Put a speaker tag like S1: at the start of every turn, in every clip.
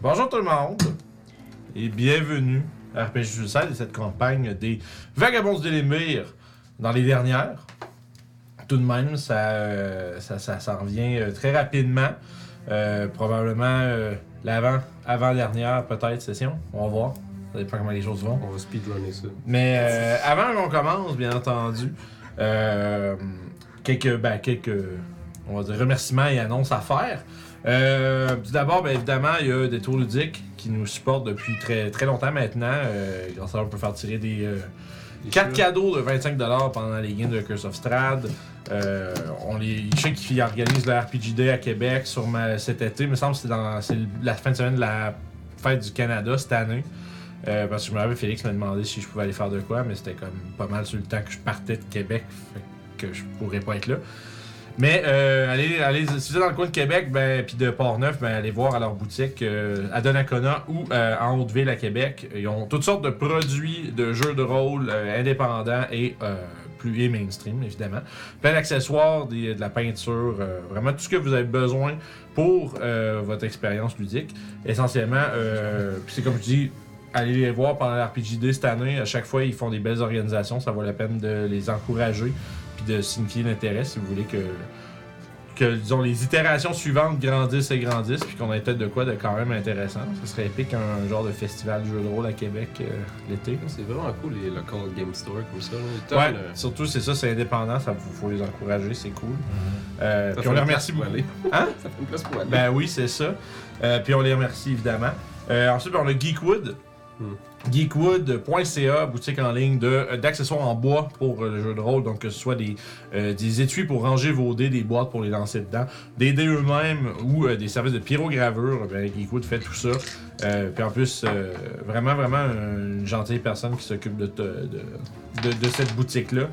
S1: Bonjour tout le monde et bienvenue à RPG Suicide et cette campagne des Vagabonds de l'Émir dans les dernières. Tout de même, ça, euh, ça, ça s'en revient euh, très rapidement. Euh, probablement euh, l'avant, avant-dernière peut-être session. On va voir. Ça dépend comment les choses vont.
S2: On va speedrunner ça.
S1: Mais euh, avant qu'on commence, bien entendu, euh, quelques, ben, quelques on va dire, remerciements et annonces à faire. Euh, tout d'abord, ben, évidemment, il y a des tours ludiques qui nous supportent depuis très, très longtemps maintenant. Euh, grâce à eux, on peut faire tirer des, euh,
S2: Les
S1: Quatre
S2: cheveux.
S1: cadeaux de 25$ pendant les games de Curse of Strad. Euh, on les, je sais qu'ils organisent le RPG Day à Québec sur ma- cet été. Il me semble que c'est dans c'est la fin de semaine de la fête du Canada cette année. Euh, parce que je me rappelle, Félix m'a demandé si je pouvais aller faire de quoi, mais c'était comme pas mal sur le temps que je partais de Québec, fait que je pourrais pas être là. Mais euh, allez, allez, si vous êtes dans le coin de Québec, ben, puis de Port-Neuf, ben, allez voir à leur boutique euh, à Donnacona ou euh, en Haute-Ville à Québec. Ils ont toutes sortes de produits de jeux de rôle euh, indépendants et euh, plus et mainstream, évidemment. Plein d'accessoires, des- de la peinture, euh, vraiment tout ce que vous avez besoin pour euh, votre expérience ludique. Essentiellement, euh, puis c'est comme je dis, allez les voir pendant l'RPGD cette année. À chaque fois, ils font des belles organisations. Ça vaut la peine de les encourager puis de signifier l'intérêt si vous voulez que, que disons, les itérations suivantes grandissent et grandissent puis qu'on ait peut-être de quoi de quand même intéressant. Ce serait épique un genre de festival de jeux de rôle à Québec euh, l'été.
S2: C'est vraiment cool les local game store comme ça. là. T'as
S1: Ouais,
S2: le- Mhm.
S1: surtout c'est ça, c'est indépendant, ça vous faut les encourager, c'est cool. Euh,
S2: ça
S1: puis
S2: fait
S1: on les
S2: une
S1: remercie
S2: place pour
S1: beaucoup.
S2: aller.
S1: Hein?
S2: Ça fait une place pour aller.
S1: Ben oui, c'est ça. Euh, puis on les remercie évidemment. Euh, ensuite, ben, on a Geekwood.
S2: Hmm.
S1: Geekwood.ca, boutique en ligne de- euh, d'accessoires en bois pour euh, le jeu de rôle. Donc, que ce soit des, euh, des étuis pour ranger vos dés, des boîtes pour les lancer dedans, des dés eux-mêmes ou euh, des services de pyrogravure. Ben, Geekwood fait tout ça. Euh, puis en plus, euh, vraiment, vraiment une gentille personne qui s'occupe de, te- de, de- de cette boutique-là.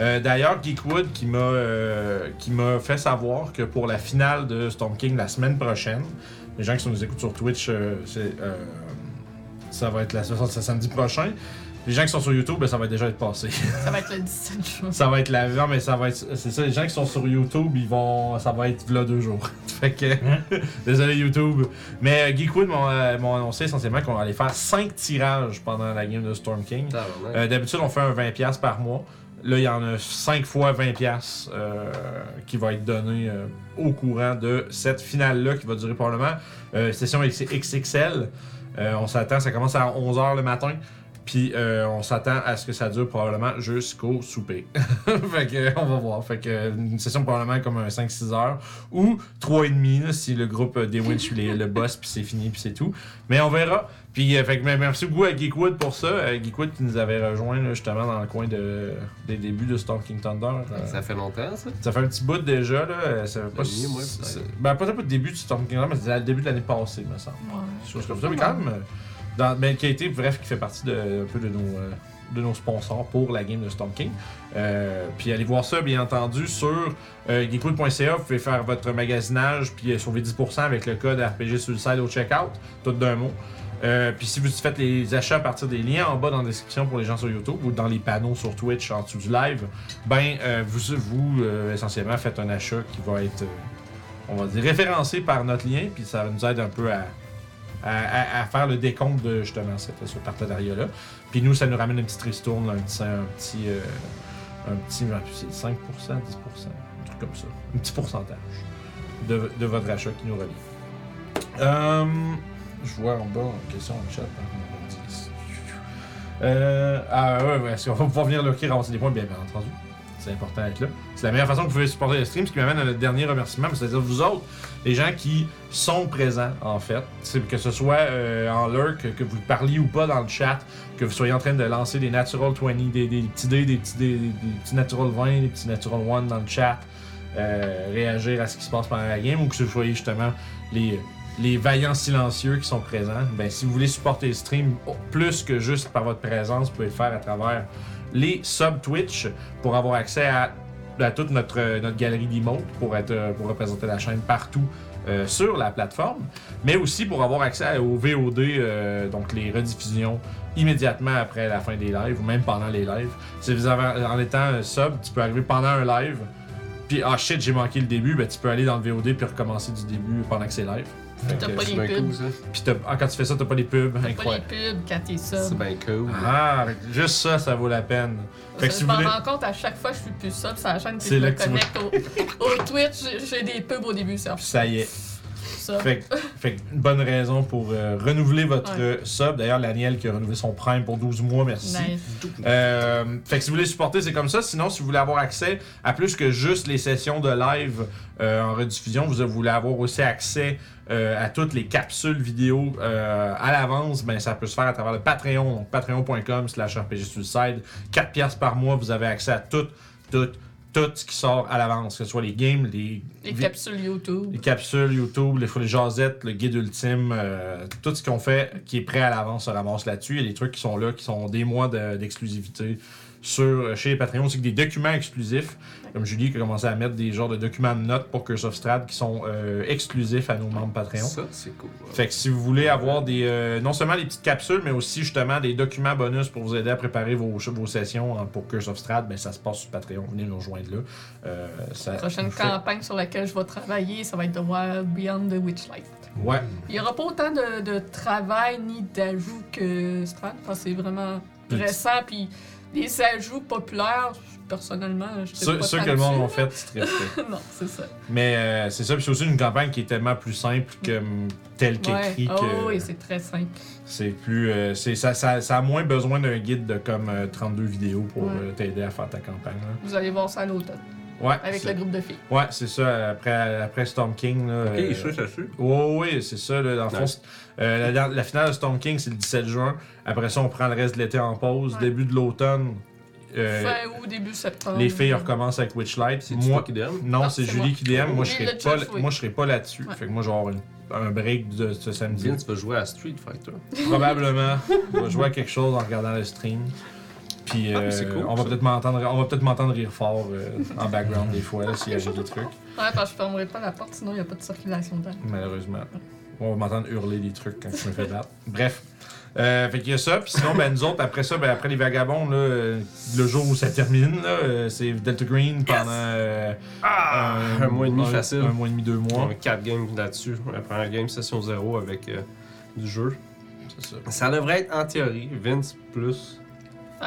S1: Euh, D'ailleurs, Geekwood qui m'a euh, qui m'a fait savoir que pour la finale de Storm King la semaine prochaine, les gens qui nous écoutent sur Twitch, euh, c'est, euh, ça va être la c'est samedi prochain. Les gens qui sont sur YouTube, ben, ça va déjà être passé.
S3: Ça va être le 17 juin.
S1: ça va être la non, mais ça va être c'est ça. Les gens qui sont sur YouTube, ils vont ça va être là deux jours. fait que désolé YouTube, mais euh, Geekwood m'ont euh, m'ont annoncé essentiellement qu'on allait faire 5 tirages pendant la game de Storm King.
S2: Tabarnak.
S1: Euh, D'habitude, on fait un 20$ par mois. Là, il y en a 5 fois 20$ euh, qui va être donné euh, au courant de cette finale-là qui va durer probablement. Euh, session X- XXL. Euh, on s'attend, ça commence à 11h le matin. Puis euh, on s'attend à ce que ça dure probablement jusqu'au souper. fait que, euh, on va voir. Fait que, euh, une session probablement comme un 5-6 heures ou 3,5 là, si le groupe euh, des Winch les- le boss, puis c'est fini, puis c'est tout. Mais on verra. Puis, euh, fait que, mais merci beaucoup à Geekwood pour ça. Euh, Geekwood qui nous avait rejoint là, justement dans le coin de, des débuts de Storm King Thunder. Euh,
S2: Ça fait longtemps ça?
S1: ça fait un petit bout déjà, là. euh, Ça fait pas
S2: Le mieux, moi,
S1: si-
S2: peut-être.
S1: si- Ben, peut-être pas le début du Storm Kingdom, mais c'était le début de l'année passée, me semble.
S3: Ouais.
S1: Chose comme ça, mais quand même. euh, Dans, mais qui a été, bref, qui fait partie de, un peu de nos, euh, de nos sponsors pour la game de Storm King. Euh, puis allez voir ça, bien entendu, sur euh, geekwood.ca. Vous pouvez faire votre magasinage, puis euh, sauver 10% avec le code RPG Suicide au checkout, tout d'un mot. Euh, puis si vous faites les achats à partir des liens en bas dans la description pour les gens sur YouTube ou dans les panneaux sur Twitch en dessous du live, ben euh, vous, vous euh, essentiellement faites un achat qui va être, euh, on va dire, référencé par notre lien, puis ça nous aide un peu à, à, à- à faire le décompte de justement cette- ce partenariat-là. Puis nous, ça nous ramène une petite ristourne, un petit, un petit, euh, un petit c'est 5%, 10%, un truc comme ça. Un petit pourcentage de, de votre achat qui nous relie. Euh, je vois en bas une question en chat. hein, on dit- Euh, ah ouais, ouais, est-ce qu'on va pouvoir venir loquer, ramasser des points? Bien, bien entendu. C'est important d'être là. C'est la meilleure façon que vous pouvez supporter le stream, ce qui m'amène à notre dernier remerciement, c'est-à-dire vous autres les gens qui sont présents, en fait. C'est que ce soit euh, en lurk, que vous parliez ou pas dans le chat, que vous soyez en train de lancer des Natural 20, des, des petits dés, des petits, dés- des, des petits Natural 20, des petits Natural 1 dans le chat, euh, réagir à ce qui se passe pendant la game, ou que ce soit justement les, les vaillants silencieux qui sont présents. Ben, si vous voulez supporter le stream oh, plus que juste par votre présence, vous pouvez le faire à travers les sub Twitch pour avoir accès à, à toute notre, euh, notre galerie d'emotes pour, être, euh, pour représenter la chaîne partout euh, sur la plateforme, mais aussi pour avoir accès au VOD, euh, donc les rediffusions immédiatement après la fin des lives ou même pendant les lives. Si vous avez, en étant euh, sub, tu peux arriver pendant un live, puis ah shit, j'ai manqué le début, ben, tu peux aller dans le VOD puis recommencer du début pendant que c'est live. Fait
S3: T'as
S1: que-
S3: pas
S2: C'est
S3: les
S2: bien
S3: pubs.
S2: cool, ça.
S1: Puis t'as- ah, quand tu fais ça, t'as pas les pubs.
S3: T'as pas les
S1: Incroyable.
S3: pubs quand t'es
S2: C'est
S3: sub.
S2: bien cool.
S1: Ah, fait que juste ça, ça vaut la peine. Fait que si
S3: je
S1: vous
S3: m'en
S1: voulez.
S3: rends compte à chaque fois que je suis plus sub sur la chaîne puis
S1: C'est
S3: je
S1: là
S3: me
S1: que tu
S3: connecte au, au Twitch, j'ai- j'ai des pubs au début, c'est
S1: Ça y est.
S3: ça.
S1: Fait, que- fait que une bonne raison pour euh, renouveler votre
S3: Ouais.
S1: euh, sub. D'ailleurs, Laniel qui a renouvelé son prime pour 12 mois, merci.
S3: Nice.
S1: Euh, fait que si vous voulez supporter, c'est comme ça. Sinon, si vous voulez avoir accès à plus que juste les sessions de live euh, en rediffusion, vous voulez avoir aussi accès euh, à toutes les capsules vidéo euh, à l'avance, ben ça peut se faire à travers le Patreon, donc patreon.com slash RPG Suicide. 4 piastres par mois, vous avez accès à tout, tout, tout ce qui sort à l'avance, que ce soit les games, les,
S3: Les
S1: vi-
S3: capsules YouTube.
S1: les capsules YouTube, les, les jasettes, le guide ultime, euh, tout ce qu'on fait qui est prêt à l'avance se ramasse là-dessus. Il y a des trucs qui sont là, qui sont des mois de- d'exclusivité sur euh, chez les Patreons. C'est que des documents exclusifs, comme Julie qui a commencé à mettre des genres de documents de notes pour Curse of Strad qui sont euh, exclusifs à nos membres Patreon.
S2: Ça, c'est cool. ouais.
S1: Fait que si vous voulez avoir des euh, non seulement des petites capsules, mais aussi justement des documents bonus pour vous aider à préparer vos, vos sessions hein, pour Curse of Strad, ben ça se passe sur Patreon. Venez nous rejoindre là. Euh, ça
S3: Prochaine
S1: nous fait-
S3: campagne sur laquelle je vais travailler, ça va être de voir Beyond the Witchlight.
S1: Ouais.
S3: Il n'y aura pas autant de, de travail ni d'ajout que Strand. Enfin, c'est vraiment
S1: Petit.
S3: récent. Puis les ajouts populaires, personnellement, je sais
S1: Ceux,
S3: pas.
S1: ceux
S3: tant
S1: que le monde ont
S3: dessus.
S1: fait, c'est triste.
S3: non, c'est ça.
S1: Mais euh, c'est ça, puis c'est aussi une campagne qui est tellement plus simple que mm, telle
S3: Ouais.
S1: qu'écrit
S3: Oh,
S1: que
S3: oui, c'est très simple.
S1: c'est plus euh, c'est ça, ça, ça a moins besoin d'un guide de comme euh, 32 vidéos pour
S3: Ouais.
S1: euh, t'aider à faire ta campagne. là.
S3: Vous allez voir ça à l'automne
S1: Ouais,
S3: avec
S1: c'est-
S3: le groupe de filles.
S1: ouais, c'est ça après après Storm King là.
S2: Ok,
S1: euh,
S2: ça, ça suit.
S1: Ouais, ouais, c'est ça. Là, dans le fond,
S2: Nice.
S1: c'est- euh, la, la finale de Storm King, c'est le 17 juin. Après ça, on prend le reste de l'été en pause.
S3: Ouais.
S1: Début de l'automne, euh,
S3: Fin août, début septembre.
S1: les filles recommencent avec Witchlight.
S2: C'est
S1: Moi-
S2: moi qui donne.
S1: Non,
S3: Non,
S1: c'est
S3: c'est
S1: Julie
S3: moi.
S1: qui DM. Moi, je
S3: Oui,
S1: serai
S3: le
S1: pas,
S3: chef, oui.
S1: moi, je serai pas là-dessus.
S3: Ouais.
S1: Fait que moi, je vais avoir une- un break de ce samedi.
S2: Bien, tu vas jouer à Street Fighter.
S1: Probablement. je vais jouer à quelque chose en regardant le stream. Puis,
S2: Ah, mais
S1: euh,
S2: c'est cool,
S1: on va
S2: ça.
S1: peut-être m'entendre, on va peut-être m'entendre rire fort euh, en background des fois, là, s'il y a des trucs.
S3: Ouais, parce que je fermerai pas la porte, sinon il n'y a pas de circulation d'air.
S1: Malheureusement. On va m'entendre hurler des trucs quand je me fais battre. Bref. Euh, fait qu'il y a ça, puis sinon, ben, nous autres, après ça, ben, après les vagabonds, là, euh, le jour où ça termine, là, euh, c'est Delta Green pendant euh,
S2: Ah, un mois et demi
S1: un-
S2: facile.
S1: Un mois et demi, deux mois.
S2: On a 4 games là-dessus. La première game, session 0 avec euh, du jeu.
S1: C'est ça.
S2: Ça devrait être en théorie, Vince plus.
S3: Euh,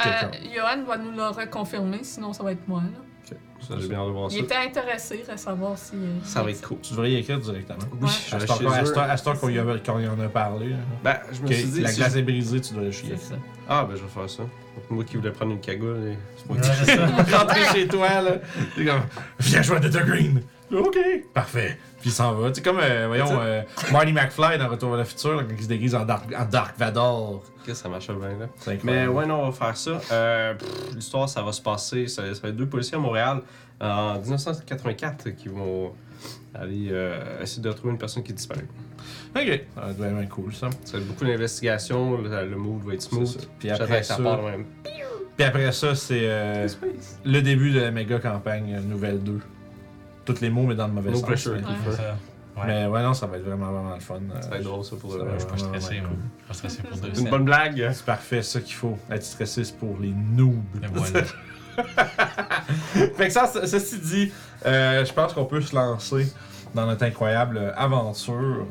S3: Johan va nous le reconfirmer, sinon ça va être moi. Là.
S2: Ça, j'ai bien hâte de voir ça.
S3: Il était intéressé à savoir si. euh,
S2: Ça va être cool.
S1: Tu devrais y écrire directement.
S3: Ouais.
S2: je
S1: À
S2: vais
S1: cette
S2: chez
S1: heure- à
S2: eux.
S1: cette heure- à cette heure qu'on y, avait- qu'on y en a parlé, là,
S2: Ben, je me
S1: que
S2: suis dit.
S1: la
S2: si
S1: glace
S2: je-
S1: est brisée, tu dois le chier.
S3: C'est ça.
S2: Ah, ben, je vais faire ça. Moi qui voulais prendre une cagoule. Et... c'est pas-
S4: Ouais, c'est ça.
S1: Rentrer chez toi, là, t'es comme, viens jouer à Delta Green. Ok. Parfait. Puis il s'en va. C'est comme, euh, voyons, euh, Marty McFly dans Retour à la future, là, quand il se déguise en Dark, en Dark Vador.
S2: Qu'est-ce que ça marche bien, là?
S1: C'est
S2: Mais
S1: incroyable.
S2: ouais, non, on va faire ça. Euh, pff, L'histoire, ça va se passer. Ça, ça va être deux policiers à Montréal en 1984 qui vont aller euh, essayer de retrouver une personne qui est disparue.
S1: Ok. Ça doit être bien cool, ça.
S2: Ça va être beaucoup d'investigation. Le, le move va être
S1: C'est ça.
S2: smooth.
S1: Puis
S2: J'attends
S1: après
S2: que
S1: ça,
S2: ça part même.
S1: puis après ça, c'est euh, le début de la méga campagne euh, Nouvelle 2. Tous les mots, mais dans le mauvais
S2: No
S1: sens.
S2: pressure.
S1: mais-
S3: Ouais.
S4: C'est ça. Ouais.
S1: Mais ouais, non, ça va être vraiment, vraiment le fun.
S2: Ça va
S1: Euh,
S2: être drôle, ça, pour
S1: ça
S2: le
S1: va être
S4: Je suis pas
S1: vraiment,
S4: stressé,
S1: vraiment
S4: moi.
S1: cool.
S4: Je suis pas stressé pour deux
S2: C'est une
S4: semaines.
S2: bonne blague.
S1: C'est parfait, ça qu'il faut. Être stressé, c'est pour les noobs.
S4: Et voilà.
S1: fait que ça, ce- ceci dit, euh, je pense qu'on peut se lancer dans notre incroyable aventure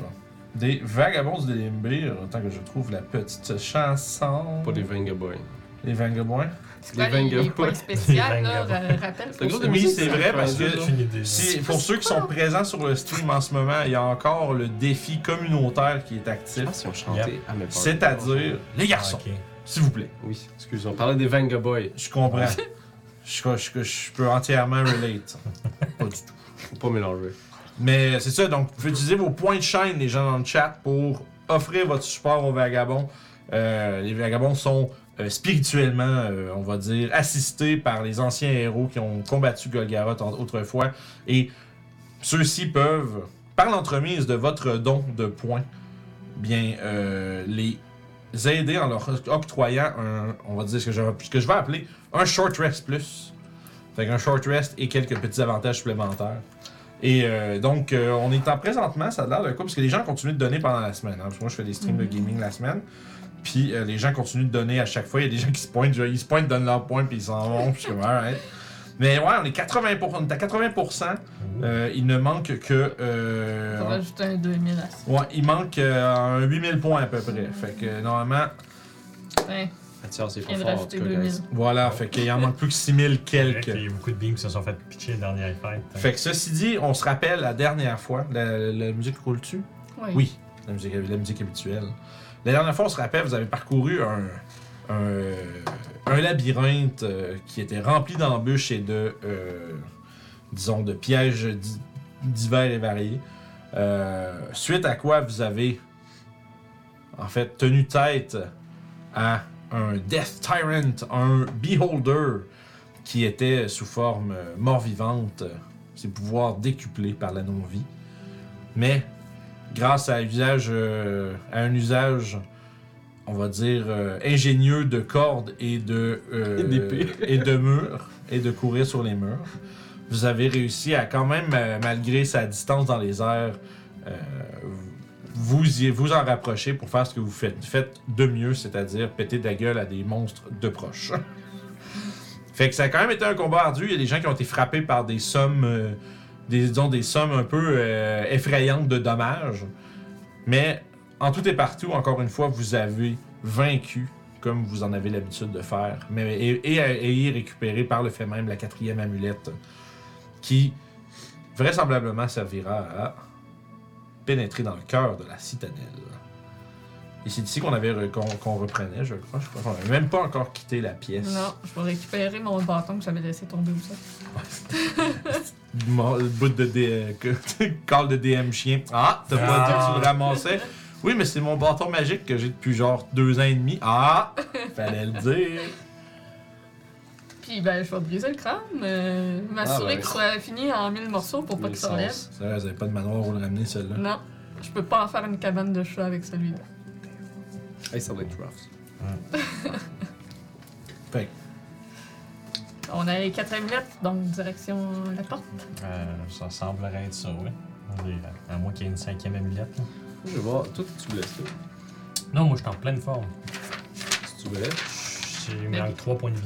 S1: des vagabonds du DMB. euh, Tant que je trouve la petite chanson.
S2: Pas des Vingaboys.
S1: Les vagabonds.
S3: C'est
S2: Les
S3: quoi les, les
S2: Vengabas.
S3: points spéciaux,
S4: Les
S3: là,
S4: Vengabas.
S3: ra- rappelle.
S2: Le groupe de
S3: pour
S1: Oui,
S2: musique,
S1: c'est
S2: ça,
S1: vrai, parce que
S2: ça.
S4: Aucune idée.
S1: Si- pour ceux qui sont présents sur le stream en ce moment, il y a encore le défi communautaire qui est
S2: Je sais
S1: actif.
S2: pas si on chantait à mes parents.
S1: C'est-à-dire, les
S4: Ah,
S1: garçons,
S4: ok.
S1: s'il vous plaît.
S2: Oui, excuse, on parlait des Vangaboys.
S1: Je comprends. Je, je- je peux entièrement relate. Pas du tout.
S2: Faut pas mélanger.
S1: Mais c'est ça, donc vous pouvez utiliser vos points de chaîne, les gens dans le chat, pour offrir votre support aux vagabonds. Euh, les vagabonds sont euh, spirituellement, euh, on va dire, assistés par les anciens héros qui ont combattu Golgaroth en- autrefois. Et ceux-ci peuvent, par l'entremise de votre don de points, bien euh, les aider en leur octroyant un, on va dire ce que je, ce que je vais appeler un short rest plus. Fait qu'un short rest et quelques petits avantages supplémentaires. Et euh, donc, euh, on est en présentement, ça a l'air d'un coup, parce que les gens continuent de donner pendant la semaine. hein, parce que moi, je fais des streams de gaming la semaine. Puis euh, les gens continuent de donner à chaque fois. Il y a des gens qui se pointent, genre, ils se pointent, donnent leurs points, puis ils s'en vont. Puis je suis comme, alright. Mais ouais, on est, 80 on est à 80% Euh, il ne manque que. euh,
S5: Faudrait ajouter un 2000 à ça.
S1: ouais, il manque euh, un 8000 points à peu près. Fait que euh, normalement,
S5: Ouais,
S2: Attends, c'est
S5: je
S2: pas
S5: viens de
S2: fort, en tout
S5: rajouter
S2: cas, guys.
S5: 2000.
S1: voilà, fait qu'il en manque plus que 6000
S6: Quelques.
S1: quelques.
S6: Il y a beaucoup de beams qui se sont fait pitcher la dernière fête.
S1: Fait que ceci dit, on se rappelle la dernière fois, la, la musique roule-tu?
S5: Oui.
S1: Oui, la musique, la musique habituelle. La dernière fois, on se rappelle, vous avez parcouru un, un, un labyrinthe euh, qui était rempli d'embûches et de, euh, disons, de pièges di- divers et variés. Euh, suite à quoi vous avez, en fait, tenu tête à un Death Tyrant, un Beholder, qui était sous forme euh, mort-vivante, euh, ses pouvoirs décuplés par la non-vie. Mais grâce à, usage, euh, à un usage, on va dire, euh, ingénieux de cordes et de, euh,
S2: Et d'épées.
S1: et de murs, et de courir sur les murs, vous avez réussi à quand même, euh, malgré sa distance dans les airs, euh, vous, y- vous en rapprocher pour faire ce que vous faites, faites de mieux, c'est-à-dire péter de la gueule à des monstres de proche. fait que ça a quand même été un combat ardu. Il y a des gens qui ont été frappés par des sommes, euh, des, disons, des sommes un peu euh, effrayantes de dommages. Mais en tout et partout, encore une fois, vous avez vaincu comme vous en avez l'habitude de faire, mais, et, et ayez récupéré par le fait même la quatrième amulette qui vraisemblablement servira à pénétrer dans le cœur de la citadelle. Et c'est d'ici qu'on avait re- qu'on qu'on reprenait, je crois. Je crois qu'on n'avait même pas encore quitté la pièce.
S5: Non, je vais récupérer mon bâton que j'avais laissé tomber ou ça.
S1: Mon- Le bout de D... call de DM chien. Ah, t'as pas dit que tu le ramassais. Oui, mais c'est mon bâton magique que j'ai depuis genre deux ans et demi. Ah, fallait le dire.
S5: Puis ben, je vais briser le crâne, euh,
S2: Ah,
S5: m'assurer
S2: ben.
S5: que ce soit fini en mille morceaux pour pas
S2: Mais
S5: qu'il s'enlève.
S2: sens.
S1: Sérieux, vous avez pas de manoir où le ramener, celle-là.
S5: Non, je peux pas en faire une cabane de chat avec celui-là.
S2: Hey, ça doit être rough.
S1: Fait que
S5: On a les quatre amulettes, donc direction la porte.
S6: Euh, ça semblerait être ça, oui. euh, À moins qu'il y ait une cinquième amulette. là.
S2: Je vais voir. Toi, tu blesses ça.
S6: Non, moi, je suis en pleine forme.
S2: Si tu blesses.
S6: J'ai mis un 3 points de vie.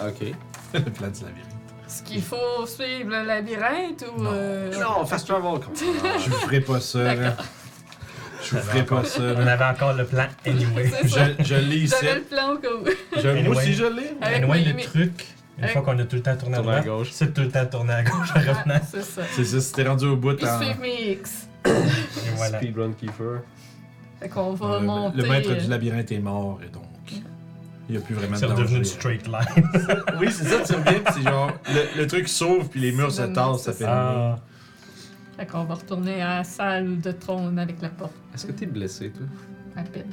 S2: Ah, Ok.
S1: le plan de la vérité.
S5: Est-ce qu'il faut suivre le labyrinthe ou.
S6: Non.
S5: euh,
S2: Non, fast travel, comme
S1: Je vous ferai pas ça. hein. Je vous ferai pas ça.
S6: On
S1: hein.
S6: avait encore le plan anyway.
S5: C'est ça.
S1: Je, je lis ici.
S5: J'avais le plan au cas où.
S1: Je- moi aussi, je lis.
S5: Avec
S6: anyway,
S5: mes
S6: le
S5: limites.
S6: truc, une
S5: Avec-
S6: fois qu'on a tout le temps tourné à
S2: Tourner à
S6: droite,
S2: gauche.
S6: c'est tout le temps tourné à gauche en revenant.
S5: Ah, c'est ça.
S1: C'est ça, si t'es rendu au bout, hein.
S5: Puis
S1: en-
S5: suivre mes X.
S6: Et voilà.
S2: Speedrun Keeper.
S5: Fait qu'on va
S1: le-
S5: monter.
S1: le, maître du
S5: euh,
S1: labyrinthe est mort et donc. Il n'y a plus vraiment de
S6: C'est
S1: danger.
S6: redevenu une straight line.
S1: Oui, c'est ça, tu reviens, pis c'est genre. Le, le truc s'ouvre, puis les murs se
S5: Non, non,
S1: tassent, ça
S5: c'est
S1: fait. rien.
S6: Ah,
S5: euh, Fait qu'on va retourner à la salle de trône avec la porte.
S2: Est-ce que t'es blessé, toi?
S5: À peine.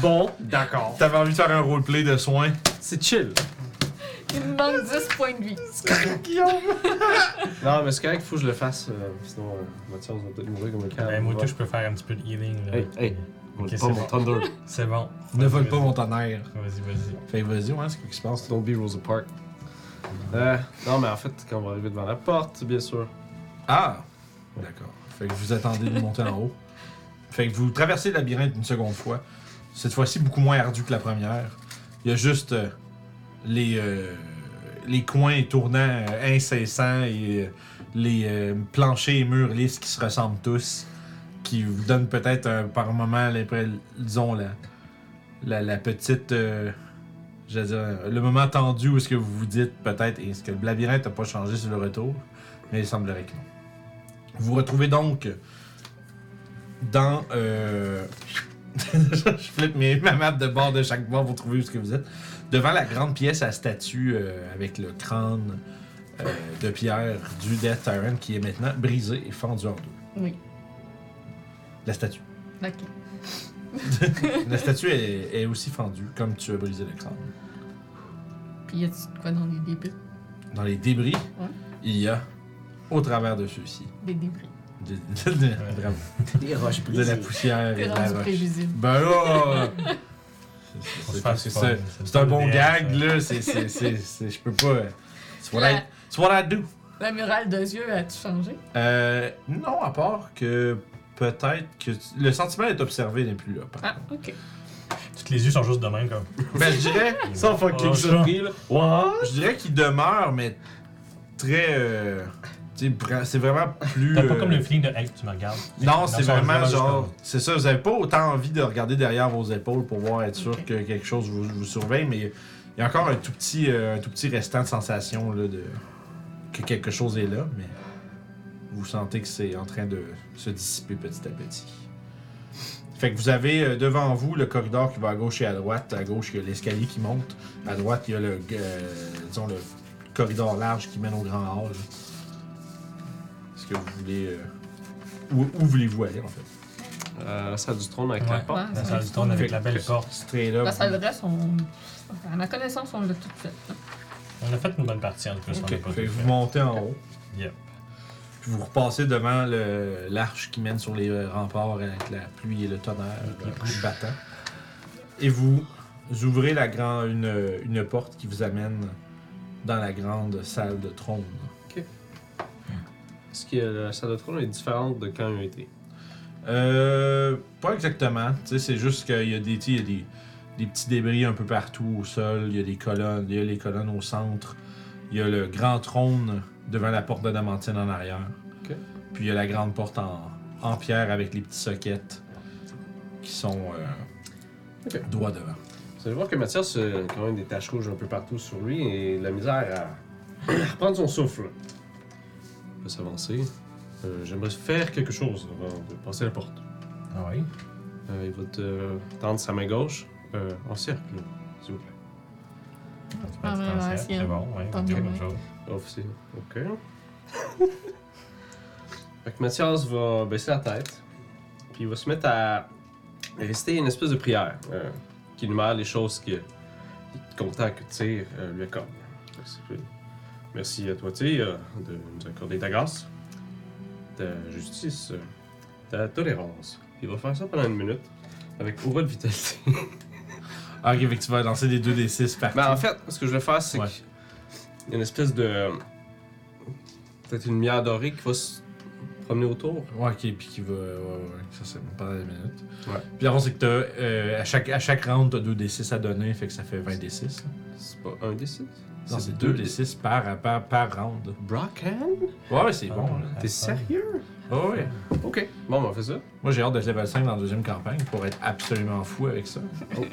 S2: Bon, d'accord.
S1: T'avais envie de faire un roleplay de soins.
S2: C'est chill.
S5: Il me manque 10 points de vie.
S2: Non, mais c'est correct, faut que je le fasse. euh, sinon, euh, Mathias, on va peut-être mourir comme un calme.
S6: ben, moi, tout, je peux faire un petit peu de healing. Là.
S2: Hey, hey.
S6: Ok, c'est
S2: pas mon
S6: bon.
S2: Thunder.
S6: C'est bon.
S1: Ne
S6: Vas-y,
S1: vole pas
S6: vas-y.
S1: mon tonnerre.
S6: Vas-y, vas-y.
S1: Fait que vas-y, ouais, c'est quoi qui se passe?
S2: Don't be Rosa Park. Euh, non, mais en fait, quand on va arriver devant la porte, bien sûr.
S1: Ah! D'accord. Fait que vous attendez de monter en haut. Fait que vous traversez le labyrinthe une seconde fois. Cette fois-ci, beaucoup moins ardu que la première. Il y a juste euh, les, euh, les coins tournants euh, incessants et euh, les euh, planchers et murs lisses qui se ressemblent tous, qui vous donnent peut-être euh, par moment, l'impré- disons, la, la, la petite. euh, je veux dire, le moment tendu où est-ce que vous vous dites peut-être est-ce que le labyrinthe n'a pas changé sur le retour, mais il semblerait que non. Vous vous retrouvez donc dans. euh, je flippe mes, ma map de bord de chaque bord pour trouver où ce que vous êtes. Devant la grande pièce à statue euh, avec le crâne euh, de pierre du Death Tyrant qui est maintenant brisé et fendu en deux.
S5: Oui.
S1: La statue.
S5: Ok.
S1: la statue est, est aussi fendue comme tu as brisé le crâne.
S5: Puis y a-tu de quoi dans les débris
S1: Dans les débris,
S5: Ouais.
S1: il y a au travers de ceux-ci.
S5: Des débris.
S1: De, de- de- bravo.
S2: Des roches
S1: De la poussière et
S5: T'es
S1: de la
S5: rendu
S1: roche.
S5: prévisible.
S1: Ben là!
S6: On se
S1: C'est
S6: fait
S1: parce que
S6: fun.
S1: c'est-
S6: C'est
S1: c'est un
S6: le
S1: bon
S6: DM,
S1: gag,
S6: ça.
S1: là. C'est- c'est- c'est- c'est- Je peux pas. euh, C'est what, I,
S5: La,
S1: it's what I do.
S5: la murale de yeux a-tu changé
S1: Euh, non, à part que peut-être que. tu- Le sentiment est observé n'est plus là. par
S5: Ah, ok.
S6: Toutes les yeux sont juste de même, comme.
S1: contre. Ben, je dirais,
S2: Sans fucking
S6: Oh, ça.
S2: surprise, là. What?
S1: je dirais qu'il demeure, mais très. euh, tu sais, bra- c'est vraiment plus.
S6: T'as pas
S1: euh,
S6: comme le feeling de Hey, tu me regardes.
S1: Non, c'est
S6: ça,
S1: vraiment
S6: juste
S1: genre. C'est ça, vous avez pas autant envie de regarder derrière vos épaules pour voir être sûr
S5: Ok.
S1: que quelque chose vous, vous surveille, mais il y a encore un tout petit, euh, un tout petit restant de sensation là, de, que quelque chose est là, mais vous sentez que c'est en train de se dissiper petit à petit. Fait que vous avez euh, devant vous le corridor qui va à gauche et à droite. À gauche, il y a l'escalier qui monte. À droite, il y a le, euh, disons, le corridor large qui mène au grand hall. là. Est-ce que vous voulez. euh, où, où voulez-vous aller en fait
S2: Euh, la salle du trône avec la
S6: Ouais.
S2: porte.
S6: La salle du trône avec la belle porte.
S1: Straight up.
S5: La salle de reste, on... à ma connaissance, on l'a toute faite. là.
S6: On a fait une bonne partie en tout cas, si on
S1: Ok.
S6: n'a pas
S1: Fait que
S6: tout
S1: vous
S6: fait.
S1: montez en haut.
S6: Yep.
S1: Puis vous repassez devant le- l'arche qui mène sur les euh, remparts avec la pluie et le tonnerre, le coup battant. Et vous ouvrez la grand, une, une porte qui vous amène dans la grande salle de trône.
S2: Est-ce que la salle de trône est différente de quand il a été
S1: Euh, pas exactement. Tu sais, c'est juste qu'il y a des, tu sais, il y a des, des petits débris un peu partout au sol. Il y a des colonnes. Il y a les colonnes au centre. Il y a le grand trône devant la porte d'Adamantine en arrière.
S2: Ok.
S1: Puis il y a la grande porte en, en pierre avec les petits sockets qui sont euh,
S2: Ok.
S1: droit devant.
S2: Vous allez voir que Mathias euh, a quand même des taches rouges un peu partout sur lui et la misère à, à reprendre son souffle. On peut s'avancer. Euh, J'aimerais faire quelque chose avant de passer la porte.
S6: Ah oui.
S2: Euh, il va te euh, tendre sa main gauche euh, en cercle, s'il vous plaît.
S6: Tu
S5: Ah,
S6: vas
S5: ouais,
S6: être
S5: ouais,
S6: en cercle,
S5: si, hein.
S6: C'est bon, ouais.
S5: Tant
S6: vidéo,
S5: mieux,
S6: bonne
S5: ouais.
S6: chose.
S2: Officier. Ok. fait que Mathias va baisser la tête, puis il va se mettre à rester une espèce de prière euh, qui énumère les choses que content que Tyr euh, lui accorde. Fait que c'est- Merci à toi, Tyr, euh, de nous accorder ta grâce, ta justice, euh, ta tolérance. Il va faire ça pendant une minute avec aura de vitalité.
S1: Ah, ok, fait que tu vas lancer des 2d6 par
S2: Ben, en fait, ce que je vais faire, c'est
S1: Ouais.
S2: qu'il y a une espèce de. Peut-être une lumière dorée qui va se promener autour.
S1: Ouais, ok, puis qui va. Ouais, ouais, ça c'est bon pendant des minutes.
S2: Ouais.
S1: Puis avant, c'est que t'as. euh, à, chaque, à chaque round, t'as 2d6 à donner, fait que ça fait 20d6.
S2: C'est pas un D6
S1: Non, c'est 2 d 6 par, par, par round.
S2: Brockhan
S1: Ouais, ouais, c'est bon.
S6: Ah,
S1: là.
S6: ouais.
S2: T'es sérieux
S1: Ouais, ouais.
S2: Ok. Bon, ben, on fait ça.
S1: Moi, j'ai hâte d'être level 5 dans la deuxième campagne pour être absolument fou avec ça.
S2: Oh.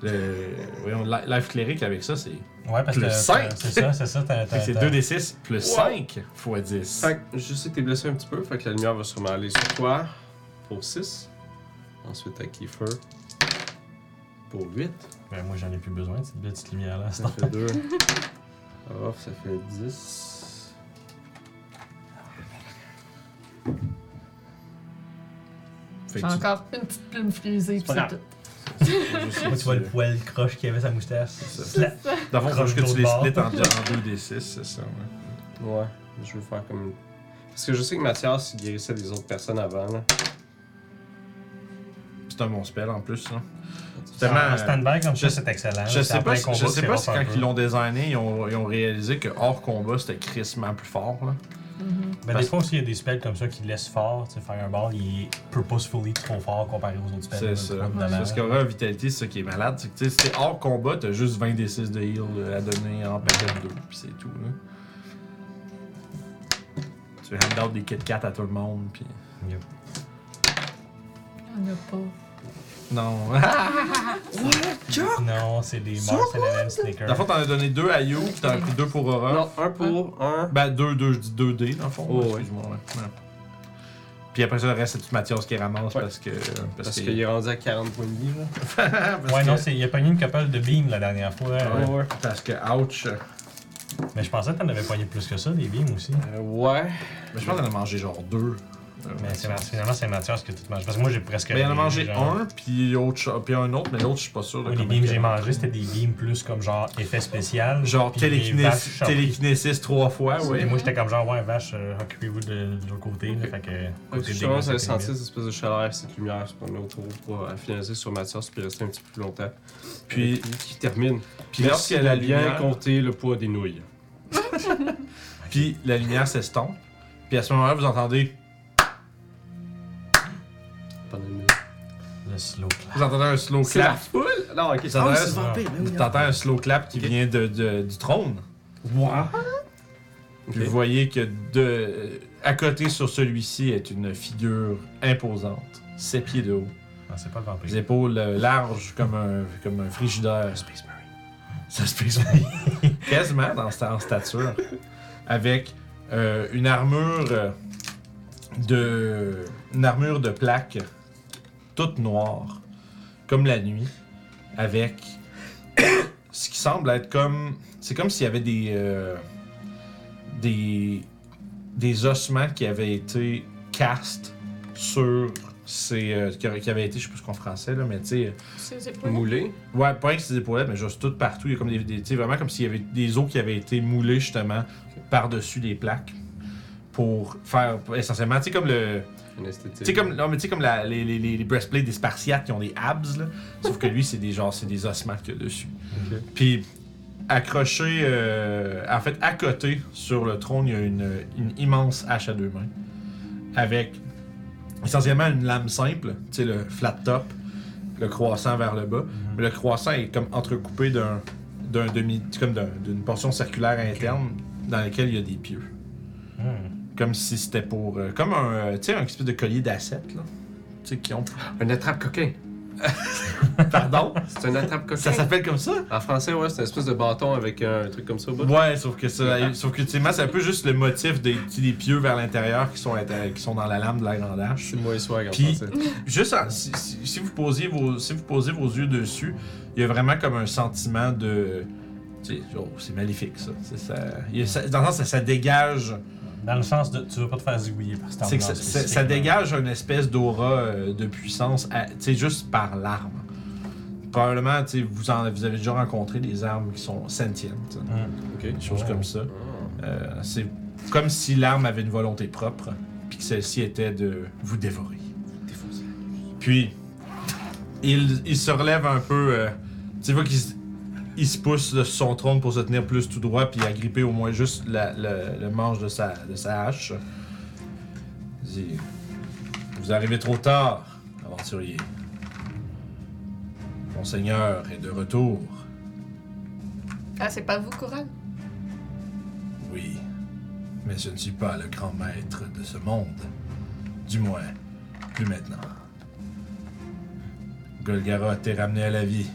S1: Le, voyons, li- life cleric avec ça, c'est.
S6: Ouais, parce
S1: Plus
S6: que. t'as-
S1: cinq.
S6: C'est ça, c'est ça.
S1: fait
S6: t'as- t'as-
S1: que C'est
S6: t'as-
S1: 2d6 plus
S2: Wow.
S1: 5 fois 10.
S6: Ah,
S2: Fait que je sais que t'es blessé un petit peu, fait que la lumière va sûrement aller sur toi pour 6. Ensuite à Kiefer pour 8.
S6: Ben, moi, j'en ai plus besoin de cette petite lumière-là.
S2: Ça fait 2. Off, ça fait 10.
S1: Fait
S5: J'ai
S1: que tu-
S5: encore une petite plume frisée, puis
S6: pas
S5: c'est
S6: grave.
S5: tout.
S6: Moi, tu vois le poil croche qu'il y avait sa moustache.
S1: ça.
S6: Là.
S1: Dans le fond, faut juste que tu les
S6: Croche
S1: splits
S6: de
S1: en, en 2d6, c'est ça, ouais.
S2: Ouais, je veux faire comme. Parce que je sais que Mathias il guérissait des autres personnes avant. Là.
S1: C'est un bon spell en plus, là. C'est
S6: En
S1: tellement,
S6: en stand-by comme
S1: je-
S6: ça, c'est excellent.
S1: Je
S6: hein, C'est
S1: sais
S6: en
S1: pas,
S6: plein
S1: si-
S6: combat,
S1: je sais
S6: c'est
S1: pas
S6: rough
S1: si
S6: un
S1: quand
S6: peu.
S1: ils l'ont designé, ils ont, ils ont réalisé que hors combat, c'était crissement plus fort. Là.
S6: Mais
S1: Parce-
S6: Ben, des fois aussi, il y a des spells comme ça qui laissent fort. Tu sais, faire un ball, il est purposefully trop fort comparé aux autres
S1: C'est
S6: spells.
S1: ça.
S6: Probablement.
S1: Parce qu'en vrai, vitalité, c'est ça qui est malade. C'est que tu sais, si t'es hors combat, t'as juste 20 d 6 de heal euh, à donner en paquet de 2, puis c'est tout. Là. Tu hand out des Kit Kat à tout le monde, puis.
S6: Yep.
S5: Il n'y en a pas.
S1: Non.
S6: Non, c'est des morts, c'est les mêmes
S1: dans le
S6: sneakers.
S1: fond, t'en as donné 2 à You, puis t'en as pris 2 pour Aura.
S2: Non, un pour un.
S1: Ben, 2, 2, je dis 2D, dans le fond.
S2: Oh, ouais.
S1: Excuse-moi, ouais. Ouais. Puis après ça, le reste, c'est toute Mathias qui ramasse
S2: Ouais.
S1: parce que.
S2: Parce qu'il est rendu à 40 points de vie. Là.
S6: Ouais, non, c'est- il a pogné une couple de beams la dernière fois. euh,
S1: Ah Ouais. Parce que, ouch.
S6: Mais je pensais que t'en avais pogné plus que ça, des beams aussi.
S2: Euh, ouais.
S1: Mais je pense qu'on en a mangé genre 2.
S6: Mais c'est Mathias- finalement, c'est Mathias que tout mange. Parce que moi, j'ai presque.
S1: Ben, il en a
S6: rien,
S1: mangé
S6: genre.
S1: un, puis, autre, cho- puis un autre, mais l'autre, je suis pas sûr. de
S6: Oui, les
S1: comment
S6: beams que
S1: il
S6: j'ai
S1: a-
S6: mangé, c'était des beams plus comme genre effet spécial.
S1: Genre
S6: Puis les vaches,
S1: télékinésis,
S6: j'en prie.
S1: télékinésis trois fois,
S6: Et
S1: oui.
S6: moi, j'étais comme genre, ouais, vache, euh, occupez-vous de, de l'autre côté. là,
S2: Ok.
S6: Fait que.
S2: Fait que
S6: côté
S2: Justement,
S6: dégueu,
S2: vous allez sentir
S6: c'était limite.
S2: cette espèce de chaleur, cette lumière se promener autour pour euh, finaliser sur Mathias puis rester un petit peu plus longtemps.
S1: Puis-
S2: Avec lui qui termine.
S1: Puis lorsqu'elle a la
S2: bien
S1: lumière,
S2: compté le poids des nouilles.
S1: puis la lumière s'estompe. Puis à ce moment-là, vous entendez,
S2: Pendant une minute.
S6: Le slow clap.
S1: vous entendez un slow clap.
S2: foule Non, ok.
S1: Ah, Vous entendez,
S6: vampire,
S1: vous entendez un slow clap qui
S2: Ok.
S1: vient de, de- du trône.
S2: Wow.
S1: Puis vous voyez que de, à côté sur celui-ci est une figure imposante, 7 pieds de haut,
S6: Ah,
S4: Non, c'est pas le vampire.
S1: les épaules euh, larges comme un, comme un frigidaire.
S4: Space Marine.
S1: Ça se pèse bien. quasiment dans sta- en stature. Avec euh, une armure euh, de. Une armure de plaque toute noire, comme la nuit, avec ce qui semble être comme. C'est comme s'il y avait des. euh, des. des ossements qui avaient été cast sur ces. euh, qui auraient- qui avaient été, je sais plus ce qu'en français, là, mais tu sais.
S3: C'est c'est pas-
S2: Moulé.
S1: Ouais, pas rien que c'est des épaulettes, mais juste tout partout. Il y a comme des. des- tu sais, vraiment comme s'il y avait des os qui avaient été moulés justement par-dessus les plaques pour faire essentiellement. Tu sais, comme le.
S2: Une esthétique.
S1: Tu sais, comme, non, mais tu sais, comme la- les, les, les- les breastplates des Spartiates qui ont des abs, là. Sauf que lui, c'est des genre, c'est des ossements qu'il y a dessus.
S2: Ok.
S1: Puis, accroché. euh, en fait, à côté, sur le trône, il y a une, une immense hache à deux mains. Avec essentiellement une lame simple, tu sais, le flat top, le croissant vers le bas. Mais le croissant est comme entrecoupé d'un d'un demi comme d'un- d'une portion circulaire interne dans laquelle il y a des pieux.
S4: Mhm.
S1: Comme si c'était pour euh, comme un euh, tu sais un espèce de collier d'assiettes là. Tu sais qui ont
S2: Un attrape coquin.
S1: pardon,
S2: C'est un attrape coquin.
S1: ça s'appelle comme ça
S2: En français, ouais, c'est une espèce de bâton avec un, truc comme ça au bout.
S1: Ouais, sauf que ça sauf que ultimement, c'est un peu juste le motif des petits des pieux vers l'intérieur qui sont à l'intérieur- qui sont dans la lame de la grande hache.
S2: Je suis moins swag en
S1: Puis-
S2: français.
S1: Juste en- si, si- si vous posiez vos, si vous posez vos yeux dessus, il y a vraiment comme un sentiment de. tu sais, oh, c'est maléfique ça. C'est ça. il y a ça- dans le sens, ça, ça dégage.
S4: Dans le sens de. Tu veux pas te faire zigouiller par cette
S1: C'est que ça,
S4: ambulance
S1: ça- ça dégage une espèce d'aura euh, de puissance, à- tu sais, juste par l'arme. Probablement, tu sais, vous, en- vous avez déjà rencontré des armes qui sont sentientes,
S4: spécifiquement. Mhm.
S2: Ok.
S1: des choses
S4: Oh.
S1: comme ça.
S2: Ah.
S1: Euh, c'est comme si l'arme avait une volonté propre, puis que celle-ci était de vous dévorer. Puis, il, il se relève un peu. euh, tu vois qu'il se- il se pousse de son trône pour se tenir plus tout droit, puis agripper au moins juste la- le, le manche de sa, de sa hache. Il dit, Vous arrivez trop tard, aventurier. Mon seigneur est de retour.
S3: Ah, c'est pas vous, Coral
S1: Oui, mais je ne suis pas le grand maître de ce monde. Du moins, plus maintenant. Golgara t'est ramené à la vie.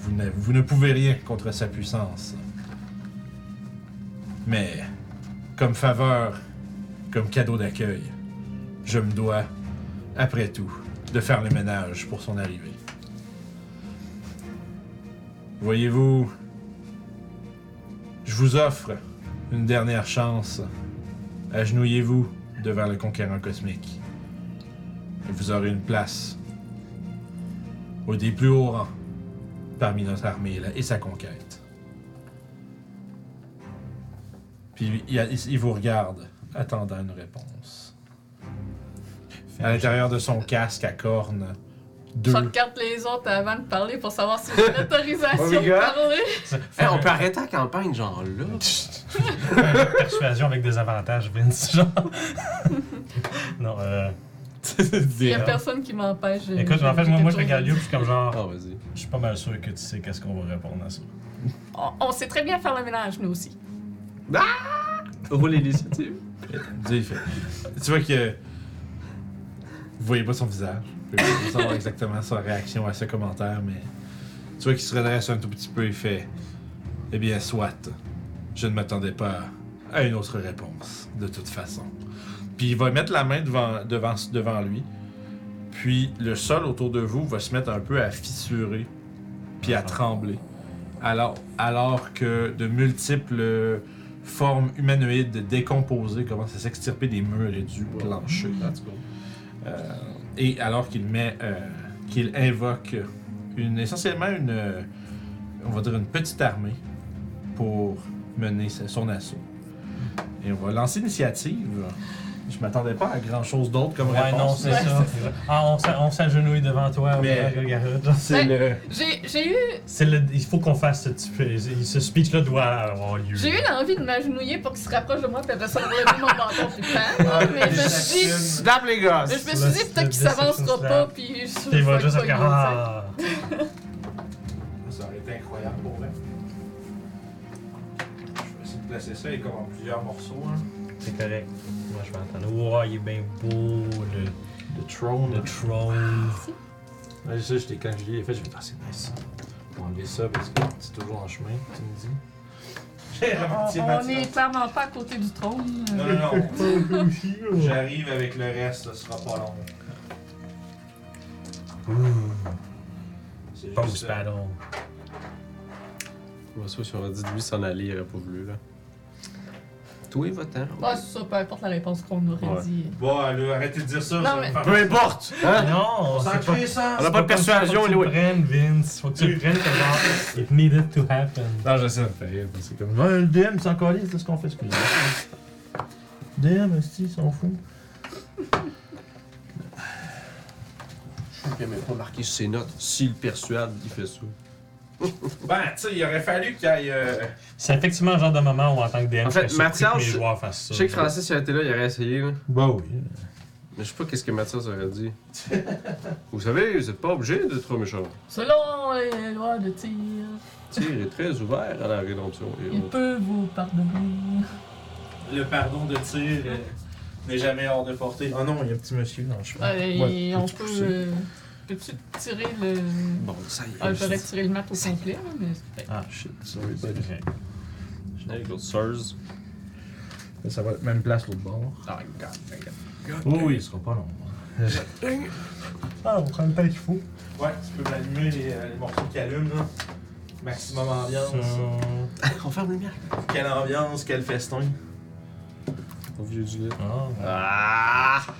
S1: Vous ne, vous ne pouvez rien contre sa puissance. Mais, comme faveur, comme cadeau d'accueil, je me dois, après tout, de faire le ménage pour son arrivée. Voyez-vous, je vous offre une dernière chance. Agenouillez-vous devant le conquérant cosmique. Et vous aurez une place au des plus hauts rangs parmi notre armée là, et sa conquête. Puis il, y a- il vous regarde, attendant une réponse.
S4: Fait-
S1: À l'intérieur de son casque à cornes,
S3: Je
S1: deux.
S3: regarde les autres avant de parler pour savoir si j'ai l'autorisation
S2: Oh my
S3: de
S2: God.
S3: parler.
S2: Hey, on peut arrêter la campagne, genre là.
S4: Persuasion avec des avantages, Vince, genre. non, euh.
S3: Il y a personne qui m'empêche. je-
S4: Écoute, en fait,
S3: j'ai
S4: moi, moi je
S3: quelque
S4: regarde
S3: chose
S4: Lio, puis je suis comme genre.
S2: Ah, vas-y.
S4: Je suis pas mal sûr que tu sais qu'est-ce qu'on va répondre à ça.
S3: à dire. On, on sait très bien faire le ménage, nous aussi.
S2: Roule l'initiative.
S1: Dis, fait- Tu vois que. Vous voyez pas son visage. Vous pouvez pas savoir exactement sa réaction à ce commentaire, mais. Tu vois qu'il se redresse un tout petit peu et fait. Eh bien, soit. Je ne m'attendais pas à une autre réponse, de toute façon. Puis il va mettre la main devant, devant, devant lui. Puis le sol autour de vous va se mettre un peu à fissurer, puis à trembler. Alors, alors que de multiples formes humanoïdes décomposées commencent à s'extirper des murs et du plancher.
S2: That's cool.
S1: Euh, et alors qu'il met, euh, qu'il invoque une, essentiellement une, euh, on va dire une petite armée pour mener sa- son assaut. Et on va lancer l'initiative. Je m'attendais pas à grand chose d'autre comme
S4: Ouais, non,
S1: réponse.
S4: c'est ça. Ah, on s'a- on s'agenouille devant toi,
S1: Mais-
S4: regarde, regarde, genre.
S1: C'est le.
S3: J'ai j'ai eu,
S4: C'est le- Il faut qu'on fasse ce, petit- ce speech-là doit avoir lieu.
S3: j'ai eu l'envie de m'agenouiller pour qu'il se rapproche de moi et de se relever mon bâton plus tard. Ah, Mais je me suis dit,
S2: Snap les gars!
S3: je me suis dit peut-être qu'il s'avancera pas puis je
S4: Puis il va
S3: faut
S4: juste
S3: que
S4: faire
S3: ça
S4: ah.
S1: Ça aurait été incroyable pour vrai. Je vais essayer de déplacer ça, il est comme en plusieurs morceaux. hein.
S6: C'est correct. Moi, je vais attendre. Wow, il est bien beau, le,
S7: Le Throne.
S6: le trône.
S2: Ah,
S7: Ouais, ça, j'étais quand je l'ai fait, je me passé nice. On va enlever ça parce que c'est toujours en chemin, tu me dis.
S1: J'ai la
S5: On,
S1: moitié de ma
S5: on est clairement pas à côté du trône.
S3: Euh,
S1: Non, non, non. J'arrive avec le reste, ce sera pas long. C'est juste
S6: Post
S1: ça.
S6: battle.
S2: Moi, ça, si on aurait dit de lui s'en aller, il aurait pas voulu, là. Toi, va-t'en.
S5: Ouais, Ah, c'est ça, peu importe la réponse qu'on aurait
S2: Ouais.
S5: dit.
S1: Bon, là, arrêtez de dire ça.
S5: Non,
S1: ça va
S5: mais-
S1: me faire-
S7: Peu importe! Hein?
S6: Non,
S1: On s'en
S6: c'est pas...
S1: crée ça.
S7: On a pas de persuasion,
S6: Faut que tu
S7: anyway.
S6: le prennes, Vince. Faut que tu le prennes que genre, it needed to happen.
S7: Non, je sais, mais rire, parce que comme. Ouais, le DM, c'est encore lisse, c'est ce qu'on fait, excusez DM, si, ils s'en fout.
S2: Il a même pas marqué sur ses notes. S'il persuade, il fait ça.
S1: Ben, tu sais, il aurait fallu qu'il aille. euh,
S6: C'est effectivement le genre de moment où, en tant que DM,
S2: En fait,
S6: je serais surpris
S2: Mathias,
S6: que mes
S2: je-
S6: joueurs fassent ça.
S2: Je sais que Francis, s'il avait été là, il aurait essayé, là.
S7: Bah oui.
S2: Mais je sais pas qu'est-ce que Mathias aurait dit. Vous savez, vous êtes pas obligé d'être trop méchant.
S5: Selon les lois de tir,
S2: Tyr est très ouvert à la rédemption. Et
S5: il
S2: autres.
S5: peut vous pardonner.
S1: Le pardon de tir euh, n'est jamais hors de portée.
S7: Ah non, il y a un petit monsieur dans le chemin.
S5: Ouais, Euh, et on
S7: peux-tu
S5: peut.
S7: pousser?
S5: euh, Peux-tu tirer le.
S2: Bon, ça y est.
S5: Ah, J'aurais tiré le map au complet, là, mais.
S6: Ah,
S7: Shit, sorry,
S6: c'est
S7: buddy.
S6: correct.
S2: Avec l'autre Sirs.
S7: Ça va être même place l'autre bord.
S2: Ah, regarde, regarde.
S7: Oui, Oh oui, il sera pas long. hein.
S6: Ah, on prend le temps qu'il faut.
S1: Ouais, tu peux m'allumer les, euh, les morceaux qui allument, là. Maximum ambiance.
S6: Ça-
S2: On ferme le mien.
S1: Quelle ambiance, quel festin.
S2: Au vieux du lit.
S6: Ah,
S2: Ah!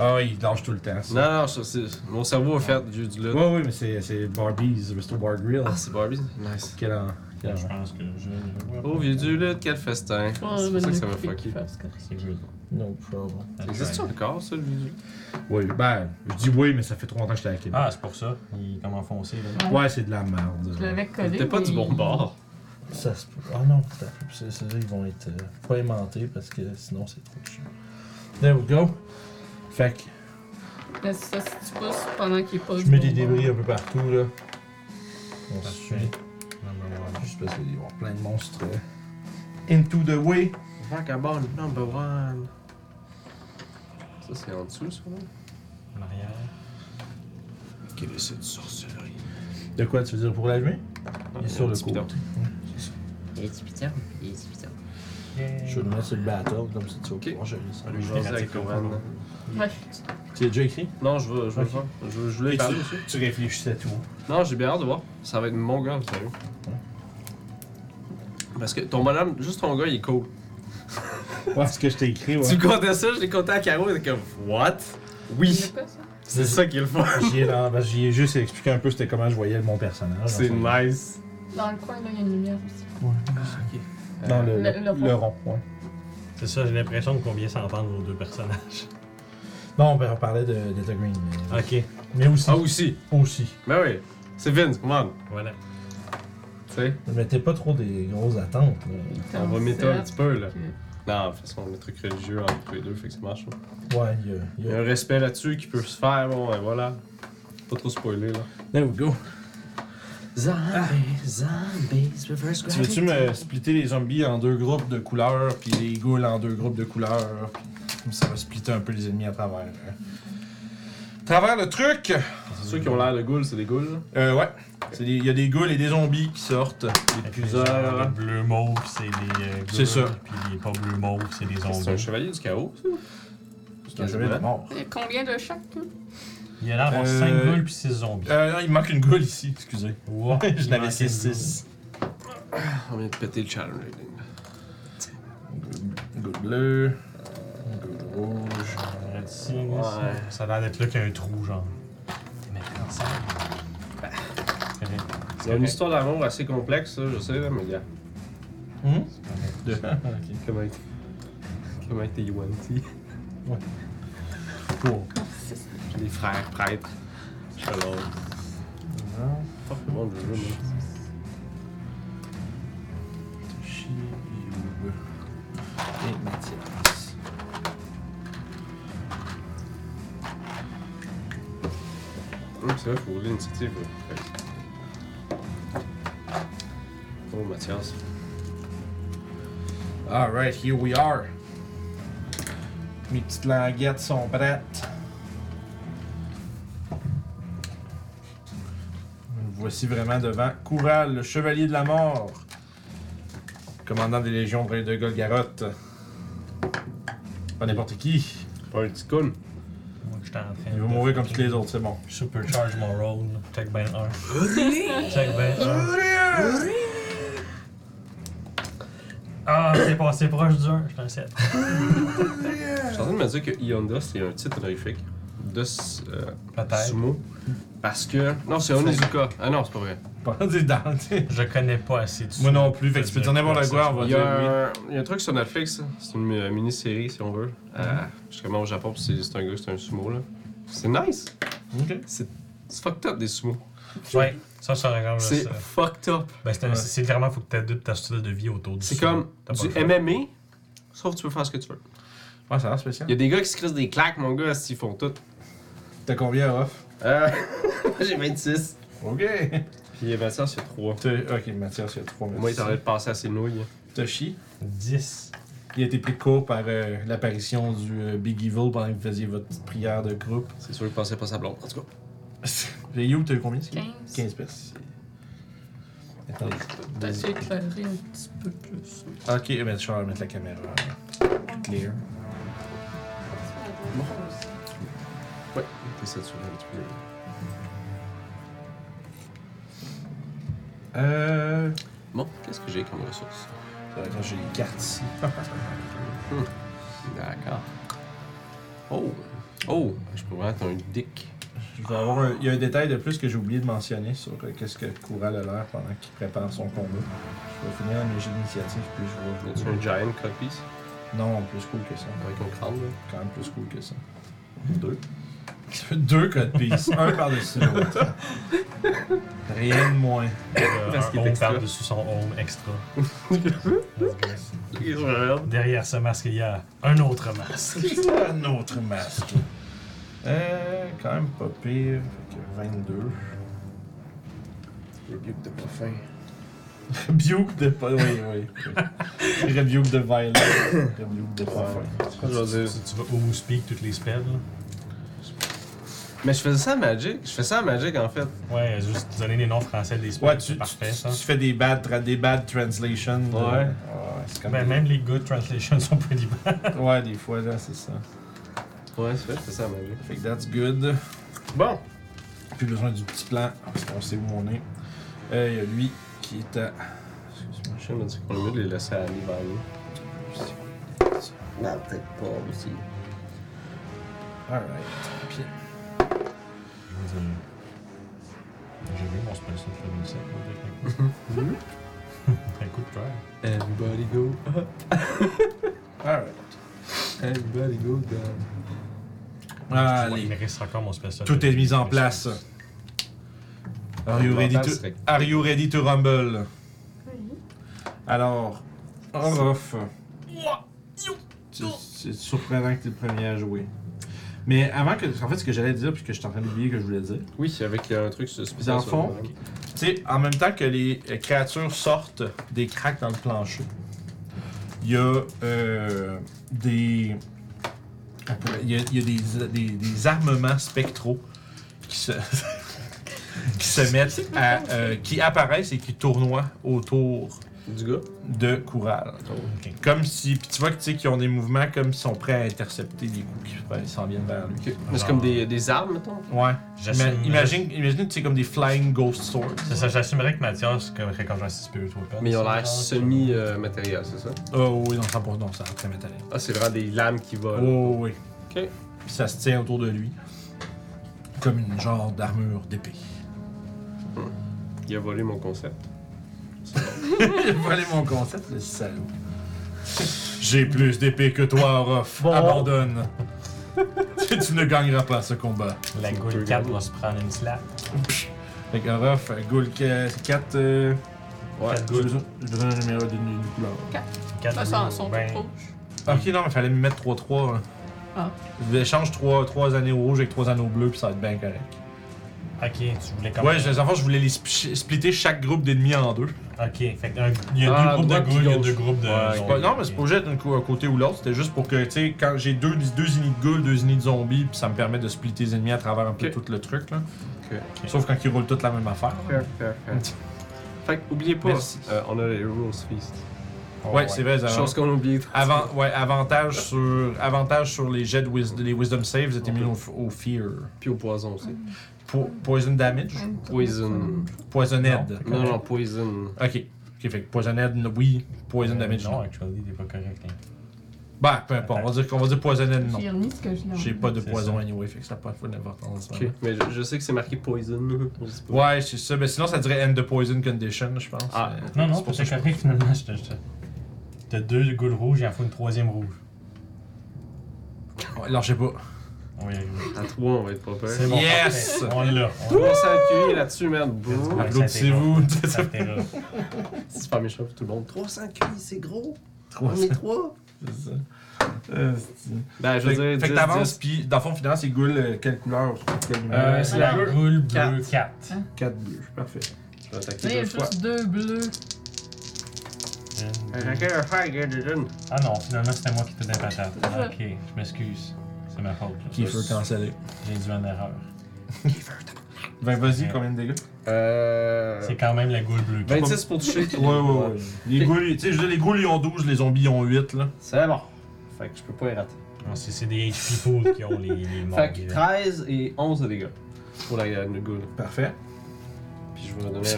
S7: Ah, il lâche tout le temps. ça.
S2: Non, non, ça, c'est- mon cerveau a fait du vieux du lit.
S7: Ouais, oui, mais c'est c'est Barbie's Resto Bar Grill.
S2: Ah, c'est Barbie. Nice.
S7: Quel an. Quel
S6: ben,
S7: an.
S6: je pense que je...
S2: Au vieux du lit, quel festin. C'est pour ça que ça m'a fucké.
S6: C'est good.
S7: No problem.
S6: Ça
S2: Existe-tu
S6: traîne.
S2: encore, ça, le vieux du lit?
S7: Oui, ben, je dis oui, mais ça fait trop longtemps que j'étais à Québec.
S6: Ah, c'est pour ça. Il est comme enfoncé, là.
S7: Ouais, c'est de la merde.
S5: Je l'avais collé.
S2: T'es pas du
S5: mais-
S2: bon bord.
S7: Ça se peut. Ah non, putain, c'est ça, ils vont être euh, pas aimantés parce que sinon c'est trop chiant. There we go. Fait que
S5: Mais ça, si tu pousses pendant qu'il est pas
S7: je
S5: du
S7: mets
S5: bon
S7: des
S5: bord.
S7: débris un peu partout là. On se
S6: Parfait.
S7: suit.
S6: Number one.
S7: Juste parce qu'il va y avoir plein de monstres. euh, Into the way.
S2: Vagabond number one. Ça, c'est en dessous, ça, là?
S6: En arrière.
S2: Quelle est cette sorcellerie?
S7: De quoi tu veux dire pour l'allumer Il est sur le côté. Je vais le mettre sur le battle comme ça tu vas
S2: Ok.
S7: pouvoir gérer ça.
S6: Allez, je
S2: Vas-y
S6: vais
S2: avec
S6: la
S2: Owen.
S6: tirer.
S5: Ouais.
S7: Tu l'as déjà écrit
S2: Non, je veux, je veux
S7: Ok.
S2: le faire. Je, je voulais
S7: Et
S2: parler aussi.
S7: Tu réfléchissais tout.
S2: Non, j'ai bien hâte de voir. Ça va être mon gars, vous savez. Parce que ton bonhomme, juste ton gars, il est cool.
S7: Ouais, ce que je t'ai écrit,
S2: Tu
S7: ouais.
S2: me comptais ça, je l'ai compté à Caro, il était comme What? Oui!
S5: C'est quoi, ça?
S2: C'est ça qui est le fun!
S7: J'y ai, dans- parce que j'y ai juste expliqué un peu c'était comment je voyais mon personnage.
S2: C'est
S7: Enfin,
S2: nice!
S5: Dans le coin, là, il y a une lumière aussi.
S2: Ah,
S7: Dans le,
S5: Le- le
S7: le, le rond, ouais.
S6: C'est ça, j'ai l'impression de combien s'entendent vos deux personnages.
S7: Non, ben, on parlait de, de The Green. Mais,
S6: Ok, Oh.
S7: mais aussi.
S2: Ah, aussi!
S7: Aussi.
S2: Ben oui! C'est Vince, come on!
S6: voilà.
S2: Tu sais,
S7: Ne mettez pas trop des grosses attentes. là.
S2: on va mettre un petit peu là.
S5: Ok.
S2: Non, de toute façon, le truc religieux entre les deux, fait que ça marche. là.
S7: Ouais, il y a- il
S2: Il
S7: y
S2: y
S7: a.
S2: a un respect là-dessus qui peut se faire, bon, ben voilà. Pas trop spoiler là.
S7: There we go.
S8: Zombies, zombies, reverse
S1: Tu veux-tu me splitter les zombies en deux groupes de couleurs, puis les ghouls en deux groupes de couleurs? puis Comme ça va splitter un peu les ennemis à travers. euh, Travers le truc!
S2: Ceux qui ont l'air de ghouls, c'est des ghouls. là.
S1: Euh, ouais. C'est des- Il y a des ghouls et des zombies qui sortent.
S6: Fait que
S1: plusieurs.
S6: les gens, le bleu mauve, c'est des. euh,
S1: C'est ça.
S6: ghouls, Puis les pas bleu mauve, c'est des
S2: C'est un
S6: zombies.
S2: chevalier du chaos, ça?
S1: C'est un chevalier de mort.
S5: Et Combien de chocs? hein?
S6: Il y a l'air d'avoir
S1: Euh,
S6: 5 ghouls puis 6 zombies.
S1: Euh, non, il manque une ghoul ici, excusez.
S6: Wow,
S1: Je
S6: il
S1: n'avais
S6: manquait
S1: six,
S6: une
S1: six.
S2: On vient de péter le challenge.
S1: Ghoul bleu. Ghoul rouge.
S6: goule. J'aurais dit Euh, six, ça. Ça a l'air d'être là qu'il y a un trou, genre. Mais quand ça. C'est correct.
S2: Il y a une histoire d'amour assez complexe, ça, je sais, là, mais gars. Comment être. Comment être des Yuan-Ti?
S7: Cool.
S2: Les frères prêtres. Je suis l'autre. Pas le monde le jeu, moi.
S1: Chiou. Et Mathias.
S2: Hum, c'est vrai, faut rouler l'initiative, là. Oh, Mathias.
S1: Alright, here we are. Mes petites languettes sont prêtes. Nous Voici vraiment devant Koural, le chevalier de la mort, commandant des légions de Golgaroth. Pas n'importe qui.
S2: Pas un petit con.
S6: Moi, je suis en train
S1: Il
S6: de-
S1: va mourir comme tous les autres, c'est bon.
S6: Supercharge mon roll. là. Check ben 1. Check ben 1. Ah, c'est passé proche du 1. Je suis un 7.
S2: Je suis en train de me dire que Yonda, c'est un titre honorifique de s- euh,
S6: Peut-être.
S2: sumo. Parce que. Non, c'est Onizuka. Ah non, c'est pas vrai.
S1: Pas des dents, t'sais.
S6: Je connais pas assez de
S1: Moi non plus, fait que tu peux dire n'importe quoi, on va
S2: Il y,
S1: dire oui.
S2: a un, il y a un truc sur Netflix, c'est une euh, mini-série si on veut. Euh,
S6: Mhm.
S2: justement au Japon, puis c'est c'est un gars, c'est un sumo là. C'est nice!
S1: Ok.
S2: C'est c'est fucked up des sumo.
S6: Ouais, ça, ça regarde
S2: C'est
S6: ça.
S2: fucked up.
S6: Ben, c'est un- c'est clairement, faut que t'aies ta style de vie autour du
S2: C'est
S6: sou.
S2: comme
S6: T'as pas
S2: du
S6: le choix.
S2: MMA, sauf que tu peux faire ce que tu veux.
S1: Ouais, ça a l'air spécial.
S2: Il y a des gars qui se crissent des claques, mon gars, s'ils font tout.
S1: T'as combien off?
S2: Euh, J'ai 26.
S1: Ok.
S6: eh
S2: Puis
S6: ben,
S2: Mathias, il y a 3.
S1: T'as- Ok, Mathias, il y a 3
S2: Moi, il est en train de passer à ses nouilles.
S1: Toshi,
S6: 10.
S1: il a été pris de court par euh, l'apparition du euh, Big Evil pendant que vous faisiez votre petite prière de groupe.
S2: C'est sûr qu'il passait pas sa blonde. En tout cas,
S1: Et You, t'as eu combien? c'est
S5: 15.
S1: 15 pièces.
S2: Ah
S1: Attends.
S5: T'as essayé d'éclairer un petit peu plus.
S1: Ok, mais je vais remettre la caméra. Clear.
S2: t'es saturé un petit peu.
S1: Euh.
S2: Bon, qu'est-ce que j'ai comme ressources?
S1: Attends, j'ai les cartes ici.
S2: D'accord. Oh! Oh! Je pourrais être un dick.
S1: Je vais avoir un- Il y a un détail de plus que j'ai oublié de mentionner sur euh, qu'est-ce que Koural a l'air pendant qu'il prépare son combat. Je vais finir mes jeux d'initiative puis je vais
S2: Tu un giant copy,
S1: Non, plus cool que ça.
S2: avec un crâne, là.
S1: Quand même plus cool que ça.
S2: Deux.
S1: Deux codes piece, un par-dessus l'autre. Rien de moins.
S6: Euh,
S2: Parce qu'il
S6: un
S2: est
S6: home
S2: extra.
S6: par-dessus son home extra.
S2: Qu'est-ce que j'avais?
S6: Derrière ce masque, il y a un autre masque.
S1: Un autre masque. Euh, quand même pas pire. Fait que 22.
S2: Rebuke de pas fin.
S1: Rebuke de pas. Oui, oui. Rebuke de violence. Rebuke de pas fin.
S6: Tu, tu vas au speak toutes les spells. Là.
S2: Mais je faisais ça à Magic. Je fais ça à Magic, en fait.
S6: Ouais, juste donner les noms français des spells.
S1: Ouais, tu,
S6: c'est
S1: tu-
S6: parfait,
S1: tu-
S6: ça.
S1: tu fais des bad, tra- des bad translations. de-
S2: Ouais.
S1: c'est comme
S6: Ben, même les good translations sont pretty bad.
S1: Ouais, des fois, là, c'est ça.
S2: Ouais, c'est vrai, je fais ça à Magic.
S1: Fait que that's good.
S2: Bon!
S1: Plus besoin du petit plan, parce qu'on sait où on est. Euh, Il y a lui qui est à. Excuse-moi,
S2: Je me dis qu'on est mieux de les laisser aller vers nous. Non, peut-être pas aussi.
S1: Alright. Puis,
S6: J'ai vu mon spell sur le set,
S1: Mhm.
S6: Un coup de cœur.
S2: Everybody go up,
S1: alright.
S2: everybody go down.
S1: Allez.
S6: Il me reste encore mon spell slot.
S1: Tout est mis en place. Are you ready to, are you ready to rumble? Alors, Orof. C'est c'est surprenant que tu es le premier à jouer. Mais avant que. En fait, ce que j'allais dire, puis que je suis en train d'oublier que je voulais dire.
S2: Oui, avec euh, un truc sur- spécial.
S1: Dans le
S2: sur
S1: fond,
S2: le-
S1: Tu sais, en même temps que les euh, créatures sortent des cracks dans le plancher, il y a euh, des. on pourrait- Il y a, il y a des, des- des armements spectraux qui se, qui se mettent à. euh, qui apparaissent et qui tournoient autour
S2: du gars.
S1: de Koural.
S2: Oh,
S6: Ok.
S1: Comme si. Puis tu vois que, tu sais, qu'ils ont des mouvements comme s'ils sont prêts à intercepter des coups qui euh, s'en viennent vers lui.
S2: Ok. Mais C'est comme des, des armes, mettons.
S1: Ouais.
S6: J'assume-
S1: Ima- imagine, imagine, tu sais, comme des flying ghost swords.
S6: C'est ça, j'assumerais que Mathias, comme quand j'ai un spiritual pen.
S2: Mais ils ont l'air
S6: c'est genre,
S2: semi-matériel, c'est ça?
S1: Oh oui, non, ça bon, non, ça très métallique.
S2: Ah, c'est vraiment des lames qui volent.
S1: Oh oui.
S2: Ok.
S1: Puis ça se tient autour de lui. Comme une genre d'armure d'épée.
S2: Il a volé mon concept.
S1: J'ai volé mon concept, le salaud. J'ai plus d'épées que toi, Orof. Abandonne. tu tu ne gagneras pas ce combat.
S6: La goule 4 va se prendre une slap.
S1: Fait que Orof, Ghoul 4. Euh,
S2: Ouais.
S6: Quatre
S1: je
S6: goules.
S1: je donne un numéro d'une d'une couleur.
S5: Ça,
S6: 4
S5: ça, sont
S6: Ben,
S5: toutes rouges.
S1: Ok, non, mais fallait me mettre 3-3. hein.
S5: Ah.
S1: Échange 3, 3 anneaux rouges avec 3 anneaux bleus, puis ça va être bien correct.
S6: Ok, tu voulais comme.
S1: Ouais, je- les enfants, je voulais les spi- splitter chaque groupe d'ennemis en deux.
S6: Ok, fait que un- il y a
S2: Ah,
S6: deux groupes de
S2: droite puis
S6: gars, il y a
S2: gauche.
S6: deux groupes de.
S1: Ouais, c'est pas-
S6: zombies.
S1: non, mais c'est pas obligé d'être d'un co- un côté ou l'autre. C'était juste pour que, tu sais, quand j'ai deux, deux unis de gars, deux unis de zombies, puis ça me permet de splitter les ennemis à travers un peu
S2: Ok.
S1: tout le truc, là.
S2: Ok.
S1: Sauf quand ils roulent toutes la même affaire.
S2: Fair, fair, fair. Fait que, oubliez pas,
S1: Merci.
S2: euh, on a les Rules Feast.
S6: Oh,
S1: ouais, c'est vrai, les
S2: Chose
S1: avantages.
S2: qu'on oublie.
S1: Avant, ouais, avantage sur, avantage sur les jets de wis- les wisdom saves étaient mis au, au fear.
S2: Puis au poison aussi.
S1: Po- poison damage?
S2: Poison.
S1: Poisoned.
S2: Non, non, poison.
S1: Ok. Ok, fait que poisoned, oui. Poison damage,
S6: Euh, Non,
S1: non.
S6: actually, t'es pas correct. hein.
S1: Bah, peu importe. On va dire qu'on va dire poisoned, non.
S5: J'ai remis ce que j'ai en
S1: J'ai pas de
S6: C'est
S1: poison
S6: ça.
S1: anyway, fait que ça n'a pas full d'importance.
S2: Ok. Mais je, je sais que c'est marqué poison. Je sais pas.
S1: Ouais, c'est ça. Mais sinon, ça dirait end the poison condition, je pense.
S2: Ah.
S1: Euh,
S6: Non, non,
S1: c'est pour ça
S6: t'es
S1: que je-
S6: correct finalement. je te- je te- T'as deux goules rouges, il en faut une troisième rouge.
S1: Ouais, Alors, je sais pas.
S6: On va y arriver.
S2: À 3, on va être pas peur.
S6: C'est bon.
S1: Yes!
S6: parfait. On l'a. on l'a.
S2: On s'accueille là-dessus, man. Brrr.
S6: Ouais,
S1: Applaudissez-vous.
S6: ça t'est rough.
S2: C'est super méchant pour tout le monde. 300 QI, c'est gros.
S1: Trois,
S2: On est 3.
S1: c'est ça. Euh, c'est-
S2: Ben, je
S1: Fait,
S2: veux dire,
S1: fait que
S2: 10,
S1: t'avances,
S2: 10.
S1: puis dans le fond, finalement, c'est goule, euh, quelle couleur quelle
S6: Euh,
S1: lumière?
S6: c'est la
S5: Voilà.
S6: goule bleue
S2: Quatre.
S6: 4.
S1: Quatre bleus, parfait.
S2: Je vais
S5: Il y
S2: attaquer
S5: a
S2: deux fois.
S5: juste deux bleus.
S2: Attaquer un frère, gars, de jeune.
S6: Ah non, finalement, c'était moi qui te des patates.
S5: C'est ça.
S6: Ok, je m'excuse. C'est ma faute. là.
S1: Qui veut canceller.
S6: J'ai dû une erreur.
S1: Ben, vas-y, combien de dégâts?
S2: Euh.
S6: C'est quand même la goule bleue.
S1: Ben,
S2: 26 pour toucher.
S1: Les ghouls, tu sais, je veux dire, les ghouls, ils ont 12, les zombies, ils ont 8, là.
S2: C'est bon. Fait que je peux pas les rater.
S6: Non, c'est c'est des HP fools qui ont les, les morts.
S2: Fait que 13 et 11 de dégâts pour la euh, le goule.
S1: Parfait.
S2: Puis je vais me donner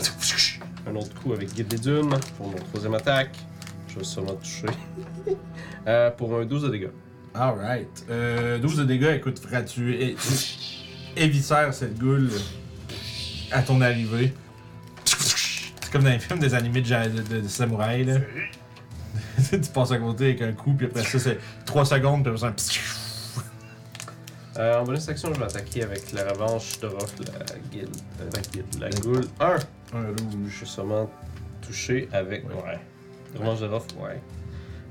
S2: un autre coup avec Guide des Dunes pour mon troisième attaque. Je vais sûrement toucher. Euh, pour un 12 de dégâts.
S1: Alright. Euh, 12 de dégâts, écoute, frère, tu é- tu éviscères cette goule à ton arrivée. C'est comme dans les films des animés de, ja- de, de- de samouraï, là. tu passes à côté avec un coup, puis après ça, c'est 3 secondes, puis après ça, un
S2: Euh, en bonus action, je vais attaquer avec la revanche de Rof, la guilde, euh, la, guilde, la goule 1.
S1: un rouge.
S2: Je suis sûrement touché avec. Ouais. Revanche de Rof, ouais.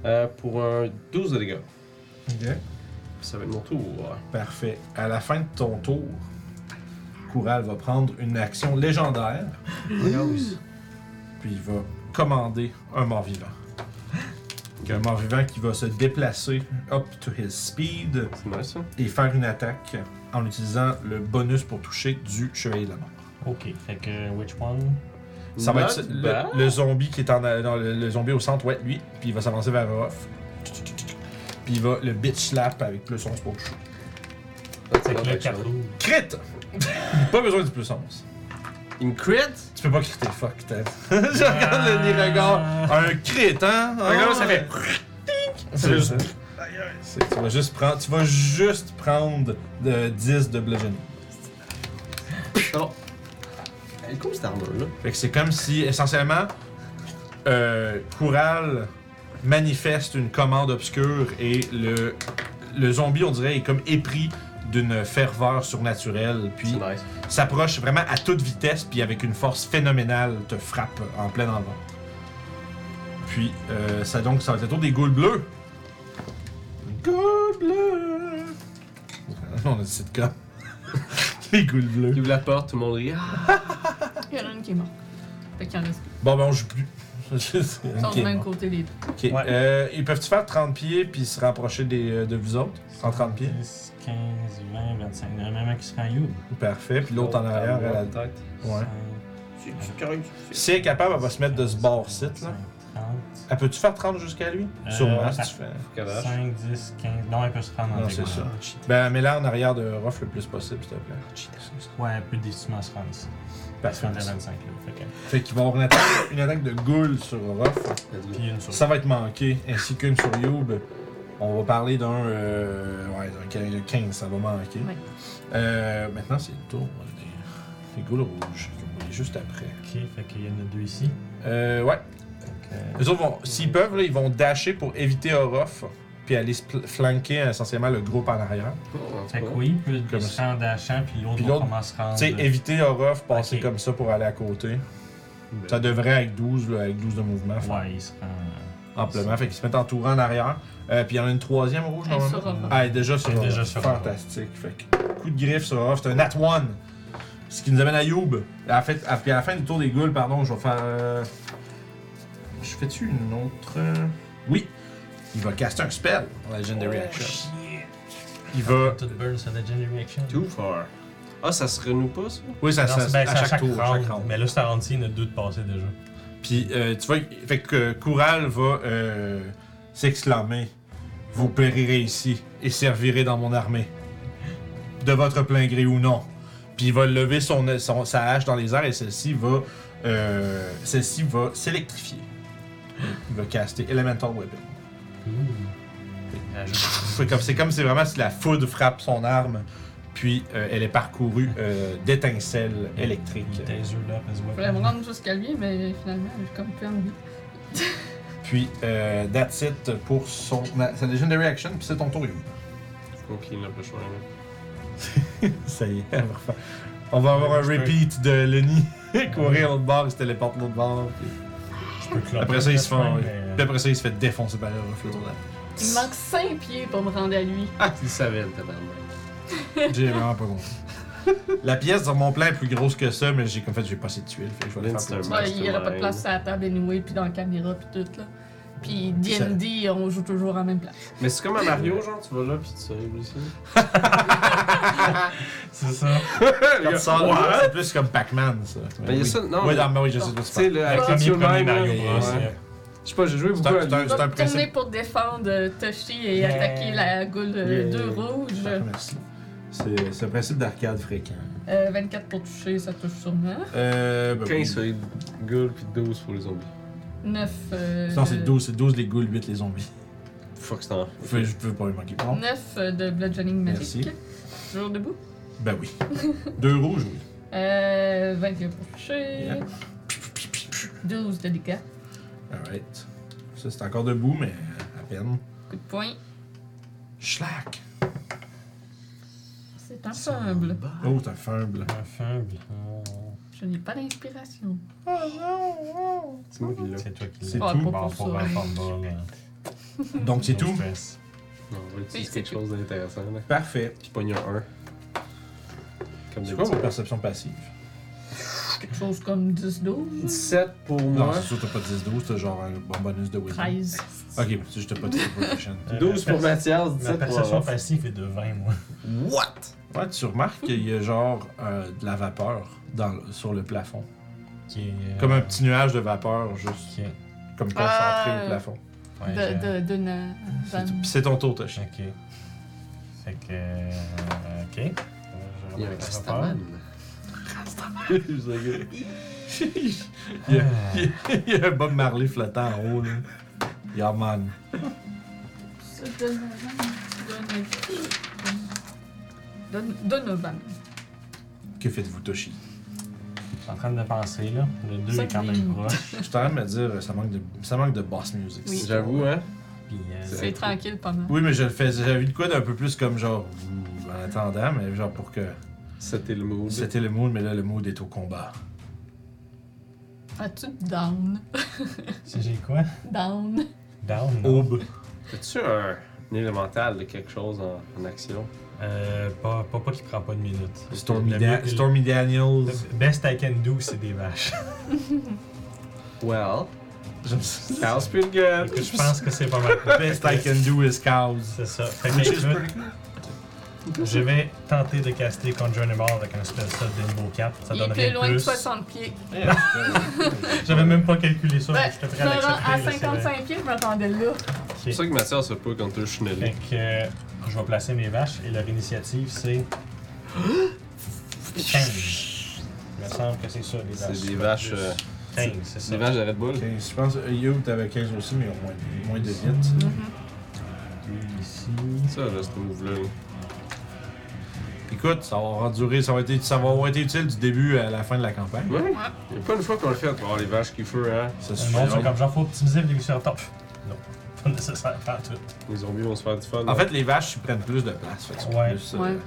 S2: Euh, pour un 12 de dégâts.
S1: Ok.
S2: Ça va être mon tour.
S1: Parfait. À la fin de ton tour, Coural va prendre une action légendaire. Puis il va commander un mort-vivant. Donc, Un mort-vivant qui va se déplacer up to his speed
S2: C'est nice ça.
S1: et faire une attaque en utilisant le bonus pour toucher du chevalier de la mort.
S6: Ok, fait que euh, which one?
S1: Ça va
S2: Not
S1: être
S2: bad.
S1: le, le zombie qui est en dans le, le zombie au centre, ouais, lui, puis il va s'avancer vers Ruff. Puis il va le bitch slap avec plus 11 pour toucher.
S6: Fait que
S2: Bonne
S6: là,
S2: action.
S6: 4 rouges.
S1: Crit! Pas besoin du plus 11.
S2: Il me crit
S1: Tu peux pas critter, fuck, t'as. Je regarde le- les regards. Un crit, hein?
S2: Regarde, ça fait-
S1: Ça fait juste. C'est- Tu vas juste prendre, tu vas juste prendre de 10 de bludgeoning.
S2: Alors, elle est cool cette armure-là.
S1: Fait que c'est comme si, essentiellement, euh, Coural manifeste une commande obscure et le, le zombie, on dirait, est comme épris d'une ferveur surnaturelle, puis
S2: C'est nice.
S1: s'approche vraiment à toute vitesse, puis avec une force phénoménale te frappe en plein dans le ventre. Puis, euh, ça donc, ça va être le tour des goules bleues. Goules bleues! On a dit sitcom. les goules bleues.
S2: Il ouvre la porte, tout le monde rit. Ah,
S5: Il y en a une qui est morte. Fait qu'il y en a
S1: Bon, ben, on joue plus. Juste-
S5: Ils sont
S1: ok.
S5: du même côté les deux.
S1: Ok. Euh, ils peuvent-tu faire 30 pieds puis se rapprocher des, euh, de vous autres? En 30 pieds.
S6: 10, 15, 20, 25. Il y en a même un qui se rend you.
S1: Parfait. Puis l'autre en
S2: Ah,
S1: arrière, elle a...
S2: tête.
S1: Ouais.
S2: Tu correct.
S1: Si elle est capable, elle va se mettre de ce bord-ci, là.
S6: 30.
S1: Elle peut-tu faire 30 jusqu'à lui?
S6: Euh,
S1: Sûrement, si
S6: attends.
S1: tu fais...
S2: Cadavre.
S6: 5, 10, 15. Non, elle peut se rendre en
S1: Non, c'est
S6: diagonale.
S1: ça. Ben, mets-la en arrière de Ruff le plus possible, s'il te plaît.
S6: Ouais, elle peut difficilement se rendre ici. Elle se
S1: Parfait.
S6: rend à 25 là. Fait que.
S1: Fait qu'il va avoir une attaque, une attaque de ghoul sur Ruff.
S6: Puis une sur.
S1: Ça va être manqué, ainsi qu'une sur Youb. On va parler d'un euh, ouais, d'un quin- de 15, ça va manquer.
S5: Ouais.
S1: Euh, maintenant, c'est le tour des, des goules rouges, qu'on voyait juste après.
S6: Ok, fait qu'il y en a deux ici.
S1: Euh, ouais.
S6: Fait que.
S1: Eux autres vont, s'ils peuvent, là, ils vont dasher pour éviter Orof, puis aller se pl- flanquer euh, essentiellement le groupe en arrière.
S2: Oh,
S6: Fait que oui, il peut- il
S1: Comme
S6: se
S1: ça.
S6: rendre à champ, puis l'autre
S1: Puis
S6: va
S1: l'autre,
S6: comment se rendre.
S1: Tu sais, éviter Orof, passer
S6: Ah, Ok.
S1: comme ça pour aller à côté. Ça devrait avec 12, là, avec 12 de mouvement, faire
S6: Ouais, il se rend.
S1: amplement. Fait qu'ils se mettent entourant en arrière. Euh, puis il y en a une troisième rouge,
S5: Elle
S1: normalement.
S5: saura pas.
S1: Ah, elle est déjà sur
S6: Elle est déjà
S1: Orof.
S6: sur Orof.
S1: Fantastique. Fait que coup de griffe sur Orof, c'est un at one. Ce qui nous amène à Youb. À la fin, à- puis à la fin du tour des ghouls, pardon, je vais faire. euh, Je fais-tu une autre. euh, Oui! Il va caster un spell, Legendary Action. Il va.
S6: Tout burn, c'est Legendary Action.
S2: Too far. Ah, ça se renoue pas, ça?
S1: Oui, ça,
S6: Non,
S1: ça-
S6: c'est- ben,
S1: à, chaque tour. à chaque round.
S6: Mais là, c'est à round six, il y en a deux de passés déjà.
S1: Puis, euh, tu vois, fait que euh, Coural va euh, s'exclamer Vous périrez ici et servirez dans mon armée. De votre plein gré ou non. Puis il va lever son, son- sa hache dans les airs et celle-ci va, euh, celle-ci va s'électrifier. Il va caster Elemental Weapon. C'est comme, c'est comme si vraiment si la foudre frappe son arme, puis euh, elle est parcourue euh, d'étincelles électriques.
S6: Taser là, parce
S5: Je voulais me rendre jusqu'à lui, mais finalement, j'ai comme plus envie.
S1: Puis, euh, that's it pour son, sa Legendary Action, puis c'est ton tour, Youb.
S2: Je crois qu'il n'a pas choisi.
S1: Ça y est, on va refaire- on va avoir un repeat de Lenny courir l'autre bord, il se téléporte l'autre bord. Puis...
S6: hein.
S1: Après ça, ils se font. Puis
S6: euh,
S1: après ça, il se fait défoncer par le reflet tournant.
S5: Il me manque 5 pieds pour me rendre à lui.
S2: Ah, tu le savais, le tabarnak.
S1: J'ai vraiment pas compris. La pièce sur mon plan est plus grosse que ça, mais j'ai comme fait, j'ai pas assez de tuiles. Fait que je vais le faire
S2: Lynn,
S1: petit.
S2: c'est un
S5: Ouais, il n'y aurait pas de place à la table anyway, puis dans la caméra, puis tout, là. Puis D&D, on joue toujours en même place.
S2: Mais c'est comme à Mario, genre, tu vas là, puis tu arrives ici.
S6: C'est ça.
S1: Quand tu sors,
S2: What?
S1: c'est plus comme Pac-Man, ça.
S2: Mais il y a Ben, ça, non,
S1: Ben, Oui,
S2: mais-
S1: dans, mais oui, je sais pas
S2: Tu sais,
S1: c'est
S2: là,
S6: Le
S2: avec
S6: premier,
S2: le
S6: premier
S2: même,
S6: Mario
S2: là,
S6: Bros.
S2: ouais.
S6: ouais.
S2: Je sais pas, j'ai joué beaucoup à
S1: C'est un-
S2: lui.
S5: Je
S1: c'est un
S5: vais tourner
S1: principe.
S5: pour défendre euh, Toshi et
S6: Yeah.
S5: attaquer la goule euh,
S1: Yeah.
S5: 2 rouge.
S1: Ah, Merci. C'est c'est un principe d'arcade fréquent.
S5: Euh, 24 pour toucher, ça touche sûrement.
S1: Euh. ben oui.
S2: 15 sur les ghouls, puis 12 pour les zombies.
S5: 9. Euh,
S1: Non, c'est 12, c'est 12 les ghouls, 8 les zombies.
S2: Fuck, c'est en.
S1: Fait que Je peux pas les manquer. Bon.
S5: 9 euh, de Bludgeoning Magic.
S1: Merci.
S5: Toujours debout.
S1: Ben oui. Deux rouges, oui.
S5: Euh, 21 pour toucher.
S1: Yeah.
S5: 12 de dégâts.
S1: Alright. Ça, c'est encore debout, mais à peine.
S5: Coup de poing.
S1: Schlack!
S5: C'est un fumble.
S1: Oh, t'as fumble.
S6: Un euh, fumble.
S5: Je n'ai pas d'inspiration.
S2: C'est moi qui l'ai.
S6: C'est toi qui
S1: C'est
S6: l'as.
S1: Ah, tout.
S5: pas
S6: Bon,
S5: pour
S6: pour
S5: ça.
S6: un fumble. euh,
S1: Donc, c'est
S6: no
S1: tout.
S6: stress.
S2: Non, on va
S5: Oui,
S2: utiliser
S5: c'est
S2: quelque
S5: tout.
S2: chose d'intéressant, là.
S1: Parfait.
S2: Je pogne un 1.
S1: C'est quoi
S2: Comme
S1: vos
S2: d'habitude.
S1: perceptions passives?
S5: Quelque chose comme 10-12.
S2: 17 pour
S1: Non,
S2: moi.
S1: c'est sûr, t'as pas 10-12, t'as genre un bon bonus de wisdom.
S5: 13.
S1: Ok, parce que je t'ai pas dit pour la prochaine.
S6: Euh,
S2: 12
S6: ma
S2: pour Mathias,
S6: Ma
S2: 17 pour
S6: perception
S2: Olaf.
S6: passive est de 20, moi.
S2: What?
S1: Ouais, tu remarques qu'il y a genre euh, de la vapeur dans le- sur le plafond.
S6: Qui est, euh,
S1: Comme un petit nuage de vapeur, juste
S6: qui est-
S1: comme concentré
S5: Ah.
S1: au plafond.
S6: ouais,
S5: de,
S6: j'ai-
S5: de, de, na-
S1: C'est-
S5: zam-
S1: Puis c'est ton tour, Toshi.
S6: Ok. Fait que. euh, Ok.
S2: Il
S6: Euh, je
S2: y a un
S6: remarque la
S2: Rastaman. Rastaman!
S1: Il y, a,
S6: Ah,
S1: il y a un Bob Marley flottant en haut, là. Yeah, man.
S5: Donovan. Donovan. Don- Donovan.
S1: Que faites-vous, Toshi?
S6: Je suis en train de penser, là. Le 2
S5: Ça
S6: est quand
S5: brille.
S6: même proche.
S1: Je suis en train de me dire, ça manque de, ça manque de boss music.
S5: Oui.
S2: J'avoue, hein?
S6: Puis, euh,
S2: C'est-
S5: C'est tranquille pas mal.
S1: Oui, mais je le fais. J'avais envie de quoi d'un peu plus comme genre. ouh, En attendant, mais genre pour que.
S2: C'était le mood.
S1: C'était le mood, mais là, le mood est au combat.
S5: As-tu down?
S6: si j'ai quoi
S5: Down.
S6: Down non?
S1: Aube.
S2: T'as-tu un, un élémental de quelque chose en, en action?
S6: Euh, pas, pas, pas qui prend pas de minutes.
S1: Stormy,
S6: Le
S1: Da-
S6: mieux-
S1: Stormy Daniels.
S6: le Best I can do, c'est des vaches.
S2: Well,
S1: J'aime ça.
S2: sounds pretty good.
S6: Écoute, je pense que c'est pas mal.
S1: Best I can do is cows.
S6: C'est ça. Fait que, écoute, je vais tenter de caster Conjure Animal avec un spell slot d'Invo 4. Ça
S5: Il est
S6: donnerait
S5: plus loin
S6: plus.
S5: que 60 pieds.
S6: J'avais même pas calculé ça,
S5: Ben,
S6: mais je te
S5: je
S6: prêt
S5: me
S6: à
S5: rends
S6: l'accepter.
S5: à
S6: là, c'est vrai.
S5: 55 pieds, je m'attendais là.
S2: C'est pour ça que Mathias se peut quand tu
S6: Fait
S2: chenelé.
S6: que euh, je vais placer mes vaches et leur initiative c'est. 15. Il me semble que c'est ça, les vaches.
S2: C'est des vaches. euh,
S6: 15, c'est ça.
S2: des vaches d'arrêt de boule.
S1: Je pense euh, que Yo, t'avais 15 aussi, mais au moins, moins de 8.
S3: Mhm.
S1: Euh,
S6: Puis Ici.
S2: Ça, là, ce move-là.
S1: Écoute, ça va avoir duré, ça va, être, ça va avoir été utile du début à la fin de la campagne.
S2: Ouais. Il y a pas une fois qu'on le fait pour avoir les vaches qui feu, hein?
S1: Ça
S6: Le
S1: suffit.
S6: monde, c'est comme genre, faut optimiser le début sur top. Non, pas nécessaire, pas en tout.
S2: Les zombies vont se faire du fun.
S1: En
S2: hein?
S1: fait, les vaches, ils prennent plus de place. Fait que c'est
S6: Ouais.
S1: plus, euh,
S5: Ouais.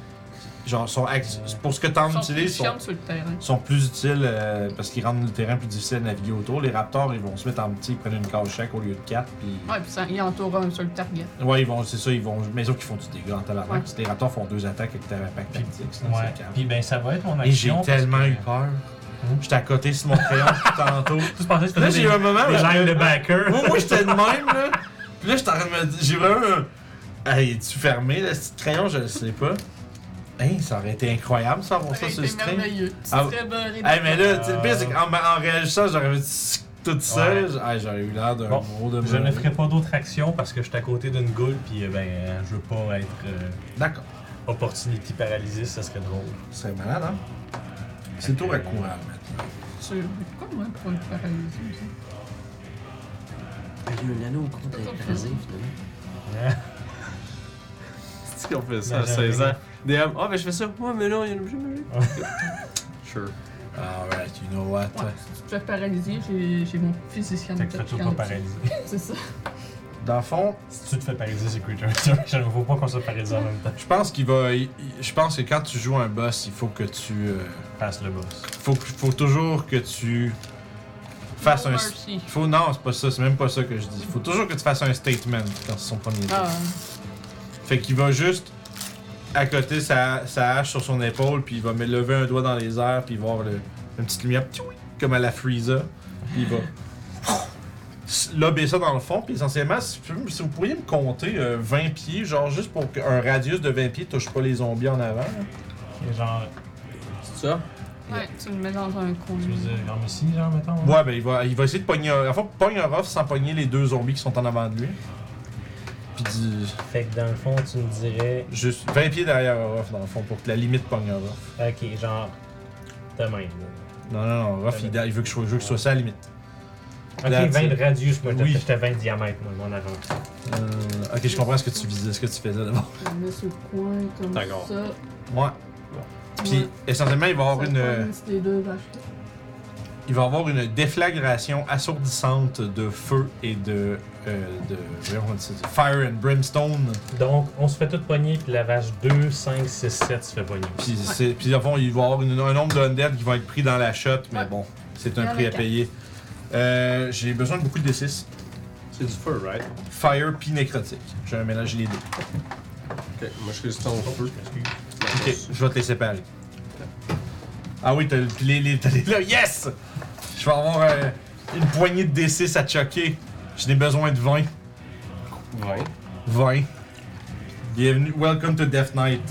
S1: genre, sont act- pour ce que t'en
S3: Ils sont plus
S1: utilises, sont,
S3: chiants sur le terrain.
S1: sont plus utiles euh, parce qu'ils rendent le terrain plus difficile à naviguer autour. Les raptors, ils vont se mettre en petit, ils prennent une case chaque au lieu de quatre. Puis...
S3: Ouais, puis ça, il entoure un seul target.
S1: Ouais. ils vont, c'est ça, ils vont. Mais sauf qu'ils font du dégât en tabarnak.
S3: Ouais.
S1: parce que Les raptors font deux attaques avec Terrapack Tactics. là,
S4: Ouais.
S1: c'est calme.
S4: Puis ben ça va être mon
S1: Et j'ai
S4: action. parce
S1: tellement
S4: que-
S1: eu peur. J'étais à côté sur mon crayon depuis tantôt.
S4: Tu pensais que
S1: Hein? Là,
S4: c'était
S1: j'ai eu un
S4: des,
S1: moment où
S4: des
S1: j'étais-
S4: lives de backer.
S1: Moi, moi j'étais de même, là. Puis là, j'étais en train de me dire. J'ai vraiment. un- Hey, es-tu fermé, là, ce petit crayon Je le sais pas. Hein, ça aurait été incroyable, ça, avoir ça sur le
S3: été
S1: stream. Hey,
S3: merveilleux.
S1: Ah,
S3: Tu serais beurré de-
S1: mais là, tu sais, le pire, c'est qu'en ben, en réagissant, j'aurais dit tout seul. Hey, j'aurais eu l'air d'un
S4: Bon,
S1: gros de
S4: Je ne
S1: merde.
S4: ferai pas d'autres actions parce que je suis à côté d'une goule puis euh, ben euh, je veux pas être euh,
S1: D'accord.
S4: opportunity paralysis, ça serait drôle.
S1: Ce serait malade, hein. C'est tour à courage, maintenant.
S3: Tu- Pourquoi moi, pour être paralysé aussi?
S8: Ah, Il y a un anneau au compte d'être paralysé, finalement.
S2: C'est qu'on fait ça
S4: Ben,
S2: à 16
S4: j'avais-
S2: ans. Des hommes, ah, ben je fais ça. Ouais, mais non, il y a un objet magique. Sure.
S1: Alright, you know what.
S3: Ouais, si tu te fais paralyser, j'ai- j'ai mon physicien
S4: Fait que fais-toi pas paralyser.
S3: C'est ça.
S1: Dans le fond,
S4: Si tu te fais paralyser, c'est creature. Je ne faut pas qu'on se paralyse en même temps.
S1: je pense qu'il va. il- il- Je pense que quand tu joues un boss, il faut que tu. euh,
S4: Passe le boss.
S1: faut, faut toujours que tu fasses un.
S3: Mercy.
S1: Faut, non, c'est pas ça, c'est même pas ça que je dis. Faut toujours que tu fasses un statement quand c'est son premier tour.
S3: Ah,
S1: Fait qu'il va juste accoter sa, sa hache sur son épaule, puis il va me lever un doigt dans les airs, puis il va avoir le- une petite lumière, ptioui, comme à la Frieza. Puis il va lober ça dans le fond, puis essentiellement, si, vous- si vous pourriez me compter euh, 20 pieds, genre juste pour qu'un radius de 20 pieds touche pas les zombies en avant. là.
S4: Et genre,
S2: C'est ça?
S3: ouais, tu le mets dans un coin.
S4: tu veux dire comme ici, genre, mettons hein?
S1: Ouais, ben il va, il va essayer de pogner. un- En fait, pogne un rough sans pogner les deux zombies qui sont en avant de lui. Puis dis.
S6: Fait que dans le fond, tu me dirais.
S1: Juste 20 pieds derrière Orof, dans le fond, pour que la limite pogne Orof.
S6: Ok, genre. De même.
S1: Non, non, non, Orof, il, il veut que je, je veux que ce soit ça à la limite.
S6: Ok,
S1: Là,
S6: 20
S1: tu-
S6: de radius, moi
S1: Oui.
S6: oui. j'étais à 20 de diamètre, moi, mon avant.
S1: Euh, ok, je comprends ce que tu visais, ce que tu faisais d'abord.
S3: Tu le mets sur le coin, comme
S2: D'accord.
S3: ça.
S1: Ouais. Puis,
S3: Ouais.
S1: essentiellement, il va avoir
S3: Ça
S1: une.
S3: prend petite des deux vaches.
S1: il va avoir une déflagration assourdissante de feu et de. euh, de voyons, on dit ça, de fire and brimstone.
S6: Donc, on se fait tout pogner, puis la vache 2, 5, 6, 7 se fait pogner.
S1: Puis, c'est- puis, au fond, il va y avoir une- un nombre d'undead qui vont être pris dans la shot, mais
S3: Ouais.
S1: bon, c'est un
S3: Dans
S1: prix
S3: le
S1: à
S3: cas.
S1: payer. Euh, J'ai besoin de beaucoup de D6.
S2: C'est du feu, right?
S1: Fire puis nécrotique. Je vais mélanger les deux.
S2: Ok, moi je suis juste en feu.
S1: Ok, je vais te les séparer. Ah oui, t'as le- les, les, t'as les là. Yes! Je vais avoir euh, une poignée de D6 à choquer. J'ai besoin de 20.
S2: Ouais.
S1: 20. Bienvenue. Welcome to Death Knight,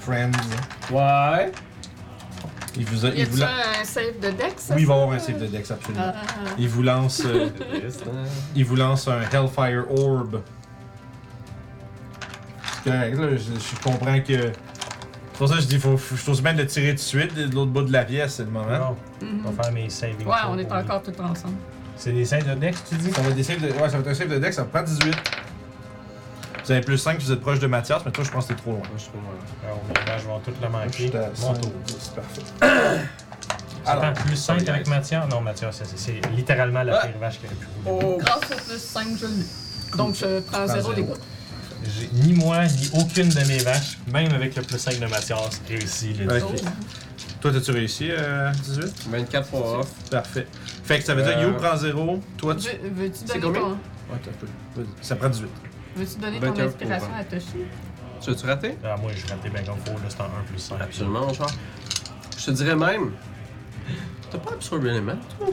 S1: friends.
S2: Ouais.
S1: Il vous a,
S3: Y
S1: il vous
S3: a-tu
S1: la-
S3: un save de Dex? ça,
S1: Oui, il va
S3: ça?
S1: avoir un save de Dex, absolument.
S3: Ah,
S1: Il vous lance, euh, il vous lance un Hellfire Orb. C'est correct, là, je, je comprends que. C'est pour ça que je dis, faut, faut, je trouve bien de le tirer tout de suite de l'autre bout de la pièce, c'est le moment.
S4: Non,
S3: mhm.
S4: on va faire mes saving
S3: Ouais,
S4: throws
S3: on est
S4: pour
S3: encore tous ensemble.
S4: lui. C'est des saves de Dex, tu dis
S1: Ça va être, des saves de... ouais, ça va être un save de deck, ça prend 18. Vous avez plus 5, vous êtes proche de Mathias, mais toi je pense que t'es trop loin.
S2: Moi je trouve. ouais.
S4: Alors, mes vaches vont toutes le manquer. Mon tour.
S1: c'est parfait.
S6: Attends, plus 5
S2: Sorry,
S6: avec
S2: guys.
S6: Mathias. Non, Mathias, c'est- c'est littéralement la
S2: Ah.
S6: pire vache qui aurait pu rouler.
S2: Oh!
S3: Grâce au plus 5, je le mets. Donc je prends 0
S1: zéro.
S3: dégâts.
S6: J'ai ni moi, ni aucune de mes vaches, même avec le plus 5 de Mathias, réussi le
S1: Ouais.
S3: Oh.
S1: Toi, t'as-tu réussi, euh, 18
S2: 24 pour off.
S1: Parfait. Fait que ça veut dire
S2: Euh,
S1: You prend 0, toi tu.
S3: Veux- Veux-tu
S2: C'est
S3: donner, ton...
S2: combien?
S1: Ouais, t'as peu. Vas-y. Ça prend 18.
S3: veux donner ton
S2: 21 pour
S3: inspiration
S2: vingt.
S3: à Toshi?
S2: Tu as-tu raté?
S6: Ah, moi, j'ai raté bien comme faut, là, c'est en 1 plus 5.
S2: Absolument, mon cher. Je te dirais même. T'as pas absorbé l'élément, toi?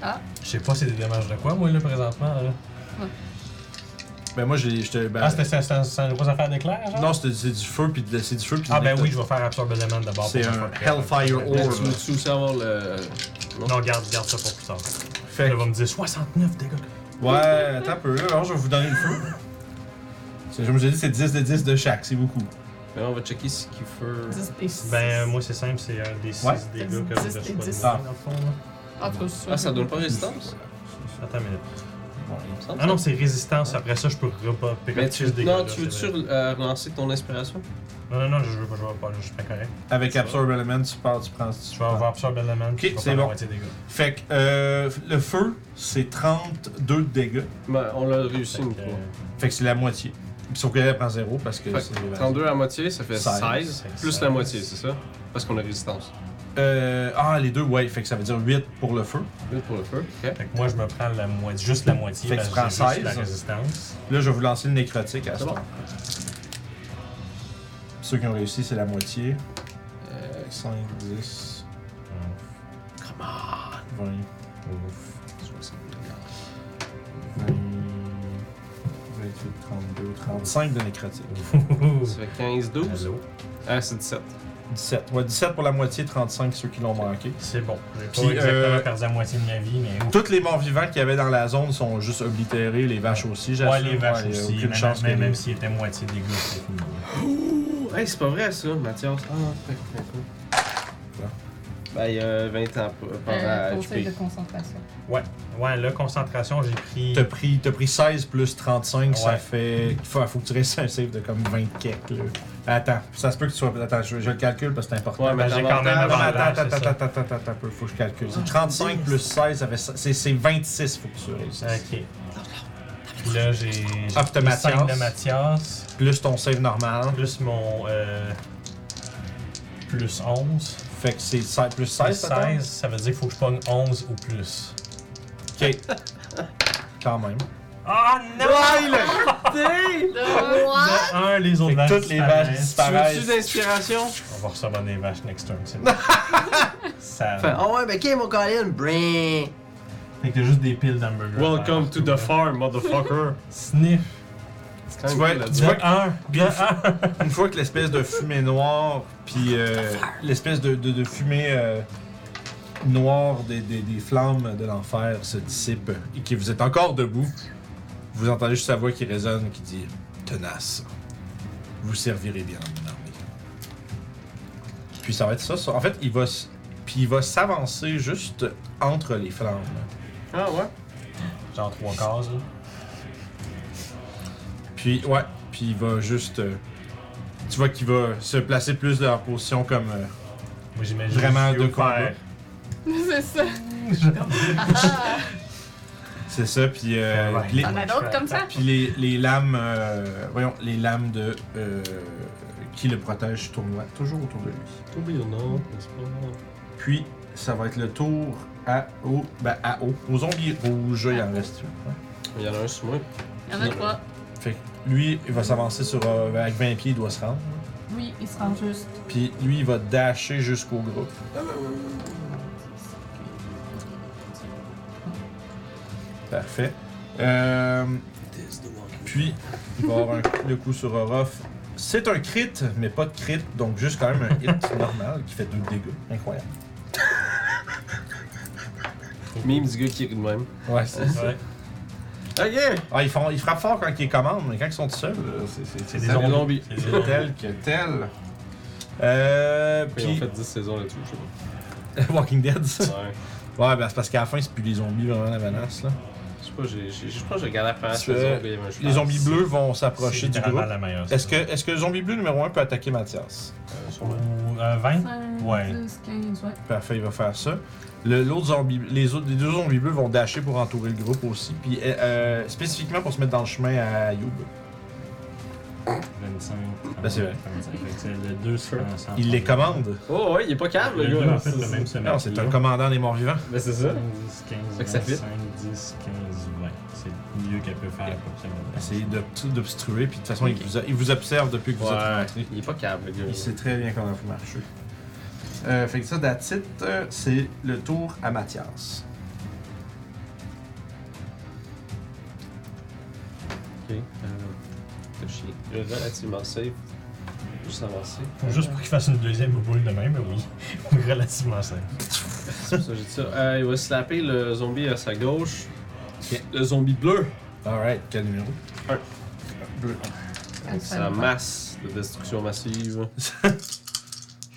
S3: Ah,
S4: Je sais pas, c'est des dommages de quoi, moi, là, présentement. Là.
S1: Ben moi, j'ai- j'étais. Ben,
S4: Ah, c'était ça, ça, ça, ça, affaire d'éclair, genre
S1: non, c'était c'est du feu, puis de- c'est du feu, puis
S6: Ah,
S1: de-
S6: ben oui, je vais faire Absorb Element d'abord.
S1: C'est
S6: pour
S1: un
S6: me faire-
S1: Hellfire
S2: Mais
S1: Orb.
S2: tu veux-tu aussi avoir le.
S6: Non, garde, garde ça pour plus tard.
S1: Fait
S6: Elle
S1: que-
S6: va me dire 69 dégâts.
S1: Ouais, attends un peu, là. Alors, je vais vous donner le feu. C'est- Je me suis dit, c'est 10 de 10 de chaque, c'est beaucoup.
S2: Mais là, ben, on va checker ce qu'il faut.
S3: 10 et 6.
S6: Ben, moi, c'est simple, c'est un des 6
S1: Ouais.
S6: dégâts
S3: Dix,
S6: que je
S3: dix,
S6: choix de
S3: dix.
S6: moi, dans le fond. là.
S3: En tout cas, c'est
S2: Ah, ça donne
S5: Euh,
S2: pas résistance?
S6: Attends une minute.
S2: Il me semble
S6: Ah non,
S2: ça.
S6: c'est résistance. Après ça, je peux
S2: Mais
S6: repérer
S2: tu
S6: 6
S2: veux,
S6: dégâts.
S2: non,
S6: là,
S2: tu
S6: c'est
S2: veux-tu
S6: vrai.
S2: euh, relancer ton inspiration?
S6: Non, non, non, je veux pas jouer pas, je suis pas correct.
S1: Avec Absorb Element, tu, pars, tu prends. Tu
S6: Je vais avoir Absorb Element. puis je vais
S1: c'est
S6: faire la
S1: bon.
S6: moitié des dégâts.
S1: Fait que euh, le feu, c'est 32 de dégâts.
S2: Ben, on l'a réussi
S6: Fait
S2: une
S6: que,
S2: fois.
S6: euh,
S1: Fait que c'est la moitié. Sauf qu'elle prend 0 parce que
S2: Fait
S1: c'est une
S2: que
S1: évasion.
S2: 32 à moitié, ça fait 16.
S1: 16,
S2: plus
S1: 16.
S2: la moitié, c'est ça? Parce qu'on a résistance.
S1: Euh, ah, les deux, ouais. Fait que ça veut dire 8 pour le feu.
S2: 8 pour le feu. ok.
S6: Fait que moi, je me prends la moitié- juste la moitié.
S1: Fait que
S6: parce
S1: tu
S6: j'ai
S1: prends 16.
S6: juste la résistance.
S1: Là, je vais vous lancer le nécrotique à ce
S2: C'est bon.
S1: tour. Ceux qui ont réussi, c'est la moitié.
S2: Euh,
S1: 5, 10. Come on! 20. 28, 32, 35 de nécrotique.
S2: ça fait 15, 12.
S6: Allô?
S2: Ah, c'est 17.
S1: 17. Ouais, 17 pour la moitié, 35 ceux qui l'ont manqué.
S6: C'est bon. J'ai
S1: Puis,
S6: pas exactement
S1: euh,
S6: perdu la moitié de ma vie, mais ouf.
S1: Toutes les morts vivants qu'il y avait dans la zone sont juste oblitérés, les vaches aussi, j'assume.
S6: Ouais, les
S1: Ouais,
S6: vaches
S1: y a
S6: aussi.
S1: Aucune
S6: Même,
S1: chance
S6: même,
S1: que-
S6: même s'il était moitié dégâts, c'est fini.
S2: Ouh, hey, c'est pas vrai ça, Mathias. Ah, fait que fait que-
S1: Quoi?
S2: Ben, il y a 20 ans pour- par
S5: Euh, conseil
S2: HP.
S5: de concentration.
S6: Ouais. Ouais, là, concentration, j'ai pris.
S1: T'as pris, t'as pris 16 plus 35, ça
S6: Ouais.
S1: fait. Faut, faut que tu restes un save de comme 20 kecks, là. Attends, ça se peut que tu sois. Attends, je, je le calcule parce que c'est important.
S2: Ouais,
S6: Ben,
S2: mais
S6: j'ai quand
S1: Non,
S6: même
S1: mais
S6: avant
S1: attends, attends,
S6: l'âge, c'est
S1: attends, attends, attends, attends, un peu, faut que je calcule. C'est 35 plus 16, ça fait. ça- C'est, c'est 26, faut que tu réussisses.
S6: ça. Ok. Puis là, j'ai. j'ai
S1: Ah, puis t'as
S6: pris
S1: Mathias.
S6: cinq de Mathias.
S1: Plus ton save normal,
S6: Plus mon. euh, plus 11.
S1: fait que c'est 16 plus
S6: Plus
S1: 16. t'attends?
S6: 16, ça veut dire qu'il faut que je pogne 11 ou plus.
S1: Ok. Quand même.
S6: Ah non! Un, les autres
S1: Fait que
S6: vaches.
S1: toutes les vaches
S6: disparaissent.
S2: Tu veux-tu
S1: disparaissent.
S2: d'inspiration?
S6: On va recevoir des vaches next turn, c'est bon. ça.
S2: Enfin,
S8: Ah ouais, ben qui est mon Colin? Brin!
S6: Fait que t'as juste des piles d'hamburgers.
S2: Welcome to the farm, motherfucker.
S6: Sniff.
S2: C'est quand
S1: Tu
S2: même
S1: vas-
S2: cool, là,
S1: tu
S6: De
S1: vas-
S6: un, de un.
S1: Une fois que l'espèce de fumée noire, puis euh, l'espèce de, de- de fumée euh, noire des, des- des flammes de l'enfer se dissipe et que vous êtes encore debout, vous entendez juste sa voix qui résonne qui dit Tenace, vous servirez bien à mon armée. Puis ça va être ça. ça. En fait, il va, s- puis il va s'avancer juste entre les flammes.
S2: Ah ouais?
S6: Genre trois cases, là.
S1: Puis, ouais, puis il va juste. euh, tu vois qu'il va se placer plus dans la position comme. euh,
S6: Moi, j'imagine.
S1: Vraiment
S6: juste
S1: de
S6: Hugh faire-
S3: C'est ça.
S1: c'est ça, puis. euh,
S6: Ouais.
S1: les-
S3: T'en as d'autres comme ça?
S1: Puis les, les lames, euh, voyons, les lames de euh, qui le protège tournoient toujours autour de lui.
S2: Oui ou non, n'est-ce pas?
S1: Puis ça va être le tour à haut, ben à haut, aux zombies rouges, il en reste un. hein.
S2: Il y en a un sur moi.
S3: Il y en a trois.
S1: Fait que lui, il va s'avancer sur euh, avec 20 pieds, il doit se rendre.
S5: Oui, il se rend juste.
S1: Puis lui, il va dasher jusqu'au groupe. Parfait. Euh, puis, il va avoir un, le coup sur Orof. C'est un crit, mais pas de crit, donc juste quand même un hit normal qui fait 2 dégâts. Incroyable.
S2: Mime du gars qui rit de même.
S1: Ouais, c'est ça.
S6: Ouais.
S2: Ok!
S1: Ah, ils, font, ils frappent fort quand ils commandent, mais quand ils sont tout seuls, euh, c'est- c'est-
S6: C'est
S1: c'est
S6: des
S1: ça.
S2: zombies.
S6: zombies. C'est des zombies.
S1: tel que tel. Euh,
S2: Ils ont
S1: puis,
S2: fait 10 saisons là-dessus, je sais
S1: Walking Dead, ça.
S2: pas. Ouais.
S1: Ouais, ben c'est parce qu'à la fin, c'est plus les zombies vraiment la menace, là.
S2: Je sais pas, j'ai- j'ai- je pense que j'ai regardé la première
S1: Tu fais-
S2: saison. puis il y avait un cheval.
S1: Les zombies bleus vont
S6: C'est
S1: s'approcher du
S6: littéralement
S1: groupe.
S6: la meilleure.
S1: Est-ce que, est que le zombie bleu numéro 1 peut attaquer Mathias?
S2: Euh, sûrement.
S6: Ou un 20?
S5: 5,
S6: Ouais.
S5: 10, 15, ouais.
S1: Parfait, il va faire ça. Le, l'autre zombie, les, autres, les deux zombies bleus vont dasher pour entourer le groupe aussi, puis euh, euh, spécifiquement pour se mettre dans le chemin à Youb.
S6: 25.
S1: Ben, c'est vrai.
S6: 25. Fait que c'est le 2 sur un cent.
S1: Il les commande.
S2: Oh ouais, il est pas calme le
S6: Le
S2: gars.
S6: 2,
S2: là.
S6: en fait, le même semestre.
S1: Non, c'est un commandant des morts vivants.
S2: Ben c'est ça.
S6: 15, 15,
S2: Fait que ça
S6: 25,
S2: fit.
S6: 10, 15, 20. C'est le mieux qu'elle peut faire pour ça.
S1: Essayez de- d'obstruer, puis de toute façon, il, vous, a- il vous observe depuis que vous êtes
S2: Ouais,
S1: rentré.
S2: il est pas câble, le gars.
S1: Il sait très bien comment vous marchez. Euh, fait que ça, d'attitude, c'est le tour à Mathias.
S2: Ok. Euh, T'as chier. Je vais relativement safe. Juste avancer.
S6: Faut juste pour qu'il fasse une deuxième boule de même, mais oui. Relativement simple.
S2: C'est pour ça que j'ai dit ça. Euh, il va slapper le zombie à sa gauche. Le zombie bleu.
S1: Alright, quel numéro?
S2: Un.
S1: Bleu.
S5: Alpha,
S2: Sa
S5: alpha.
S2: masse de destruction massive.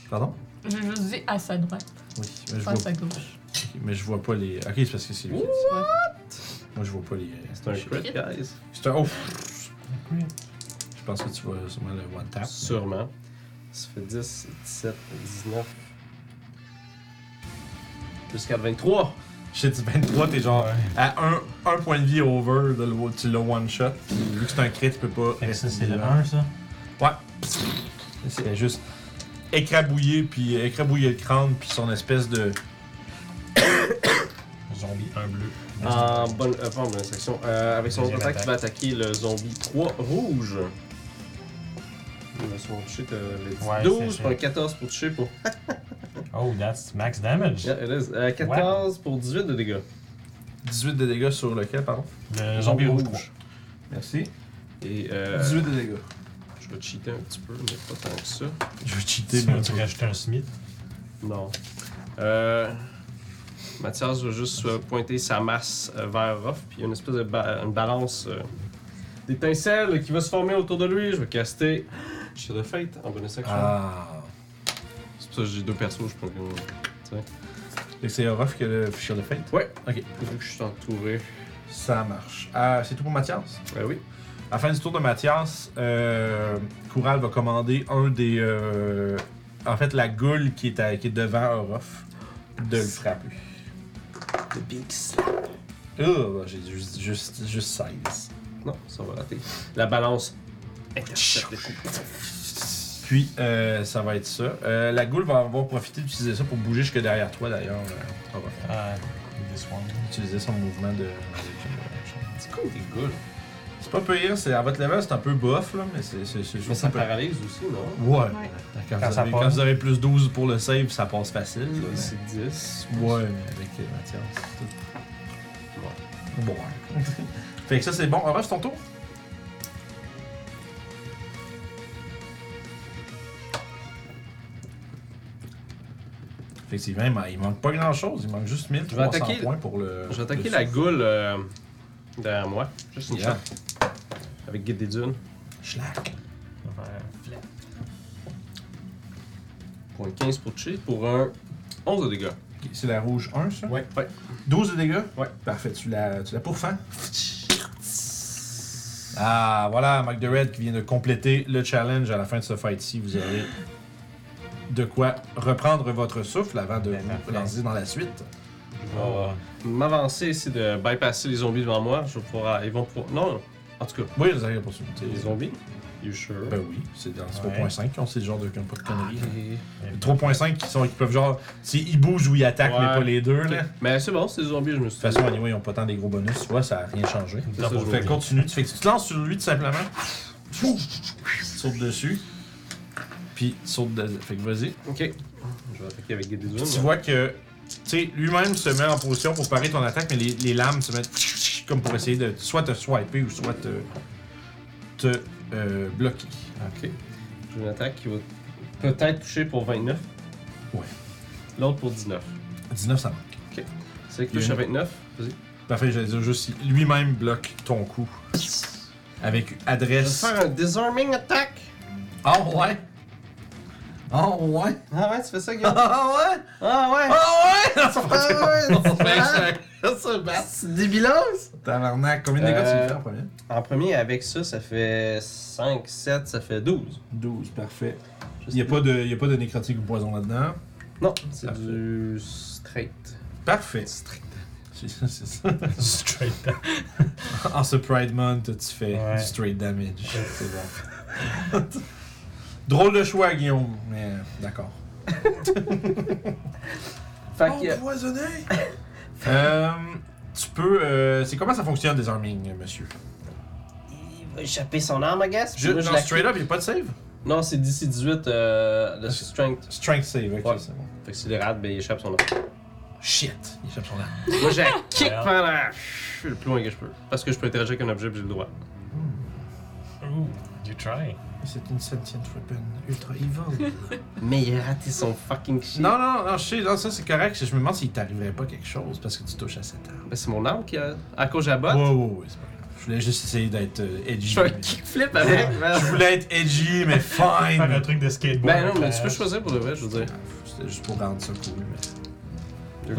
S1: Pardon?
S3: J'ai juste dit à sa droite,
S1: Oui, mais je,
S3: pas
S1: vois,
S3: à sa gauche.
S1: mais je vois pas les. Ok, c'est parce que c'est lui. qui a dit ça. Moi, je vois pas les.
S2: C'est un crit, guys.
S1: C'est un. Oh! Je pense que tu vois sûrement le one
S4: Ah.
S1: tap.
S2: Sûrement. Ça fait 10, 17, 19. Plus 4, 23.
S1: Shit, du 23, t'es genre à un, un point de vie over, de le- tu l'as one shot. Puis vu que c'est un crit, tu peux pas.
S6: Fait que ça, c'est le
S1: vivant.
S6: 1, ça.
S1: C'est juste écrabouiller, puis écrabouiller le crâne, puis son espèce de.
S4: Zombie 1 bleu. Ah.
S2: En bonne, euh, pas en bonne section. Euh, avec son
S4: Deuxième
S2: attaque, il
S4: attaque.
S2: va attaquer le zombie 3 rouge. Il va se faire toucher, euh, le
S4: Ouais,
S2: 12
S4: c'est
S2: pour un
S4: ça.
S2: 14 pour toucher pour.
S4: Oh, that's max damage.
S2: Yeah, it is. Euh, 14 pour 18 de dégâts.
S1: 18 de dégâts sur lequel, pardon
S4: Le zombie
S2: Rouge.
S4: rouge.
S1: Merci.
S2: Et euh,
S1: 18 de dégâts.
S2: je vais cheater un petit peu, mais pas tant que ça.
S1: Je vais cheater,
S4: Tu
S1: mais.
S4: veux rajouter un smith?
S2: Non. Euh, Mathias va juste euh, pointer sa masse euh, vers Ruff, puis il y a une espèce de ba- une balance euh, d'étincelles qui va se former autour de lui. Je vais caster Shield of Fate en bonus action.
S1: Ah.
S2: C'est pour ça que j'ai deux persos, je pense que.
S1: Et c'est rough que le fichier de fête.
S2: Ouais,
S1: Ok.
S2: vu que je suis entouré.
S1: Ça marche. Euh, c'est tout pour Mathias.
S2: Ben oui.
S1: À la fin du tour de Mathias, euh, Coural va commander un des. euh, en fait, la goule qui est, à- qui est devant Orof de le frapper.
S8: The big slap.
S1: Oh, j'ai juste, juste, juste 16.
S2: Non, ça va rater. La balance intercepte le coup.
S1: Puis, euh, ça va être ça. Euh, la goule va avoir profité d'utiliser ça pour bouger jusque derrière toi, d'ailleurs, euh, Orof.
S4: Ah, this one.
S1: Utiliser son mouvement de.
S2: C'est cool, t'es good.
S1: C'est pas pire, c'est à votre level, c'est un peu bof, là, mais c'est c'est- c'est juste.
S2: Mais ça
S1: un peu-
S2: paralyse aussi, non?
S1: Ouais.
S5: Ouais.
S1: Quand,
S4: Quand
S1: vous
S4: ça
S1: avez,
S4: passe.
S1: quand vous avez plus 12 pour le save, ça passe facile. là, mais-
S2: C'est 10.
S1: Ouais, mais avec euh, Mathias, c'est tout. Bon. fait que ça, c'est bon. Aura, c'est ton tour. Effectivement, il man- il manque pas grand-chose. Il manque juste
S2: Je vais
S1: 1300
S2: attaquer-
S1: points pour le...
S2: Je vais attaquer
S1: le
S2: la
S1: souffle.
S2: goule euh, derrière moi. Juste une
S1: Yeah.
S2: shot. Avec Guide des Dunes.
S1: Schlack.
S2: Point 15 pour toucher pour un 11 de dégâts.
S1: Ok, C'est la rouge 1, ça?
S2: Ouais. ouais.
S1: 12 de dégâts?
S2: Ouais.
S1: Parfait, tu la, tu la pourfends. Ah, voilà, Mac de Red qui vient de compléter le challenge à la fin de ce fight-ci. Vous aurez de quoi reprendre votre souffle avant
S2: Ben,
S1: de vous lancer dans la suite.
S2: Je vais euh, m'avancer ici de bypasser les zombies devant moi. Je vais pouvoir. euh, Ils vont pouvoir. Non, en tout cas,
S1: Oui, vous avez la possibilité.
S2: les zombies. You sure?
S1: Ben oui, c'est dans
S4: Ouais.
S1: 3.5 qu'on sait le genre de, qu'on a pas de conneries.
S2: Et-
S1: Les 3.5 qui, sont, qui peuvent genre, si ils bougent ou ils attaquent,
S2: Ouais.
S1: mais pas les deux.
S2: Ok.
S1: Là. De
S2: Mais c'est bon, c'est des zombies, je me suis
S1: toute façon, anyway, ils n'ont pas tant des gros bonus, tu vois, ça n'a rien changé.
S2: C'est ça, je
S1: Fait
S2: vais-
S1: que continue, tu, fais que tu te lances sur lui tout simplement. Fou! Tu sautes dessus. Puis tu sautes de... Fait que vas-y.
S2: Ok. Je vais attaquer avec Guide des
S1: Puis
S2: Dunes.
S1: tu vois que. Tu sais, lui-même se met en position pour parer ton attaque, mais les, les lames se mettent comme pour essayer de soit te swiper ou soit te. te euh, bloquer.
S2: Ok. J'ai une attaque qui va peut-être toucher pour 29.
S1: Ouais.
S2: L'autre pour 19.
S1: 19, ça manque.
S2: C'est que
S1: Il y a
S2: touche à
S1: une-
S2: 29. Vas-y.
S1: Parfait, j'allais dire juste si lui-même bloque ton coup. Avec
S2: Je vais
S1: adresse.
S2: faire un disarming attack.
S1: Ah ouais! Ah ouais!
S2: Ah ouais, tu fais ça, Guillaume?
S1: Ah ouais!
S2: Ah ouais! Ben,
S1: Ah ouais!
S2: C'est débilos!
S1: Tabarnak, combien de dégâts tu
S2: Euh,
S1: fais en premier?
S2: En premier, avec ça, ça fait 5, 7, ça fait 12.
S1: 12, parfait. Il n'y a, pas de- y a pas de nécrotique ou poison là-dedans.
S2: Non, c'est
S1: Parfait.
S2: du straight.
S1: Parfait. C'est ça, c'est ça.
S4: Straight down.
S1: en ce Pride Month, tu fais
S4: Ouais.
S1: du straight damage. C'est bon. Drôle de choix, Guillaume, mais euh, d'accord.
S2: Fait que.
S1: Empoisonné! euh, tu peux. euh, c'est comment ça fonctionne, Désarming, monsieur?
S2: Il va échapper son arme, I guess.
S1: Je,
S2: Moi, je
S1: non,
S2: la-
S1: straight up, il n'y a pas de save?
S2: Non, c'est d'ici 18, euh, le strength.
S1: Strength save, ok,
S2: Ouais.
S1: c'est bon.
S2: Fait que si les rats, ben, il échappe son arme.
S1: Shit! Il échappe son arme.
S2: Moi, j'ai un kick pendant. Le plus loin que je peux. Parce que je peux interagir avec un objet, puis j'ai le droit.
S4: Ooh, you try.
S1: C'est une sentient weapon ultra evil.
S2: Mais il a raté son fucking shit.
S1: non, non, non, je sais, non, ça c'est correct. Je me demande s'il t'arriverait pas quelque chose parce que tu touches à cette arme.
S2: Ben, c'est mon arme qui a. À cause de la
S1: Ouais,
S2: botte.
S1: ouais, ouais, c'est pas grave. Je voulais juste essayer d'être euh, edgy.
S2: Je fais un
S1: mais-
S2: kickflip avec.
S1: Je voulais être edgy, mais
S4: Faire un
S1: fine.
S4: truc de skateboard.
S2: Ben non, mais
S4: euh,
S2: tu peux choisir pour le vrai, je veux dire.
S1: C'était juste pour rendre ça cool. mais-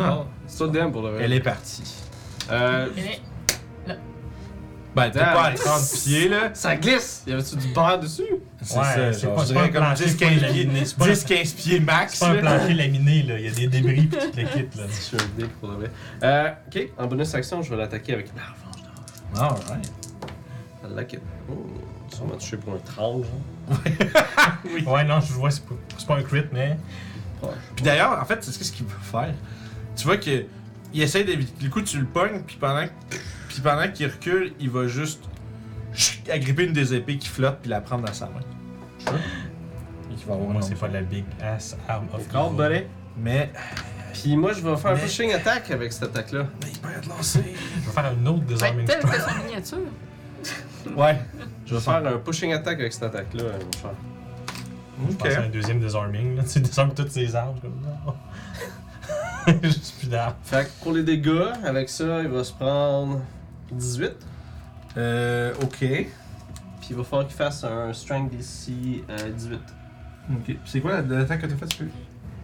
S2: C'est toi le DM pour le vrai.
S1: Elle Ah. est partie.
S2: Euh,
S5: Elle est-
S1: Ben, t'es pas à
S2: Ah.
S1: 30 pieds, là.
S2: Ça glisse! Y avait-tu du beurre dessus?
S1: C'est
S6: Ouais,
S1: ça,
S6: c'est
S1: genre,
S6: pas-
S1: je
S6: c'est
S1: dirais
S6: pas un
S1: comme
S6: plancher,
S1: 10-15
S6: c'est pas une
S1: pieds,
S6: laminée, c'est pas un-
S1: 10-15 pieds max,
S6: C'est pas un
S1: là.
S6: plancher laminé, là. Il y a des débris pis tout le kit, là.
S2: Je suis un dick pour le vrai. Euh, ok, en bonus action, je vais l'attaquer avec la revanche d'or.
S1: Alright.
S2: I like it. Oh, sûrement touché pour un 30, genre.
S6: Ouais, non, je vois, c'est pas, c'est pas un crit, mais.
S2: Proche.
S1: Puis d'ailleurs, en fait, c'est ce qu'il veut faire. Tu vois que il essaie d'éviter. Du coup, tu le pognes, puis pendant, que- puis pendant qu'il recule, il va juste chut, agripper une des épées qui flotte, puis la prendre dans sa main. Et qu'il va avoir
S6: Moi,
S1: un
S6: c'est
S1: nom.
S6: pas la big ass arm of
S2: Encore,
S6: evil.
S2: buddy.
S1: Mais.
S2: Puis moi, je vais faire un
S1: Mais-
S2: pushing attack avec cette attaque-là.
S1: Mais il peut être lancé.
S6: Je vais faire un autre
S5: Fait que
S6: désarming
S5: telle
S6: strike.
S5: que son miniature.
S1: Ouais.
S2: Je vais faire un pushing attack avec cette attaque-là, euh, mon cher.
S6: Je
S1: Ok.
S6: pense à un deuxième désarming, là. Tu désarmes toutes ces armes, comme ça. Juste plus d'armes.
S2: Fait que pour les dégâts, avec ça, il va se prendre 18.
S1: Euh. Ok.
S2: Puis il va falloir qu'il fasse un strength DC euh, 18.
S1: Ok. C'est quoi l'attaque que t'as faite, tu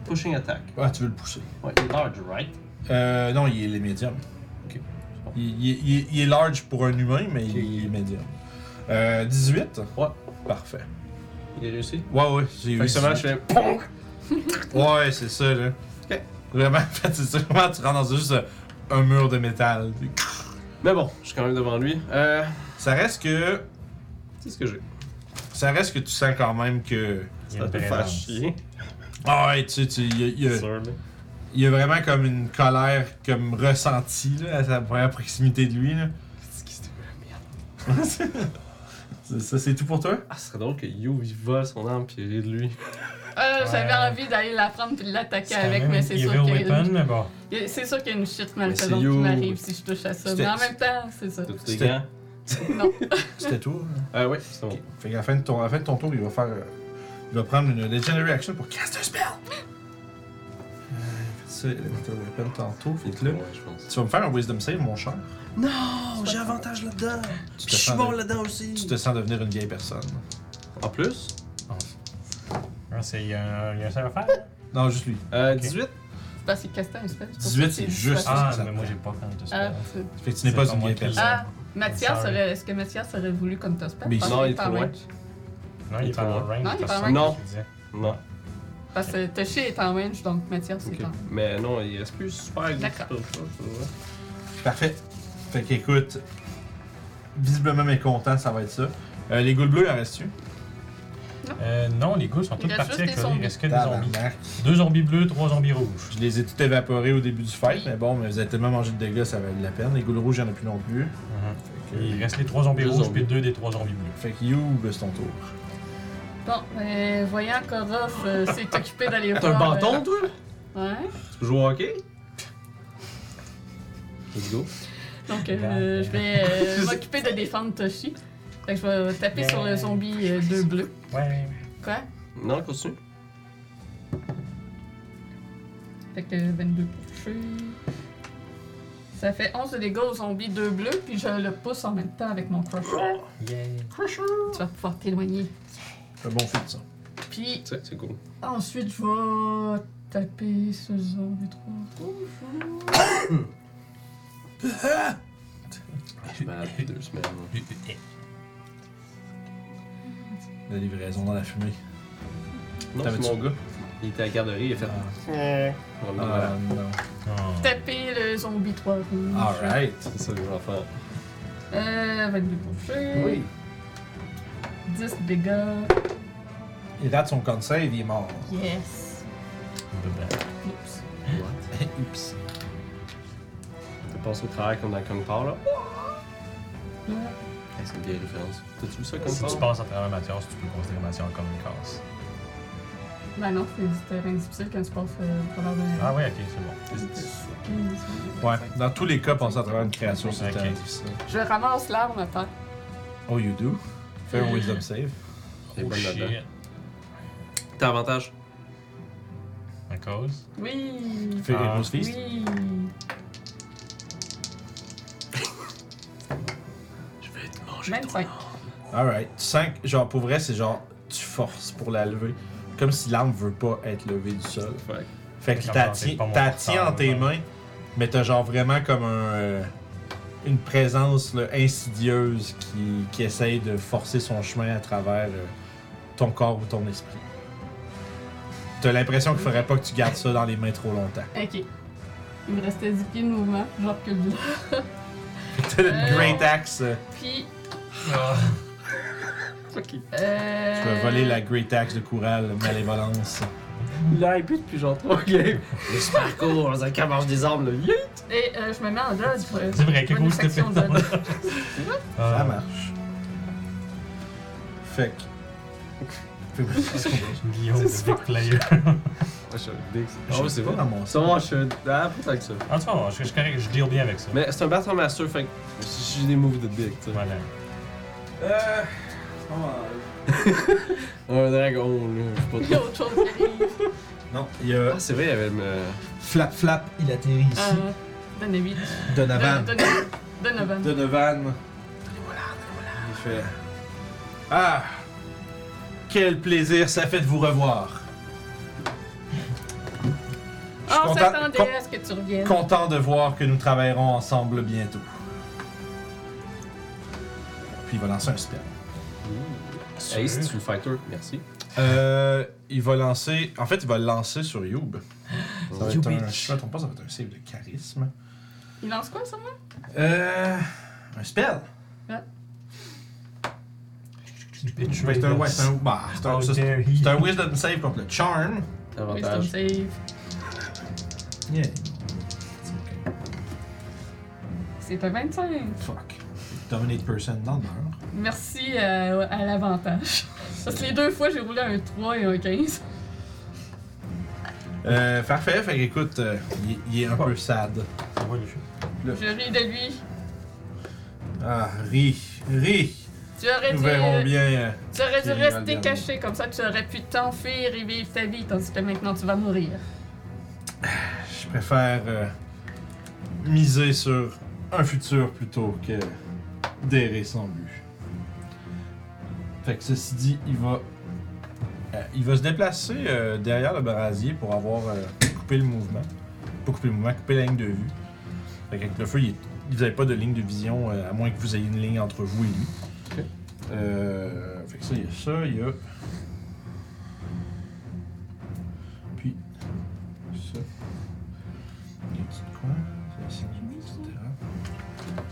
S2: Pushing attack.
S1: Ah, tu veux le pousser.
S2: Ouais, il est large, right?
S1: Euh. Non, il est il est médium.
S2: Ok.
S1: Il, il- il- il est large pour un humain, mais il est médium. Euh. 18
S2: Ouais.
S1: Parfait.
S2: Il est réussi.
S1: Ouais, ouais, j'ai eu
S2: Fait que ce
S1: ça.
S2: match, je fais PONK!
S1: Ouais, c'est ça, là.
S2: Ok.
S1: Vraiment, en fait, c'est ça, vraiment, tu rentres dans juste euh, un mur de métal.
S2: Mais bon, je suis quand même devant lui. Euh,
S1: Ça reste que.
S2: c'est ce que j'ai.
S1: Ça reste que tu sens quand même que.
S6: Il y a
S2: Ça
S6: une
S2: te fait
S6: présence.
S2: chier.
S1: Ah ouais, tu sais, tu- il y a- il y, a-
S2: Sûr, là.
S1: il y a vraiment comme une colère comme ressentie, là, à sa première proximité de lui, là.
S2: C'est qui, c'était la merde?
S1: C'est- Ça, c'est tout pour toi?
S2: Ah, ce serait drôle que Yo, il vole son arme puis il rit de lui.
S5: Euh, J'avais
S6: Ouais.
S5: envie d'aller la prendre puis de l'attaquer
S6: C'est quand
S5: avec,
S6: même
S5: mais c'est
S6: une
S5: sûr
S6: hero
S5: qu'il y a
S6: weapon,
S5: une-
S6: mais bon.
S5: il y a- c'est sûr qu'il y a une shit
S2: c'est
S5: malfaisante qui
S2: you.
S5: m'arrive si je touche à ça. Mais
S1: C'était-
S5: en même temps, c'est ça.
S2: T'as-tu des
S1: C'était-
S2: gants?
S5: Non.
S1: C'était tout, là.
S2: Ah ouais, c'est bon.
S1: Fait qu'à la fin de ton, à la fin de ton tour, il va faire. euh, il va prendre une Legendary Action pour cast un spell! Euh, Ça, il a mis ta weapon tantôt, fait que là.
S2: Ouais, je pense.
S1: Tu vas me faire un Wisdom Save, mon cher.
S8: Non, Oh, j'ai avantage là-dedans.
S1: Tu
S8: Puis
S1: te
S8: je suis
S1: sens
S8: bon
S1: de-
S8: là-dedans aussi.
S1: Tu te sens devenir une vieille personne.
S2: En plus,
S6: Ah, c'est- Il y a un- il y a un seul à faire?
S1: Non, juste lui.
S2: euh,
S6: Ok.
S2: 18.
S5: Bah, C'est parce qu'il castait un spell. c'est pour ça
S1: 18,
S5: que
S1: c'est
S5: dit
S1: juste.
S5: ça.
S6: Ah, mais moi, j'ai pas quand même tout
S5: Ah,
S6: ça.
S5: c'est-
S1: Fait que tu n'es
S6: C'est
S1: pas
S6: pas
S1: une
S6: moi
S1: vieille
S6: qui le
S1: personne.
S5: Ah, Mathias
S6: Sorry.
S5: aurait. Est-ce que Mathias aurait voulu comme ton spell?
S1: Mais
S5: Parce
S2: non,
S5: qu'il
S2: il
S5: est
S2: est
S5: pas
S2: trop
S5: en
S2: loin.
S5: range.
S6: Non, il est pas en range.
S5: Non, il est
S6: de toute
S5: en
S6: façon,
S2: range.
S6: je te disais.
S2: Non.
S5: Parce que Toshi est en range, donc Mathias
S2: Ok.
S5: est en
S2: Mais non, il reste plus super gros.
S5: D'accord.
S8: Ah.
S1: Parfait. Fait qu'écoute, visiblement mécontent, ça va être ça. Euh, les gouttes bleues, en restes-tu?
S6: Euh, non, les goules sont
S5: Il
S6: toutes
S5: reste
S6: parties
S5: juste
S6: avec
S5: des
S6: là, Il
S5: zombies.
S6: reste que des zombies.
S1: Tabarnak.
S6: Deux zombies bleus, trois zombies rouges.
S1: Je les ai toutes évaporées au début du fight,
S5: Oui.
S1: mais bon, mais vous avez tellement mangé de dégâts, ça valait la peine. Les goules rouges, il n'y en a plus non plus. Fait
S6: Il
S1: que,
S6: reste les trois zombies
S2: Deux
S6: rouges
S2: zombies.
S6: puis deux des trois zombies bleus.
S1: fait que Youb, c'est ton tour.
S5: Bon, ben, voyant qu'Orof euh, s'est occupé d'aller voir...
S2: T'as un
S5: euh,
S2: bâton, toi?
S5: Ouais.
S2: Tu peux jouer au hockey? Let's go.
S5: Donc, euh, je vais euh, m'occuper de défendre Toshi. Fait que je vais taper
S6: Yeah.
S5: sur le zombie 2 bleu.
S6: Ouais.
S5: Quoi?
S2: Non, continue.
S5: Fait que 22 pour toucher. Ça fait 11 de dégâts au zombie 2 bleu, puis je le pousse en même temps avec mon crusher. Tu vas pouvoir t'éloigner.
S1: Un bon fit, ça.
S5: Puis
S2: C'est c'est cool.
S5: ensuite, je vais taper ce zombie 3
S2: Je suis malade depuis deux semaines. hein.
S1: La livraison dans la fumée.
S2: Non,
S1: T'avais-tu-
S2: c'est mon gars. Ah. Il était à la garderie, il a fait. On va le mettre malade.
S1: Ah, non.
S5: Taper le zombie 3 rouge.
S1: Alright.
S2: C'est ça que je vais faire.
S5: Euh, 22 pour toucher. 10 dégâts.
S1: Il rate son con save, il est mort.
S5: Yes. Oups.
S2: What?
S1: Oups.
S2: T'as passé au travail comme dans Kung Pao, là?
S5: Ouais.
S2: Eh, C'est une vieille référence. T'as-tu vu ça, Kung
S6: Si tu
S2: Pao?
S6: passes à travers Mathias, tu peux considérer Mathias comme une casse.
S5: Ben non, c'est du terrain difficile quand tu passes euh, au travers de...
S6: Ah ouais, ok, c'est bon.
S5: 15.
S1: Ouais, dans tous les cas, passer à travers une créature, c'est
S6: Ok.
S1: un difficile.
S5: Je ramasse l'arme à terre.
S1: Oh, you do? Fais un wisdom save.
S2: T'es
S6: Oh
S2: bonne là-dedans.
S6: shit.
S2: T'as avantage.
S6: À cause.
S5: Oui.
S1: Fais
S6: Ah.
S1: un Rose Feast.
S5: Oui.
S2: Je vais te manger.
S5: 25.
S1: Alright. Tu sens que, genre, pour vrai, c'est genre, tu forces pour la lever. Comme si l'arme veut pas être levée du sol.
S2: Fait
S1: Fait que
S6: Comme
S1: t'as
S6: genre, c'est
S1: tiens
S6: pas mon
S1: t'as tiens
S6: porteur,
S1: en tes
S6: genre.
S1: mains, mais t'as genre vraiment comme un. euh, une présence là, insidieuse qui, qui essaye de forcer son chemin à travers euh, ton corps ou ton esprit. T'as l'impression qu'il faudrait pas que tu gardes ça dans les mains trop longtemps.
S5: Ok. Il me restait 10 pieds de mouvement, je recule de là.
S1: T'as une great axe. euh,
S5: Puis,
S2: Ok.
S5: euh.
S1: Tu vas voler la great axe de Coural, malévolence.
S2: Il a hypé depuis genre 3 games. Et je parcours, on qu'elle mange des armes, là. Yeah!
S5: Et euh, je me mets en dodge.
S6: C'est vrai, que
S5: bonus
S6: cool, c'était fait.
S5: action dodge.
S6: Euh,
S1: Ça
S4: Ah,
S1: marche. Fait que.
S6: Guillaume, le big player.
S2: Ah, je Ah ouais, c'est bon.
S1: Dans mon
S2: C'est bon, je suis ah, pas tant que ça.
S6: En tout cas, je je suis correct, je deal bien avec ça.
S2: Mais c'est un Battle Master, fait que j'ai des moves de big, tu sais.
S6: Voilà.
S1: Euh.
S2: Un dragon, là, je sais pas
S5: Il y a autre chose qui arrive.
S1: Non, il y a
S2: Ah, c'est vrai, il y avait le. euh,
S1: Flap Flap, il atterrit ici.
S5: Euh. Donne 8.
S1: Donovan.
S5: Donovan.
S1: Donovan. Il fait. Ah! Quel plaisir ça fait de vous revoir. Je suis
S5: On
S1: content- con-
S5: s'attendait à ce Oh, que tu reviennes.
S1: Content de voir que nous travaillerons ensemble bientôt. Puis il va lancer un spell.
S2: Ace, tu le fighter, merci.
S1: Euh, il va lancer. En fait, il va le lancer sur Youb. Ça va
S8: You
S1: être un,
S8: bitch.
S1: si je me trompe pas, ça va être un save de charisme.
S5: Il lance quoi, ça, moi
S1: Euh, un spell. Ben, c'est un, ouais, c'est un, bah, c'est un,
S6: How
S1: c'est-
S6: dare he.
S1: c'est un wisdom save contre le charm.
S5: Wisdom
S2: Avantage.
S5: save.
S1: Yeah.
S5: C'est un 25.
S1: Fuck. Dominate person dans le mur.
S5: Merci à, à l'avantage. Parce que les deux fois, j'ai roulé un 3 et un 15.
S1: Euh, parfait. Fait qu'écoute, euh, il est- il est un peu sad.
S5: Je ris de lui.
S1: Ah, ris, ris.
S5: Tu aurais
S1: Nous
S5: dû,
S1: verrons bien. euh,
S5: tu aurais dû
S1: Qui rira le
S5: rester
S1: dernier.
S5: caché, comme ça tu aurais pu t'enfuir et vivre ta vie, tandis que maintenant tu vas mourir.
S1: Je préfère euh, miser sur un futur plutôt que d'errer sans but. Fait que ceci dit, il va, euh, il va se déplacer euh, derrière le brasier pour avoir euh, coupé le mouvement. Pas coupé le mouvement, coupé la ligne de vue. Fait qu'avec le feu, il est- vous n'avez pas de ligne de vision, euh, à moins que vous ayez une ligne entre vous et lui.
S2: Ok.
S1: Euh, fait que ça, il y a ça, il y a... Puis, ça. Les petits coins, ça, c'est une petite dérape.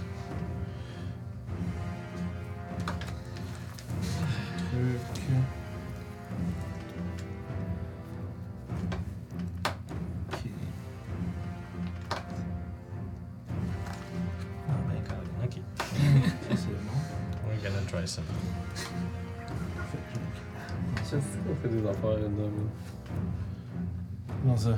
S1: Truc. Ok.
S6: Ah, ben, quand même, ok.
S1: Ça, c'est bon.
S6: We're gonna try ça.
S1: Fait que je-
S2: Ça, On fait des affaires random.
S1: Comment ça?
S2: là.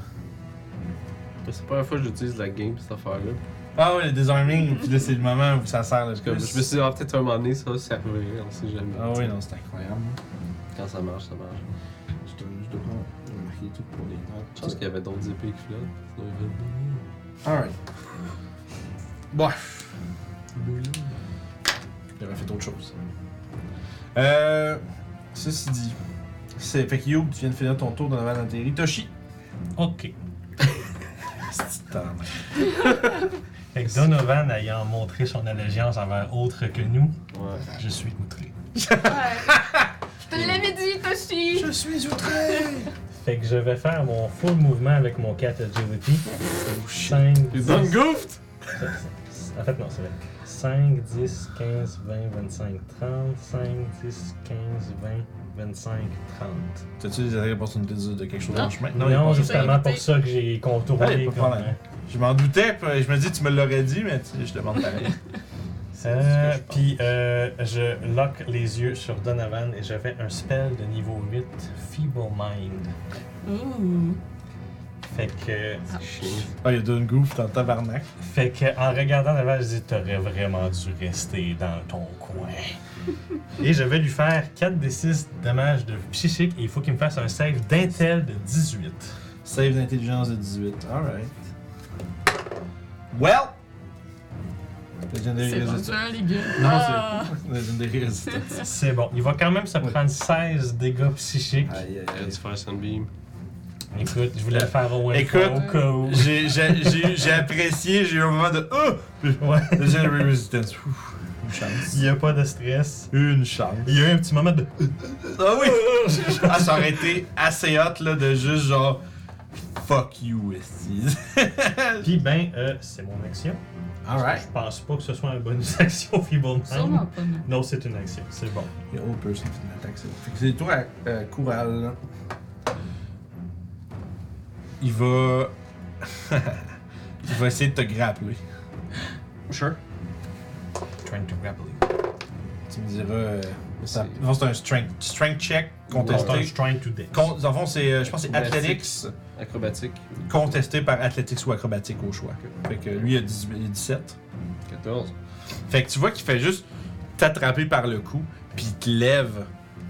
S2: C'est la première fois que j'utilise la game, cette affaire-là.
S1: Ah ouais, le désarming, puis là c'est le moment où ça sert le
S2: Parce que Je me
S1: plus.
S2: suis dit, ah, peut-être un moment donné, ça va servir, on sait jamais.
S1: Ah oui, non, c'est incroyable.
S2: Quand ça marche, ça marche.
S1: Je te je devrais marquer tout pour les
S2: Je pense
S1: notes.
S2: qu'il y avait d'autres épées qui flottent. sinon ils viennent.
S1: Alright. Bref. J'aurais fait autre chose. Euh. Ceci dit. C'est, fait que Youb, tu viens de finir ton tour dans la d'atterri. Toshi!
S6: Ok.
S1: C'est temps.
S6: Fait que Donovan ayant montré son allégeance envers autre que nous,
S2: Ouais.
S6: je suis outré.
S5: Je te l'avais dit, Toshi!
S1: Je suis outré!
S6: Fait que je vais faire mon full mouvement avec mon 4 agility.
S2: Oh,
S6: 5,
S2: Ils
S6: 10,
S2: donnent goofed!
S6: En fait, non, c'est vrai. 5, 10, 15, 20, 25, 30. 5, 10, 15, 20, 25, 30.
S1: T'as-tu des attaques d'opportunité de de quelque chose dans le chemin?
S6: Non,
S1: il y a pas-
S6: justement pour ça que j'ai
S1: Ouais,
S6: contourné.
S1: pas de
S6: comme, hein.
S1: problème. Je m'en doutais, puis je me dis, tu me l'aurais dit, mais tu sais, je demande pareil.
S6: Euh,
S1: C'est ce que je pense.
S6: Puis euh, je lock les yeux sur Donovan et je fais un spell de niveau 8, Feeble Mind.
S5: Ouh!
S6: Fait que,
S1: Ah, il y a Don Goof dans le tabarnak.
S6: fait que en regardant Donovan, je dis T'aurais vraiment dû rester dans ton coin. et je vais lui faire 4 des 6 dommages de psychique et il faut qu'il me fasse un save d'intel de 18.
S1: Save d'intelligence de 18. Alright. Well! Legendary
S5: C'est
S1: Resistance.
S5: rendu un légume.
S1: Non,
S5: Ah.
S1: c'est. Legendary Resistance.
S6: C'est bon. Il va quand même se
S1: Oui.
S6: prendre 16 dégâts psychiques.
S1: Aïe, aïe, aïe.
S2: Transfer Euh, Sunbeam.
S6: Écoute, je voulais le faire au one
S1: Écoute,
S6: au cas où.
S1: J'ai- j'ai- J'ai j'ai apprécié, j'ai eu un moment de Oh! Puis,
S6: Ouais.
S1: J'ai eu resistance. Ouf,
S6: Il n'y a pas de stress.
S1: Une chance.
S6: Il y a eu un petit moment de.
S1: Ah oui! ah, ça aurait été assez hot là, de juste genre. Fuck you, Esties.
S6: Puis ben, euh, c'est mon action. Je pense pas que ce soit un bonus action, Feeble Mind.
S5: Sûrement pas, non.
S6: Non, c'est une action, c'est bon.
S1: Hero Person fait une attaque, c'est bon. Fait que c'est toi, euh, Coural. là. Il va. Il va essayer de te grappler.
S2: Sure.
S6: Trying to grapple.
S1: Tu me diras. euh, ça- dans le fond, c'est un strength, strength check contesté.
S6: Contestant, trying to deck.
S1: Con- dans le fond, c'est, euh, je pense que c'est
S2: Merci.
S1: Athletics,
S2: Acrobatique.
S1: contesté par Athletics ou Acrobatique au choix. Fait que lui, il a 10 il a 17.
S2: 14.
S1: Fait que tu vois qu'il fait juste t'attraper par le cou, puis il te lève,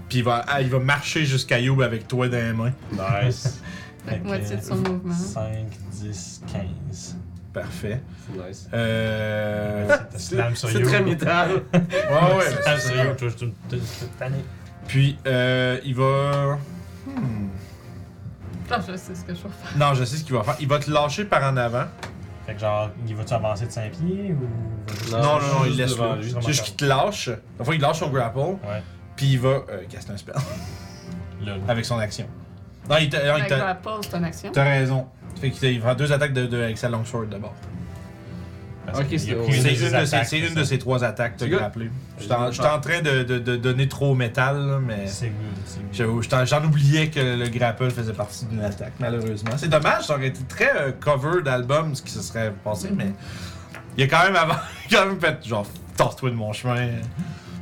S1: puis il va, ah, il va marcher jusqu'à Youb avec toi dans les mains.
S6: Nice.
S5: Fait que moitié de son mouvement.
S6: 5, 10, 15.
S1: Parfait.
S2: C'est nice.
S1: Euh.
S6: C'est Ah slam sur
S2: C'est
S6: you.
S2: très métal.
S1: ouais, ouais.
S6: Slam sur you, toi, je te- je te panique.
S1: Puis euh, il va. Hmm.
S5: Ah, je sais ce que je vais faire.
S1: Non, je sais ce qu'il va faire. Il va te lâcher par en avant.
S6: Fait que genre, il va-tu avancer de 5 pieds ou.
S2: Non,
S1: Non, non,
S2: je
S1: non,
S2: suis
S1: il
S2: juste
S1: laisse
S2: devant
S1: là.
S2: lui.
S6: Oh
S1: C'est Juste qu'il te lâche. Enfin, il lâche son grapple,
S6: Ouais.
S1: puis il va euh, caster un spell
S6: Là,
S1: avec son action. Non, il t'a. non, il
S5: Fait que
S1: t'a-
S5: la pause, c'est une action.
S1: T'as raison. Fait qu'il t'a- il fera deux attaques de, de- avec sa longsword d'abord.
S6: parce
S2: Ok,
S6: qu'il a
S2: c'est-
S6: pris
S2: Une
S1: C'est
S6: des
S1: une, de ses-
S6: attaques,
S1: c'est
S6: c'est
S1: une de
S6: ça.
S1: ses trois attaques, t'as
S2: C'est good.
S1: rappelé. J'étais en j'étais en train de, de- de donner trop au métal, là, mais.
S6: C'est good, c'est good.
S1: J'avoue, J'en j'en oubliais que le grapple faisait partie d'une attaque, malheureusement. C'est dommage, ça aurait été très euh, cover d'album ce qui se serait passé, mais il a quand même avant, il a quand même fait genre tasse-toi de mon chemin.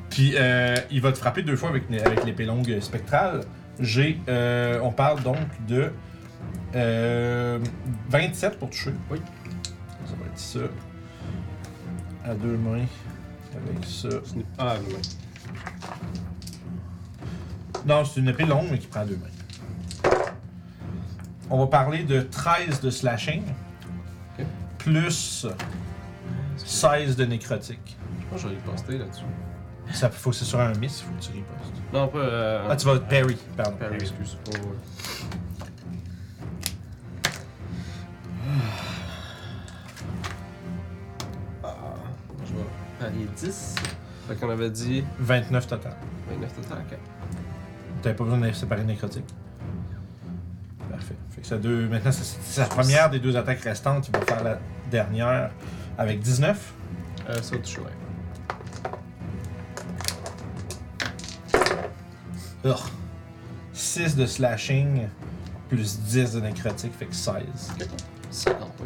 S1: Puis euh, il va te frapper deux fois avec, avec l'épée longue spectrale. J'ai, euh, on parle donc de euh, 27 pour toucher. Oui. Ça va être ça. À deux mains. Avec ça.
S2: Ce n'est pas loin.
S1: Non, c'est une épée longue, mais qui prend deux mains. On va parler de 13 de slashing,
S2: Ok.
S1: plus 16 de nécrotique.
S2: Je pense que je vais riposter là-dessus.
S1: Ça faut que c'est sur un miss, faut que tu ripostes.
S2: Non, pas. Euh,
S1: Ah, tu vas parry, pardon.
S2: Parry, excuse. Oh, ouais. Ah, je vais parier 10. Fait qu'on avait dit
S1: 29 total.
S2: 29 total, ok.
S1: T'avais pas besoin de séparer nécrotique. Parfait. Fait que ça deux. Maintenant, c'est- c'est la première des deux attaques restantes. Il va faire la dernière avec 19.
S2: Euh, ça touche, ouais.
S1: Ugh. 6 de slashing, plus 10 de nécrotique, fait que 16.
S2: 50 points.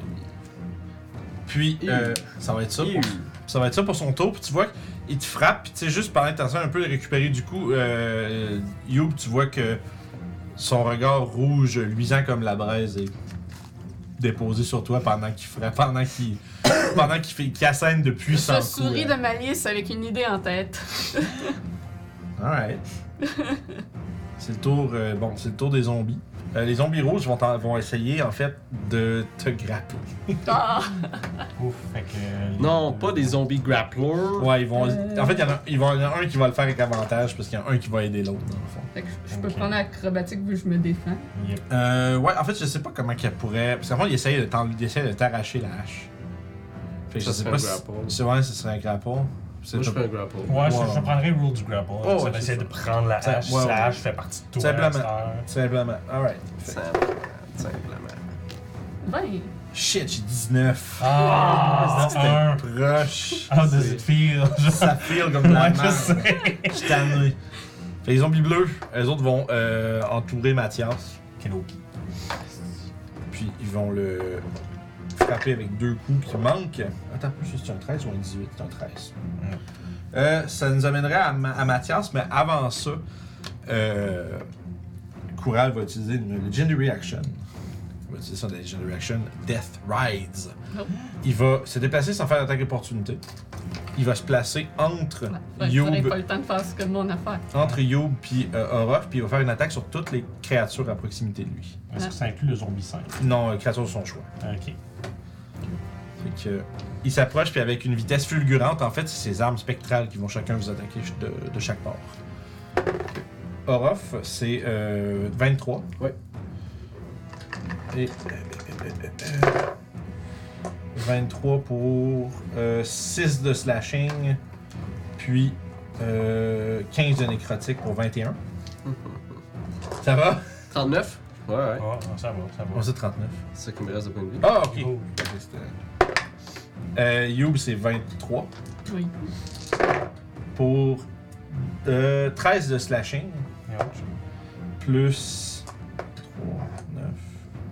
S1: Puis,
S2: Ew.
S1: euh, ça va être ça. Pour, ça va être ça pour son tour. Puis tu vois qu'il te frappe. Puis tu sais, juste par l'intention un peu de récupérer du coup, euh, Youb, tu vois que son regard rouge, luisant comme la braise, est déposé sur toi pendant qu'il frappe, pendant qu'il pendant qu'il fait- qu'il assène de puissants
S5: Je
S1: coups.
S5: souris de
S1: là.
S5: malice avec une idée en tête.
S1: Alright. c'est le tour. euh, bon, c'est le tour des zombies. Euh, les zombies rouges vont, t'en- vont essayer en fait de te grappler.
S5: Ah!
S6: Ouf, fait que. euh,
S2: Non, pas des zombies grapplers.
S1: Ouais, ils vont. En fait, il y en a- il va- il y en a un qui va le faire avec avantage parce qu'il y en a un qui va aider l'autre dans le fond.
S5: Fait que je, je peux
S6: Ok.
S5: prendre acrobatique vu que je me défends.
S6: Yep.
S1: Euh, ouais, en fait, je sais pas comment qu'elle pourrait. Parce qu'en fait, il essaye de t'en- il essaye de t'arracher la hache. Fait que
S2: Ça
S1: je sais
S2: serait
S1: pas
S2: un
S1: si.
S2: grapple.
S1: C'est vrai, ce serait un grapple. C'est
S2: Moi, je fais un grapple.
S6: Ouais, Je,
S1: Wow. Oh,
S6: je prendrais Rule du Grapple.
S1: ouais,
S6: ça va
S1: c'est
S6: essayer
S1: ça.
S6: de prendre la
S1: Ça-
S6: hache.
S1: ouais, ouais.
S6: La hache fait partie de toi.
S1: Simplement.
S6: c'est un-
S1: Simplement. Alright. Fait-
S2: Simplement. Simplement.
S5: 20!
S1: Shit, j'ai 19.
S6: Ah, c'est un.
S1: Proche.
S6: How does it feel?
S1: Ça file comme de la
S6: Ouais, je
S1: merde.
S6: sais.
S1: Je suis tanné. Fait que les zombies bleus, eux autres vont euh, entourer Mathias.
S6: Kenobi.
S1: Puis ils vont le frapper avec deux coups qui manquent. Attends, plus c'est un 13 ou un 18, c'est un 13.
S6: Non.
S1: Euh, ça nous amènerait à, Ma- à Mathias, mais avant ça, euh, Coural va utiliser une Legendary Action. Il va utiliser son Legendary Action Death Rides.
S5: Oh.
S1: Il va se déplacer sans faire d'attaque d'opportunité. Il va se placer entre
S5: Ouais, J'aurais
S1: Youb
S5: pas le temps de faire ce que mon affaire.
S1: entre Youb puis euh, Orof, puis il va faire une attaque sur toutes les créatures à proximité de lui.
S6: Est-ce que ça inclut le zombie 5?
S1: Non, euh, créatures de son choix.
S6: Ok.
S1: Fait que, euh, il s'approche, puis avec une vitesse fulgurante, en fait, c'est ses armes spectrales qui vont chacun vous attaquer ch- de, de chaque part. Orof, c'est euh, 23.
S2: Ouais.
S1: Et. euh, 23 euh, pour euh, 6 de slashing, puis euh, 15 de nécrotique pour 21. Ça va?
S2: 39? Ouais, ouais.
S6: Ah, ça va, ça
S1: On
S6: va.
S1: dit 39.
S2: C'est ça qui me reste de point de vie.
S1: Ah, ok. Euh, Youb, c'est 23
S5: Oui.
S1: pour euh, 13 de slashing,
S6: Et autres.
S1: plus 3, 9,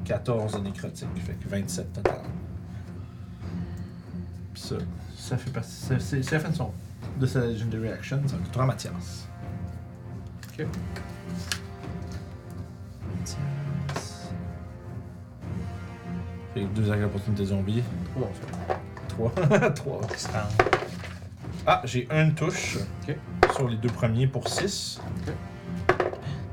S1: 14 de nécrotique. Fait que 27 total. Pis ça, ça fait partie. ça- C'est c'est la fin de son. de sa Legendary Action. Ça coûtera à Mathias.
S2: Ok.
S1: Mathias. Fait que deux actes d'opportunité zombie.
S2: Comment on fait?
S1: 3. 3.
S6: Stand.
S1: Ah, j'ai une touche
S2: Ok.
S1: sur les deux premiers pour 6.
S2: Ok.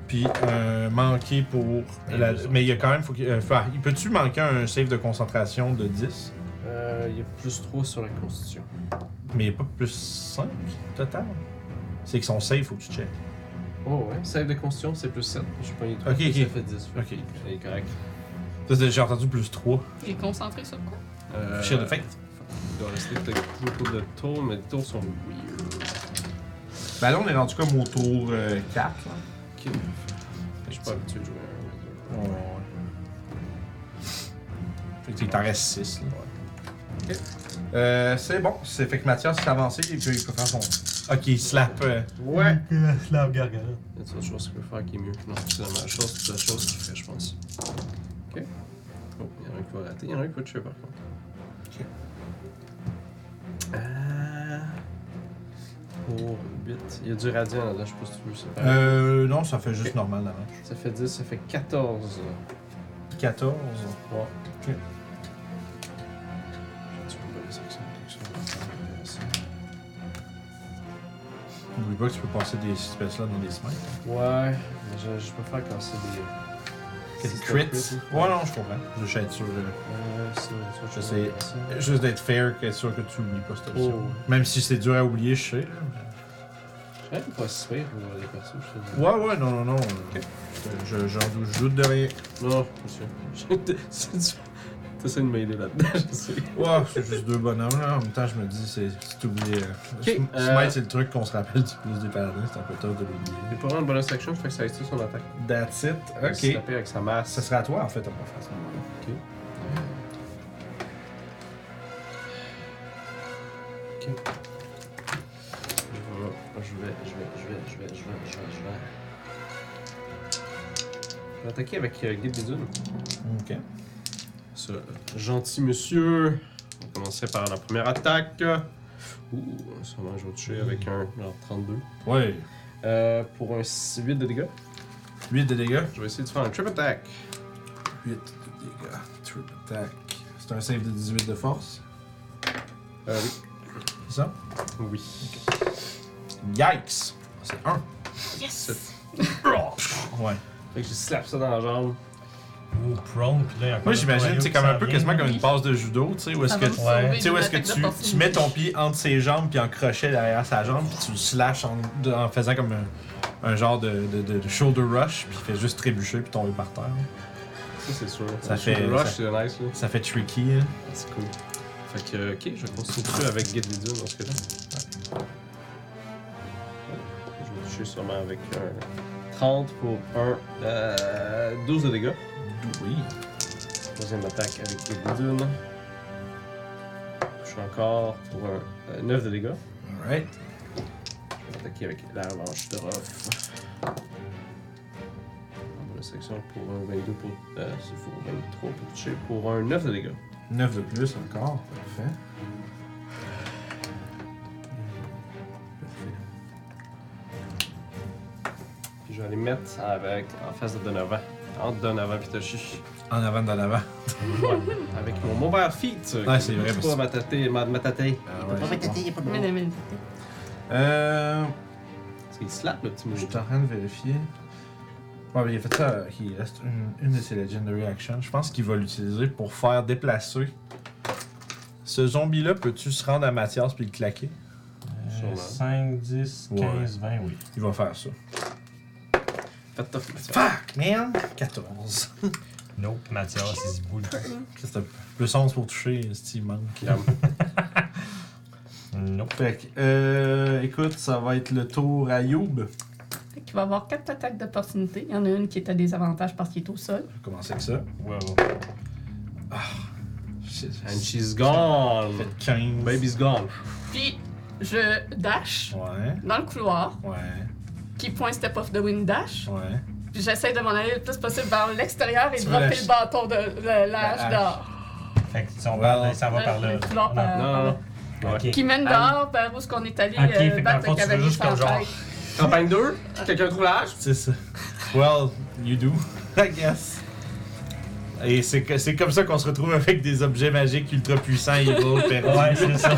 S1: Puis euh, manquer pour. la- Mais il y a quand même. Faut qu'il- euh, fa- il peut-tu manquer un save de concentration de 10
S2: Euh, il y a plus 3 sur la constitution.
S1: Mais pas plus 5 total C'est que son save, faut que tu checkes.
S2: Oh ouais, save de constitution, c'est plus 7. J'ai pas eu
S1: Ok, ok.
S2: Ça fait 10.
S1: Ok.
S2: C'est correct.
S1: Ça, c'est- J'ai entendu plus 3.
S5: Il est concentré sur quoi
S2: Euh,
S1: Fichier de fête.
S2: Il doit rester peut-être beaucoup de tours, mais les tours sont weird.
S1: Ben là, on est rendu comme au tour euh, 4.
S2: Ok. Je suis pas habitué de jouer à un
S1: Ouais. Fait qu'il t'en reste 6.
S2: Ok.
S1: Euh, c'est bon. C'est fait que Mathias s'est avancé et puis il peut faire son. Ok, il slap. euh,
S2: Ouais!
S6: Slave Gargara.
S2: Il y a autre chose qu'il peut faire qui est mieux. Non, c'est la même chose, c'est la chose qu'il fait, je pense. Ok. Oh, il y en a un qui va rater. Il y en a un qui va tuer par contre.
S1: Ok.
S2: Euh... Pour 8. Il y a du radiant là-dedans, je sais pas si tu veux ça.
S1: Euh, non, ça fait juste
S2: Ok.
S1: normal dommage.
S2: Ça fait 10, ça fait 14.
S1: 14.
S2: Ouais. Ok. Tu peux pas les actions, quelque chose.
S1: N'oublie pas que tu peux passer des espèces-là dans des semaines.
S2: Ouais, mais je, je préfère quand c'est des.
S1: Des
S2: c'est
S1: crits.
S2: un crit,
S1: Ouais, non, je comprends. Je suis être sûr. de-
S2: Euh, c'est-
S1: Je
S2: c'est-
S1: sais.
S2: c'est-
S1: Juste d'être fair, être sûr que tu oublies pas cette
S2: Oh,
S1: option. Même si c'est dur à oublier, je sais. là,
S2: je serais pas si pire pour les persos, je te
S1: mais-
S2: dis.
S1: Ouais, ouais, non, non, non. Je, je, j'en doute, je doute de rien.
S2: Non, monsieur. Je- c'est du- T'essaies de m'aider là-dedans, je sais.
S1: Ouais, c'est juste deux bonhommes, là. En même temps, je me dis, c'est, si t'oublies. euh, Sm-
S2: euh,
S1: Smite, c'est le truc qu'on se rappelle du plus des paladins. C'est un peu tough de l'oublier.
S2: Il pas vraiment de bonus action, fait que ça extrait son attaque.
S1: That's it.
S2: Il va se
S1: Ok.
S2: taper avec sa masse.
S1: Ça serait à toi, en fait, on va faire ça.
S2: Je vais, Oh, je vais, je vais, je vais, je vais, je vais, je vais, je vais. Je vais attaquer avec euh, Guide des Dunes.
S1: Ok.
S2: Ce gentil monsieur. On va commencer par la première attaque. Ouh, sûrement je vais toucher avec un genre 32.
S1: Ouais.
S2: Euh, pour un 6 8 de dégâts,
S1: 8 de dégâts.
S2: je vais essayer de faire un trip attack.
S1: 8 de dégâts. Triple attack. C'est un save de 18 de force,
S2: Euh, oui.
S1: c'est ça?
S2: Oui.
S1: Yikes! C'est Oh! 1.
S2: Yes!
S1: Ouais.
S2: Fait que je slap ça dans la jambe.
S6: Ou prone, puis là, il y a encore
S1: Moi
S6: le
S1: j'imagine,
S6: toyo
S1: c'est
S6: qui
S1: comme un
S6: s'en
S1: peu
S6: vient.
S1: quasiment comme une passe de judo, tu sais, où est-ce
S5: Ça
S1: que
S5: va me
S1: tu.
S5: sauver
S6: Ouais.
S5: d'une
S1: Tu sais, où est-ce que
S5: attaque
S1: tu, tu
S5: d'opportunité.
S1: mets ton pied entre ses jambes puis en crochet derrière sa jambe puis tu le slashes en, de- en faisant comme un, un genre de, de- de- de shoulder rush puis il fait juste trébucher puis tomber par terre.
S2: Ça, c'est sûr.
S1: Ça
S2: Le
S1: fait-
S2: shoulder rush,
S1: ça-
S2: c'est nice, là.
S1: Ça fait tricky. hein.
S2: C'est cool. Fait que, euh, ok, je continue avec Guide des Dunes dans ce cas-là. Je vais toucher sûrement avec un 30 pour un euh, 12 de dégâts.
S1: Oui.
S2: Troisième attaque avec Guide des Dunes. Je suis encore pour un euh, 9 de dégâts.
S1: Alright.
S2: Je vais attaquer avec la revanche de Ruff. La section pour un 22 pour. Euh, c'est pour 23 pour toucher pour un 9 de dégâts.
S1: 9 de plus encore. Parfait.
S2: Puis je vais aller mettre avec, en face de Donovan. Entre Donovan et Toshi.
S1: En avant, dans l'avant.
S2: Avec mon mobile feet.
S1: Ouais, c'est vrai, parce
S2: Pas
S1: que-
S2: ma tâté, ma, ma tâté.
S1: Ah ouais, c'est bon.
S8: pas
S5: Mais non, mais.
S1: Euh.
S2: Parce qu'il slap le petit
S1: Je
S2: mouche.
S1: suis en train de vérifier. Ouais, mais il a fait ça. euh, Il reste une, une de ses Legendary Actions. Je pense qu'il va l'utiliser pour faire déplacer. Ce zombie-là, peux-tu se rendre à Mathias puis le claquer
S2: Sûrement.
S6: Euh, 5, 10,
S1: Ouais.
S6: 15, 20, oui.
S1: Il va faire ça.
S2: Faites tough, Mathieu.
S1: Fuck, man 14.
S6: Nope, Mathias, il se boule.
S1: C'est un- plus 11 pour toucher, Steve manque.
S6: Nope.
S1: Fait que, euh, écoute, ça va être le tour à Youb.
S5: Fait qu'il va avoir quatre attaques d'opportunité. Il y en a une qui est à désavantage parce qu'il est au sol.
S1: Je vais commencer avec ça.
S6: Wow.
S1: Shit,
S2: And
S1: j'ai
S2: she's gone.
S1: fait 15.
S2: Baby's gone.
S5: Puis je dash
S1: Ouais,
S5: dans le couloir,
S1: ouais,
S5: qui point step off the wind dash.
S1: ouais.
S5: Puis j'essaie de m'en aller le plus possible vers l'extérieur et
S1: Tu
S5: de
S1: veux la
S5: dropper le
S1: ch-
S5: bâton de le- la hache
S1: hache.
S5: dehors.
S6: Fait que si on
S1: Wow.
S6: parle de- ça va
S5: Le-
S6: par là.
S5: le couloir par-
S6: Non.
S2: Non, non, non.
S6: Ok.
S5: Qui mène dehors vers où est-ce qu'on est allé
S6: Ok,
S5: euh,
S6: fait que dans le
S5: battre
S6: fond,
S5: le
S6: tu veux
S5: cavalier
S6: juste
S5: sans
S6: comme genre-
S5: tête.
S2: Campagne 2, quelqu'un trouve l'âge?
S1: C'est ça. Well, you do, I guess. Et c'est que- c'est comme ça qu'on se retrouve avec des objets magiques ultra puissants et evil perdus.
S6: Ouais, c'est ça.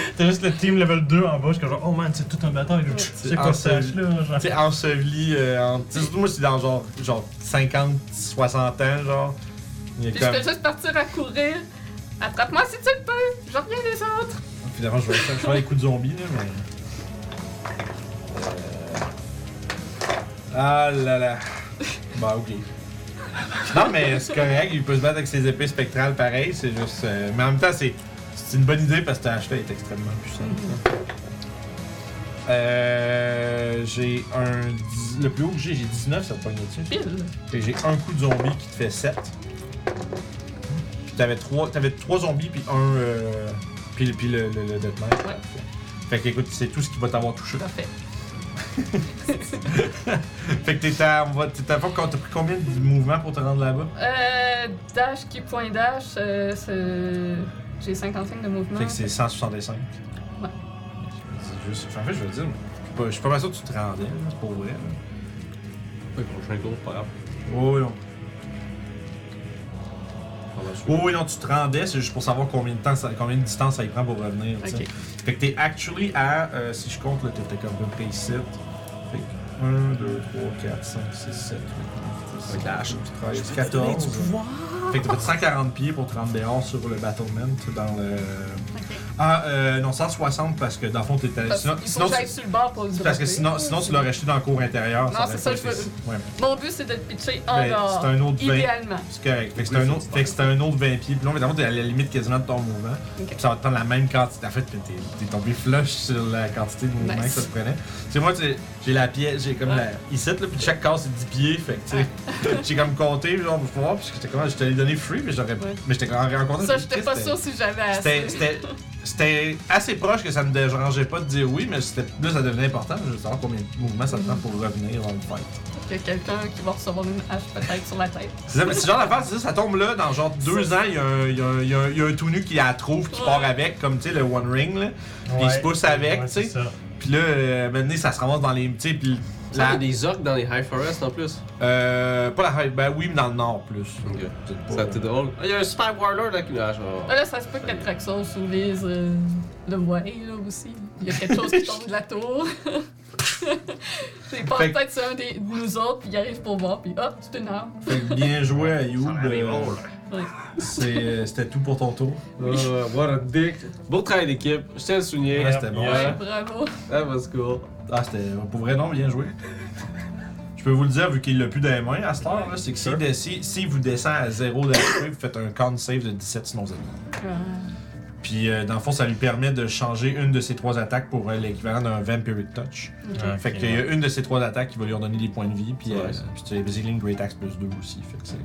S6: T'as juste le team level 2 en bas, je suis genre, oh man, c'est tout un bataille. C'est quoi ce
S1: Ah, c'est-
S6: là genre.
S1: T'sais, enseveli euh, en. tu sais, moi, je suis dans genre, genre 50, 60 ans, genre. Il est
S5: Puis
S1: comme.
S5: je fais juste partir à courir. Attrape-moi si tu le peux. Je reviens les autres.
S1: Finalement, je vais je vais faire les coups de zombie, là, mais. Euh, Ah là là. Bah, ok. Non, mais c'est correct, il peut se battre avec ses épées spectrales pareil, c'est juste. euh, Mais en même temps, c'est c'est une bonne idée parce que ta hache est extrêmement puissante. là. Euh, j'ai un. dix- Le plus haut que j'ai, j'ai 19, ça te pogne dessus.
S5: Pile.
S1: Et j'ai un coup de zombie qui te fait 7. T'avais trois, t'avais trois zombies puis un. euh, puis, puis le, le, le Deathman.
S5: Ouais.
S1: Fait que écoute, c'est tout ce qui va t'avoir touché.
S5: Parfait.
S1: Fait que t'es à. on va- T'es à quand t'as pris combien de mouvements pour te rendre là-bas?
S5: Euh, dash qui point dash. euh, c'est- J'ai 55 de mouvement.
S1: Fait que c'est 165.
S5: Ouais.
S1: C'est juste. En fait, je veux dire, je suis pas- je suis pas, mal sûr que tu te rendais, là, c'est pour vrai. là.
S2: Oui, prochain tour, pas grave.
S1: Oh oui, non. Oh oui, non, tu te rendais, c'est juste pour savoir combien de temps, ça- combien de distance ça y prend pour revenir. tu sais.
S5: Ok.
S1: Fait que t'es actually à, euh, si je compte, là, t'es t'es comme à peu près ici. Fait que 1, 2, 3, 4, 5, 6, 7, 8, 9, 10,
S2: Avec la hache.
S1: 13, 14. Fait que t'as fait 140 pieds pour te rendre dehors sur le battlement dans le. Ah, euh, non, 160 parce que dans le fond, t'étais.
S5: Parce
S1: Sinon,
S5: qu'il faut
S1: sinon,
S5: que j'aille
S1: tu-
S5: sur le bord pour le
S1: parce que
S5: dropper.
S1: sinon, sinon tu l'aurais jeté dans le cours intérieur.
S5: Non,
S1: aurait
S5: c'est ça,
S1: pas
S5: je
S1: été-
S5: veux-
S1: Ouais.
S5: Mon but, c'est de le pitcher en
S1: Ben,
S5: dehors.
S1: c'est un autre vingt.
S5: Idéalement.
S1: C'est correct. Fait que c'est un autre, fait que c'est un autre 20 pieds. Puis là, mais d'abord, t'es à la limite quasiment de ton mouvement.
S5: Ok.
S1: Puis ça va te prendre la même quantité. En fait, t'es, t'es- t'es tombé flush sur la quantité de mouvement
S5: Nice.
S1: que ça te prenait. C'est moi, tu sais, j'ai la pièce, j'ai comme la. Ici, là, puis chaque case, c'est 10 pieds. Fait que, tu sais, j'ai comme compté, genre, pour voir. Puis j'étais comme, je t'allais donner free, mais j'aurais.
S5: Ouais.
S1: Mais j'étais quand même rencontré.
S5: Ça, j'étais pas sûre si j'avais assez.
S1: C'était. c'était- C'était assez proche que ça me dérangeait pas de dire oui, mais c'était, là, ça devenait important. Je veux savoir combien de mouvements ça te prend pour revenir dans le fight.
S5: Il y a quelqu'un qui va recevoir une hache peut-être sur la tête.
S1: C'est ça, mais c'est le genre d'affaire, c'est ça, ça tombe là, dans genre deux ans, il y, a un- il y a un- il y a un- il y a un tout nu qui la trouve, qui part avec, comme tu sais, le One Ring, là. Puis il se pousse avec, tu sais. Puis là, euh, maintenant, ça se ramasse dans les. Tu sais, puis
S2: Là, il
S1: la.
S2: y a des orques dans les High Forest en plus.
S1: Euh, pas la. Ben oui, mais dans le nord plus.
S2: Ok.
S1: Peut-être pas,
S2: Ça, c'est
S1: euh,
S2: drôle. Ah, Il y a un Super Warlord avec une hache. oh.
S5: Ah, Là, ça se peut que le Traxos ou les euh, le voient, là aussi. Il y a quelque chose qui tombe de la tour. C'est pas
S1: Fait que-
S5: peut-être sur un des, de nous autres, puis il arrive pour voir, puis hop, c'est une arme.
S1: Fait que bien joué à You. euh,
S5: Ouais.
S1: C'était tout pour ton tour.
S2: Ah, what a dick. Beau travail d'équipe, je tiens à le souligner.
S1: Ouais, Ah, c'était bon.
S5: Ouais,
S2: Yeah.
S5: bravo.
S2: That was cool.
S1: Ah, c'était. Pour vrai, non, bien joué. Je peux vous le dire, vu qu'il l'a plus dans les mains à cette heure, là, c'est que s'il si, si vous descend à 0 d'HP, vous faites un count save de 17 sinon vous êtes
S5: Euh,
S1: Puis euh, dans le fond, ça lui permet de changer une de ses trois attaques pour euh, l'équivalent d'un Vampiric Touch. Euh, Fait qu'il y a une de ses trois attaques qui va lui redonner des points de vie. Puis, euh,
S2: Ouais.
S1: puis tu as Brazilian Great Axe plus 2 aussi. Fait que c'est,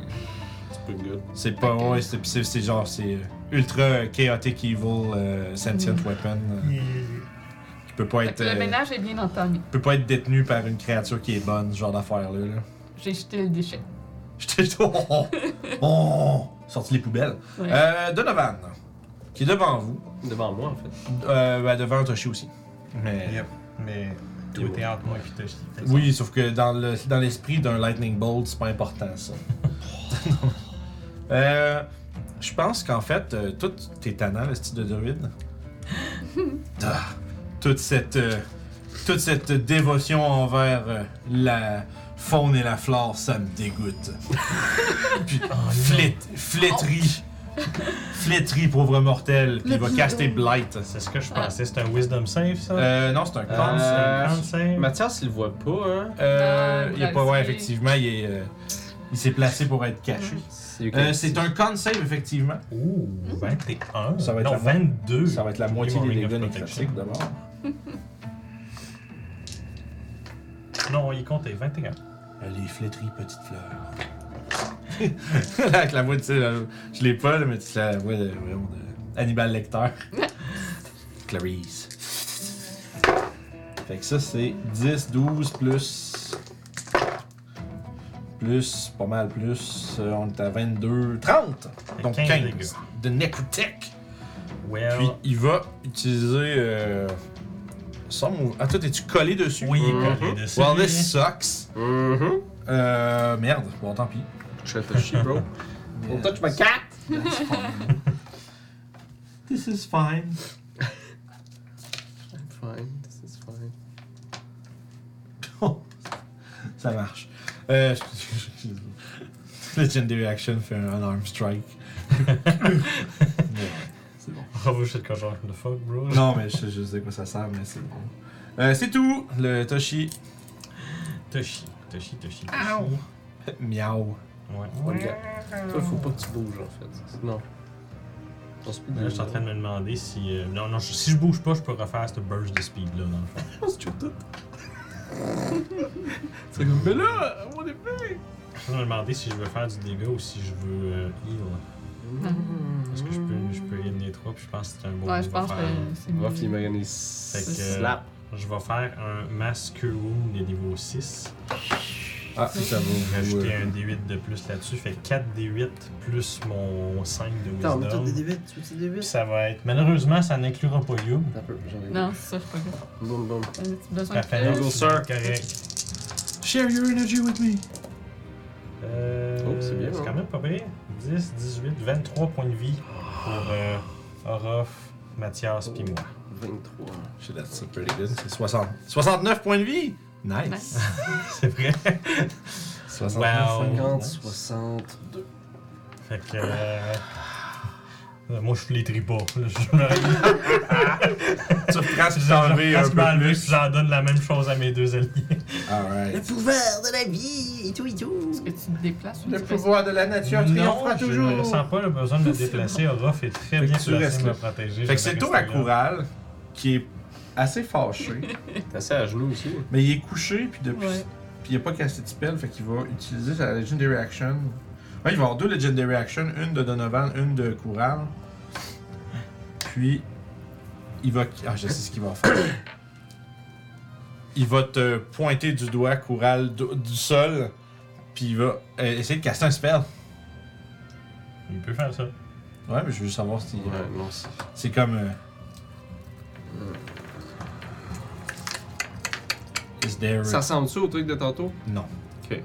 S2: It's pretty good.
S1: c'est pas.
S5: Ok.
S1: Ouais, c'est, puis c'est, c'est genre. C'est euh, ultra chaotic evil euh, sentient weapon. euh, qui peut pas
S5: fait
S1: être.
S5: que le
S1: euh,
S5: ménage est bien entamé.
S1: peut pas être détenu par une créature qui est bonne, ce genre d'affaire-là. Là.
S5: J'ai jeté le déchet.
S1: J'étais juste. Oh, oh, oh, sorti les poubelles.
S5: Ouais.
S1: Euh, Donovan, qui est devant vous.
S2: Devant moi en fait.
S1: Euh, ben, devant Toshi aussi. Mais.
S6: Yep. Mais tout était entre moi et Toshi. Fait que
S1: Oui, sauf que dans le dans l'esprit d'un lightning bolt, c'est pas important ça. Non. Euh, je pense qu'en fait, euh, tout t'es tannant le style de druide. Ah, toute cette euh, toute cette dévotion envers euh, la faune et la flore, ça me dégoûte. Puis flét- flétrie. Flétrie, pauvre mortel, puis il va caster Blight.
S6: C'est ce que
S5: Ah.
S6: je pensais. C'est un wisdom save, ça?
S1: Euh, non, c'est un con.
S6: Con
S2: Euh,
S6: save, con save.
S2: Mathias, il le voit pas, hein.
S1: Euh,
S5: Ah,
S1: il est pas, ouais,
S5: placé.
S1: effectivement, il est, euh, il s'est placé pour être caché.
S2: C'est
S1: Euh, c'est un con save, effectivement.
S6: Ouh,
S5: Mhm.
S6: 21.
S1: Ça va être
S6: non,
S1: la mo-
S6: 22.
S1: Ça va être la
S6: J'ai
S1: moitié
S6: oublié
S1: des
S6: mon
S1: dégâts
S6: ring of protection.
S1: nécrotiques d'abord.
S6: Non, il comptait 21.
S1: Allez, flétrie, petite fleur. Avec la voix de. tu sais, la- Je l'ai pas, là, mais c'est la voix de, voyons, de Hannibal Lecter. Clarice. Fait que ça, c'est 10, 12 plus. Plus, pas mal plus. euh, on est à 22, 30!
S6: Fait
S1: Donc 15,
S6: 15 dégâts.
S1: de Necrotech.
S6: Well,
S1: Puis il va utiliser. Euh, son move. Ah, toi, t'es-tu collé dessus?
S6: oui, il
S2: Mhm.
S6: est collé dessus.
S1: Well, this sucks.
S2: Mhm.
S1: Euh, merde. Bon, tant pis.
S2: Shut the shit, bro. Don't touch my cat!
S1: This is fine.
S2: I'm fine, this is fine.
S1: Ça marche. Euh, Legendary Action fait un arm strike. c'est bon.
S6: Oh, vous, je suis le cochon, what the fuck, bro.
S1: Non, mais je, je sais quoi ça sert, mais c'est bon. Euh, c'est tout, le Toshi.
S6: Toshi, Toshi, Toshi.
S1: Miaou.
S6: Ouais.
S2: Pas de gars. Toi, faut pas que tu bouges, en fait. Non. On se peut
S1: Ben,
S6: Là, je suis en train de me demander si. euh, non, non, je- si je bouge pas, je peux refaire ce burst de speed là, dans le fond.
S2: On se tue tout.
S1: C'est comme, mais là, on est
S6: Je suis en train de me demander si je veux faire du dégât ou si je veux euh, heal. Parce que je peux, je peux heal les trois, puis je pense que c'est un bon
S5: Mm-hmm. Ouais,
S6: move
S5: je
S6: à
S5: pense que
S6: faire.
S5: c'est
S2: Bref, il
S5: mieux.
S2: m'a gagné
S6: Fait que, euh,
S2: slap.
S6: Je vais faire un Mask Wound de niveau 6.
S1: Ah, ça, ça
S6: Je vais
S1: va.
S6: Rajouter
S1: Ouais.
S6: un D8 de plus là-dessus. Fait 4 D8 plus mon 5 de
S8: Attends, on a tous des
S6: Wisdom.
S8: D8, tu veux des
S6: Puis
S8: D8?
S6: ça va être. Malheureusement, ça n'inclura pas You.
S2: Un peu, j'en ai deux.
S5: Non, c'est ça, je suis pas grave.
S2: Boum, boum.
S5: T'as un petit besoin de
S6: Parfait,
S5: plus.
S6: non,
S2: Go,
S6: c'est
S2: sir.
S6: correct.
S1: Share your energy with me.
S6: Euh,
S2: Oh, c'est bien,
S6: C'est
S2: hein.
S6: quand même pas pire. 10, 18, 23 points de vie pour euh, Orof, Mathias, puis moi.
S2: 23.
S1: Shit, that's pretty good. C'est 60. 69 points de vie! Nice.
S6: C'est vrai.
S1: 69 points de vie.
S2: 50, 62.
S6: Fait que. euh, euh, moi, je les pas. Là, Je me
S1: Tu reprends ce que
S6: je- je
S1: t'as enlevé
S6: prends
S1: un
S6: ce qui m'a
S1: peu
S6: enlevé, puis
S1: plus.
S6: j'en donne la même chose à mes deux alliés.
S1: Alright.
S8: Le pouvoir de la vie et tout et tout.
S5: Est-ce que tu te déplaces ou tu restes?
S1: de la nature
S6: non, je ne sens pas le besoin de me déplacer. Orof est très
S1: Fait
S6: bien
S1: que tu
S6: placé
S1: restes
S6: pour me
S1: là.
S6: protéger.
S1: Fait que
S6: Je
S1: c'est le
S6: vais
S1: tour à
S6: rester là.
S1: Coural, qui est assez fâché,
S2: T'es assez à genoux aussi.
S1: mais il est couché, puis depuis.
S5: Ouais.
S1: Puis il a pas cassé de spell, fait qu'il va utiliser sa Legendary Action. Ouais, il va avoir deux Legendary Action, une de Donovan, une de Coural. Puis. Il va. Ah, je sais ce qu'il va faire. Il va te pointer du doigt, Coural, du, du sol, puis il va euh, essayer de casser un spell.
S6: Il peut faire ça.
S1: Ouais, mais je veux juste savoir si.
S2: Ouais, non, c'est.
S1: C'est comme. euh, Is there.
S2: Ça ressemble-tu au truc de tantôt?
S1: Non.
S2: Ok.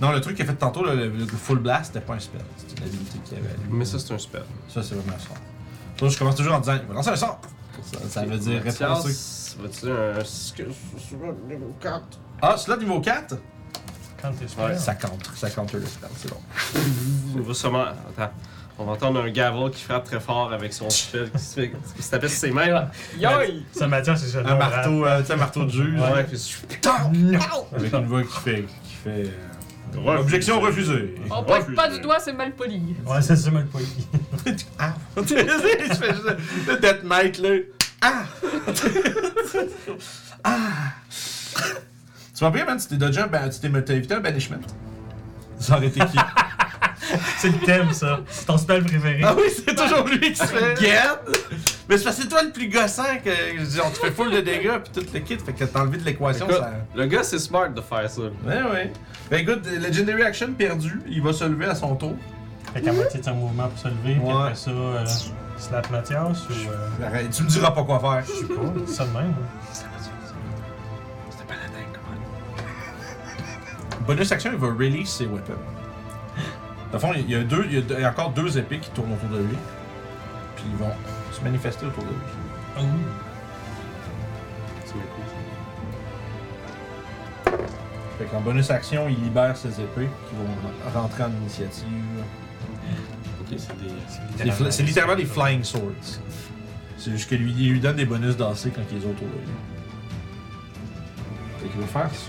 S1: Non, le truc qu'il a fait tantôt, le, le- le full blast, c'était pas un spell. C'était une habilité qu'il avait.
S2: Mais ça, c'est un spell.
S1: Ça, c'est vraiment un sort. Donc, je commence toujours en disant, il va lancer un sort. Ça, ça veut dire réponse. au-
S2: Mathias, vas-tu un. Est-ce que c'est un numéro 4?
S1: Ah, celui-là, niveau 4
S6: Quand t'es super.
S1: Ça contre. Ça contre le spell, c'est bon.
S2: On va sûrement. Attends. On va entendre un gavel qui frappe très fort avec son spell qui se fait. qui se tape sur ses mains là. Yoi!
S6: Ça, Mathias, c'est ça.
S1: Un marteau, euh, tu sais, un marteau de juge.
S2: Ouais, puis je
S1: Avec une voix qui fait. Qui fait euh,
S2: Refusé.
S1: Objection refusée.
S5: On
S2: Ouais,
S5: pointe
S2: je-
S5: pas du doigt, c'est mal poli.
S6: Ouais, c'est ça, le poli.
S1: Tu sais, je fais juste le Death Knight, là. Ah! ah! Tu vas bien, man, tu t'es dodgé un ban- tu t'es t'as évité un banishment. Ça aurait été qui?
S6: C'est le thème, ça. C'est ton spell préféré.
S1: ah oui, c'est toujours lui qui se fait. Garde! Mais c'est parce que c'est toi le plus gossant que. je dis, on te fait full de dégâts pis tout le kit, fait que t'as enlevé de l'équation,
S2: Écoute.
S1: ça.
S2: Le gars, c'est smart de faire ça.
S1: Ouais, ouais. Ben écoute, Legendary Action perdu, il va se lever à son tour.
S6: Fait qu'à moitié de son mouvement pour se lever, puis
S1: Ouais.
S6: après ça, euh, slap Mathias ou. euh,
S1: Arrête, Tu me diras pas quoi faire.
S6: Je sais pas, ça de même. hein.
S1: Bonus action, il va release ses weapons. Dans le fond, il y a, deux, il y a deux- il y a encore deux épées qui tournent autour de lui. Puis ils vont se manifester autour de lui.
S6: Oh,
S2: C'est mes couilles, ça.
S1: Fait qu'en bonus action, il libère ses épées qui vont rentrer en initiative.
S2: Ok, c'est des.
S1: Des fl- C'est littéralement des flying swords. C'est juste que lui, il lui donne des bonus dansés quand ils sont autour de lui. Fait qu'il va faire ça.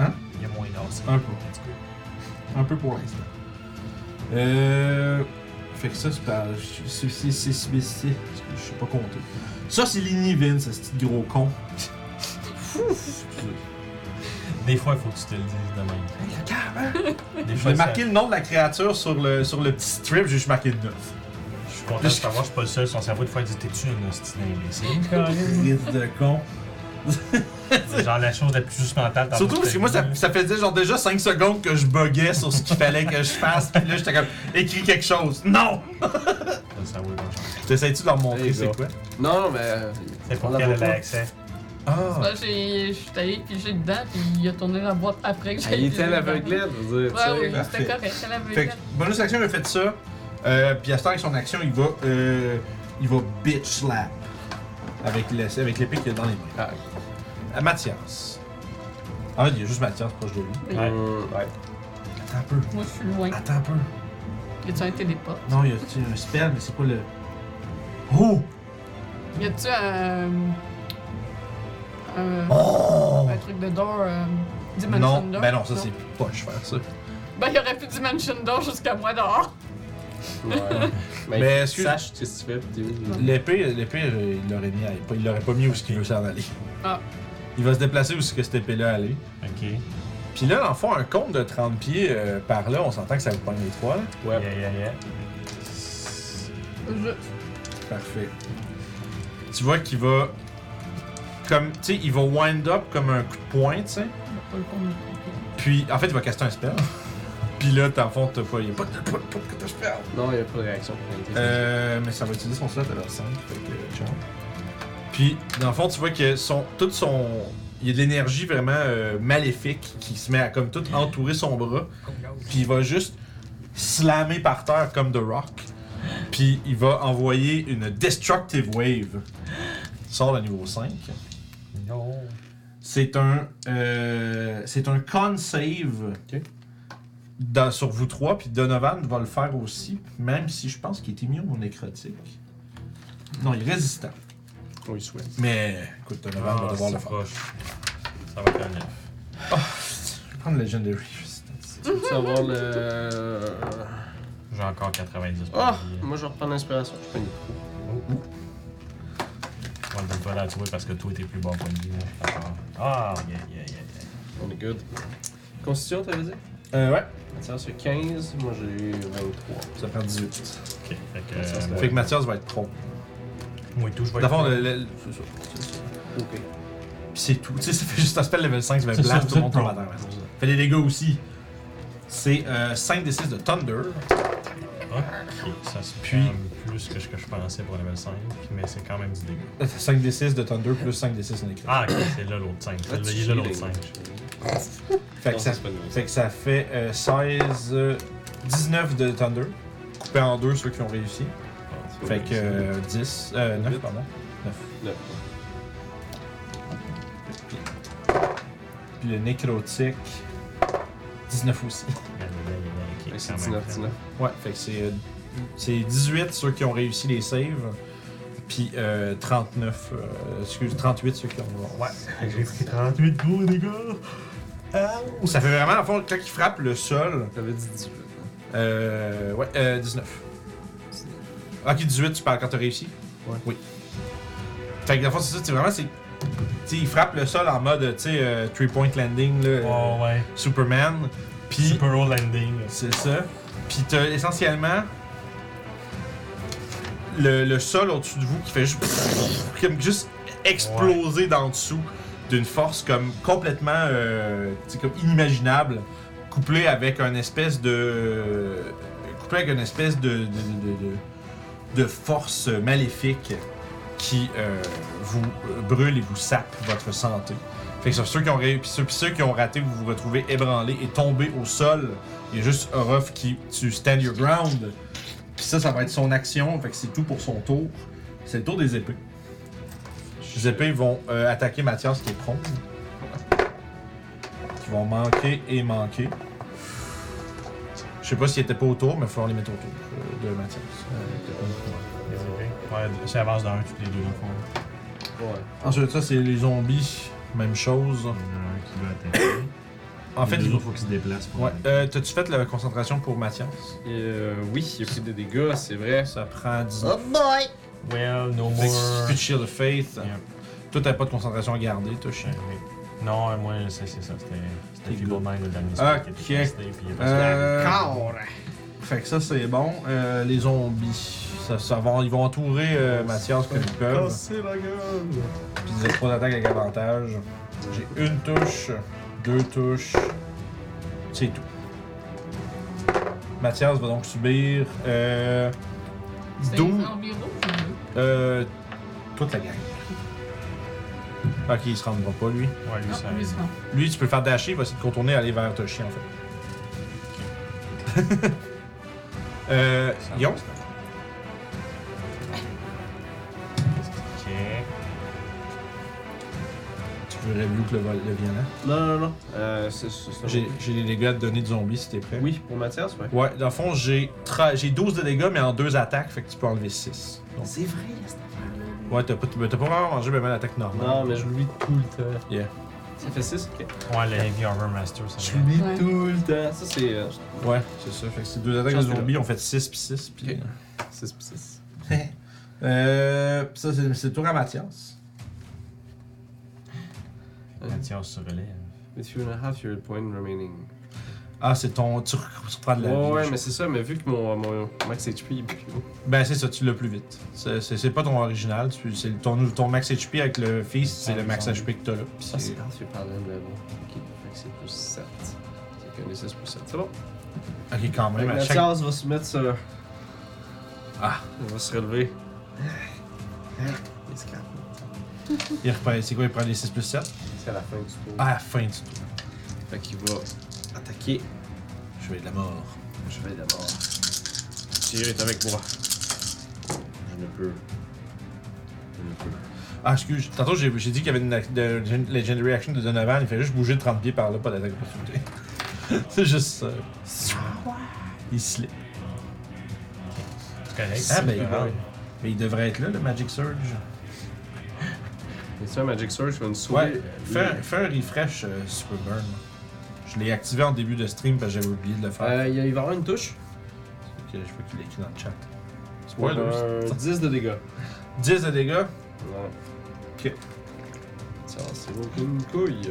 S1: Hein?
S6: Il y a moins d'os.
S1: Un peu. Un peu pour l'instant. Euh. Fait que ça, c'est pas. C'est. c'est- c'est- c'est- c'est- Je sais pas compter. Ça, c'est Lini Vin, ce petit gros con.
S6: Des fois, il faut que tu te le dises de même.
S1: Hey, la cave, hein?
S6: Des
S1: J'ai
S6: fois, ça-
S1: marqué le nom de la créature sur le, sur le petit strip, j'ai juste marqué le 9.
S6: Je suis content de savoir, je suis pas le seul. Son cerveau, des fois, il dit T'es-tu un hostie d'imbécile
S1: Fils de con.
S6: C'est genre la chose la plus sentimentale dans
S1: Surtout
S6: toute
S1: parce que
S6: ta
S1: moi, ça,
S6: vie,
S1: ça faisait genre déjà 5 secondes que je buguais sur ce qu'il fallait que je fasse. Puis là, j'étais comme, écris quelque chose. Non!
S6: là. Le cerveau est dans le genre.
S1: T'essayes-tu de leur montrer
S2: Hey,
S1: c'est
S2: gars.
S1: quoi?
S2: Non, non, mais. euh,
S6: C'est
S2: on
S6: pour
S2: la
S6: qu'elle
S2: voit
S6: ait
S2: pas.
S6: accès.
S1: Ah!
S5: Moi, j'ai- je suis allée piger dedans, puis il a tourné la boîte après
S1: Ah,
S5: que j'ai
S2: Elle était à
S5: pigé dedans.
S2: l'aveuglette, je veux dire. tu
S5: Ouais,
S2: sais.
S5: oui, c'était correct, à
S1: Fait que
S5: l'aveuglette.
S1: bonus action, il a fait ça. Euh, puis à ce temps, avec son action, il va, euh, il va bitch slap. Avec le- avec l'épée qu'il a dans les mains.
S2: Ah,
S1: À Mathias. Ah, il y a juste Mathias proche de lui.
S6: Ouais.
S2: euh, ouais.
S1: Attends un peu.
S5: Moi, je suis loin.
S1: Attends un peu.
S5: Y a-tu un téléporte?
S1: Non, il y a tu sais, un spell, mais c'est pas le. Oh!
S5: Y a-tu euh, un. un-
S1: Oh!
S5: un truc de door? euh, Dimension
S1: Non,
S5: door?
S1: ben non, ça c'est poche faire ça.
S5: Ben, y aurait plus Dimension door jusqu'à moi dehors.
S2: ouais. Mais,
S1: Mais
S2: tu
S1: excuse-
S2: saches ce que tu fais, pis t'es où.
S1: L'épée, l'épée, euh, il l'aurait mis, à- il l'aurait pas mis où ce qu'il veut s'en aller.
S5: Ah.
S1: Il va se déplacer où ce que cette épée-là allait.
S6: Ok.
S1: Puis là, dans le fond, un compte de 30 pieds euh, par là, on s'entend que ça vous pogne les trois. là.
S2: Ouais.
S6: Yeah, yeah, yeah.
S5: Je-
S1: Parfait. Tu vois qu'il va. Comme. Tu sais, il va wind up comme un coup de poing, tu sais.
S5: Pas le combien.
S1: Puis, en fait, il va caster un spell. Puis là, dans le fond, t'as pas. Il n'y a pas de, pas de- pas de- pas de spell.
S2: Non, il a pas de réaction. pour la tête.
S1: Euh, mais ça va utiliser son slot à leur 5. Fait que, ciao. Puis, dans le fond, tu vois que son, tout son. Il y a de l'énergie vraiment euh, maléfique qui se met à comme tout entourer son bras. Puis il va juste slammer par terre comme The Rock. Puis il va envoyer une Destructive Wave. Sort le niveau 5.
S6: Non.
S1: C'est un. euh, c'est un con save.
S2: Ok.
S1: dans- sur vous trois, puis Donovan va le faire aussi, même si je pense qu'il était mis au nécrotique. Non, il est résistant.
S2: On lui souhaite.
S1: Mais écoute, Donovan va
S6: Ah,
S1: devoir le
S6: c'est
S1: faire.
S6: proche. Ça va être un 9.
S1: Je vais prendre Legendary Resistance.
S2: Tu vas voir le.
S6: J'ai encore 90
S2: Oh!
S1: Ah!
S6: points de vie.
S2: Moi, je reprends l'inspiration. Je peux
S6: On ne donne pas la toi parce que toi, t'es plus bon point de vie. là. Ah, yeah, yeah, yeah, yeah.
S2: On est good. Constitution, t'avais dit
S1: Euh, ouais,
S2: Mathias fait 15, moi j'ai 23.
S1: ça prend 18.
S6: Ok. Fait que.
S2: Ça,
S6: euh,
S2: c'est
S6: moi-
S1: Fait que Mathias va être trop.
S6: Moi et tout, je vais.
S1: D'abord, le. le- c'est ça, c'est ça.
S2: Ok.
S1: Puis c'est tout. Tu sais, ça fait juste un spell level 5, ça fait
S6: C'est ça,
S1: blast,
S6: vous
S1: tout le
S6: êtes
S1: monde
S6: prone.
S1: tombe à terre. Fait les dégâts aussi. C'est euh, 5 des 6 de Thunder.
S6: Ok, Ça se
S1: Puis-
S6: puis plus que ce que je pensais pour level 5, mais c'est quand même du dégât.
S1: 5 des 6 de Thunder plus 5 des 6 de nécrotique.
S6: Ah, ok, c'est là l'autre 5. Il est là l'autre 5.
S1: hein. Fait que, ça, fait que ça fait euh, 16, euh, 19 de Thunder, coupé en deux ceux qui ont réussi. Fait que euh, 10, euh, 9, pardon. 9. Puis le nécrotique, 19 aussi.
S6: Ah,
S2: C'est 19, 19.
S1: Ouais, fait que c'est, euh, c'est 18 ceux qui ont réussi les saves, puis euh, 39, euh, excuse, 38 ceux qui ont.
S6: Ouais, j'ai pris 38 gros dégâts. Euh,
S1: Ça fait vraiment, à fond, quand il frappe le sol,
S2: T'avais dit 18.
S1: Euh. Ouais, euh, 19. Ok, 18, tu parles quand t'as réussi?
S2: Ouais.
S1: Oui. Fait que, dans le fond, c'est ça, c'est vraiment, c'est. Tu sais, il frappe le sol en mode, tu sais, euh, three-point landing, là. euh,
S6: Oh, ouais.
S1: Superman. Puis.
S6: Super roll landing.
S1: C'est ça. Puis t'as essentiellement. Le, le sol au-dessus de vous qui fait juste. Comme juste exploser d'en dessous d'une force comme complètement. euh, tu sais, comme inimaginable. Couplé avec un espèce de. Couplé avec une espèce de. de, de- de- de- de force maléfique qui euh, vous euh, brûle et vous sape votre santé. Fait que sur ceux qui ont, ré- puis ceux, puis ceux qui ont raté, vous vous retrouvez ébranlés et tombés au sol. Il y a juste Orof qui. Tu stand your ground. Puis ça, ça va être son action. Fait que c'est tout pour son tour. C'est le tour des épées. Les épées vont euh, attaquer Mathias qui est prone. Qui vont manquer et manquer. Je sais pas s'il était pas au tour, mais il va falloir les mettre au tour euh, de Mathias.
S6: Ouais, j'avance d'un, toutes les deux, dans le fond.
S2: Ouais.
S1: Ensuite, ça, c'est les zombies. Même chose.
S6: Il y en a un qui va attaquer.
S1: En fait,
S6: il faut qu'il se déplace. pour
S1: ouais.
S6: aller.
S1: Euh, T'as-tu fait la concentration pour Mathias
S2: Et, euh, oui, il a pris des dégâts, c'est vrai.
S1: Ça prend 10.
S8: Oh boy!
S6: euh, Well, no
S1: Fait que si tu
S6: more.
S1: fais de Shield of Faith.
S6: Yep.
S1: Toi, t'as pas de concentration à garder, toi, chien.
S6: Non, euh, moi, c'est c'est ça. C'était c'était
S1: C'était
S6: Feeble
S1: good.
S6: Mind le dernier
S1: Ah,
S6: spell qui était
S1: ok.
S6: resté, puis il est passé à-
S1: Euh, Fait que ça, c'est bon. Euh, les zombies, ça, ça va, ils vont entourer euh, Mathias comme ils peuvent.
S6: Casser la gueule!
S1: Puis vous êtes pas d'attaque avec avantage. J'ai une touche, deux touches. C'est tout. Mathias va donc subir. Euh,
S5: C'est
S1: douze-
S5: environ ou
S1: euh, toute la gang. Ok, il se rendra pas, lui.
S6: Ouais, lui, ça
S5: deux? Non, lui, c'est bon.
S1: Lui, tu peux le faire dasher, il va essayer de contourner aller vers ton chien, en fait. euh, Yon,
S6: Ok.
S1: tu veux review que le, vol- le hein? violent?
S2: Non, non, non. Euh, c'est c'est- c'est un-
S1: J'ai j'ai les dégâts à te donner de zombies si t'es prêt.
S2: Oui, pour Mathias, ouais.
S1: Ouais, dans le fond, j'ai tra- j'ai 12 de dégâts, mais en deux attaques, fait que tu peux enlever 6.
S8: C'est vrai, cette affaire-là.
S1: Ouais, t'as pas, t'as pas vraiment mangé même l'attaque normale.
S2: Non, mais je l'oublie tout le temps.
S1: Yeah.
S2: Ça fait 6, ok.
S6: Ouais, le Heavy Armor Master, ça
S2: l'oublie
S5: Ouais.
S2: tout le temps. Ça, c'est euh,
S1: Ouais, c'est ça. Fait que c'est deux attaques de
S2: Chance que
S1: zombies, on fait 6 puis 6. Puis...
S2: Ok. 6 plus 6.
S1: euh, pis ça, c'est c'est le tour à Mathias.
S6: Mathias se relève.
S2: If you and a half, you're at point remaining.
S1: Ah, c'est ton. Tu re- tu reprends de la vie.
S2: Ouais, ouais,
S1: je
S2: mais c'est ça, mais vu que mon, mon max HP est plus haut.
S1: Ben c'est ça, tu l'as plus vite. C'est- C'est c'est pas ton original, tu- c'est ton, ton max HP avec le fils, c'est
S6: Ah,
S1: le max
S6: ils ont-
S1: HP que t'as là. Pis
S2: Ah,
S1: c'est-
S2: c'est quand tu parles de level. hein. Ok, fait que c'est plus 7. C'est qu'un des 6 plus 7. C'est bon.
S1: Ok quand
S2: Fait
S1: même,
S2: que
S1: à chaque...
S2: Mathias va se mettre sur.
S1: Ah.
S2: Il va se relever. Il se calme.
S1: il reprend- c'est quoi, il prend les 6 plus 7?
S2: C'est à la fin du tour.
S1: À la fin du tour.
S2: Ah. Fait qu'il va attaquer.
S1: Je vais de la mort.
S2: Je vais d'abord. Tyr est avec moi. Je ne peux. Je ne peux.
S1: Ah excuse, tantôt j'ai j'ai dit qu'il y avait une, ac- de- de- Legendary Action de Donovan, il fait juste bouger de 30 pieds par là, pas d'attaque d'opportunité. c'est juste ça. Il slip.
S6: C'est correct.
S1: Ah ben,
S2: vrai.
S1: mais il devrait être là le Magic Surge.
S2: Et ça, Magic Surge va nous sauver.
S1: Ouais, fais, un- fais un refresh euh, si tu peux, Burn. Je l'ai activé en début de stream parce que j'avais oublié de le faire.
S2: Euh, il y a- il va y avoir une touche.
S1: Ok, je vois qu'il écrit dans le chat.
S2: Ouais,
S1: Spoiler.
S2: euh, 10 de dégâts.
S1: 10 de dégâts.
S2: Ouais.
S1: Ok.
S2: Ça, c'est aucune couille.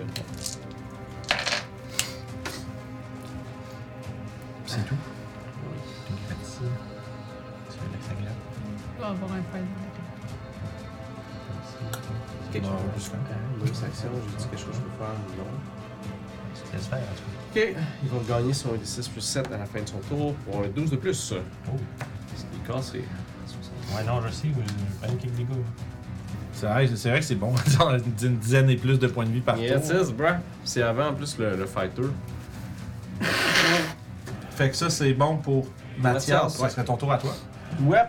S1: C'est tout.
S5: Il doit avoir un point de
S2: Quelque
S1: Non,
S2: chose.
S1: plus que-
S2: Bonus action, j'ai dit quelque chose que je peux faire, non.
S6: Tu te laisses faire, en tout
S2: Ok, il va gagner son 6 plus 7 à la fin de son tour pour un 12 de plus.
S6: Oh.
S2: Ce qui est cassé.
S6: cas. Ouais, non, je sais, mais je pas une kick des gars.
S1: C'est vrai, c'est vrai que c'est bon. Dans une dizaine et plus de points de vie par
S2: Yeah,
S1: tour.
S2: 10, bruh. C'est avant en plus le, le fighter.
S1: Fait que ça, c'est bon pour Mathias.
S2: Mathias,
S1: Ça
S2: ouais.
S1: serait ton tour à toi.
S2: Ouais.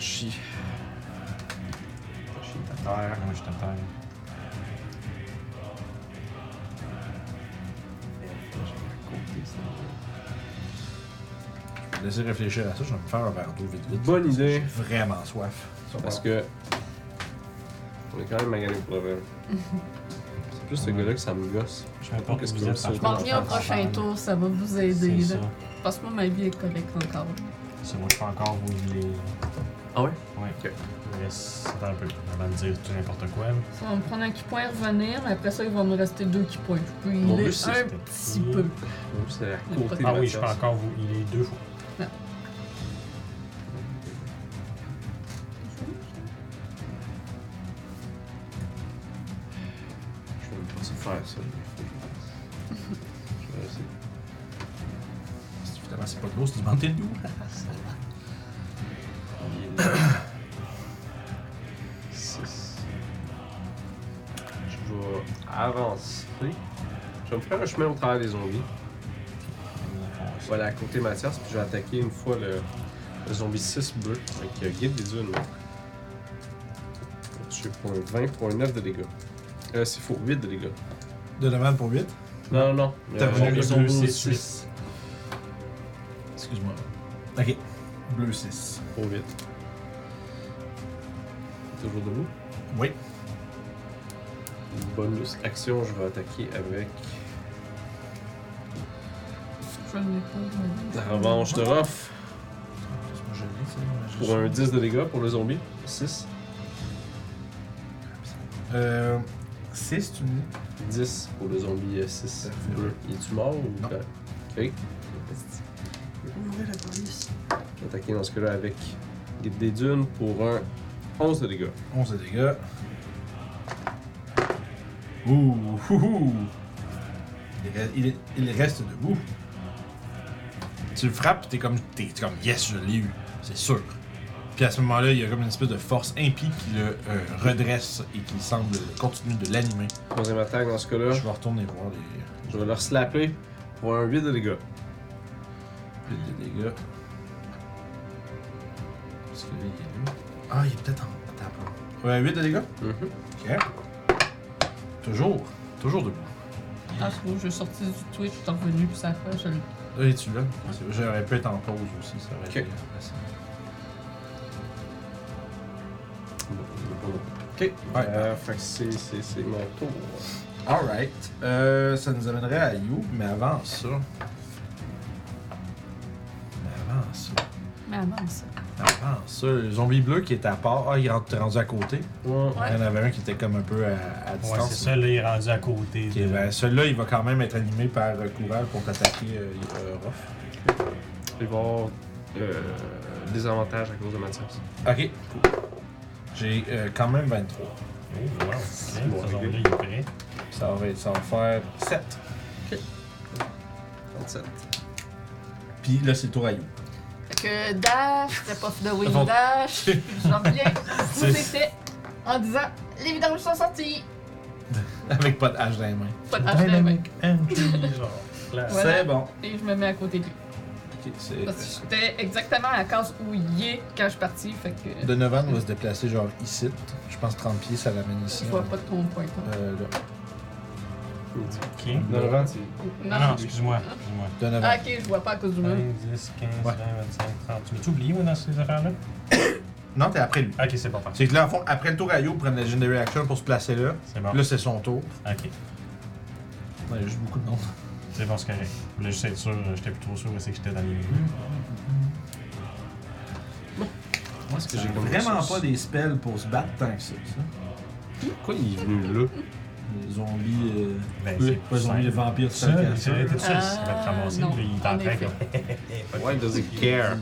S2: Chi. Chi, t'as
S6: Terre. Moi, je suis à terre.
S2: compris, ça.
S1: Je vais laisser réfléchir à ça. Je vais me faire un verre d'eau vite vite.
S2: Bonne idée.
S1: J'ai vraiment soif.
S2: Parce que. On est quand même magané pour le verre. C'est plus ce gars-là que ça me gosse.
S6: Je sais pas
S2: Qu'est-ce
S6: qu'est-ce
S2: que
S6: que
S2: vous
S6: vous êtes
S2: êtes?
S5: Bon,
S6: par
S5: venez au
S6: contre, je
S5: prochain
S6: parle.
S5: tour, ça va vous aider.
S6: C'est ça.
S5: Là. Parce que moi, ma vie est collecte encore.
S6: C'est moi, je fais encore vos les.
S2: Ah ouais?
S6: Ouais.
S2: Ok.
S6: Il me reste. Attends un peu. Avant de dire tout n'importe quoi.
S5: Ça va me prendre un qui point revenir, mais après ça, il va me rester deux qui points. Je peux
S2: Mon
S5: healer
S2: but, c'est
S5: un
S6: de-
S5: petit peu.
S2: Donc, C'est à
S5: Il y a pas
S2: côté
S5: de-
S2: de
S6: Ah oui,
S2: Mathias.
S6: je peux encore vous. Il est deux fois.
S2: Je vais pas se faire ça. Je vais essayer.
S1: Finalement, c'est pas de l'eau, c'est du manteau de loup.
S2: Il est là. Six. Je vais avancer. Je vais me faire un chemin au travers des zombies. Je vais aller à côté de Mathias, puis je vais attaquer une fois le, le zombie 6 bleu avec euh, Guide des Dunes. Je suis pour un 20, pour un 9 de dégâts. Euh, c'est faux, 8 de dégâts. Euh,
S1: Donovan pour 8.
S2: Non, non, non.
S1: T'as voulu le Euh,
S2: le
S1: bleu,
S2: zombie
S1: c'est
S2: 6
S1: Excuse-moi. Ok. Bleu 6.
S2: pour 8. Toujours debout.
S1: Oui.
S2: Bonus action, je vais attaquer avec
S5: je l'ai pas. mais-
S2: La revanche de Ruff pour un 10 de dégâts pour le zombie. 6.
S1: Euh. 6, tu me dis
S2: 10 pour le zombie euh, 6. Il est-tu mort ou
S1: Non.
S2: Ok.
S8: Ouvrez la police.
S2: Je vais attaquer dans ce cas-là avec Guide des Dunes pour un 11 de dégâts.
S1: 11 de dégâts. Ouh, hou, hou. Il, re- il- il reste debout. Tu le frappes, t'es comme, t'es t'es comme, yes, je l'ai eu, c'est sûr. Puis à ce moment-là, il y a comme une espèce de force impie qui le euh, redresse et qui semble continuer de l'animer.
S2: Troisième attaque dans ce cas-là,
S1: Je vais retourner voir les
S2: je vais leur slapper pour un 8 de dégâts.
S1: les dégâts. Parce que là, il est là. Ah, il est peut-être en. Attends, un peu. ouais, 8 de dégâts.
S2: Mhm.
S1: Ok. Toujours, toujours debout.
S5: Ah, c'est beau, je suis sorti du Twitch, je suis revenu, puis ça fait, je l'ai.
S1: Oui, tu l'as. J'aurais pu être en pause aussi, ça aurait
S2: Ok.
S1: été facile.
S2: Ok. Euh, fait que c'est- c'est c'est mon tour.
S1: Alright. Euh, ça nous amènerait à You, mais avant ça. Mais avant ça.
S5: Mais avant ça.
S1: Avant ça, le zombie bleu qui était à part. Ah, il rentre- t'es rendu à côté.
S2: Ouais.
S5: Ouais.
S1: Il y en avait un qui était comme un peu à, à
S6: Ouais,
S1: distance.
S6: c'est ça, là, il est rendu à côté.
S1: Ok,
S6: de-
S1: ben, celui-là, il va quand même être animé par euh, Courage pour t'attaquer, euh, euh, Ruff.
S2: Je vais voir euh, des avantages à cause de Mathias.
S1: Ok, cool. J'ai euh, quand même 23.
S6: Oh, wow, ok,
S2: bon,
S6: ce
S2: ok.
S6: zombie-là, il est prêt.
S1: Ça va, être- ça va faire 7.
S2: 37.
S1: Puis là, c'est le tour à You.
S5: Fait que Dash, step off the
S1: Bon.
S5: wind Dash, puis je reviens où c'était en disant les vidanges sont sorties.
S1: Avec pas de hache dans les mains.
S5: Pas de hache de main.
S6: Entry, genre. classe.
S5: Voilà.
S1: C'est bon.
S5: Et je me mets à côté de lui.
S1: Ok, c'est-
S5: Parce que j'étais exactement à la case où il est quand je suis parti, fait que
S1: Donovan va se déplacer genre ici. Je pense 30 pieds, ça l'amène ici.
S5: je vois pas ton point. hein.
S1: Euh, là.
S6: Ok.
S2: Donovan, tu-
S6: Non, non, excuse-moi. Excuse-moi.
S1: Donovan.
S5: Ah, ok, je vois pas à cause du mur.
S6: 5, 10, 15,
S1: Ouais.
S6: 20, 25, 30. Tu m'as-tu oublié, moi, dans ces affaires-là?
S1: Non, t'es après lui.
S6: Ok, c'est bon, parfait.
S1: C'est que là, en fond, après le tour à You, prennent la Legendary Action pour se placer là.
S6: C'est bon.
S1: Là, c'est son tour.
S6: Ok,
S1: Il y a juste beaucoup de monde.
S6: c'est bon, c'est correct. Je voulais juste être sûr, euh, j'étais plus trop sûr où c'est que j'étais dans les
S1: Moi, ce
S2: que j'ai comme ressources?
S1: des spells pour se battre tant que ça. ça.
S2: Pourquoi il est venu là?
S1: Les zombies. euh,
S6: Ben,
S1: eux,
S6: c'est
S1: pas zombies, les vampires,
S6: Ça,
S1: tout
S6: il serait tout seul, il va te ramasser,
S5: Ah, non,
S6: puis il
S5: en
S6: t'entend
S5: effet.
S6: comme.
S2: Why does it care?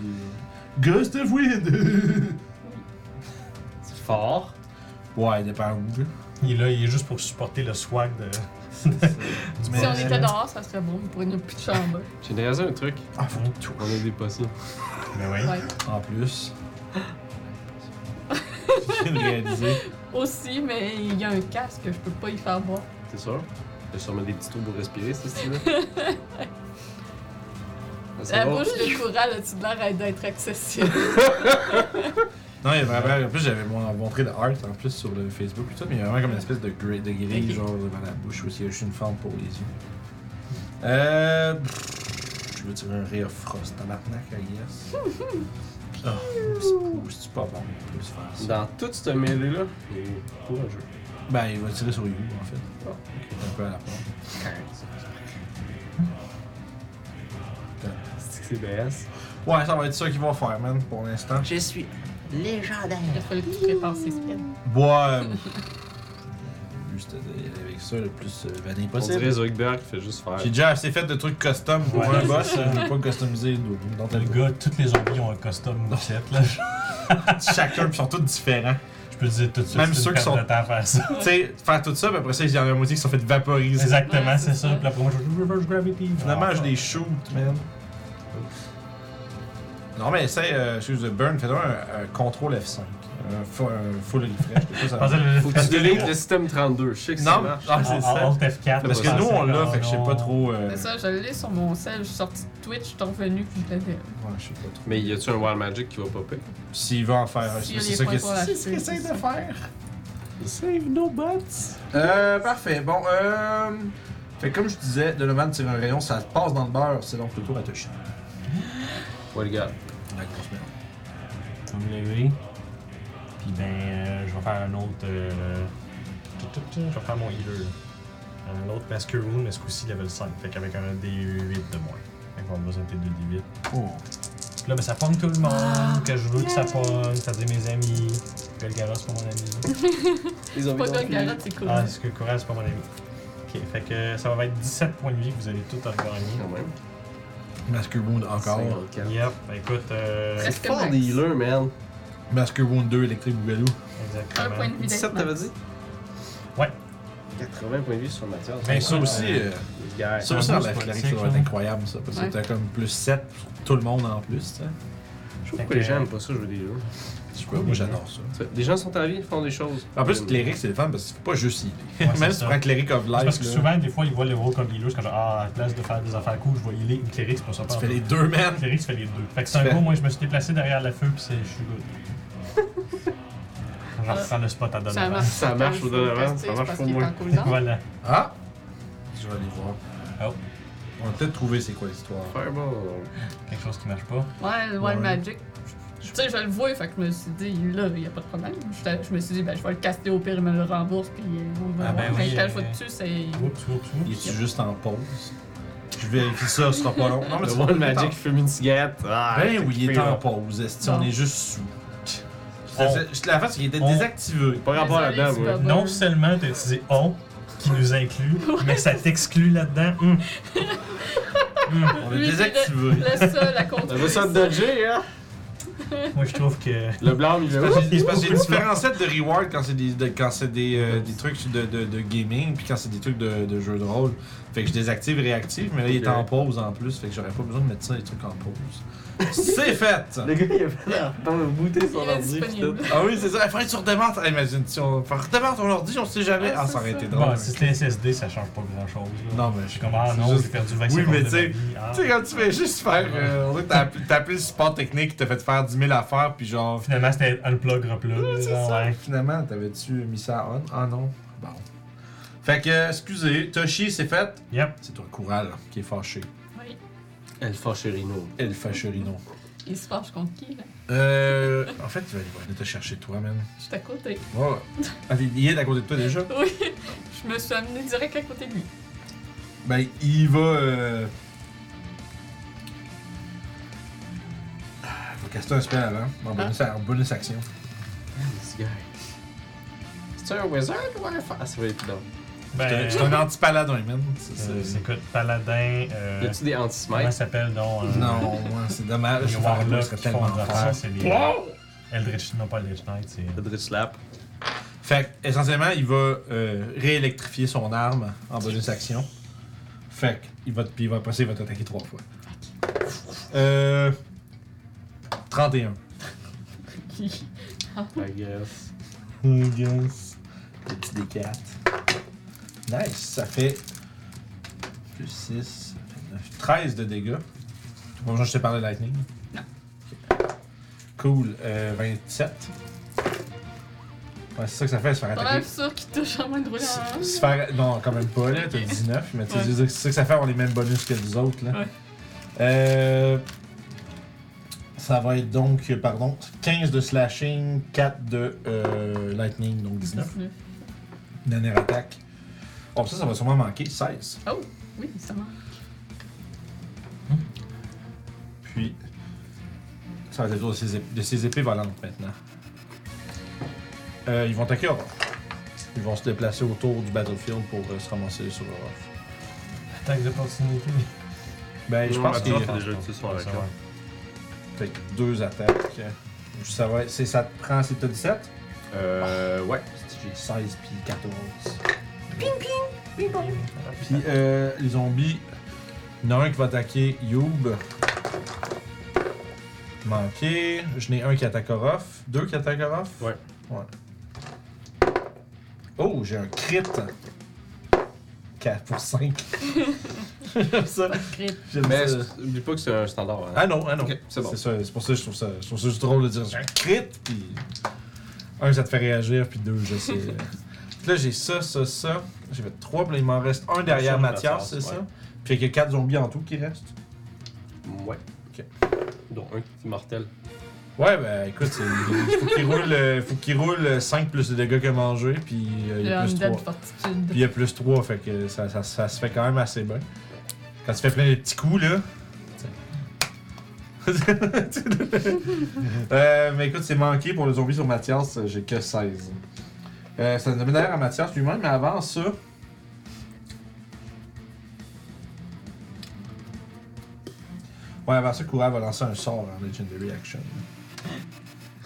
S1: Ghost of Wind!
S2: C'est fort.
S1: ouais, dépend où. là.
S6: Il est là, il est juste pour supporter le swag de.
S1: Mais-
S5: Si on était dehors, ça serait bon, on pourrait nous pitcher en bas.
S2: J'ai réalisé un truc.
S1: Ah, faut tout.
S2: On a des potions.
S6: Mais Ben oui.
S5: Ouais.
S1: En plus. J'ai de réaliser.
S5: Aussi, mais il y a un casque, je peux pas y faire boire.
S2: C'est sûr? J'ai sûrement des petits trous pour respirer, ce style-là. Ah, c'est
S5: La
S2: bon.
S5: bouche de Coral a-tu de l'air d'être accessible?
S1: Non, il y a vraiment. En plus, j'avais montré le art en plus sur le Facebook et tout, mais il y a vraiment comme une espèce de gris, de gris
S5: Ok.
S1: genre devant la bouche où il y a juste une forme pour les yeux. Euh. pff, Je veux tirer un Ray of Frost dans la I guess. Ah, c'est pas- c'est pas bon, on peut se faire ça.
S2: Dans toute cette mêlée-là, il est courageux.
S1: Ben, il va tirer sur You en fait.
S2: Ah,
S1: Qui est un peu à la porte.
S2: C'est que c'est BS.
S1: Ouais, ça va être ça qu'ils vont faire, man, pour l'instant.
S8: Je suis légendaire.
S5: Il a fallu que tu prépares ses spells.
S1: Bois. euh, le but, c'était d'aller avec ça le plus euh, vanille
S2: On
S1: possible.
S2: dirait Zuckberg qui fait juste faire.
S1: J'ai déjà assez fait de trucs custom pour
S6: Ouais,
S1: un
S6: c'est
S1: boss, je vais pas customiser dans
S6: Le
S1: tel
S6: gars, tous les zombies ont un custom mousset, là.
S1: Chacun, ils sont tous différents.
S6: Je peux te dire tout de suite,
S1: Même
S6: c'est une
S1: ceux qui
S6: perte
S1: sont-
S6: de temps à faire ça.
S1: tu sais, faire tout ça, puis après ça, il y en a la moitié qui sont fait vaporiser.
S6: Exactement,
S5: Ouais, c'est
S6: c'est ça.
S5: ça.
S6: Puis après, moi, je joue Reverse Gravity.
S1: Finalement,
S6: Ah,
S1: je les shoot, man. Non, mais essaye, euh, excuse de Burn, fais-toi un, un contrôle F5. Un, fu- un full refresh, je sais pas ça va.
S6: Je pensais le-
S2: Faut que
S6: parce
S2: tu
S6: que
S2: délivres
S6: nous,
S2: le système 32. Je sais que ça
S1: Non,
S2: marche.
S1: ah,
S6: on-
S1: c'est
S6: on-
S1: ça.
S6: on F4.
S1: Parce que nous, on l'a, fait que je sais pas trop. euh,
S5: Mais ça, je l'ai sur mon sel, je suis sorti de Twitch, je suis revenu, puis je l'avais.
S1: ouais, je sais pas trop.
S2: Mais y a-tu un Wild Magic qui va popper?
S1: S'il va en faire un,
S5: S'il y a
S1: c'est
S5: les
S1: ça
S5: points
S1: qu'il
S5: pour la
S1: c'est ce qu'il
S5: suite,
S1: essaie
S5: c'est
S1: de
S5: ça.
S1: faire.
S2: Save no bots!
S1: Euh, parfait. Bon, euh. Fait que comme je disais, Donovan tire un rayon, ça passe dans le beurre, c'est donc le tour à toucher.
S2: Ouais, les gars.
S1: La grosse merde.
S6: Je vais me lever. Puis ben, euh, je vais faire un autre. euh, tout, tout, tout, je vais faire mon healer. là. Un autre Master Rune, mais ce coup-ci level 5. Fait qu'avec un D8 de moins. Fait qu'on a besoin de tes 2d8.
S9: Oh.
S6: Puis Là, ben, ça pogne tout le monde,
S3: Ah,
S6: que je veux que ça pogne, ça dit mes amis, que le garage c'est pas mon ami.
S2: Ils ont
S5: Pas de carotte, c'est cool.
S6: Ah, c'est que le courage c'est pas mon ami. Ok, fait que ça va être 17 points de vie que vous allez tout regagner.
S2: Quand même.
S1: Masker Wound encore.
S2: 54.
S6: Yep, ben, écoute, euh,
S3: Presque
S2: Fort
S3: max.
S2: des healers, man.
S1: Masker Wound 2, électrique Bougalou.
S3: Un point de
S6: exactement.
S3: vie
S2: 17,
S3: d'être
S2: t'avais
S3: max.
S2: dit
S6: Ouais.
S2: 80 points de vie sur Mathias.
S6: Ben, ça
S1: Ça aussi,
S6: Ouais.
S1: euh,
S2: Les gars,
S1: ça aussi,
S6: un
S1: dans
S6: boost
S1: la
S6: politique,
S1: clerique, ça doit être
S6: genre.
S1: incroyable, ça. Parce que
S3: Ouais.
S1: t'as comme plus 7 pour tout le monde en plus, tu sais.
S2: Je trouve que les gens aiment pas ça jouer des jeux.
S1: Je sais pas, moi j'adore ça.
S2: Tu vois, Les gens sont en vie, ils font des choses.
S1: En plus, cléric, c'est le fun parce que c'est pas juste healer.
S6: Ouais, c'est
S1: Même si tu
S6: ça.
S1: prends cleric of
S6: C'est
S1: life,
S6: parce que
S1: là,
S6: souvent, des fois, ils voient le rôle comme healer, c'est comme genre, ah, à la place de faire des affaires cool, je vais healer une cléric, c'est pas ça.
S1: tu
S6: pas
S1: fais
S6: en
S1: les
S6: tout.
S1: deux, man.
S6: Cléric, tu fais les deux. Fait que c'est
S1: Tu
S6: un
S1: fais-
S6: coup, moi, je me suis déplacé derrière le feu, puis c'est, je suis good. Je reprends le spot à
S5: Ça
S6: Donovan.
S5: marche.
S2: Ça marche au Donovan, ça marche pour moi.
S6: Voilà.
S1: Ah! Je vais aller voir.
S2: Ah
S6: Oh.
S1: On va peut-être trouver c'est quoi l'histoire.
S2: Fireball.
S6: Quelque chose qui marche pas.
S5: Ouais, le
S1: Ouais.
S5: Wild Magic. Tu sais, je le vois, fait que je me suis dit, là, il n'y a pas de problème. J'étais- Je me suis dit, ben, je vais le caster au pire, il me le rembourse, puis euh, on va
S6: Ah, ben
S5: voir.
S6: oui,
S5: Mais quand je
S6: euh,
S5: vois dessus, c'est.
S6: Oups, oups,
S1: Il
S6: oups.
S1: est juste en pause? Je vérifie ça, ce sera pas long. Non,
S2: Le
S1: ça
S2: One
S1: sera plus
S2: Magic
S1: tard.
S2: fume une cigarette. Ah,
S1: Ben
S2: t'es
S1: oui, il
S2: coupé,
S1: est en
S2: là.
S1: pause, esti,
S5: Bon.
S1: on est juste sous. Je
S6: On-
S1: te- Je te la face, il était
S6: on-
S1: désactivé.
S2: Pas rapport
S5: Désolé,
S2: là-dedans,
S5: c'est
S2: moi.
S5: pas bon.
S6: Non seulement t'as utilisé on, qui nous inclut, mais ça t'exclut là-dedans. Hum. Hum.
S1: On est
S5: Lui, il est-
S1: désactivé.
S5: Le seul à
S2: Ça
S5: contrôler.
S2: veut ça te dodger, hein?
S6: Moi, je trouve que.
S2: Le blanc, il est où?
S1: C'est parce que j'ai différents sets de reward quand c'est des, de- quand c'est des, euh, des trucs de, de- de gaming, puis quand c'est des trucs de, de jeux de rôle. Fait que je désactive et réactive, mais là il est
S2: Ok.
S1: en pause en plus, fait que j'aurais pas besoin de mettre ça, les trucs en pause. C'est fait!
S2: Le gars, il a fait l'air de bouter son
S5: Il est
S2: ordi. pis tout.
S5: disponible.
S1: Ah oui, c'est ça, il faudrait que tu redémarres. ta- Imagine, si on fait redémarre ton ordi, on sait jamais.
S5: Ah,
S1: Ah,
S5: c'est
S1: ça aurait été drôle.
S6: Bon, si c'était SSD, Bah, ça change pas grand-chose. là.
S1: Non, mais
S6: Je suis comme, ah
S1: c'est
S6: non,
S1: juste-
S6: j'ai perdu 20
S1: Oui,
S6: secondes.
S1: mais
S6: de ma
S1: t'sais-
S6: vie. Ah.
S1: Tu sais, quand tu fais juste faire. euh, on dirait que t'as appelé- t'as appelé le support technique qui t'a fait faire 10 000 affaires, puis genre.
S6: Finalement, c'était unplug, replug.
S1: Ouais, c'est
S6: là,
S1: ça.
S6: ouais.
S1: Finalement, t'avais-tu mis ça on Ah non. Bon. Fait que, euh, excusez, Toshi, c'est fait.
S6: Yep.
S1: C'est toi, Coural, qui est fâché.
S5: Oui.
S2: Elle fâche Rino.
S1: Elle fâcherino.
S5: Il se fâche contre qui, là
S1: Euh. En fait, il va il va venir te chercher, toi, man.
S5: Je suis à côté.
S1: Ouais. ouais. Ah, il- il est à côté de toi déjà?
S5: Oui. Je me suis amené direct à côté de lui.
S1: Ben, il va. Euh... ah, Il va caster un spell avant. Bon, bonus, bonus action.
S6: Euh,
S2: This guy. C'est un wizard ou un fa... Ah, ça va être non.
S6: Ben,
S1: C'est un euh, anti-paladin, man. C'est-
S6: euh,
S1: c'est-
S6: c'est écoute, Paladin. Euh,
S2: Y'a-tu des
S6: comment
S2: anti-smites?
S6: ça s'appelle donc euh,
S1: Non, ouais, c'est dommage.
S6: Les
S1: Je parle pas,
S6: Warlocks
S1: ce serait
S6: qui font
S1: tellement
S6: de
S1: fort.
S6: ça, c'est les. Eldritch, non pas Eldritch Knight, c'est.
S2: Eldritch Slap.
S1: Fait que, essentiellement, il va euh, réélectrifier son arme en bonus action. Fait que, il va, te- puis il va passer, il va t'attaquer trois fois. Euh. 31.
S5: Qui
S2: I guess.
S1: Yes. Petit D4. Nice, ça fait plus 6, 9, 13 de dégâts. Bon, je t'ai parlé de Lightning.
S5: Non.
S1: Ok. Cool, euh, 27. Ouais, c'est ça que ça fait, se faire
S5: Pas
S1: attaquer.
S5: mal sûr qu'il touche en moins de rouler en
S1: Se- se faire- Non, quand même pas, là, t'as 19, mais tu sais,
S5: Ouais.
S1: je veux dire, c'est ça que ça fait, on a les mêmes bonus que les autres, là.
S5: Ouais.
S1: Euh, Ça va être donc, euh, pardon, 15 de slashing, 4 de euh, lightning, donc 19.
S5: 19.
S1: Dernière attaque. Oh, ça, ça va sûrement manquer, 16.
S5: Oh, oui, ça marche.
S1: Puis, ça va être le tour de ses, ép- de ses épées volantes maintenant. Euh, ils vont attaquer Aurore. Ils vont se déplacer autour du battlefield pour euh, se ramasser sur Aurore.
S6: Attaque d'opportunité.
S1: Ben, je
S2: Non,
S1: pense
S2: mais
S1: qu'il
S2: toi, t'as déjà eu ce soir avec
S6: Ça,
S2: elle.
S6: ouais.
S1: Fait que deux attaques. Ça va être. c'est- Ça te prend, c'est t'as 17?
S2: Euh, ouais.
S1: J'ai 16 puis 14. Puis euh, les zombies. Il y en a un qui va attaquer Youb. Manqué. Je n'ai un qui attaque Orof. Deux qui attaquent Orof.
S2: Ouais.
S1: Ouais. Oh, j'ai un crit. 4 pour 5. J'aime ça.
S5: Pas de crit.
S1: J'aime
S2: Mais
S1: ça.
S2: c'est- oublie pas que c'est un standard. hein.
S1: Ah non, ah non.
S2: Ok, c'est bon.
S1: ça, c'est pour ça que je trouve ça, je trouve ça juste drôle de dire j'ai un crit, puis un, ça te fait réagir, puis deux, je sais. euh. là, j'ai ça, ça, ça. J'ai fait trois, puis il m'en reste un derrière
S2: Ça,
S1: Mathias, c'est
S2: Mathias, ouais.
S1: ça? Puis il y a quatre zombies en tout qui restent.
S2: Ouais.
S1: Ok.
S2: Dont un qui est mortel.
S1: Ouais, ben écoute, c'est- il faut qu'il roule, euh, faut qu'il roule euh, 5 plus de dégâts que manger, puis euh, il y
S5: Le
S1: a plus
S5: Undead
S1: 3.
S5: Fortitude.
S1: Puis il y a plus 3, fait que ça, ça- ça se fait quand même assez bien. Quand tu fais plein de petits coups, là, Euh, mais écoute, c'est manqué pour le zombie sur Mathias, euh, j'ai que 16. Euh, ça nous amène d'ailleurs à Mathias lui-même, mais avant ça. Ouais, avant ça, Koura va lancer un sort en Legendary Action.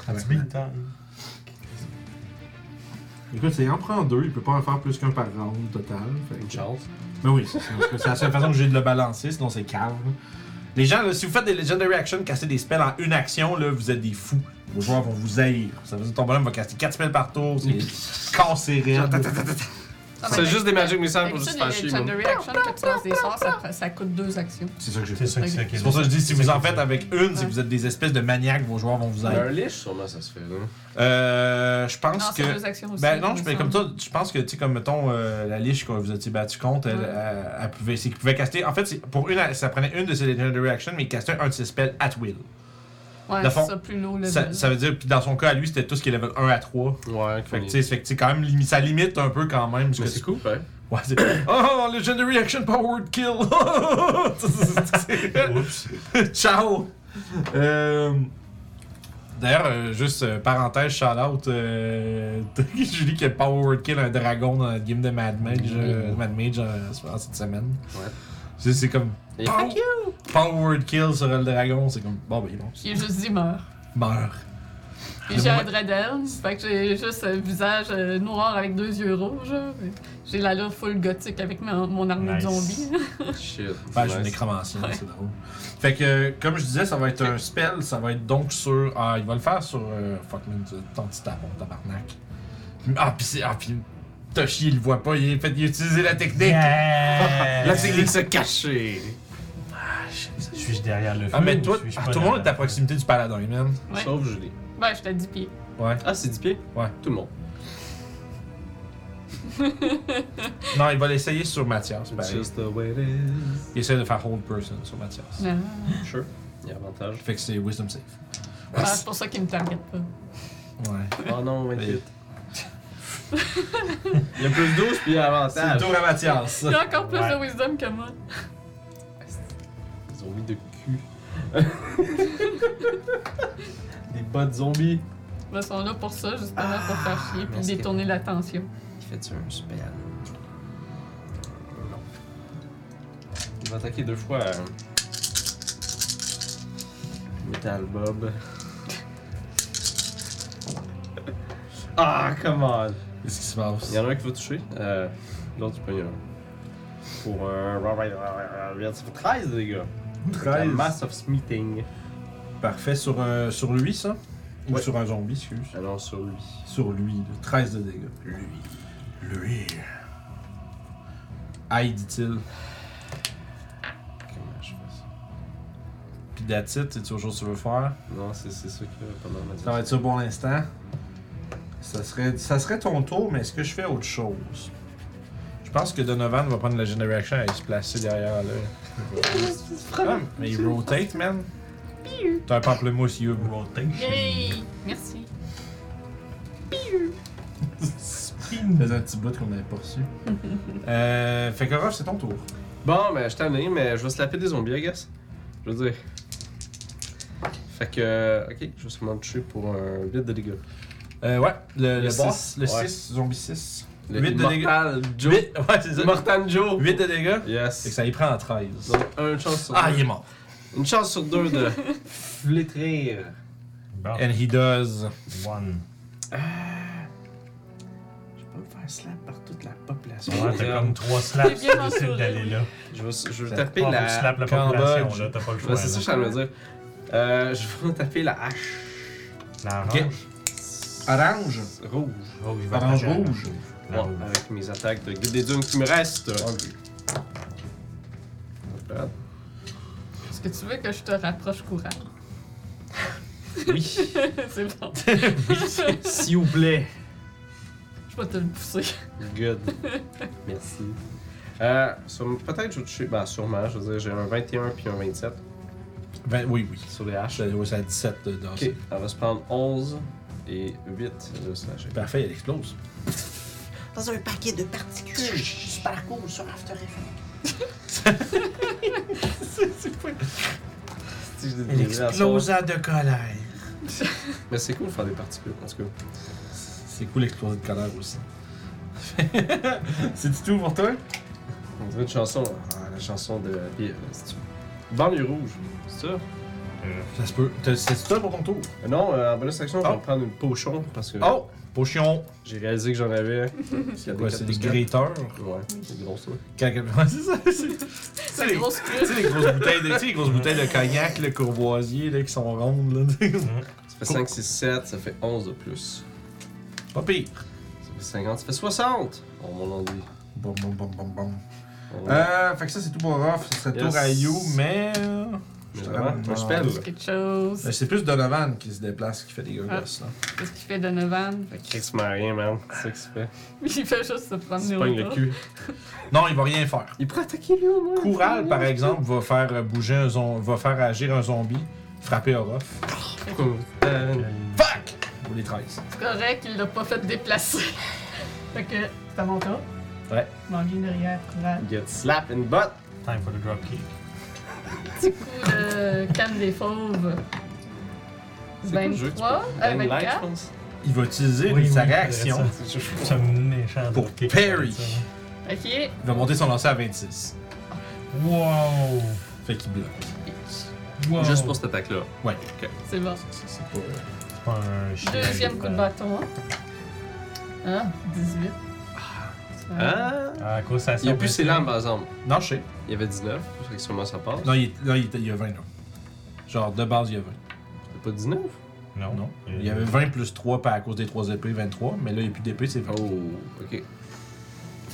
S1: Avec
S6: Big time.
S1: Écoute, c'est en prend deux, il peut pas en faire plus qu'un par round total. fait
S2: Une
S1: que-
S2: chance.
S1: mais oui, c'est c'est- c'est la seule façon que j'ai de le balancer, sinon c'est cave. là. Les gens, là, si vous faites des Legendary Actions, casser des spells en une action, là, vous êtes des fous. Vos joueurs vont vous haïr. Ça veut dire que ton bonhomme va casser 4 spells par tour, c'est cassé raide.
S2: C'est juste des Magic Missiles pour
S3: Ah, ben, D'habitude,
S2: juste se faire
S3: les
S2: chier, moi.
S3: Legendary Action, quand tu lances des sorts, ça, ça coûte deux actions.
S1: C'est ça que j'ai
S6: C'est
S1: fait.
S6: ça que c'est.
S1: C'est pour ça que je dis, si vous en faites avec une, c'est que vous êtes des espèces de maniaques, vos joueurs vont vous
S2: Un
S1: haïr.
S2: lich, sûrement, ça se fait, là.
S1: Euh, je
S3: Non,
S1: pense
S3: c'est
S1: que.
S3: deux actions aussi.
S1: Ben non, je,
S3: il
S1: mais
S3: me
S1: comme
S3: semble.
S1: toi, je pense que, tu sais, comme mettons, euh, la liche que vous étiez battu contre, elle,
S3: Ouais.
S1: elle- elle pouvait, c'est qu'il pouvait caster. En fait, c'est- pour une, ça prenait une de ses Legendary Actions, mais il castait un de ses spells at will.
S3: Ouais,
S1: dans
S3: c'est
S1: le fond,
S3: ça, plus low level.
S1: Ça, ça veut dire, puis dans son cas, à lui, c'était tout ce qui est level 1 à 3.
S2: Ouais,
S1: Fait que, tu sais,
S2: fait
S1: fait que, tu sais, quand même, limi- ça limite un peu quand même. ce que
S2: Mais c'est
S1: tu-
S2: cool, hein.
S1: Ouais, c'est... Oh, Legendary Action Powered Kill!
S6: Oups.
S1: Ciao! Euh, D'ailleurs, euh, juste euh, parenthèse, shout-out, euh, Julie qui a Powered Kill un dragon dans la game de Mad Mage,
S2: Mm.
S1: euh, Mad Mage en, en cette semaine.
S2: Ouais.
S1: C'est, c'est comme...
S2: Et
S1: Pow- Powered Kill sur le dragon, c'est comme... Bon, ben, bon,
S3: J'ai juste dit meurt.
S1: meurt.
S3: Puis j'ai un dreadel, fait que j'ai juste un visage euh, noir avec deux yeux rouges. là. J'ai l'allure full gothique avec ma- mon armée
S6: Nice.
S3: de zombies.
S2: Shit.
S1: Ouais, je suis
S2: Nice.
S1: nécromancien,
S3: Ouais.
S1: c'est drôle. Fait que, euh, comme je disais, ça va être un spell, ça va être donc sur. Ah, il va le faire sur. euh, fuck man, ton petit tapon, tabarnak. Ah, pis c'est. Ah, pis. Toshi, il le voit pas, il a, fait, il a utilisé la technique.
S6: Yeah!
S2: Là, c'est qu'il se cacher.
S6: Suis-je derrière le feu?
S1: Ah, mais toi,
S6: ou suis-je
S1: ah,
S6: pas
S1: tout le monde est à
S6: derrière le feu?
S1: proximité du paladin, man.
S3: Ouais.
S2: Sauf Julie.
S3: Ben, j'étais à 10 pieds.
S1: Ouais.
S2: Ah, c'est 10 pieds?
S1: Ouais.
S2: Tout le monde.
S1: Non, il va l'essayer sur Mathias. pareil.
S2: Just the way it is.
S1: Il essaie de faire Hold Person sur Mathias.
S3: Non.
S2: Sure. Il y a avantage.
S1: Fait que c'est Wisdom Safe.
S3: Ah, c'est pour ça qu'il me target pas.
S1: Ouais.
S2: Oh non, 28. il y a plus 12 puis il y a
S1: C'est le
S2: avantage.
S1: tour à Mathias.
S3: Il a encore plus
S6: Ouais.
S3: de wisdom que moi.
S2: Ils ont mis de cul. Des bots de zombies.
S3: Ben, Ils sont là pour ça, justement, pour faire chier puis
S8: mais c'est-
S3: détourner l'attention.
S8: Il fait-tu un spell?
S2: Il va attaquer deux fois. euh, Metal Bob. ah, come on!
S1: Qu'est-ce qui se
S2: Il
S1: passe?
S2: y en a un qui va toucher. Euh, L'autre, tu pognes un. Pour un. Ça fait 13 les gars. La
S1: 13.
S2: mass of smiting.
S1: Parfait. Sur, euh, sur lui, ça? Ou
S2: Ouais.
S1: sur un zombie, excuse.
S2: Alors sur lui.
S1: Sur lui, là. 13 de dégâts. Lui. Lui. Aïe, dit-il.
S2: Comment je fais ça?
S1: Puis that's it, c'est toujours ce que tu veux faire.
S2: Non, c'est c'est ça qui va pas mal me dire.
S1: Ça va être ça pour l'instant. Ça serait, ça serait ton tour, mais est-ce que je fais autre chose? Je pense que Donovan va prendre la génération et se placer derrière le. Ah, mais il rotate, man. T'as un pamplemousse, you rotate.
S3: Yay! Merci.
S1: Faisait un petit bout qu'on avait pas reçu. euh, fait que Ruff, c'est ton tour.
S2: Bon, ben, je t'en ai, mais je vais slapper des zombies, I guess. Je veux dire. Fait que. Ok, je vais sûrement le toucher pour un 8 de dégâts.
S1: Euh, ouais, le,
S2: Le
S1: le
S2: boss?
S1: boss, le 6,
S2: Ouais.
S1: zombie 6.
S2: Le
S1: 8 de dégâts.
S2: Mortal Joe.
S1: Huit- ouais, c'est ça.
S2: Mortal Joe.
S1: 8 de dégâts. Fait que
S2: Yes.
S1: ça y prend en 13.
S2: Donc, une chance sur
S1: Ah,
S2: deux.
S1: il est mort.
S2: Une chance sur deux de flétrir.
S6: Bon,
S1: And he does.
S6: one.
S2: Je vais pas me faire slap par toute la population.
S6: Ouais, t'as comme trois
S3: T'es
S6: slaps
S3: bien
S6: sur le site
S3: entouré.
S6: d'aller là.
S2: Je vais, je vais
S1: Ça
S2: taper
S6: Ah, faut que
S2: la.
S6: tu slappes la
S1: Cambodge.
S6: population, là, t'as pas le choix.
S2: Ouais, c'est ça que je suis en train de dire. Euh, je vais taper la hache
S6: La
S1: Ok.
S6: orange.
S1: Orange.
S2: rouge.
S6: Oh, il va
S1: Orange
S6: attaquer la
S1: rouge. Ah,
S6: La
S2: Ouais,
S6: rouge.
S2: avec mes attaques de guide des dunes qui me restent.
S3: Est-ce que tu veux que je te rapproche courant?
S2: Oui.
S3: c'est bon.
S2: S'il vous plaît.
S3: Je vais te le pousser.
S2: Good. Merci. Euh, sur- Peut-être je vais toucher. Ben, sûrement. Je veux dire, j'ai un 21 puis un 27
S1: Ben, oui, oui.
S2: sur les haches.
S1: Ça ouais, ça a 17 de dans
S2: Ok, elle va se prendre 11 et 8 de slasher.
S1: Parfait, elle explose.
S8: Dans un paquet de particules. Super cool sur After Effects.
S2: si je dis
S8: Il
S2: des vraies à soir.
S8: explosa de colère.
S2: Mais c'est cool de faire des particules, en tout cas.
S1: C'est cool l'explosion de colère aussi. C'est du tout pour toi?
S2: On dirait une chanson, ah, la chanson de Pierre, c'est-tu? Banlieue rouge, c'est ça?
S1: Ça se peut. T'as- C'est toi pour ton tour.
S2: Euh, Non, euh, en bonus action,
S1: Ah.
S2: je vais prendre une pochon parce que
S1: Oh! Potion!
S2: j'ai réalisé que j'en avais.
S1: C'est quoi, c'est des
S2: grilles.
S1: gréteurs?
S2: Ouais, c'est gros ça.
S1: Quand- quand- c'est ça, c'est- c'est les-
S5: Grosse
S1: tu sais, les grosses bouteilles de, tu sais, les grosses bouteilles de cognac, le courvoisier, là, qui sont rondes, là. tu sais.
S2: Ça fait 5, 6, 7, ça fait 11 de plus.
S1: Pas pire.
S2: Ça fait 50, ça fait 60! On mon Oh, dit.
S1: Bon, bon, bon, bon, bon.
S2: On-
S1: Euh, fait que ça, c'est tout pour Ruff. Ce serait
S2: Yes.
S1: tour à You, mais. euh,
S2: Mais vraiment, moi, je pèle.
S5: quelque chose.
S1: Mais Ben, c'est plus Donovan qui se déplace, qui fait des
S6: Ah.
S1: gosses, là.
S5: Qu'est-ce qu'il fait Donovan? Fait que-
S2: Chris rien, man. C'est ça qui se fait.
S5: Il fait juste se
S2: Il
S5: prendre
S2: se
S5: au
S2: pogne le
S5: bras.
S2: cul.
S1: Non, il va rien faire.
S2: Il pourrait attaquer lui au moins.
S1: Coural, par exemple, va faire bouger un zom- va faire agir un zombie, frapper Orof.
S2: Euh,
S1: Fuck! Ou les 13.
S5: C'est correct, il l'a pas fait déplacer. fait que c'est à mon tour.
S1: Ouais.
S5: Mon vient derrière, Coral.
S2: Get slap in butt.
S6: Time for the dropkick.
S5: Petit coup de canne des fauves.
S2: C'est quoi le jeu que tu
S5: 23, euh,
S2: Dang light,
S5: 24.
S2: je pense.
S1: Il va utiliser
S6: Oui,
S1: sa
S6: oui,
S1: réaction.
S6: c'est
S2: C'est juste-
S6: C'est un méchant
S1: Pour
S6: dropkick.
S1: Perry.
S5: Ok.
S1: Il va monter son lancer à 26.
S6: Wow!
S1: Fait qu'il bloque.
S6: wow.
S2: Juste pour cette attaque-là.
S1: Ouais.
S5: C'est bon.
S1: C'est c'est pas. euh,
S6: C'est pas un chien.
S5: Deuxième coup de bâton. Ah, 18. Ah.
S2: Ah!
S6: Ah, quoi, ça
S2: Il a plus ses lames, par exemple.
S1: Non, je sais.
S2: Il y avait 19, fait que sûrement ça passe.
S1: Non, il, est- non, il, était- il y a 20, là. Genre, de base, il y a 20.
S2: C'était pas 19?
S6: Non.
S1: Non.
S6: Euh,
S1: Il y avait 20 plus 3 par à cause des 3 épées, 23. Mais là, il n'y a plus d'épées, c'est 20.
S2: Oh, ok.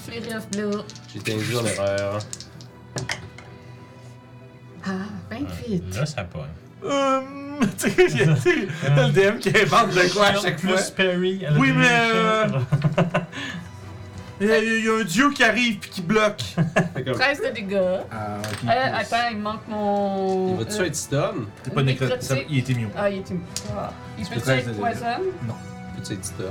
S5: Fury of Blue.
S2: J'étais induit en erreur.
S5: Ah, 28.
S6: Là, ça pogne.
S1: Hum, tu sais, il y a- tu sais, le DM qui invente de quoi à chaque fois.
S6: plus Perry.
S1: Oui, mais, euh, Il y, a, il y a un dieu qui arrive puis qui bloque.
S2: Fait comme,
S5: 13 de dégâts.
S1: Ah,
S5: Euh, attends, il me manque mon.
S2: il va-tu
S5: euh,
S2: être stun?
S1: C'est pas nécrotique.
S5: nécrotique.
S1: Il était mieux.
S5: Ah, il est une. Ah. Il
S1: peux
S5: peut
S1: treize de
S5: être
S1: dégâts.
S5: poison.
S2: Peux-tu être stun?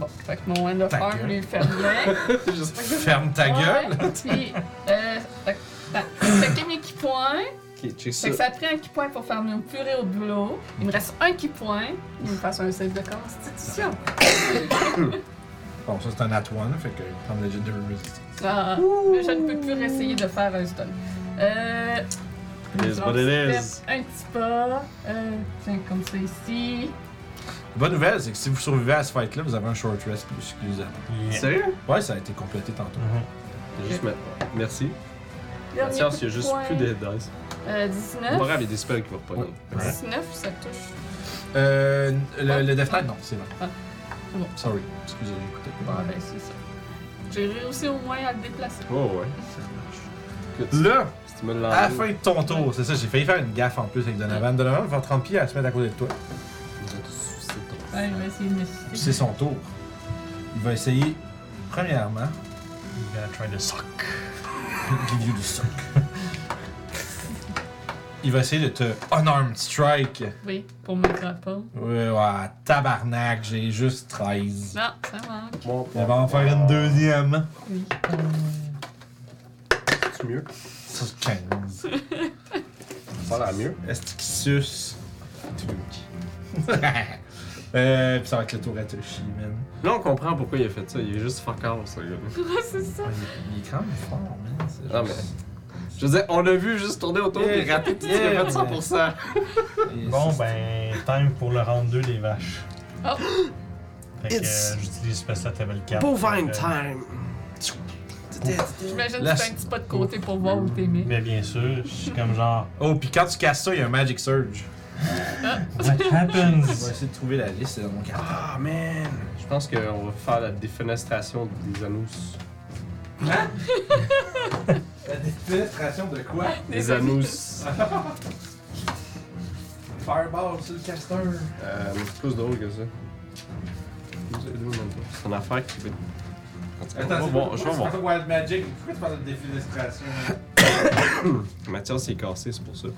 S5: Bon, fait que mon end of
S1: Ta
S5: arm
S1: gueule.
S5: lui fait bien.
S2: Juste-
S1: Ferme ta gueule.
S5: Puis, euh, fait que- attends, chacun mes key points.
S2: Ok, check ça.
S5: Fait que ça a pris un key point pour faire mon purée au boulot. Il me reste un key point. Il me fasse un save de constitution.
S1: Bon, ça c'est un at one, fait que prend Legendary Resistance.
S5: Ah, mais je ne peux plus essayer de faire un stun. Euh.
S2: It is
S5: je
S2: what
S5: vais
S2: it
S5: faire
S2: is.
S5: Un petit pas. Euh, tiens, comme ça ici.
S1: Bonne nouvelle, c'est que si vous survivez à ce fight-là, vous avez un short rest plus excusable.
S2: Sérieux?
S1: Ouais, ça a été complété tantôt.
S6: Mm-hmm.
S2: Juste maintenant. Merci.
S5: Dernier
S2: Attention,
S5: coup
S2: il y a
S5: de
S2: juste
S5: poing.
S2: plus de hit dice.
S5: Euh,
S2: Pas
S5: 19.
S2: grave, il y a des spells qui vont repogner.
S5: 19, ça touche.
S1: Euh, le, le Death Knight, non, c'est vrai.
S5: Ah. C'est bon.
S1: Sorry, excusez, j'écoutais
S5: Ah
S1: pas.
S5: ben c'est ça. J'ai réussi au moins à le déplacer.
S2: Oh ouais. Good.
S1: Là,
S2: Si tu me
S1: à la
S2: l'enlèves,
S1: fin de ton tour, c'est ça, j'ai failli faire une gaffe en plus avec Donovan. Donovan va faire 30 pieds à se mettre à côté de toi.
S5: Ouais, je vais essayer de me
S1: Puis c'est
S5: citer.
S1: son tour. Il va essayer, premièrement,
S6: You're gonna try to suck.
S1: give you the suck. Il va essayer de te unarmed strike.
S5: Oui, pour mon grapple.
S1: Ouais, ouais, tabarnak, j'ai juste 13.
S5: Non, ça manque.
S1: Il va en faire une deuxième. hein?
S5: Oui.
S2: tu mieux.
S1: Sur 15.
S2: Ça va mieux.
S1: Est-ce qu'il suce? euh, pis ça va être le tour à Toshi, man.
S2: Là, on comprend pourquoi il a fait ça. Il est juste fuck all, ce gars.
S5: Ouais, c'est ça.
S1: Ouais, il, il est quand même fort, man. c'est
S2: Ah,
S1: juste-
S2: Je veux dire, on l'a vu juste tourner autour
S1: Yeah.
S2: et rater tout ce qu'il
S1: Yeah.
S2: a fait 100%.
S1: il est-
S6: Bon, ben, time pour le round 2 des vaches.
S5: Oh.
S6: Fait que
S8: It's-
S6: euh, j'utilise ce là level Euh, 4.
S8: Bovine
S6: Fait que,
S8: time!
S5: J'imagine que
S1: Là,
S5: tu fais un petit pas de côté pour voir où t'es mis.
S6: Mais bien sûr, je suis comme genre.
S1: Oh, pis quand tu casses ça, il y a un Magic Surge.
S6: What
S1: On va
S6: happens?
S1: essayer de trouver la liste, c'est dans mon carton.
S8: Ah, man!
S2: Je pense qu'on va faire la défenestration des anus.
S1: Hein? La défenestration de quoi?
S2: Des anus.
S1: Fireball sur le caster.
S2: Euh, mais c'est plus drôle que ça. C'est une affaire qui va être. En tout cas, on va voir, je vais voir.
S1: Wild Magic, pourquoi tu parles de défenestration?
S2: Mathias s'est cassé, c'est pour ça.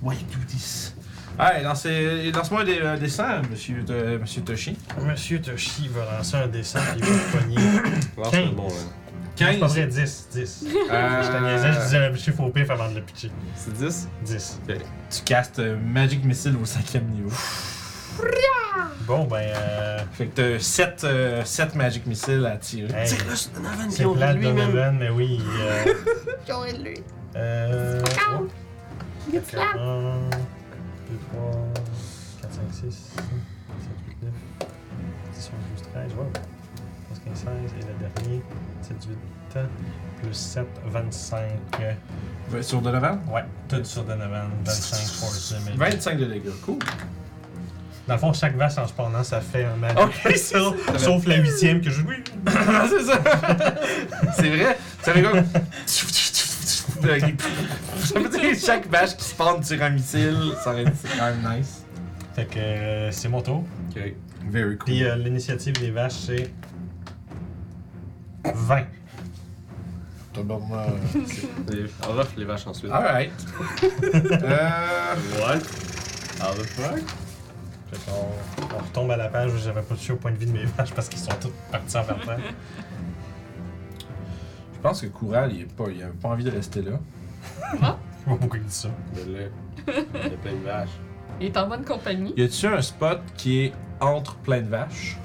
S1: Why do this? Hey, lancez- lance-moi des, euh, des sangs, monsieur, de- monsieur Toshi.
S6: Monsieur Toshi va lancer un dessin et il va le pogner.
S2: Lance le bon, hein. là.
S6: C'est pas
S1: 15.
S6: vrai, 10. 10.
S1: Euh,
S6: Je te niaisais, je disais un chiffre au pif avant de le pitcher.
S2: C'est 10?
S6: 10.
S1: Tu castes euh, Magic Missile au cinquième niveau.
S6: Bon, ben. Euh,
S1: Fait que t'as 7, Magic Missiles à tirer.
S6: hey,
S8: Tire-le sur Donovan,
S6: c'est
S8: puis on rit
S6: plat
S8: de lui-même.
S6: Donovan, mais oui. Euh, euh, oh. Fait que, un, deux, trois, quatre, cinq, six, sept, huit, neuf, dix, onze, douze, treize, wow. 11, 15, 16, et le dernier, 7, 8, plus 7, 25. euh,
S1: V- Sur Donovan?
S6: Ouais, tout sur Donovan, 25 force damage.
S1: 25 de dégâts, cool.
S6: Dans le fond, chaque vache en se pendant, ça fait un magic
S1: Ok, c'est
S6: missile, sauf la huitième que je. Oui!
S1: c'est ça! c'est vrai! Ça fait comme. Ça veut dire que chaque vache qui se pend sur un missile, ça aurait été quand même nice.
S6: Fait que euh, c'est mon tour.
S2: Ok.
S1: Very cool.
S6: Puis euh, l'initiative des vaches, c'est. 20.
S2: Les- On va les vaches ensuite.
S1: Alright. euh.
S2: What? How the fuck?
S6: Fait qu'on on retombe à la page où j'avais pas touché au point de vie de mes vaches parce qu'ils sont toutes partis en partant.
S1: Je pense que Coural, il, est pas, il a pas envie de rester là.
S6: Je vois beaucoup qui disent ça.
S2: Mais là, il y a plein de vaches.
S5: Il est en bonne compagnie.
S1: Y a-tu un spot qui est entre plein de vaches?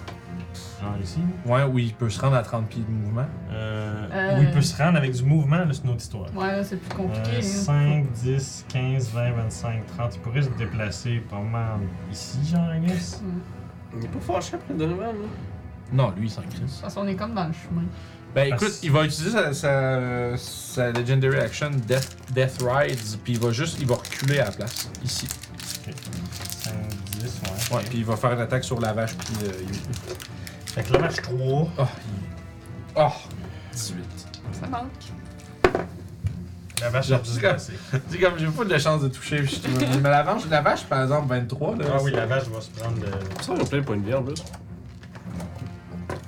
S6: Genre ici.
S1: Ouais, où il peut se rendre à 30 pieds de mouvement.
S6: Euh,
S5: Euh.
S6: Où il peut se rendre avec du mouvement, là, c'est une autre histoire.
S5: Ouais, là, c'est plus compliqué. hein.
S6: Euh,
S5: là.
S6: 5, 10, 15, 20, 25, 30. Il pourrait se déplacer probablement ici, genre, I guess.
S2: Il est pas fâché après Donovan, là.
S1: Non, lui, il s'en crisse.
S5: Parce qu'on est comme dans le chemin.
S1: Ben
S6: Parce-
S1: écoute, il va utiliser sa, sa, sa Legendary Action Death, Death Rides, puis il va juste, il va reculer à la place, ici.
S6: 5, 10, ouais.
S1: Ouais, puis il va faire une attaque sur la vache, puis euh, il...
S6: Fait que la vache 3.
S1: Oh, il... Oh! 18.
S5: Ça manque.
S6: La vache
S1: Genre,
S6: a dû se
S1: c'est
S6: déplacer.
S1: Tu sais, comme j'ai pas de la chance de toucher, puis je suis- mais la vache, la vache, par exemple, 23, là,
S6: Ah oui, la vache va se prendre de.
S2: Ça, il a plein de points de vie en plus.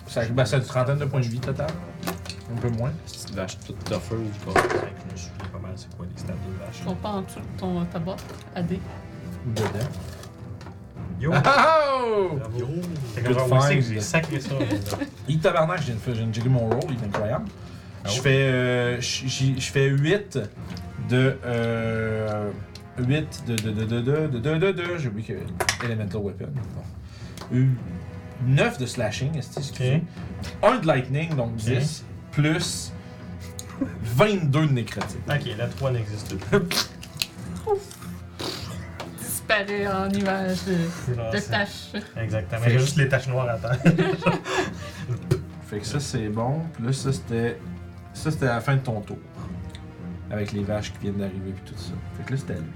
S1: ça, ben, c'est une trentaine de points de vie total. Un peu moins.
S2: C'est une vache toute tougheuse, quoi.
S6: Fait que je suis pas mal, c'est quoi les stats des vaches.
S5: Ils sont pas en dessous de ton, ta botte. AD.
S1: Ou dedans.
S6: Yo!
S1: Oh!
S6: Bravo.
S1: Yo.
S6: Fait que
S1: Good
S6: genre, où c'est que
S1: find.
S6: j'ai sacré ça. là?
S1: Il tabarnak, j'ai fait- j'ai jigglé mon roll, il est incroyable.
S6: Ah
S1: Je
S6: oui?
S1: fais, euh, j- j- je fais 8 de. Euh, 8 de. de. de. de. de. de. de. de. de- j'ai oublié que. Elemental Weapon. Bon. Eu- 9 de slashing, est-ce que excusez. 1 de lightning, donc 10, plus 22 de nécrotique.
S6: Ok, la 3 n'existe plus.
S5: Disparaît en nuage de,
S6: Genre,
S5: de
S6: Ah, c'est-
S5: taches.
S6: Exactement. Il y a juste les taches noires à terre.
S1: Fait que ça, c'est bon. Puis là, ça, c'était. Ça, c'était à la fin de ton tour. Avec les vaches qui viennent d'arriver, puis tout ça. Fait que là, c'était à lui.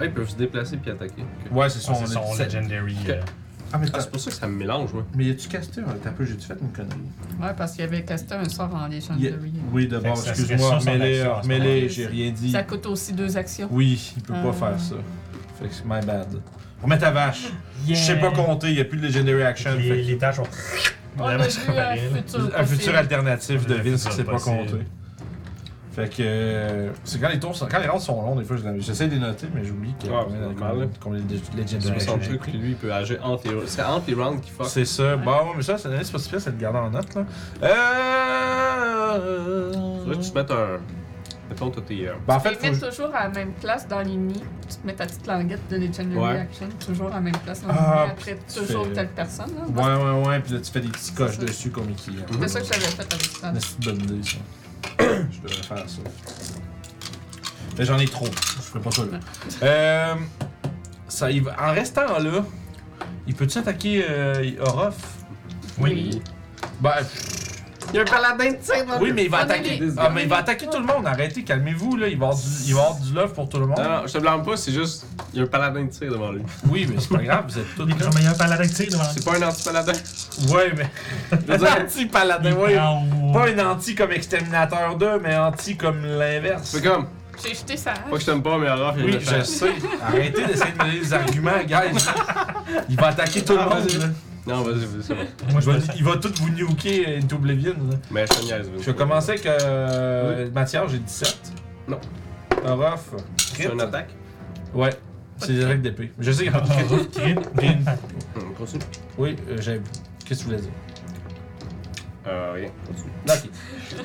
S2: Ah, ils peuvent se déplacer puis attaquer. Ok.
S1: Ouais, c'est
S6: Ah, C'est son
S1: c'est-
S6: legendary.
S2: Ok.
S6: euh,
S1: Ah, mais
S2: Ah,
S1: t'as-
S2: c'est pour ça que ça me mélange, moi.
S1: Mais y'a-tu casté un T'as peu, j'ai-tu fait une connerie?
S5: Ouais, parce qu'il avait casté un sort en
S1: Y a-
S5: Legendary.
S1: Oui, d'abord,
S6: Fait que ça
S1: excuse-moi,
S6: serait ça, son
S1: mêlé,
S6: action, en ce
S1: mêlé,
S5: moment.
S1: j'ai rien dit.
S5: Ça coûte aussi deux actions.
S1: Oui, il peut pas
S5: Euh.
S1: faire ça. Fait que c'est my bad. Remets ta vache. Je sais pas compter, y a plus de Legendary Action.
S6: Les,
S1: fait
S6: les tâches ont.
S5: On a vu un futur.
S1: que- un futur
S5: possible.
S1: alternatif de
S6: Le
S1: Vince
S6: futur
S1: qui sait pas
S6: possible.
S1: compter. Fait que. euh, C'est quand les tours sont. Quand les rounds sont longs, des fois, je- j'essaie de les noter, mais j'oublie que-
S2: Ah,
S1: combien
S2: c'est normal.
S1: combien de
S2: C'est
S1: Legendary
S2: pas son
S1: Action.
S2: truc, puis lui, il peut agir entre les, c'est entre les rounds qui fuck.
S1: C'est ça. Bon, mais ça, c'est c'est pas si pire, c'est de garder en note, là. Euh.
S2: Faudrait que tu te mettes un. Mettons, toi, tes. euh,
S1: Ben, en
S5: Tu
S1: fait,
S5: les
S1: faut
S5: mets toujours à la même place dans les nids. Tu te mets ta petite languette de Legendary
S2: Ouais.
S5: Action, toujours à la même place dans
S1: Ah,
S5: les nids. Après, toujours
S1: fais-
S5: telle personne. Là.
S1: Ouais, ouais, ouais, puis là tu fais des petits coches
S5: ça.
S1: dessus comme Mickey. hein.
S5: C'est ça que j'avais fait avec ça.
S1: Une petite bonne idée, ça. Je devrais faire ça. Mais j'en ai trop. Je ferai pas ça là. Euh, ça, il va- En restant là, il peut-tu attaquer euh, Orof
S2: Oui.
S1: Ben. pff,
S8: Il y a un paladin de tir dans
S1: Oui, mais il va
S5: Prenez
S1: attaquer.
S2: les-
S1: Ah, mais il va attaquer tout le monde. Arrêtez, calmez-vous là. Il va avoir du, il va avoir du love pour tout le monde.
S2: Non, non, je te blâme pas, c'est juste. Il y a un paladin de tir devant lui.
S1: Oui, mais c'est pas grave, vous êtes tous
S6: Il
S1: là.
S6: y a un paladin de tir devant
S2: C'est pas un anti-paladin.
S1: Ouais, mais.
S2: Je veux dire,
S1: Anti-paladin,
S6: lui.
S1: ouais.
S6: Ah, ouais.
S1: ben Pas un anti comme Exterminateur 2, mais anti comme l'inverse.
S2: c'est comme.
S5: J'ai jeté ça.
S2: Pas que je t'aime pas, mais alors, il
S1: Oui,
S2: le
S1: je
S2: fait.
S1: sais. Arrêtez d'essayer de me donner des arguments, guys. Il va attaquer tout le
S2: Ah,
S1: monde.
S2: vas-y.
S1: là.
S2: Non, vas-y, vas-y, c'est bon.
S6: Moi,
S1: Il va,
S6: je suis
S1: il va tout vous nuker euh, une Oblivion. là.
S2: Mais je te niaise,
S1: Je vais commencer avec euh, Mathias, j'ai 17.
S2: Non.
S1: Orof.
S2: C'est une attaque.
S1: Ouais. C'est des attaques d'épée. Je sais qu'il y a pas de
S2: Ah.
S1: crit.
S6: crit.
S1: Puis une-
S2: Hum, On continue.
S1: Oui, euh, j'ai. Qu'est-ce que tu voulais dire?
S2: Euh, rien. Continue.
S1: Ok.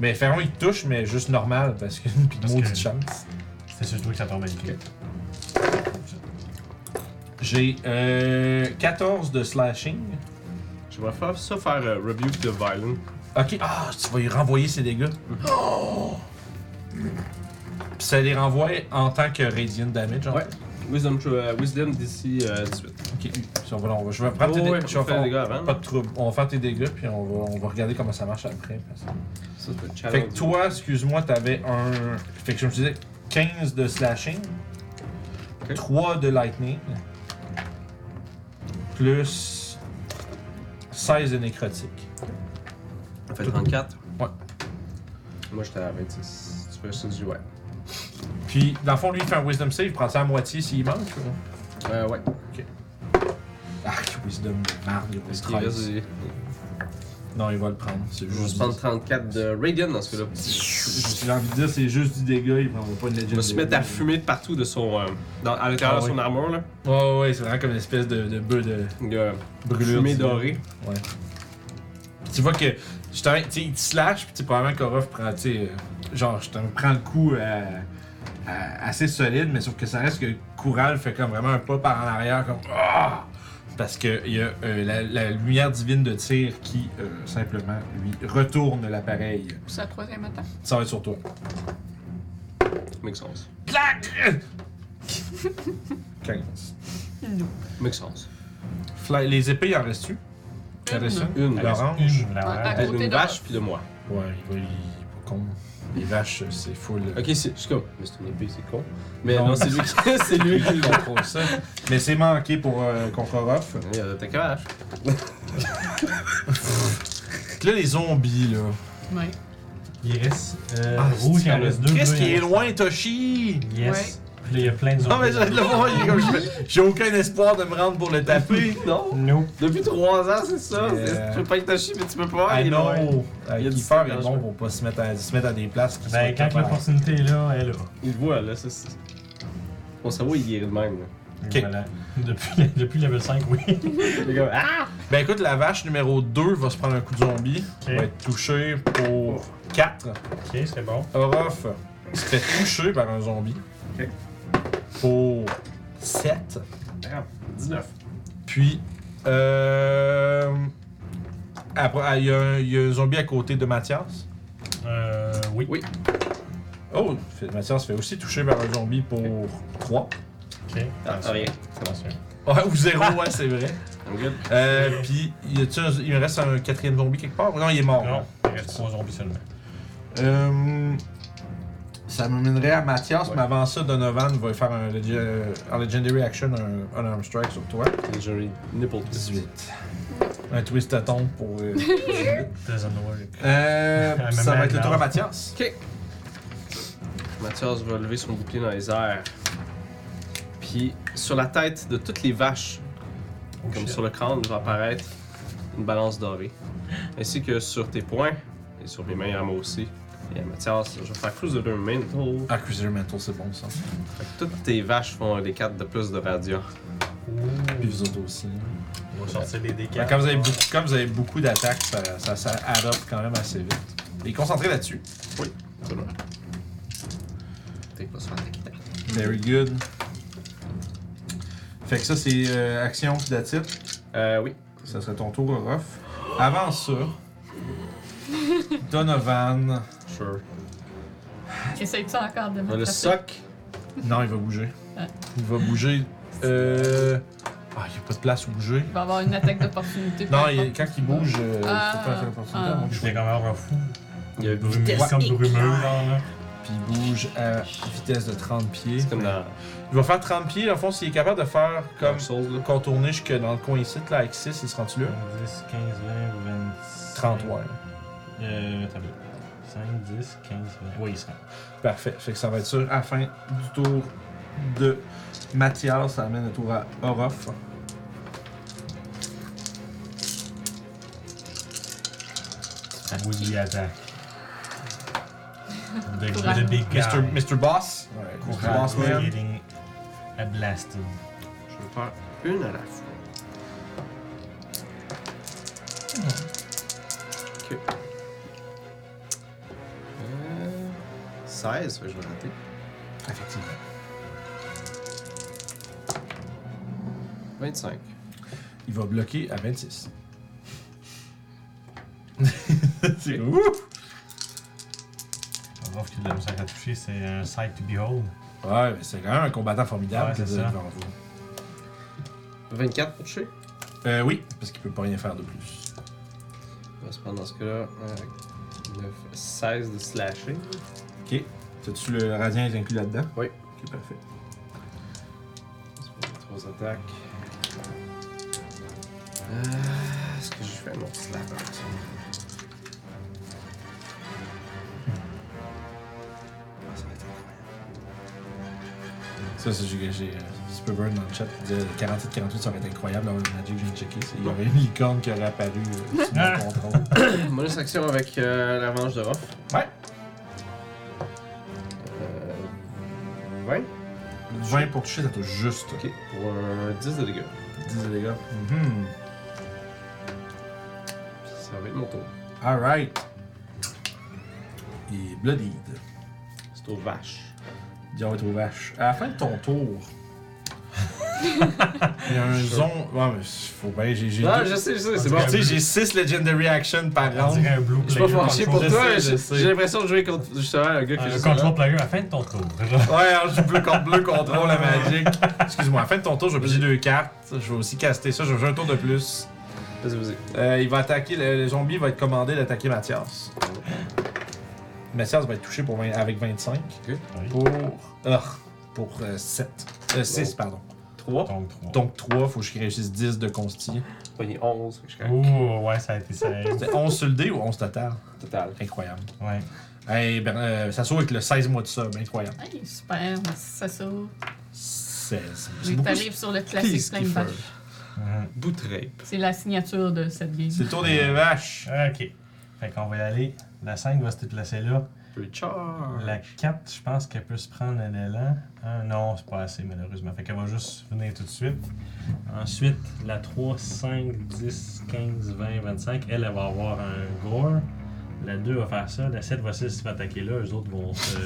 S1: Mais Ferron, il touche, mais juste normal, parce que une
S4: Parce
S1: maudite
S4: que-
S1: chance.
S4: C'était sur toi que ça tombait le crit.
S1: J'ai euh, 14 de slashing.
S2: Je vais faire ça faire euh, rebuke de violent.
S1: Ok. Ah, tu vas y renvoyer ses dégâts.
S2: Oh!
S1: Puis ça les renvoie en tant que radiant damage. en
S2: Ouais.
S1: fait.
S2: Wisdom, tr- euh, wisdom d'ici euh, 18.
S1: Ok. Si on va, on va- je vais prendre tes
S2: Ouais,
S1: dégâts.
S2: ouais,
S1: je
S2: on
S1: vais
S2: fait
S1: faire-
S2: les dégâts avant, hein.
S1: Pas
S2: là.
S1: de trouble. On va faire tes dégâts, puis on va, on va regarder comment ça marche après. parce que-
S2: Ça, c'est un challenge.
S1: Fait que toi, excuse-moi, t'avais un. Fait que je me disais 15 de slashing,
S2: Ok.
S1: 3 de lightning, plus 16 de nécrotique.
S2: On fait 34.
S1: Ouais.
S2: Moi, j'étais à 26. Tu fais ça du ouais.
S1: Puis, dans le fond, lui, il fait un wisdom save, il prend ça à moitié s'il manque. ou-
S2: Euh, ouais.
S1: Ah, wisdom de merde, il
S2: Est-ce
S1: reste
S2: qu'il reste
S1: 13.
S2: des-
S1: Non, il va le prendre. C'est
S2: Je vais
S1: juste.
S2: prendre 34 de Radiant dans ce cas-là.
S1: J'ai envie de dire, c'est juste du dégât, il prendra pas une legend.
S2: Il va se mettre à fumer de partout de son, euh, dans- à l'intérieur
S1: Ah
S2: de son
S1: oui.
S2: armure. Là.
S1: Ouais, ouais, c'est vraiment comme une espèce de, de bœuf de
S2: Il y a
S1: brûlure.
S2: fumée
S1: tu-
S2: dorée.
S1: Ouais. Puis Tu vois que justement, tu sais, il te slash, puis tu sais, probablement qu'Orof prend, tu sais, euh, genre, je te prends le coup euh, euh, assez solide, mais sauf que ça reste que Coural fait comme vraiment un pas par en arrière, comme Ah! parce que il y a euh, la, la lumière divine de tir qui euh, simplement lui retourne l'appareil.
S3: C'est la troisième attaque.
S1: Ça va être sur toi.
S2: Make sense.
S1: Clac! 15.
S2: Make sense.
S1: Fly- les épées, il en reste-tu? Il en reste une?
S2: Une.
S1: L'orange?
S4: La
S3: Ouais,
S4: vraie.
S3: à
S2: Elle est
S3: côté
S2: d'une
S3: de-
S2: vache puis de moi.
S1: Ouais, il va y. il est pas con. Les vaches, c'est full. euh,
S2: Ok, c'est- je suis comme, mais c'est une épée, c'est con. Mais
S1: Non.
S2: non, c'est lui qui. c'est lui qui.
S1: contrôle ça. Mais c'est manqué pour euh, contre Ruff.
S2: Il a attaqué Eh, la vache.
S1: Fait que Là, les zombies, là.
S3: Ouais.
S4: Il reste. Euh,
S1: Ah,
S4: rouge, il en reste deux.
S1: Qu'est-ce
S4: bleu,
S1: qui
S4: il
S1: est
S4: en reste-
S1: loin, Toshi?
S4: Yes. Puis là, il y a plein de
S1: Non,
S4: zombies.
S1: mais je le voir, il est comme je fais, J'ai aucun espoir de me rendre pour le taper.
S2: Non.
S4: No.
S6: Ben,
S2: Depuis 3 ans, c'est ça.
S1: Euh,
S2: C'est- Tu peux pas être taché, mais tu peux pas.
S1: Ah
S2: il est loin.
S1: non!
S2: Il y a
S1: Avec Kiefer,
S2: du
S1: il est
S2: sacrage,
S1: bon
S2: ouais.
S1: pour pas se mettre à, se mettre à des places
S4: Ben,
S1: qui sont
S4: quand
S1: capables.
S4: l'opportunité est là, elle est là.
S2: Il le voit, là. ça, c'est- Mon cerveau, il guérit de même. Là.
S1: Ok.
S4: Voilà. Depuis, depuis level 5, oui.
S2: Il est comme, ah!
S1: Ben écoute, la vache numéro 2 va se prendre un coup de zombie.
S4: Ok.
S1: Va être touchée pour 4.
S4: Ok, c'est bon.
S1: Orof se fait toucher par un zombie.
S2: Ok.
S1: Pour 7.
S2: Merde, 19.
S1: Puis, euh, après, ah, il y, a un- il y a un zombie à côté de Mathias.
S4: Euh, oui.
S2: Oui.
S1: Oh, fait- Mathias se fait aussi toucher par un zombie pour 3.
S4: Ok.
S2: Ah, rien.
S4: Attention.
S1: Ouais, ou 0, ouais, c'est vrai.
S2: I'm good.
S1: Euh, puis, y a-tu un- il me reste un quatrième zombie quelque part? Non, il est mort.
S4: Non, il reste 3 zombies seulement.
S1: Euh, ça m'amènerait à Mathias,
S2: Ouais.
S1: mais avant ça, Donovan va faire un, legi- en Legendary Action un, un arm strike sur toi.
S2: Legendary nipple twist.
S1: 18. Un twist à tombe pour. euh,
S4: Doesn't work.
S1: euh, puis ça va être le tour à Mathias.
S2: Ok. Mathias va lever son bouclier dans les airs. Puis, sur la tête de toutes les vaches,
S4: Oh,
S2: comme
S4: shit.
S2: sur le crâne, va apparaître une balance dorée. Ainsi que sur tes poings, et sur mes mains à moi aussi. Et à Mathias, je vais faire Cruise de Mental.
S1: Ah, Crusader Mental, c'est bon ça.
S2: Fait que toutes tes vaches font des 4 de plus de radiant.
S1: Puis vous autres aussi.
S4: On va sortir les
S1: Ben,
S4: D4.
S1: Quand vous avez beaucoup, quand vous avez beaucoup d'attaques, ça, ça, ça adopte quand même assez vite. Et concentrez là-dessus.
S2: Absolument. T'es pas sur attaquer.
S1: Very good. Fait que ça, c'est euh, action puis that's it.
S2: Euh, oui.
S1: Ça serait ton tour, Orof. Avant ça, Donovan.
S2: Sure.
S3: Essaye-tu encore de me
S2: Le
S3: taper?
S2: soc.
S1: Non, il va bouger.
S3: Ouais.
S1: Il va bouger. Euh. Ah, il n'y a pas de place où bouger.
S3: Il va avoir une attaque d'opportunité.
S1: Non,
S3: peu
S1: il-
S3: importe.
S1: quand il bouge, euh,
S3: Ah,
S1: faut pas faire attention.
S3: ah.
S1: Donc, je
S4: Je vais comme un fou.
S2: Il y a
S4: Brumeux, comme brumeux, genre là.
S1: Puis il bouge à vitesse de 30 pieds.
S2: C'est comme dans
S1: Il va faire 30 pieds, en fond, s'il est capable de faire comme
S2: Dark Souls, là.
S1: contourner jusque dans le coin ici, là, avec 6, il se rend-tu là?
S4: 10, 15, 20, 25.
S1: 30, ouais.
S4: Euh, attends. 5, 10, 15, 20. Oui, il sera.
S1: Parfait. Fait que ça va être sûr. À la fin du tour de Mathias, ça amène le tour à Orof.
S4: Oui, attaque. The,
S3: Courage.
S4: the big guy.
S1: Mr. Mr. Boss. Ouais, Mr. Boss
S4: Courage
S1: Man.
S4: getting a blasted.
S2: Je vais faire une à la fois. Euh, 16, fait que je vais rater.
S1: Effectivement.
S2: 25.
S1: Il va bloquer à 26.
S2: C'est
S6: On va voir qu'il a de la misère à toucher, c'est un sight to behold.
S1: Ouais, mais c'est quand même un combattant formidable
S6: Ouais,
S1: que
S6: c'est
S1: vous avez
S6: ça.
S1: devant vous.
S2: 24 pour toucher.
S1: Euh, oui, parce qu'il peut pas rien faire de plus.
S2: On va se prendre dans ce cas-là. euh, 9, 16 de slasher.
S1: Ok. T'as-tu le radien est inclus là-dedans?
S2: Oui.
S1: Ok, parfait.
S2: 3 attaques. Euh, Est-ce que je fais mon slap out? Ah, ça va être incroyable.
S1: Ça, c'est juste que j'ai. euh, Spurburn dans le chat qui disait 47-48, ça aurait été incroyable d'avoir le Magic, que j'ai checké. Il y aurait une licorne qui aurait apparu euh, sur mon contrôle.
S2: Bonus action avec euh, la revanche de Rof.
S1: Ouais.
S2: Euh, 20
S1: 20 pour toucher, ça touche juste.
S2: Euh,
S1: Mm.
S2: Ok, pour un 10 de dégâts.
S1: 10 de dégâts.
S2: Ça va être mon tour.
S1: Alright. Il est bloodied.
S2: C'est aux vaches.
S1: Dion est aux vaches. À la fin de ton tour. il y a un zon. Ouais, mais faut bien. J'ai. j'ai
S2: Non,
S1: deux-
S2: je sais, Ah, je sais, c'est
S6: On
S2: bon.
S1: Tu sais, j'ai 6 Legendary Action par
S6: On
S1: round.
S6: dirait un blue
S2: Je suis pas
S6: player.
S2: fâché pour
S1: Je
S2: toi,
S1: sais,
S2: mais
S1: je
S2: j'ai
S1: sais.
S2: j'ai l'impression de jouer contre justement le gars
S6: Ah,
S2: qui est
S6: Le
S2: contrôle.
S6: control player à la fin de ton tour.
S1: Ouais, alors je joue bleu contre bleu, contrôle la Magic. Excuse-moi, à la fin de ton tour, je vais poser deux cartes. Je vais aussi caster ça, je vais jouer un tour de plus.
S2: Vas-y, vas-y.
S1: Euh, il va attaquer, le, le zombie va être commandé d'attaquer Mathias. Mathias va être touché pour 20 avec 25.
S6: Oui.
S1: Pour. ah, pour 7. 6, pardon.
S2: 3.
S6: Donc 3.
S1: Donc 3, faut que je réussisse 10 de consti.
S2: Pogné 11, fait que je suis correct.
S6: Ouh, ouais, ça a été serré.
S1: C'est 11 sur le dé ou 11 total
S2: Total.
S1: Incroyable.
S6: Ouais.
S1: Hey, ben, euh, ça saute avec le 16 mois de sub, incroyable.
S5: Hey, super, merci, ça saute.
S1: 16.
S5: Oui, T'arrives sur le classique
S1: Qu'est-ce
S5: plein de
S1: qu'il fait?
S5: vaches.
S6: Mhm.
S2: Boutrape.
S5: C'est la signature de cette game.
S1: C'est le tour des vaches.
S6: Ok. Fait qu'on va y aller. La 5 va se déplacer là.
S2: Richard. Euh,
S6: La 4, je pense qu'elle peut se prendre un élan. Un, non, c'est pas assez malheureusement. Fait qu'elle va juste venir tout de suite. Ensuite, la 3, 5, 10, 15, 20, 25. Elle, elle va avoir un gore. La 2 va faire ça. La 7 va 6 va attaquer là. Eux autres vont se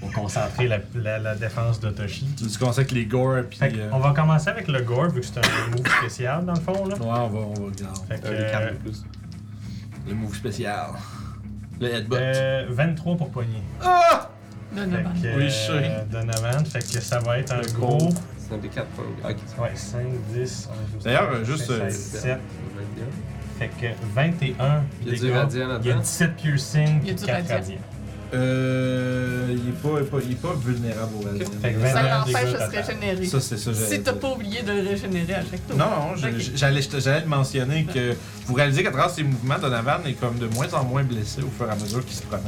S6: vont concentrer la, la- la défense de Toshi.
S1: Tu veux commencer avec les gore, puis.
S6: Fait
S1: euh,
S6: qu'on va commencer avec le gore vu que c'est un move spécial dans le fond là.
S1: Ouais, on va, on va regarder.
S6: Fait que,
S2: Un des cartes de plus.
S1: Le move spécial. Le headbutt.
S6: euh, 23 pour poignée. Fait
S5: Donovan.
S6: que, euh,
S1: Oui, je sais.
S6: Donovan, fait que ça va être un
S2: Le
S6: gros.
S2: gros. C'est un des 4 points. Ok.
S6: Ouais, 5, 10, 11,
S1: D'ailleurs, euh, juste, euh,
S6: 7.
S2: 21.
S6: Fait que 21
S2: Il y a
S6: dégâts.
S2: du radiant
S6: Il y a
S2: là-dedans.
S6: 17 piercing
S5: Il y a
S6: et
S5: du
S6: 4
S5: radiant.
S6: radiants.
S1: Euh, il, est pas, il est pas- il est pas vulnérable au radiant.
S6: Fait que
S5: Ça
S6: 21
S5: l'empêche
S6: dégâts
S5: de se
S6: total.
S5: régénérer.
S1: Ben, Ça, c'est ça. j'allais
S5: Si t'as
S1: dire.
S5: pas oublié de le régénérer à chaque tour.
S1: Non, non, je-
S5: Ok.
S1: je- j'allais je te- j'allais le mentionner que vous réalisez qu'à travers ces mouvements, Donovan est comme de moins en moins blessé au fur et à mesure qu'il se promène.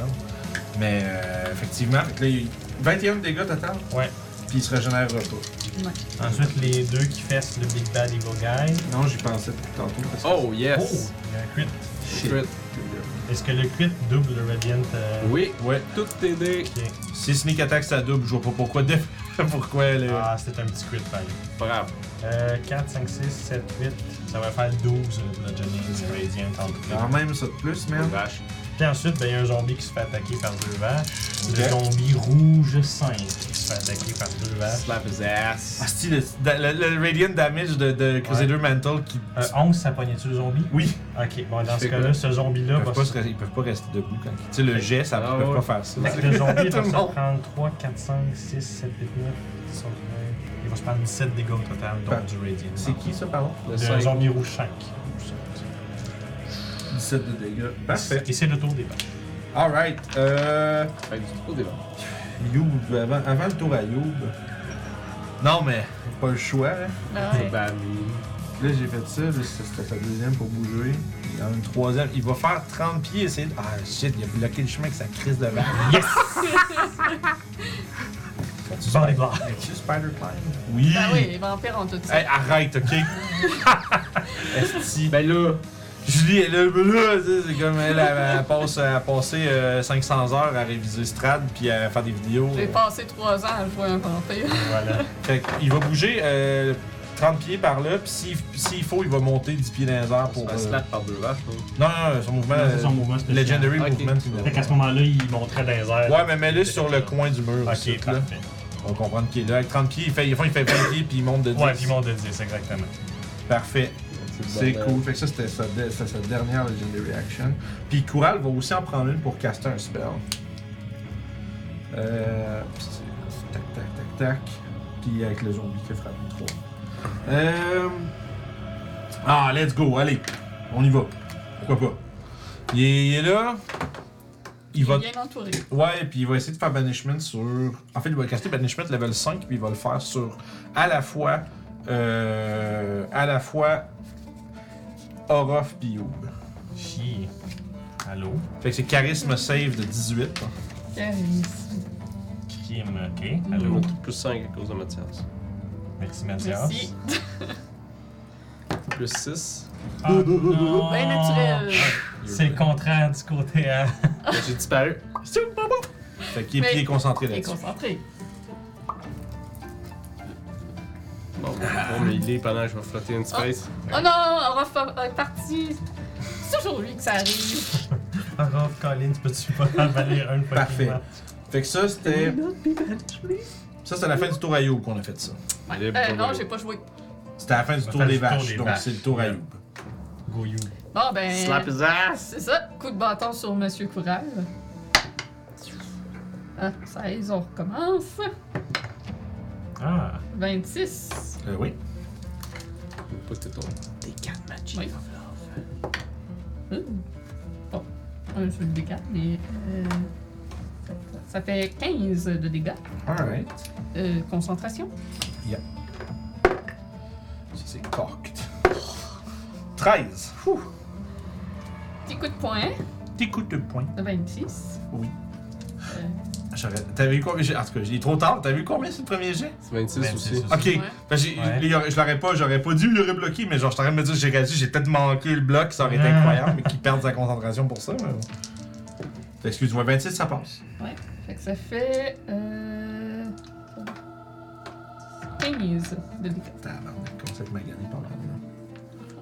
S1: Mais euh, effectivement, fait que là, il- 21 dégâts total.
S6: Ouais.
S1: Puis il se régénère pas.
S6: Ensuite, les deux qui fessent le Big Bad Evil Guy.
S1: Non, j'y pensais depuis tantôt. parce que-
S2: Oh yes!
S6: Oh, il y a un crit.
S2: Crit.
S6: Est-ce que le crit double le Radiant euh,
S2: Oui,
S1: Ouais.
S2: tout tes dés.
S6: ok.
S1: Si Sneak Attack, ça double. Je vois pas pourquoi. dé- pourquoi le.
S6: Ah, c'était un petit crit, pareil.
S2: Bravo.
S6: Euh, 4, 5, 6, 7, 8. Ça va faire 12 euh, pour le Johnny Radiant en crit.
S1: Quand même ça de plus, man.
S2: Vache.
S6: Puis ensuite, ben, il y a un zombie qui se fait attaquer par deux vaches.
S1: Ok.
S6: Le zombie rouge 5 qui se fait attaquer par deux vaches.
S2: Slap his
S1: Ah,
S2: ass.
S1: si, le, le- le Radiant Damage de, de Crusader Mantle qui.
S6: Euh, 11, ça pognait-tu le zombie?
S1: Oui.
S6: Ok, bon, dans
S2: Tu
S6: ce
S2: fais
S6: cas-là,
S2: quoi?
S6: ce zombie-là
S1: Ils
S6: va
S1: peuvent, pas se re- ils peuvent pas rester debout quand. Tu sais, le jet, ça
S2: Ah
S1: ils peuvent
S2: ouais.
S1: pas faire ça.
S6: Fait que le zombie
S1: Tout
S6: va
S1: le
S6: se
S1: monde.
S6: prendre 3, 4, 5, 6, 7, 8, 9, 10, 11, 12. Il va se prendre 17 dégâts au total,
S1: Par-
S6: donc du Radiant.
S1: C'est qui ça, pardon
S2: Le
S6: Le
S2: 5.
S6: zombie rouge 5.
S1: 17 de dégâts. Parfait.
S6: Et c'est le tour des vaches.
S1: Alright. Euh.
S2: Fait que du trop des vaches.
S1: Youb, avant, avant le tour à Youb. Non, mais pas le choix. hein.
S5: Ah Ouais.
S2: Bam.
S1: Là, j'ai fait ça. Là, c'était sa deuxième pour bouger. Il y en a une troisième. Il va faire 30 pieds et essayer de. Ah shit, il a bloqué le chemin avec sa crise de vache.
S6: Yes! Bon, les blancs.
S1: Tu Spider Climb Oui.
S5: Ben oui, les vampires ont tout ça.
S1: Hey, arrête, ok? Esti.
S2: Ben là,
S1: Julie, elle a là, tu sais, c'est comme elle, elle, elle passe, elle a passé euh, 500 heures à réviser Strad puis à faire des vidéos.
S5: J'ai passé trois ans à jouer un vampire.
S6: Voilà.
S1: Fait qu'il va bouger euh, 30 pieds par là, puis s'il s'il faut, il va monter 10 pieds dans les airs
S2: Pour
S1: pour.
S2: un
S1: euh,
S2: slap par deux vaches, là.
S1: Non, non, non, son mouvement.
S6: C'est son
S1: euh,
S6: mouvement spécial.
S1: Legendary
S2: Ok.
S1: Movement. il
S6: Fait
S1: va-
S6: qu'à ce moment-là, il montrait dans les airs.
S1: Ouais, mais mets-le sur le coin du mur. ici,
S6: Ok,
S1: là.
S6: parfait.
S1: On va comprendre qu'il est là. Avec 30 pieds, il fait, il fait- il fait 20 pieds, puis il monte de 10.
S6: Ouais, puis il monte de 10, exactement.
S1: Parfait. C'est
S2: le bordel.
S1: cool. Fait que ça, c'était sa, de- c'était sa dernière Legendary Action. Puis Kural va aussi en prendre une pour caster un spell. Euh. puis c'est- Tac, tac, tac, tac. Puis avec le zombie qui a frappé 3. Euh. Ah, let's go, allez. On y va. Pourquoi pas. Il est, il est là. Il va.
S5: bien entouré.
S1: Ouais, puis il va essayer de faire Banishment sur. En fait, il va caster Banishment level 5, puis il va le faire sur à la fois. Euh, à la fois. Orof puis Youb.
S6: Chi. Allô?
S1: Fait que c'est Charisme Save de 18.
S5: Charisme.
S6: Crime, ok.
S2: J'ai
S6: Allô?
S2: monté de plus 5 à cause de Mathias.
S6: Merci, Mathias.
S5: Merci.
S2: Plus 6.
S6: Ah, non.
S5: Bien naturel.
S6: Ah, C'est le contraire du côté à.
S2: Ben, J'ai disparu.
S1: Fait qu'il est,
S5: Mais-
S1: puis il est concentré
S5: Et
S1: là-dessus.
S5: concentré.
S2: Bon, bon, bon, mais il est pendant que je vais flotter une space.
S5: Oh non, on va fa- euh, parti. C'est toujours lui que ça arrive.
S6: Rob Colin, tu peux-tu pas avaler un fucking
S1: Parfait.
S6: match?
S1: Fait que ça, c'était. Ça, c'est la fin du tour à Youb qu'on a fait ça.
S5: Ouais.
S2: Il est
S5: Euh,
S2: pas
S5: non,
S2: beau.
S5: j'ai pas joué.
S1: C'était la fin du
S6: La
S1: tour
S6: fin
S1: des
S6: du tour
S1: vaches,
S6: des
S1: donc
S6: vaches.
S1: c'est le tour à
S6: Yeah.
S1: Youb.
S6: Go you.
S5: Bon, ben.
S2: Slap his ass!
S5: C'est ça, coup de bâton sur Monsieur Courage. Ah, 16, on recommence.
S6: Ah,
S5: 26.
S1: Euh, oui.
S2: Pas tes tours.
S8: Des cartes magiques.
S5: Oui. Hum. Bon, un seul dégât, mais. euh, ça fait 15 de dégâts.
S1: Alright.
S5: Euh, concentration.
S1: Ça, c'est cocked. 13. Ouh.
S5: Petit coup de poing
S1: Petit coup de poing.
S5: de 26.
S1: Oui.
S5: Euh,
S1: J'aurais- T'avais eu combien j'ai- En tout cas, j'ai trop tard. T'avais eu combien sur le premier jet
S2: C'est 26,
S6: 26
S2: aussi.
S6: aussi.
S1: Ok,
S5: Ouais.
S1: Fait que j'ai-
S6: Ouais.
S1: il y aurait- je l'aurais pas, j'aurais pas dû, il aurait bloqué, mais genre je t'aurais me dire j'ai réagi, j'ai peut-être manqué le bloc, ça aurait été
S6: Ah.
S1: incroyable, mais qu'il perde sa concentration pour ça. mais bon. Fait, Excuse-moi, 26 ça passe.
S5: fait que ça fait. Euh, 15 de dégâts.
S1: Tabarnak, comment ça te m'a gagné pas mal. là.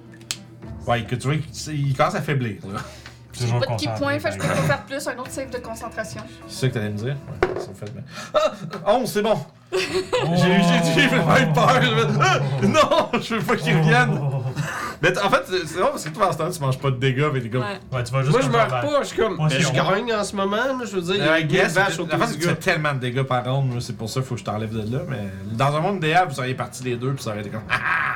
S1: Ouais, que tu vois, qu'il- il commence à faiblir là.
S5: J'ai
S6: toujours
S5: pas de qui
S6: concentré,
S5: points, fait que je peux
S6: par
S5: pas faire plus. Un autre save de concentration.
S1: C'est ça que t'allais me dire? Ouais, c'est le fait, mais- Ah! 11, c'est bon!
S6: exemple.
S1: J'ai eu j'ai- j'ai vraiment eu peur! je me- Ah! Non! Je veux pas qu'il revienne!
S6: Oh.
S1: Mais t- en fait, c'est c'est drôle parce que toi, en ce temps, tu manges pas de dégâts, mais t'es comme.
S5: Ouais.
S6: oh. Ouais, tu vas juste
S2: Moi, je
S6: comme
S2: meurs
S6: ça,
S2: pas, je suis comme.
S6: Moi,
S2: Mais
S6: c'est
S2: je
S6: bon.
S2: gagne en ce moment, là, je veux dire.
S1: Euh, I
S2: il y a une
S1: guess,
S2: vache
S1: en
S2: autour
S1: fait,
S2: du
S1: tu fais
S2: gars.
S1: tellement de dégâts par ronde, moi, c'est pour ça qu'il faut que je t'enlève de là. Mais dans un monde idéal, vous seriez parti les deux, puis ça aurait été comme. Ah!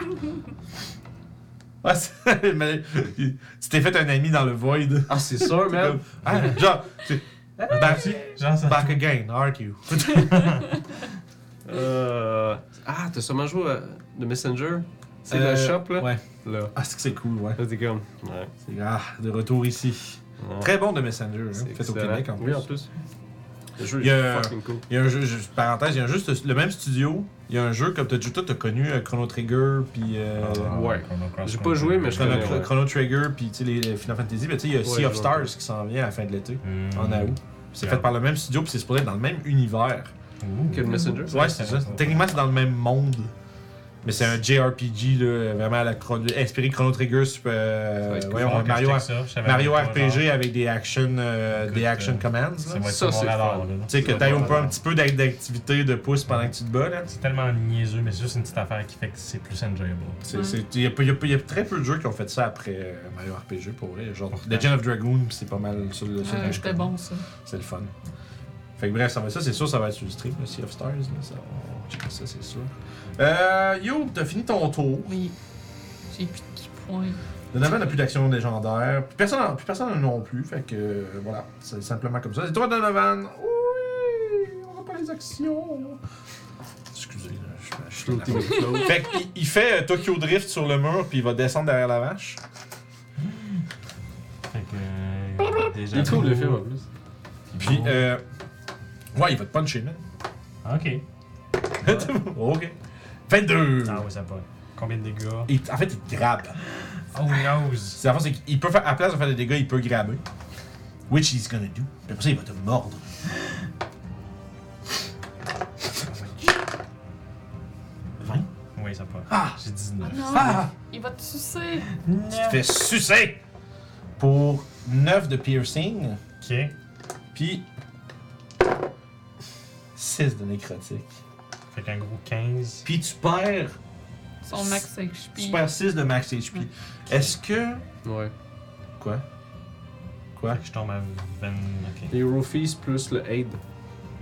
S1: ouais, c'est- mais tu t'es fait un ami dans le void.
S2: Ah, c'est sûr, man.
S1: Comme, ah, genre, tu- back,
S6: Genre,
S2: Bah,
S6: ça.
S1: back again, aren't you?
S2: Euh. Ah, t'as sûrement joué à The Messenger? C'est
S1: Euh,
S2: le shop, là?
S1: Ouais.
S2: Là.
S1: Ah, c'est que c'est cool, ouais.
S2: Là, t'es comme. Ouais.
S1: C'est ah, de retour ici.
S2: Ouais.
S1: Très bon de Messenger, hein,
S2: C'est
S1: fait au
S2: excellent.
S1: Québec en plus.
S2: Oui, en plus. Le jeu
S1: Il y
S2: est
S1: a-
S2: fucking cool.
S1: Il y a un jeu, juste parenthèse, il y a un jeu, le même studio, il y a un jeu comme t'as tout, t'as connu euh, Chrono Trigger, puis. euh,
S6: Ah,
S2: Ouais. J'ai pas joué, mais je
S1: Chrono,
S2: connais. ouais.
S1: Chrono Trigger, puis tu sais, les, les Final Fantasy, mais tu sais, il y a Sea
S2: je
S1: of
S2: vois.
S1: Stars qui s'en vient à la fin de l'été,
S6: Hmm.
S1: en août. C'est
S6: Yeah.
S1: fait par le même studio, puis c'est supposé être dans le même univers.
S6: Ouh.
S2: Que le Messenger?
S1: Ouais, c'est ça. Techniquement, c'est dans le même monde. Mais c'est un JRPG, là, vraiment à la chrono... inspiré Chrono Trigger, super, euh,
S2: Ça va être cool.
S1: voyons,
S6: Faut que
S1: Mario,
S6: je check ça, je savais
S1: Mario
S6: même pas,
S1: RPG
S6: genre.
S1: avec des action, euh,
S6: Écoute,
S1: des action
S6: euh,
S1: commands. là.
S6: Ça va être
S2: Ça,
S6: sur mon
S2: c'est
S6: radar,
S2: fun.
S6: là.
S1: Tu sais, que t'ailles pas un petit peu d'act- d'activité de pouce pendant que tu te bats, là.
S6: C'est tellement niaiseux, mais c'est juste une petite affaire qui fait que c'est plus enjoyable.
S1: C'est- c'est- Il y, a pas- il y a pas- il y a très peu de jeux qui ont fait ça après euh, Mario RPG pour vrai. Genre Legend of Dragoon, c'est pas mal sur le sur le-
S5: Euh, C'était bon, ça.
S1: C'est le fun. Fait que bref, ça, va, ça c'est sûr, ça va être sur le stream, le Sea of Stars. Là, ça, on check ça, c'est sûr. Euh, yo, t'as fini ton tour.
S5: Oui. J'ai plus de qui points.
S1: Donovan n'a plus d'action légendaire. Puis personne en- plus personne en a non plus. Fait que euh, voilà, c'est simplement comme ça. C'est toi, Donovan. Oui, on n'a pas les actions. Excusez, là, je suis- je suis
S2: Floating float.
S1: Fait qu'il il fait euh, Tokyo Drift sur le mur, puis il va descendre derrière la vache.
S6: Fait euh, que.
S2: Il trouve le film en plus.
S1: Puis, euh, ouais, il va te puncher, man.
S6: Ok.
S1: ok. 22!
S6: Ah ouais, ça va. Combien de dégâts
S1: Il- en fait, il te grabe.
S6: Oh nose.
S1: C'est la force, c'est qu'il peut faire, à la place de faire des dégâts, il peut grabber. Which he's gonna do. Puis après ça, il va te mordre.
S6: Oui, ça passe.
S1: Ah!
S6: J'ai 19.
S3: Non,
S1: Ah!
S3: il va te sucer.
S1: Tu te fais sucer pour 9 de piercing,
S6: Ok.
S1: puis 6 de nécrotique.
S6: Fait qu'un gros 15.
S1: Puis tu perds,
S3: Son max
S1: tu
S3: HP.
S1: perds 6 de max HP. Est-ce que.
S2: Ouais.
S1: Quoi? Quoi?
S6: Fait que je tombe à 20. Ok.
S2: Les roofies plus le aid.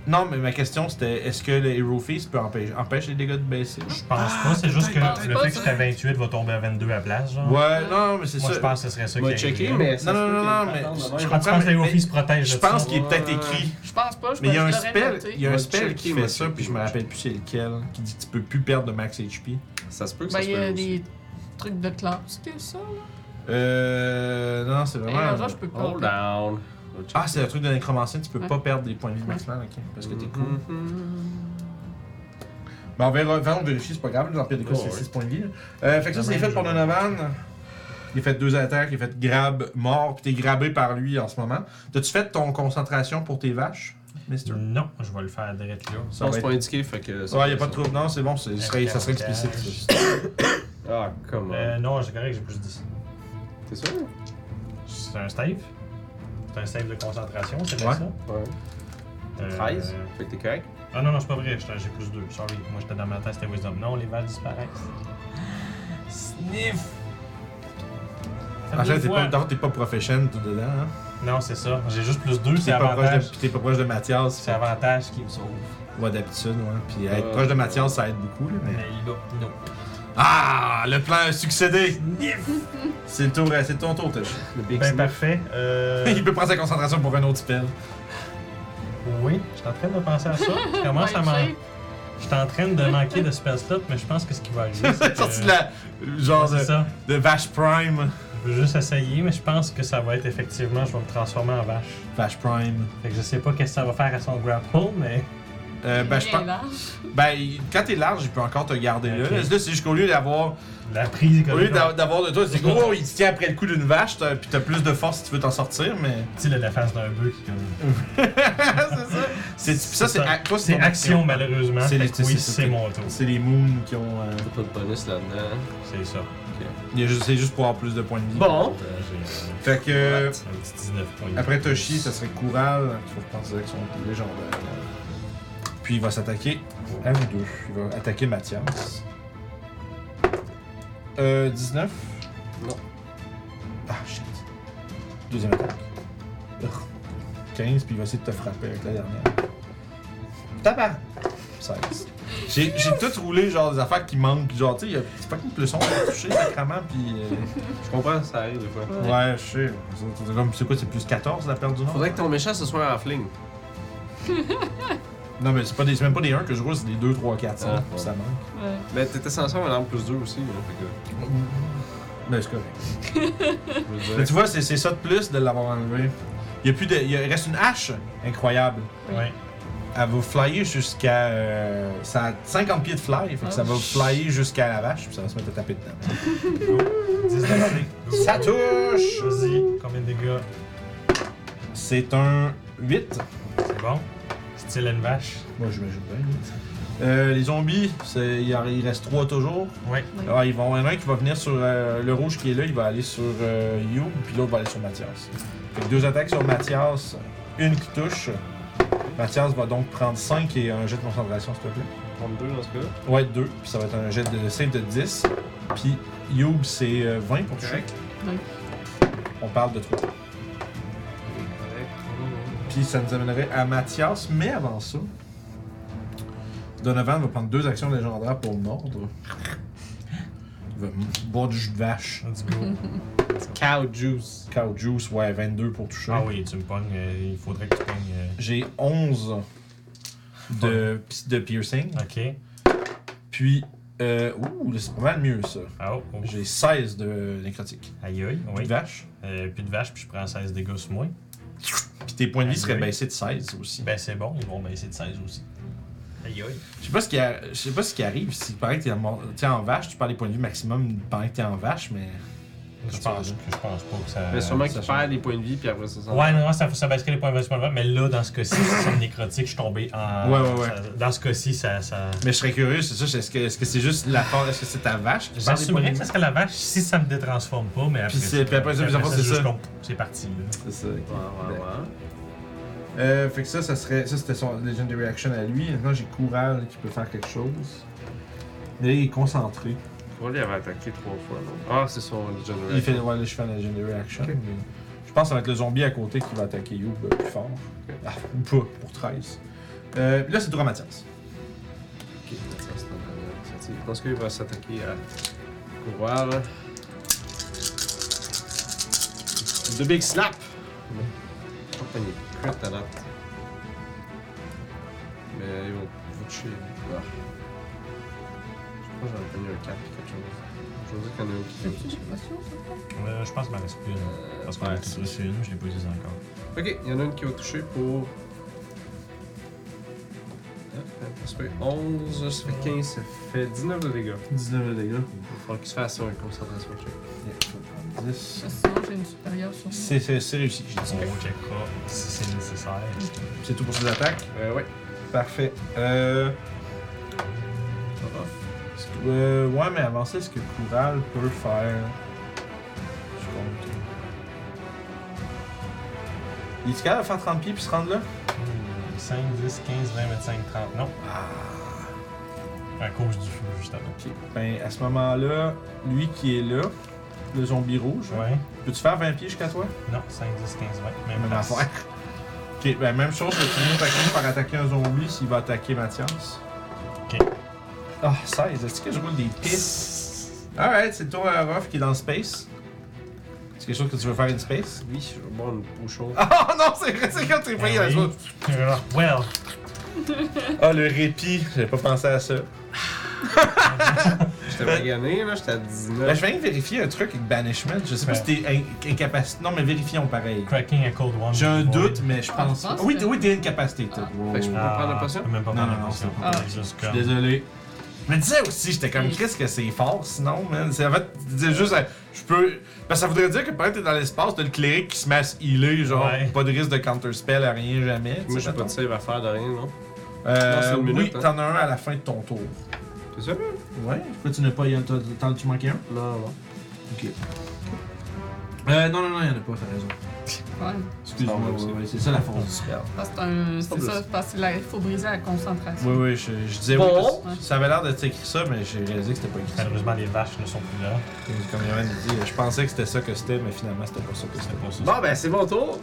S1: Non, mais ma question c'était est-ce que le Hero Fist peut empêcher, empêche les dégâts de baisser?
S6: Je pense pas, c'est juste que
S3: peut-être.
S6: le fait que c'était 28 va tomber à 22 à place, genre.
S1: Ouais, non, mais c'est
S6: Moi,
S1: ça.
S6: je pense que ce serait ça qui
S2: Va
S6: est.
S2: checker, mais.
S1: Non, non, non, non, mais
S6: Je
S1: je
S6: pense que
S1: mais-
S6: les
S1: mais-
S6: Wolfies se protègent
S1: Je
S6: de ça.
S1: pense qu'il est peut-être écrit.
S3: Je pense pas, je
S1: Mais il y a un
S3: je l'aurais
S1: spell,
S3: noté.
S1: il y a
S2: On
S1: un
S2: va
S1: spell qui
S2: checker,
S1: fait
S2: moi,
S1: ça,
S2: checker,
S1: puis je me
S2: moi,
S1: rappelle plus c'est lequel, qui dit que tu peux plus perdre de max HP.
S2: Ça se peut que
S3: Ben,
S2: ça se
S3: il y
S2: peut.
S3: a
S2: aussi.
S3: des trucs de classe que ça.
S1: Euh. Non, c'est
S3: Mais
S1: vraiment.
S3: là, je peux pas.
S2: Hold down.
S1: Ah, c'est le truc de l'incromancien, tu peux
S3: Ouais.
S1: pas perdre des points de vie maximum, ok. Parce que
S2: Mm-hmm.
S1: t'es cool.
S2: Mhm.
S1: Ben, on verra, on vérifie, c'est pas grave, l'Empire des cas,
S2: Ouais,
S1: c'est
S2: ouais.
S1: 6 points de vie. là. Euh, fait que ça, c'est fait pour Donovan. Il a fait deux attaques, il a fait grab mort, puis t'es grabé par lui en ce moment. T'as-tu fait ton concentration pour tes vaches, Mister?
S2: Mm.
S6: Non, je vais le faire direct là.
S1: Ça
S2: Non,
S1: va
S2: c'est
S1: être-
S2: pas indiqué, fait que. ça
S1: Ouais,
S2: peut
S1: y a pas
S2: être
S1: de trouble, non, c'est bon, c'est- ça serait, ça serait explicite. ça.
S2: ça. Ah, comment
S6: Euh, non, j'ai correct, j'ai plus 10.
S2: T'es sûr
S6: C'est un save. C'est un save de concentration, c'est bien
S1: Ouais.
S6: ça?
S2: Ouais.
S6: Euh,
S2: 13 Fait que t'es correct.
S6: Ah non, non, c'est pas vrai, j'étais- j'ai plus 2. Sorry, moi j'étais dans ma tête, c'était Wisdom. Non, les vaches disparaissent. Sniff!
S1: En fait, t'es
S6: Faites-le
S1: pas,
S6: fois.
S1: t'es pas professionnel tout dedans, hein?
S6: Non, c'est ça. J'ai juste plus 2,
S1: T'es
S6: c'est
S1: pas, proche
S6: avantage.
S1: de- t'es pas proche de Mathias,
S6: C'est avantage qui me sauve.
S1: ouais, d'habitude, ouais. Puis être
S2: Euh,
S1: proche de Mathias, ça aide beaucoup, là, mais...
S6: Mais là, non.
S1: Ah, le plan a succédé! c'est le tour, c'est ton tour, Tosh.
S2: Le big
S6: Ben
S2: sniff.
S6: parfait. Euh...
S1: Il peut prendre sa concentration pour un autre spell.
S6: Oui, je suis en train de penser à ça. Je commence à
S3: Ouais,
S6: m'en...
S3: tu sais.
S6: Je suis en train de manquer de spell slot, mais je pense que ce qui va arriver, c'est
S1: C'est
S6: que...
S1: sorti de la. genre
S6: C'est
S1: de,
S6: ça.
S1: de Vache Prime.
S6: Je veux juste essayer, mais je pense que ça va être effectivement, je vais me transformer en vache.
S1: Vache Prime.
S6: Fait que je sais pas qu'est-ce que ça va faire à son grapple, mais...
S1: Euh, ben, je
S3: Bien
S1: pense-
S3: large.
S1: ben, il- quand t'es large, il peut encore te garder là.
S6: Ok.
S1: Là, c'est juste qu'au lieu d'avoir.
S6: La prise est
S1: Au
S6: comme
S1: lieu d'a- d'avoir de toi, c'est que, oh, il se tient après le coup d'une vache, t'as- pis t'as plus de force si tu veux t'en sortir, mais.
S6: Tu sais, là, la face d'un bœuf qui comme...
S1: c'est ça. C'est, ça, c'est, ac- toi,
S6: C'est
S1: ton
S6: action, malheureusement.
S1: C'est
S6: Fait
S1: les-
S6: que
S1: c'est-
S6: oui,
S1: c'est-
S6: c'est mon tour.
S1: C'est les moons qui ont. euh,
S2: T'as pas de bonus là-dedans.
S6: C'est ça.
S1: il y a juste- c'est juste pour avoir plus de points de vie.
S2: Bon.
S6: Euh, J'ai euh,
S1: Fait que.
S6: un petit 19 points. de
S1: Après
S6: vie.
S1: Toshi, ça serait Kural, hein, qui faut penser qu'ils sont légendaires. Puis il va s'attaquer à vous deux. Il va attaquer Mathias. Euh, 19
S2: Non.
S1: Ah, shit. Deuxième attaque. Urgh. 15, puis il va essayer de te frapper avec la dernière. Tabac! 16. J'ai j'ai tout roulé, genre des affaires qui manquent. Genre, tu sais, il y a c'est pas que le son pour toucher, sacrament, puis. euh,
S2: Je comprends, ça arrive des fois.
S1: Ouais, je sais. C'est- c'est comme- C'est quoi, c'est plus 14 la perte du nom?
S2: Faudrait que ton méchant ce soit un fling.
S1: Non, mais c'est pas des- c'est même pas des 1 que je roule, c'est des 2, 3, 4, 5,
S2: Ah,
S1: puis ça manque.
S3: Ouais.
S2: Mais Ben, t'étais censé avoir une arme plus 2 aussi, là, fait que.
S1: Mais c'est correct.
S2: je veux dire-
S1: Mais tu vois, c'est c'est ça de plus de l'avoir enlevé. Il, y a plus de, il y a- il reste une hache incroyable.
S6: Ouais.
S1: Elle va flyer jusqu'à. euh, ça a 50 pieds de fly, fait que ça va flyer jusqu'à la vache, puis ça va se mettre à taper dedans.
S6: 10 de dégâts.
S1: Ça touche!
S6: Vas-y, combien de dégâts?
S1: C'est un 8.
S6: C'est bon. Style une vache.
S1: Moi, j'imagine bien. Euh, les zombies, c'est- il en- il reste 3 toujours.
S6: Ouais.
S1: Ah, ils vont, il y en a un qui va venir sur euh, le rouge qui est là, il va aller sur euh, You, puis l'autre va aller sur Mathias. Fait que deux attaques sur Mathias, une qui touche. Mathias va donc prendre 5 et un jet de concentration, s'il te plaît.
S2: 32 dans ce cas-là.
S1: Ouais, 2, puis ça va être un jet de save de 10. Puis Youb, c'est euh, 20 pour toucher.
S2: Correct.
S3: Oui.
S1: On parle de 3. Puis ça nous amènerait à Mathias, mais avant ça, Donovan va prendre deux actions légendaires pour mordre. Il va boire du jus de vache.
S6: Let's go.
S2: Cow juice.
S1: Cow Juice, ouais, 22 pour toucher.
S6: Ah oui, tu me pognes. euh, il faudrait que tu pognes. euh,
S1: J'ai 11 de, de piercing.
S6: Ok.
S1: Puis, euh, ouh, c'est pas mal mieux ça.
S6: Ah oh, oh.
S1: J'ai 16 de nécrotique.
S6: Aïe aïe,
S1: Plus
S6: oui.
S1: de vache.
S6: Euh, plus de vache, puis je prends 16 dégâts sur moi.
S1: Puis tes points de vie
S6: Aïe,
S1: seraient
S6: aïe.
S1: baissés de 16 aussi.
S6: Ben c'est bon, ils vont baisser de 16 aussi. Aïe aïe.
S1: Je sais pas ce qui, a- je sais pas ce qui arrive. Si pendant que t'es en, t'es en vache, tu perds les points de vie maximum pendant que t'es en vache, mais.
S4: Je pense, que je pense pas que ça.
S6: Euh,
S2: Mais sûrement
S4: ça
S2: qu'il perd des points de vie, puis après ça, ça.
S4: Ouais, non, non, ça, ça bascule les points de vie, mais là, dans ce cas-ci, si c'est une nécrotique, je suis tombé en.
S1: Ouais, ouais, ouais.
S4: ça- dans ce cas-ci, ça. ça...
S1: Mais je serais curieux, c'est ça, est-ce que est-ce que c'est juste la force, est-ce que c'est ta vache qui perd des points
S4: J'assumerais
S1: de
S4: que ça
S1: vie?
S4: serait la vache si ça me détransforme pas, mais après.
S1: Puis c'est- puis après ça, les enfants, c'est
S4: juste
S1: ça.
S4: comme, C'est parti, là.
S1: C'est ça, ok.
S2: Ouais, ouais, ouais.
S1: Euh, fait que ça, ça serait. Ça, c'était son Legendary Action à lui. Maintenant, j'ai Coural qui peut faire quelque chose. Et là, il est concentré.
S2: Paul, il avait attaqué trois fois, non? Ah, c'est son Legendary.
S1: Il fait. Ouais, là, je fais un Legendary Action. mais Je pense que ça va être le zombie à côté qui va attaquer You plus fort. Ah, ou pas, pour 13. Euh, puis là, c'est droit Mathias.
S2: Ok, ça, c'est dans la initiative. Je pense qu'il va s'attaquer à Coural. Deux big slap! Compagnie crit à date. Mais ils vont vous toucher. Ah. Je crois que j'en ai pogné un 4 quelque chose. Je veux dire qu'il y en a un qui
S5: C'est-tu des potions, ça?
S4: Euh, je pense que m'en reste plus, là. Parce qu'on
S1: Ouais.
S4: a tiré sur une, je l'ai pas utilisé encore.
S2: Ok, il y en a une qui va toucher pour. Ah, Ça fait 11, ça fait 15, ça fait 19 de dégâts.
S1: 19 de dégâts.
S2: Il va falloir qu'il se fasse un concentration check.
S1: Yeah, je vais prendre 10.
S5: Parce que Sinon, j'ai une supérieure sur moi.
S1: C'est- C'est c'est réussi, j'ai dit.
S4: On recheckera si c'est nécessaire.
S1: C'est tout pour ses attaques.
S2: Euh, ouais.
S1: Parfait. Euh. Est-ce que- euh, ouais, mais avant ça, est-ce que Coural peut faire. Je compte. Il est capable de faire 30 pieds puis se rendre là
S4: 5, 10, 15, 20, 25, 30. Non.
S1: Ah.
S4: À cause du feu, justement.
S1: Ok. Ben, à ce moment-là, lui qui est là, le zombie rouge,
S4: Ouais.
S1: peux-tu faire 20 pieds jusqu'à toi
S4: Non, 5, 10, 15, 20. Même,
S1: Même
S4: place.
S1: affaire. Ok, ben, même chose que tu viens d'attaquer par attaquer un zombie s'il va attaquer Mathias.
S4: Ok.
S1: Ah, 16. Est-ce que je roule des pistes Alright, c'est le tour à Ruff qui est dans le space. C'est quelque chose que tu veux faire in space
S2: Oui, je vais boire une bouchon.
S1: Ah non, c'est vrai, c'est quand t'es
S4: Ben
S1: pris à la
S4: oui.
S1: zone.
S4: Alors, Well,
S1: Ah, le répit, j'avais pas pensé à ça.
S2: J'étais magané, là, j'étais à 19.
S1: Ben, je viens de vérifier un truc avec Banishment. Je sais pas
S4: Ouais.
S1: si t'es in- incapacité. Non, mais vérifions pareil.
S4: cracking a cold one.
S1: J'ai un
S4: Ouais.
S1: doute, mais je
S5: Ah,
S1: pense.
S5: tu penses
S1: oui,
S5: que-
S1: t'es- oui, t'es incapacité. toi.
S2: Fait que je peux
S6: Ah,
S2: pas prendre la potion?
S4: je peux même pas
S1: Non,
S4: prendre
S1: non,
S4: la
S1: non,
S4: potion.
S1: c'est
S5: pas-
S4: C'est juste
S1: Je
S4: comme-
S1: suis désolé. Je me disais aussi, j'étais comme Chris que c'est fort sinon, man. C'est en fait, tu disais juste, euh, je peux. Parce que ça voudrait dire que peut-être t'es dans l'espace, t'as le cléric qui se met à se healer, genre,
S4: Ouais.
S1: pas de risque de counterspell à rien jamais. tu
S2: Moi,
S1: sais,
S2: j'ai pas de
S1: mettons.
S2: save à faire de rien, non? Non, c'est
S1: Euh,
S2: une
S1: oui,
S2: minute, hein.
S1: t'en as un à la fin de ton tour.
S2: C'est ça?
S1: Ouais. Pourquoi tu n'as pas. y en- t'en- T'en as-tu manqué un
S2: Non, non.
S1: Ok. Euh, non, non, non, y'en a pas, t'as raison.
S5: Ouais.
S1: Excuse-moi,
S2: Ah, ouais,
S1: ouais,
S2: aussi.
S1: ouais, c'est ça la force du spell.
S5: Ça, C'est un-
S2: C'est
S5: c'est ça, parce qu'il faut briser la concentration.
S1: Oui, oui, je, je disais oui.
S2: Bon.
S1: parce que Ça avait l'air d'être écrit ça, mais j'ai réalisé que c'était pas écrit ça.
S4: Malheureusement, les vaches ne sont plus là.
S1: Comme Yoann dit, je pensais que c'était ça que c'était, mais finalement, c'était pas ça que c'était.
S4: Pour ça,
S6: Ah,
S2: Bon, ben, c'est mon tour!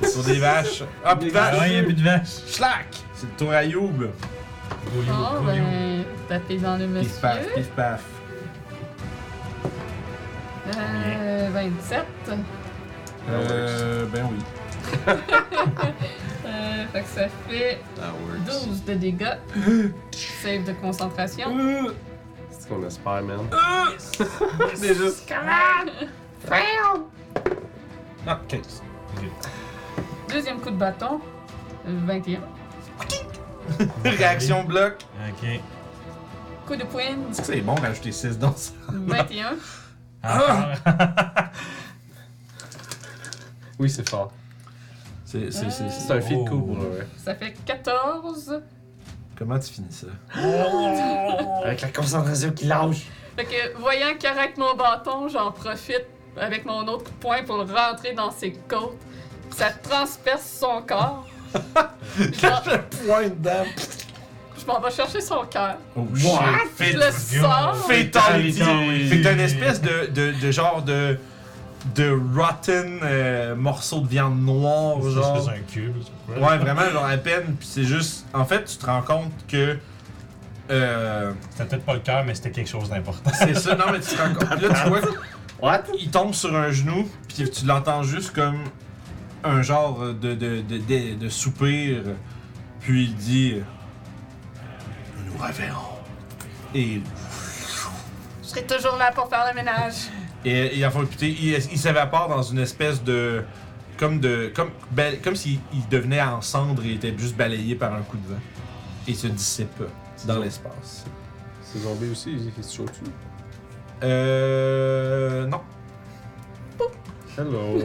S1: C'est sur des vaches. Ah, plus de
S4: Ah
S1: vaches!
S4: ouais, y a plus de vaches.
S1: Schlack! C'est le tour à Youb.
S4: Go, you,
S5: Ah,
S4: go, you.
S5: ben, taper dans le
S1: Pif
S5: monsieur.
S1: paf, pif paf.
S5: Euh, 27.
S1: Euh, ben oui.
S5: Euh, fait que ça fait
S2: That works.
S5: 12 de dégâts. Save de concentration.
S2: C'est ce qu'on espère, man.
S1: C'est juste. Ah, 15.
S5: Deuxième coup de bâton. euh, 21.
S1: Réaction bloc.
S4: Ok.
S5: Coup de poing.
S1: Est-ce que c'est bon rajouter 6 dans ça?
S5: 21.
S4: Ah!
S2: Oui, c'est fort.
S1: C'est. c'est- c'est- c'est-
S2: C'est un feed
S4: Oh.
S2: cool pour ouais.
S5: Ça fait 14.
S1: Comment tu finis ça?
S8: Avec la concentration qui lâche.
S5: Fait que voyant qu'il arrête mon bâton, j'en profite avec mon autre coup de poing pour le rentrer dans ses côtes. Ça transperce son corps. je m'en-
S1: Point dedans.
S5: je m'en vais chercher son cœur.
S1: Oh,
S4: What?
S1: shit. Fais-
S5: Ah, Je le sors.
S1: Fatality!
S4: Fatality.
S1: Fait que t'as une espèce de, de, de genre de. de rotten euh, morceau de viande noire,
S4: C'est
S1: genre.
S4: juste un cube. c'est quoi?
S1: Ouais, vraiment, genre à peine. Puis c'est juste. En fait, tu te rends compte que. Euh,
S4: C'était peut-être pas le cœur, mais c'était quelque chose d'important.
S1: c'est ça, non, mais tu te rends compte. Puis Là, tu vois,
S2: What?
S1: il tombe sur un genou, puis tu l'entends juste comme un genre de, de, de, de, de soupir. Puis il dit Nous nous reverrons. Et,
S5: Je serai toujours là pour faire le ménage.
S1: Euh, et, et enfin, écoutez, il, il s'évapore dans une espèce de. Comme de. Comme, bal- comme s'il il devenait en cendre et était juste balayé par un coup de vent. Et se dissipe dans l'espace.
S2: C'est zombie aussi, il se chaud dessus.
S1: Euh. Non.
S2: Hello.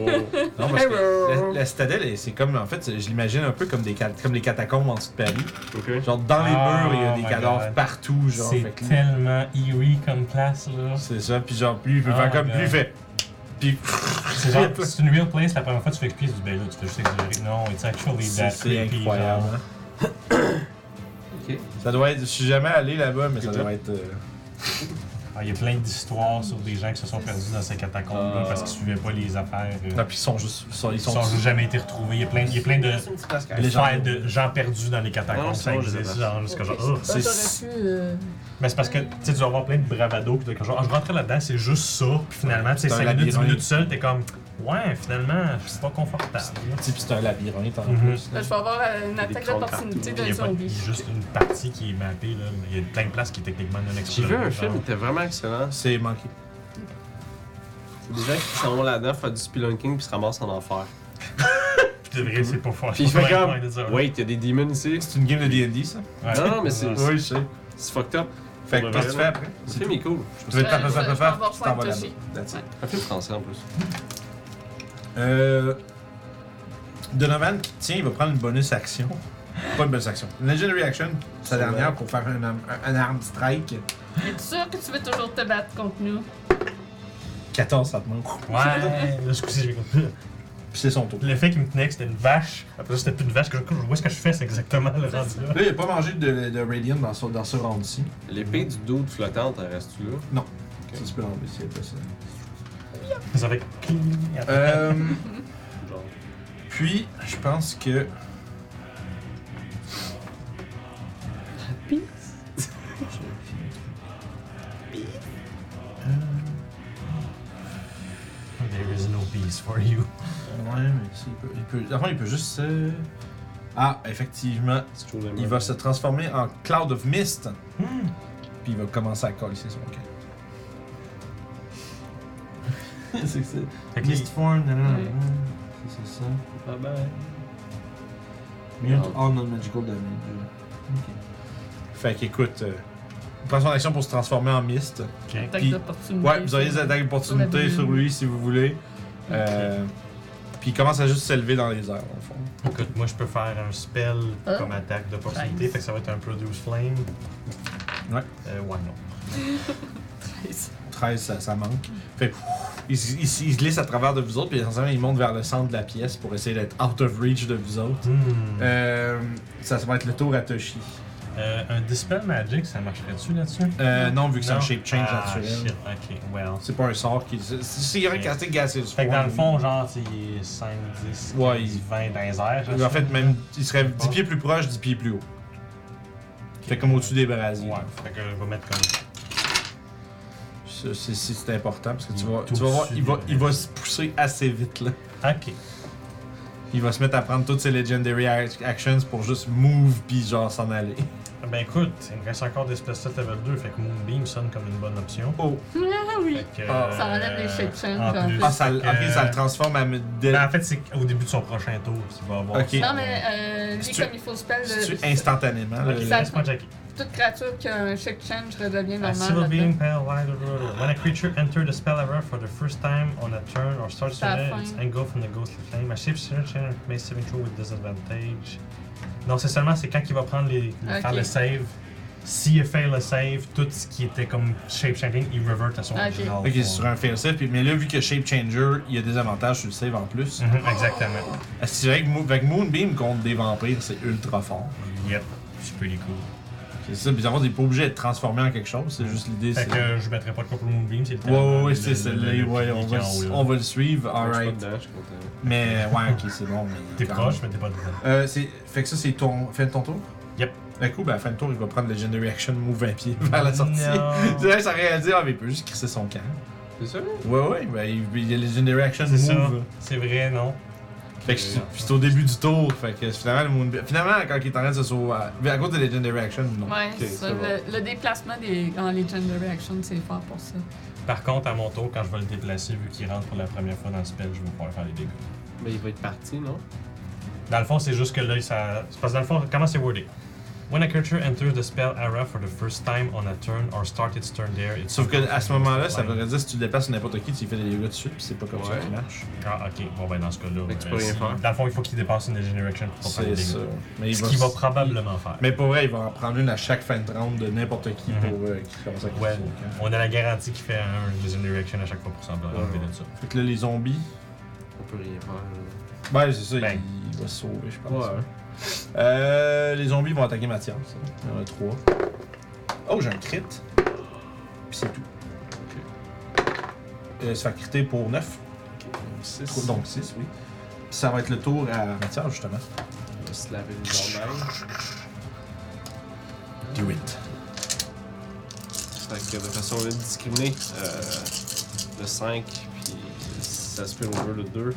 S1: Non, parce que la, la citadelle, elle, c'est comme, en fait, c'est- je l'imagine un peu comme, des, cat- comme les catacombes en dessous de Paris.
S2: ok.
S1: Genre, dans les
S6: Ah,
S1: murs, il y a
S6: my
S1: des cadavres
S6: God.
S1: partout, genre. fait
S6: C'est
S1: que lui,
S6: tellement eerie comme place, là.
S1: C'est ça, puis genre, plus il peut
S6: Oh
S1: faire
S6: my
S1: comme,
S6: God.
S1: plus il fait. Puis,
S6: C'est genre, c'est une real place, la première fois que tu fais expliquer, tu dis, ben là, tu fais juste exagérer. Non, it's actually
S1: c'est
S6: that
S1: c'est
S6: creepy,
S1: incroyable.
S6: genre.
S1: hein.
S2: Ok.
S1: Ça doit être, je suis jamais allé là-bas, mais ça doit être. euh,
S6: Ah, Il y a plein d'histoires sur des gens qui se sont perdus dans ces catacombes-là
S2: Ah.
S6: parce qu'ils suivaient pas les affaires. euh,
S1: Non, puis ils sont juste. ils sont- Ils
S6: Ils
S1: sont.
S6: n'ont jamais été retrouvés. Il y a plein, il y a plein de,
S2: C'est une petite place, quand
S6: de
S2: même.
S6: affaires de gens perdus dans les
S2: Non,
S6: catacombes.
S2: c'est
S6: Ça
S2: bon, je les ai
S6: existe,
S2: pas.
S6: genre, jusqu'à genre,
S5: Ok,
S6: oh.
S5: ça, J'aurais pu. euh,
S6: Mais c'est parce que tu sais, tu vas avoir plein de bravado qui sont genre, Ah, je rentrais là-dedans, c'est juste ça. Puis finalement, tu sais,
S1: C'est un
S6: 5 minutes, 10
S1: labyrinthe.
S6: minutes seul, t'es comme, ouais, finalement, c'est pas confortable.
S1: petits, puis c'est un labyrinthe en
S6: Mhm.
S1: plus. là.
S5: là, je vais avoir euh, une attaque
S2: crânes
S5: d'opportunité
S6: Il y
S5: d'un
S6: a pas- il y a
S5: zombie.
S6: juste une partie qui est mappée, là. Il y a plein de places qui est techniquement non
S2: J'ai
S6: explorées.
S2: vu un
S6: genre.
S2: film, il était vraiment excellent.
S1: C'est manqué.
S2: C'est des gens qui s'en vont là-dedans, faire du spelunking puis se ramassent en enfer.
S6: Puis de vrai, c'est pas fort.
S2: Puis il fait comme. Wait, il y a des demons ici.
S1: C'est une game de DD, ça
S2: Non, non, mais c'est
S1: Oui, je sais.
S2: c'est fucked up.
S1: Fait que,
S2: Ouais,
S1: qu'est-ce que tu fais
S2: ouais.
S1: après
S2: Le film est cool.
S1: Tu veux te
S5: Euh,
S1: faire, faire,
S5: je vais-
S1: faire,
S5: je
S1: faire,
S5: vais avoir
S1: puis tu t'en vas
S5: point de
S1: là-bas. That's it.
S2: Un film français en plus.
S1: Euh, Donovan qui tient, il va prendre une bonus action. Pas une bonus action. Une legendary action, sa dernière, pour faire un, arm- un, un arm strike.
S5: Es-tu sûr que tu veux toujours te battre contre nous?
S1: 14, ça te manque.
S6: Ouais, là, ce coup-ci, j'ai compris.
S1: Puis c'est son tour.
S6: Le fait qu'il me tenait que c'était une vache, après ça, c'était plus une vache, que je vois ce que je fais, c'est exactement le
S5: C'est
S6: rendu
S5: ça.
S6: là.
S1: Là, il a pas mangé de, de Radiant dans ce, dans ce round-ci.
S2: L'épée du dude flottante, elle reste-tu là?
S1: Ça, tu peux l'enlever s'il y a pas ça.
S6: Ça fait cling.
S1: Euh, puis, je pense que.
S6: There is no peace for you.
S1: Ouais, mais si, il peut. Il peut, dans le fond, il peut juste. se- Ah, effectivement,
S2: C'est toujours la
S1: il
S2: même.
S1: va se transformer en Cloud of Mist. Hmm. Puis il va commencer à coller son camp.
S2: C'est ça.
S6: Fait que
S1: Mist Form, nan, nan, nan, nan. Ça, C'est ça.
S2: Bye bye.
S1: Mute
S2: Non.
S6: oh,
S1: all non-magical damage. Fait qu'écoute, euh, il prend son action pour se transformer en mist.
S5: Attaque
S1: Puis-
S5: d'opportunité.
S1: Ouais, vous avez des attaques d'opportunité sur lui si vous voulez. Euh, Puis il commence à juste s'élever dans les airs, en fond.
S6: Écoute, moi je peux faire un spell
S5: Ah.
S6: comme attaque d'opportunité,
S5: Nice.
S6: fait que ça va être un Produce Flame.
S1: Ouais.
S6: Euh, ouais, non.
S1: 13, ça, ça manque. Fait que, il, se- il se- il se glisse à travers de vous autres, puis essentiellement, il monte vers le centre de la pièce pour essayer d'être out of reach de vous autres.
S6: Hmm. Euh,
S1: Euh, ça, ça va être le tour à Toshi.
S6: un Dispel Magic, ça marcherait-tu là-dessus?
S1: Euh, non, vu que c'est
S6: Non?
S1: un shape change
S6: ah,
S1: naturel.
S6: Shit, ok, well.
S1: C'est pas un sort qui. c'est- C'est il y a un
S6: Ok.
S1: casting gassé du
S6: Fait que
S1: fond,
S6: dans le
S1: oui.
S6: fond, genre, c'est 5, 10,
S1: Ouais,
S6: 15,
S1: il-
S6: 20 dans les airs.
S1: En fait,
S6: j'assume.
S1: même, il serait 10 pieds plus proche, 10 pieds plus haut. Fait comme au-dessus des brasiers.
S6: Ouais, fait que je vais mettre comme.
S1: Ça, C'est c'est- c'est important parce que tu
S6: Il
S1: vas,
S6: est
S1: tu vas voir,
S6: au-dessus
S1: il va,
S6: des
S1: il va se pousser assez vite là.
S6: Ok.
S1: Il va se mettre à prendre toutes ses legendary ac- actions pour juste move puis genre s'en aller.
S6: Ah Ben écoute, il me reste encore des Spell Slot level 2, fait que Moonbeam sonne comme une bonne option.
S1: Oh!
S5: Ah oui!
S6: Fait que,
S1: Ah.
S5: Ça enlève les shape change,
S6: en
S5: en
S6: plus.
S5: fait.
S1: Ah, ça,
S6: Fait que-
S1: ok, ça le transforme à. me- de-
S6: Ben, en fait, c'est au début de son prochain tour qu'il va avoir.
S1: Ok.
S6: son-
S5: Non, mais euh, lui,
S1: Si tu-
S5: comme il faut spell,
S1: C'est-tu
S5: le-
S1: instantanément?
S6: Ok,
S1: le-
S5: Ça-
S6: Euh,
S5: Ah,
S6: laisse-moi checker.
S5: toute créature qui a un shape change redevient
S1: Ah,
S6: A
S5: normale.
S6: civil
S5: là-dedans.
S6: being paralyzed. blah, blah, blah. When a creature enters the spell area for the first time on a turn or starts to
S5: Ça
S6: it,
S5: fin.
S6: it's engulfed from the ghostly flame. A shape search may saving throw with disadvantage. Non, c'est seulement c'est quand il va prendre les, le- faire
S5: Ok.
S6: le save. S'il a fait le save, tout ce qui était comme shape changing, il revert à son
S5: Ok.
S6: original.
S1: Ok, c'est
S6: form.
S1: sur un failsafe, puis- mais là, vu que Shape Changer, il y a des avantages sur le save en plus.
S6: Mhm, exactement.
S1: Ah, C'est vrai que, Mo- fait que Moonbeam contre des vampires, c'est ultra fort.
S6: Yep, c'est pretty cool.
S1: C'est ça, bizarrement, t'es pas obligé de transformer en quelque chose, c'est juste l'idée.
S6: Fait
S1: c'est...
S6: que euh, je mettrai pas de couple Moonbeam, c'est le
S1: Ouais,
S6: talent,
S1: ouais,
S6: le-
S1: c'est
S6: le-
S1: celle-là.
S6: le-
S1: Ouais,
S6: le-
S1: on
S6: qui
S1: va,
S6: est en haut, là.
S1: on va le suivre. Alright.
S2: Je suis pas dedans, je suis content.
S1: Mais ouais, ok, c'est bon. mais
S6: T'es
S1: quand
S6: proche,
S1: même.
S6: mais t'es pas dedans.
S1: Euh, c'est- fait que ça, c'est ton. Fin de ton tour?
S6: Yep.
S1: D'un coup, ben, à la fin de tour, il va prendre le Legendary Action Move 20 pieds vers la sortie.
S6: Non.
S1: Tu sais, ça aurait à dire, ah, mais il peut juste crisser son camp.
S2: C'est ça? hein?
S1: Ouais, ouais, ben, il, il y a le Legendary Action
S6: C'est ça.
S1: Move.
S6: C'est vrai, non?
S1: Fait que c'est c'est au début du tour. Fait que finalement, le Moon- finalement, quand il est en train de se sauver. À cause de Legendary Action, non.
S5: Ouais,
S1: Ok,
S5: c'est ça,
S1: bon.
S5: le, le déplacement des, en Legendary Action, c'est fort pour ça.
S6: Par contre, à mon tour, quand je vais le déplacer, vu qu'il rentre pour la première fois dans le spell, je vais pouvoir faire les dégâts.
S2: Mais il va être parti, non?
S6: Dans le fond, c'est juste que là, ça. c'est Parce que dans le fond, comment c'est wordé? When a creature enters the spell area for the first time on a turn or starts its turn there, it's
S1: Sauf que à ce moment-là, ça
S6: Line.
S1: voudrait dire si tu déplaces n'importe qui, tu lui fais des dégâts dessus, puis c'est pas comme ça
S2: Ouais.
S1: qui marche.
S6: Ah, ok. Bon, ben dans ce cas-là.
S2: Fait que tu
S6: euh,
S2: peux rien
S6: si-
S2: faire.
S6: Dans le fond, il faut qu'il dépasse une Degeneration pour faire des
S1: C'est ça.
S6: dégâts.
S1: Mais
S6: Ce qu'il va probablement faire.
S1: Mais pour vrai, il va en prendre une à chaque fin de round de n'importe qui
S6: Mhm.
S1: pour euh, qu'il commence à hein.
S6: Ouais,
S1: crisser au camp.
S6: on a la garantie qu'il fait un Degeneration à chaque fois pour s'enlever de ça.
S1: Fait que là, les zombies.
S2: On peut rien faire. là.
S1: Ouais, c'est ça,
S6: Ben.
S1: il, il va se sauver, je pense.
S2: Ouais.
S1: Euh, les zombies vont attaquer Mathias. hein. Il y en a trois. Oh, j'ai un crit. Puis c'est tout. Euh, ça fait criter pour 9.
S2: Six.
S1: Donc 6, oui. Puis ça va être le tour à Mathias, justement.
S2: On va se laver les oreilles.
S1: Do it.
S2: Fait que de façon indiscriminée, euh, le 5, puis ça se fait over le 2. Euh,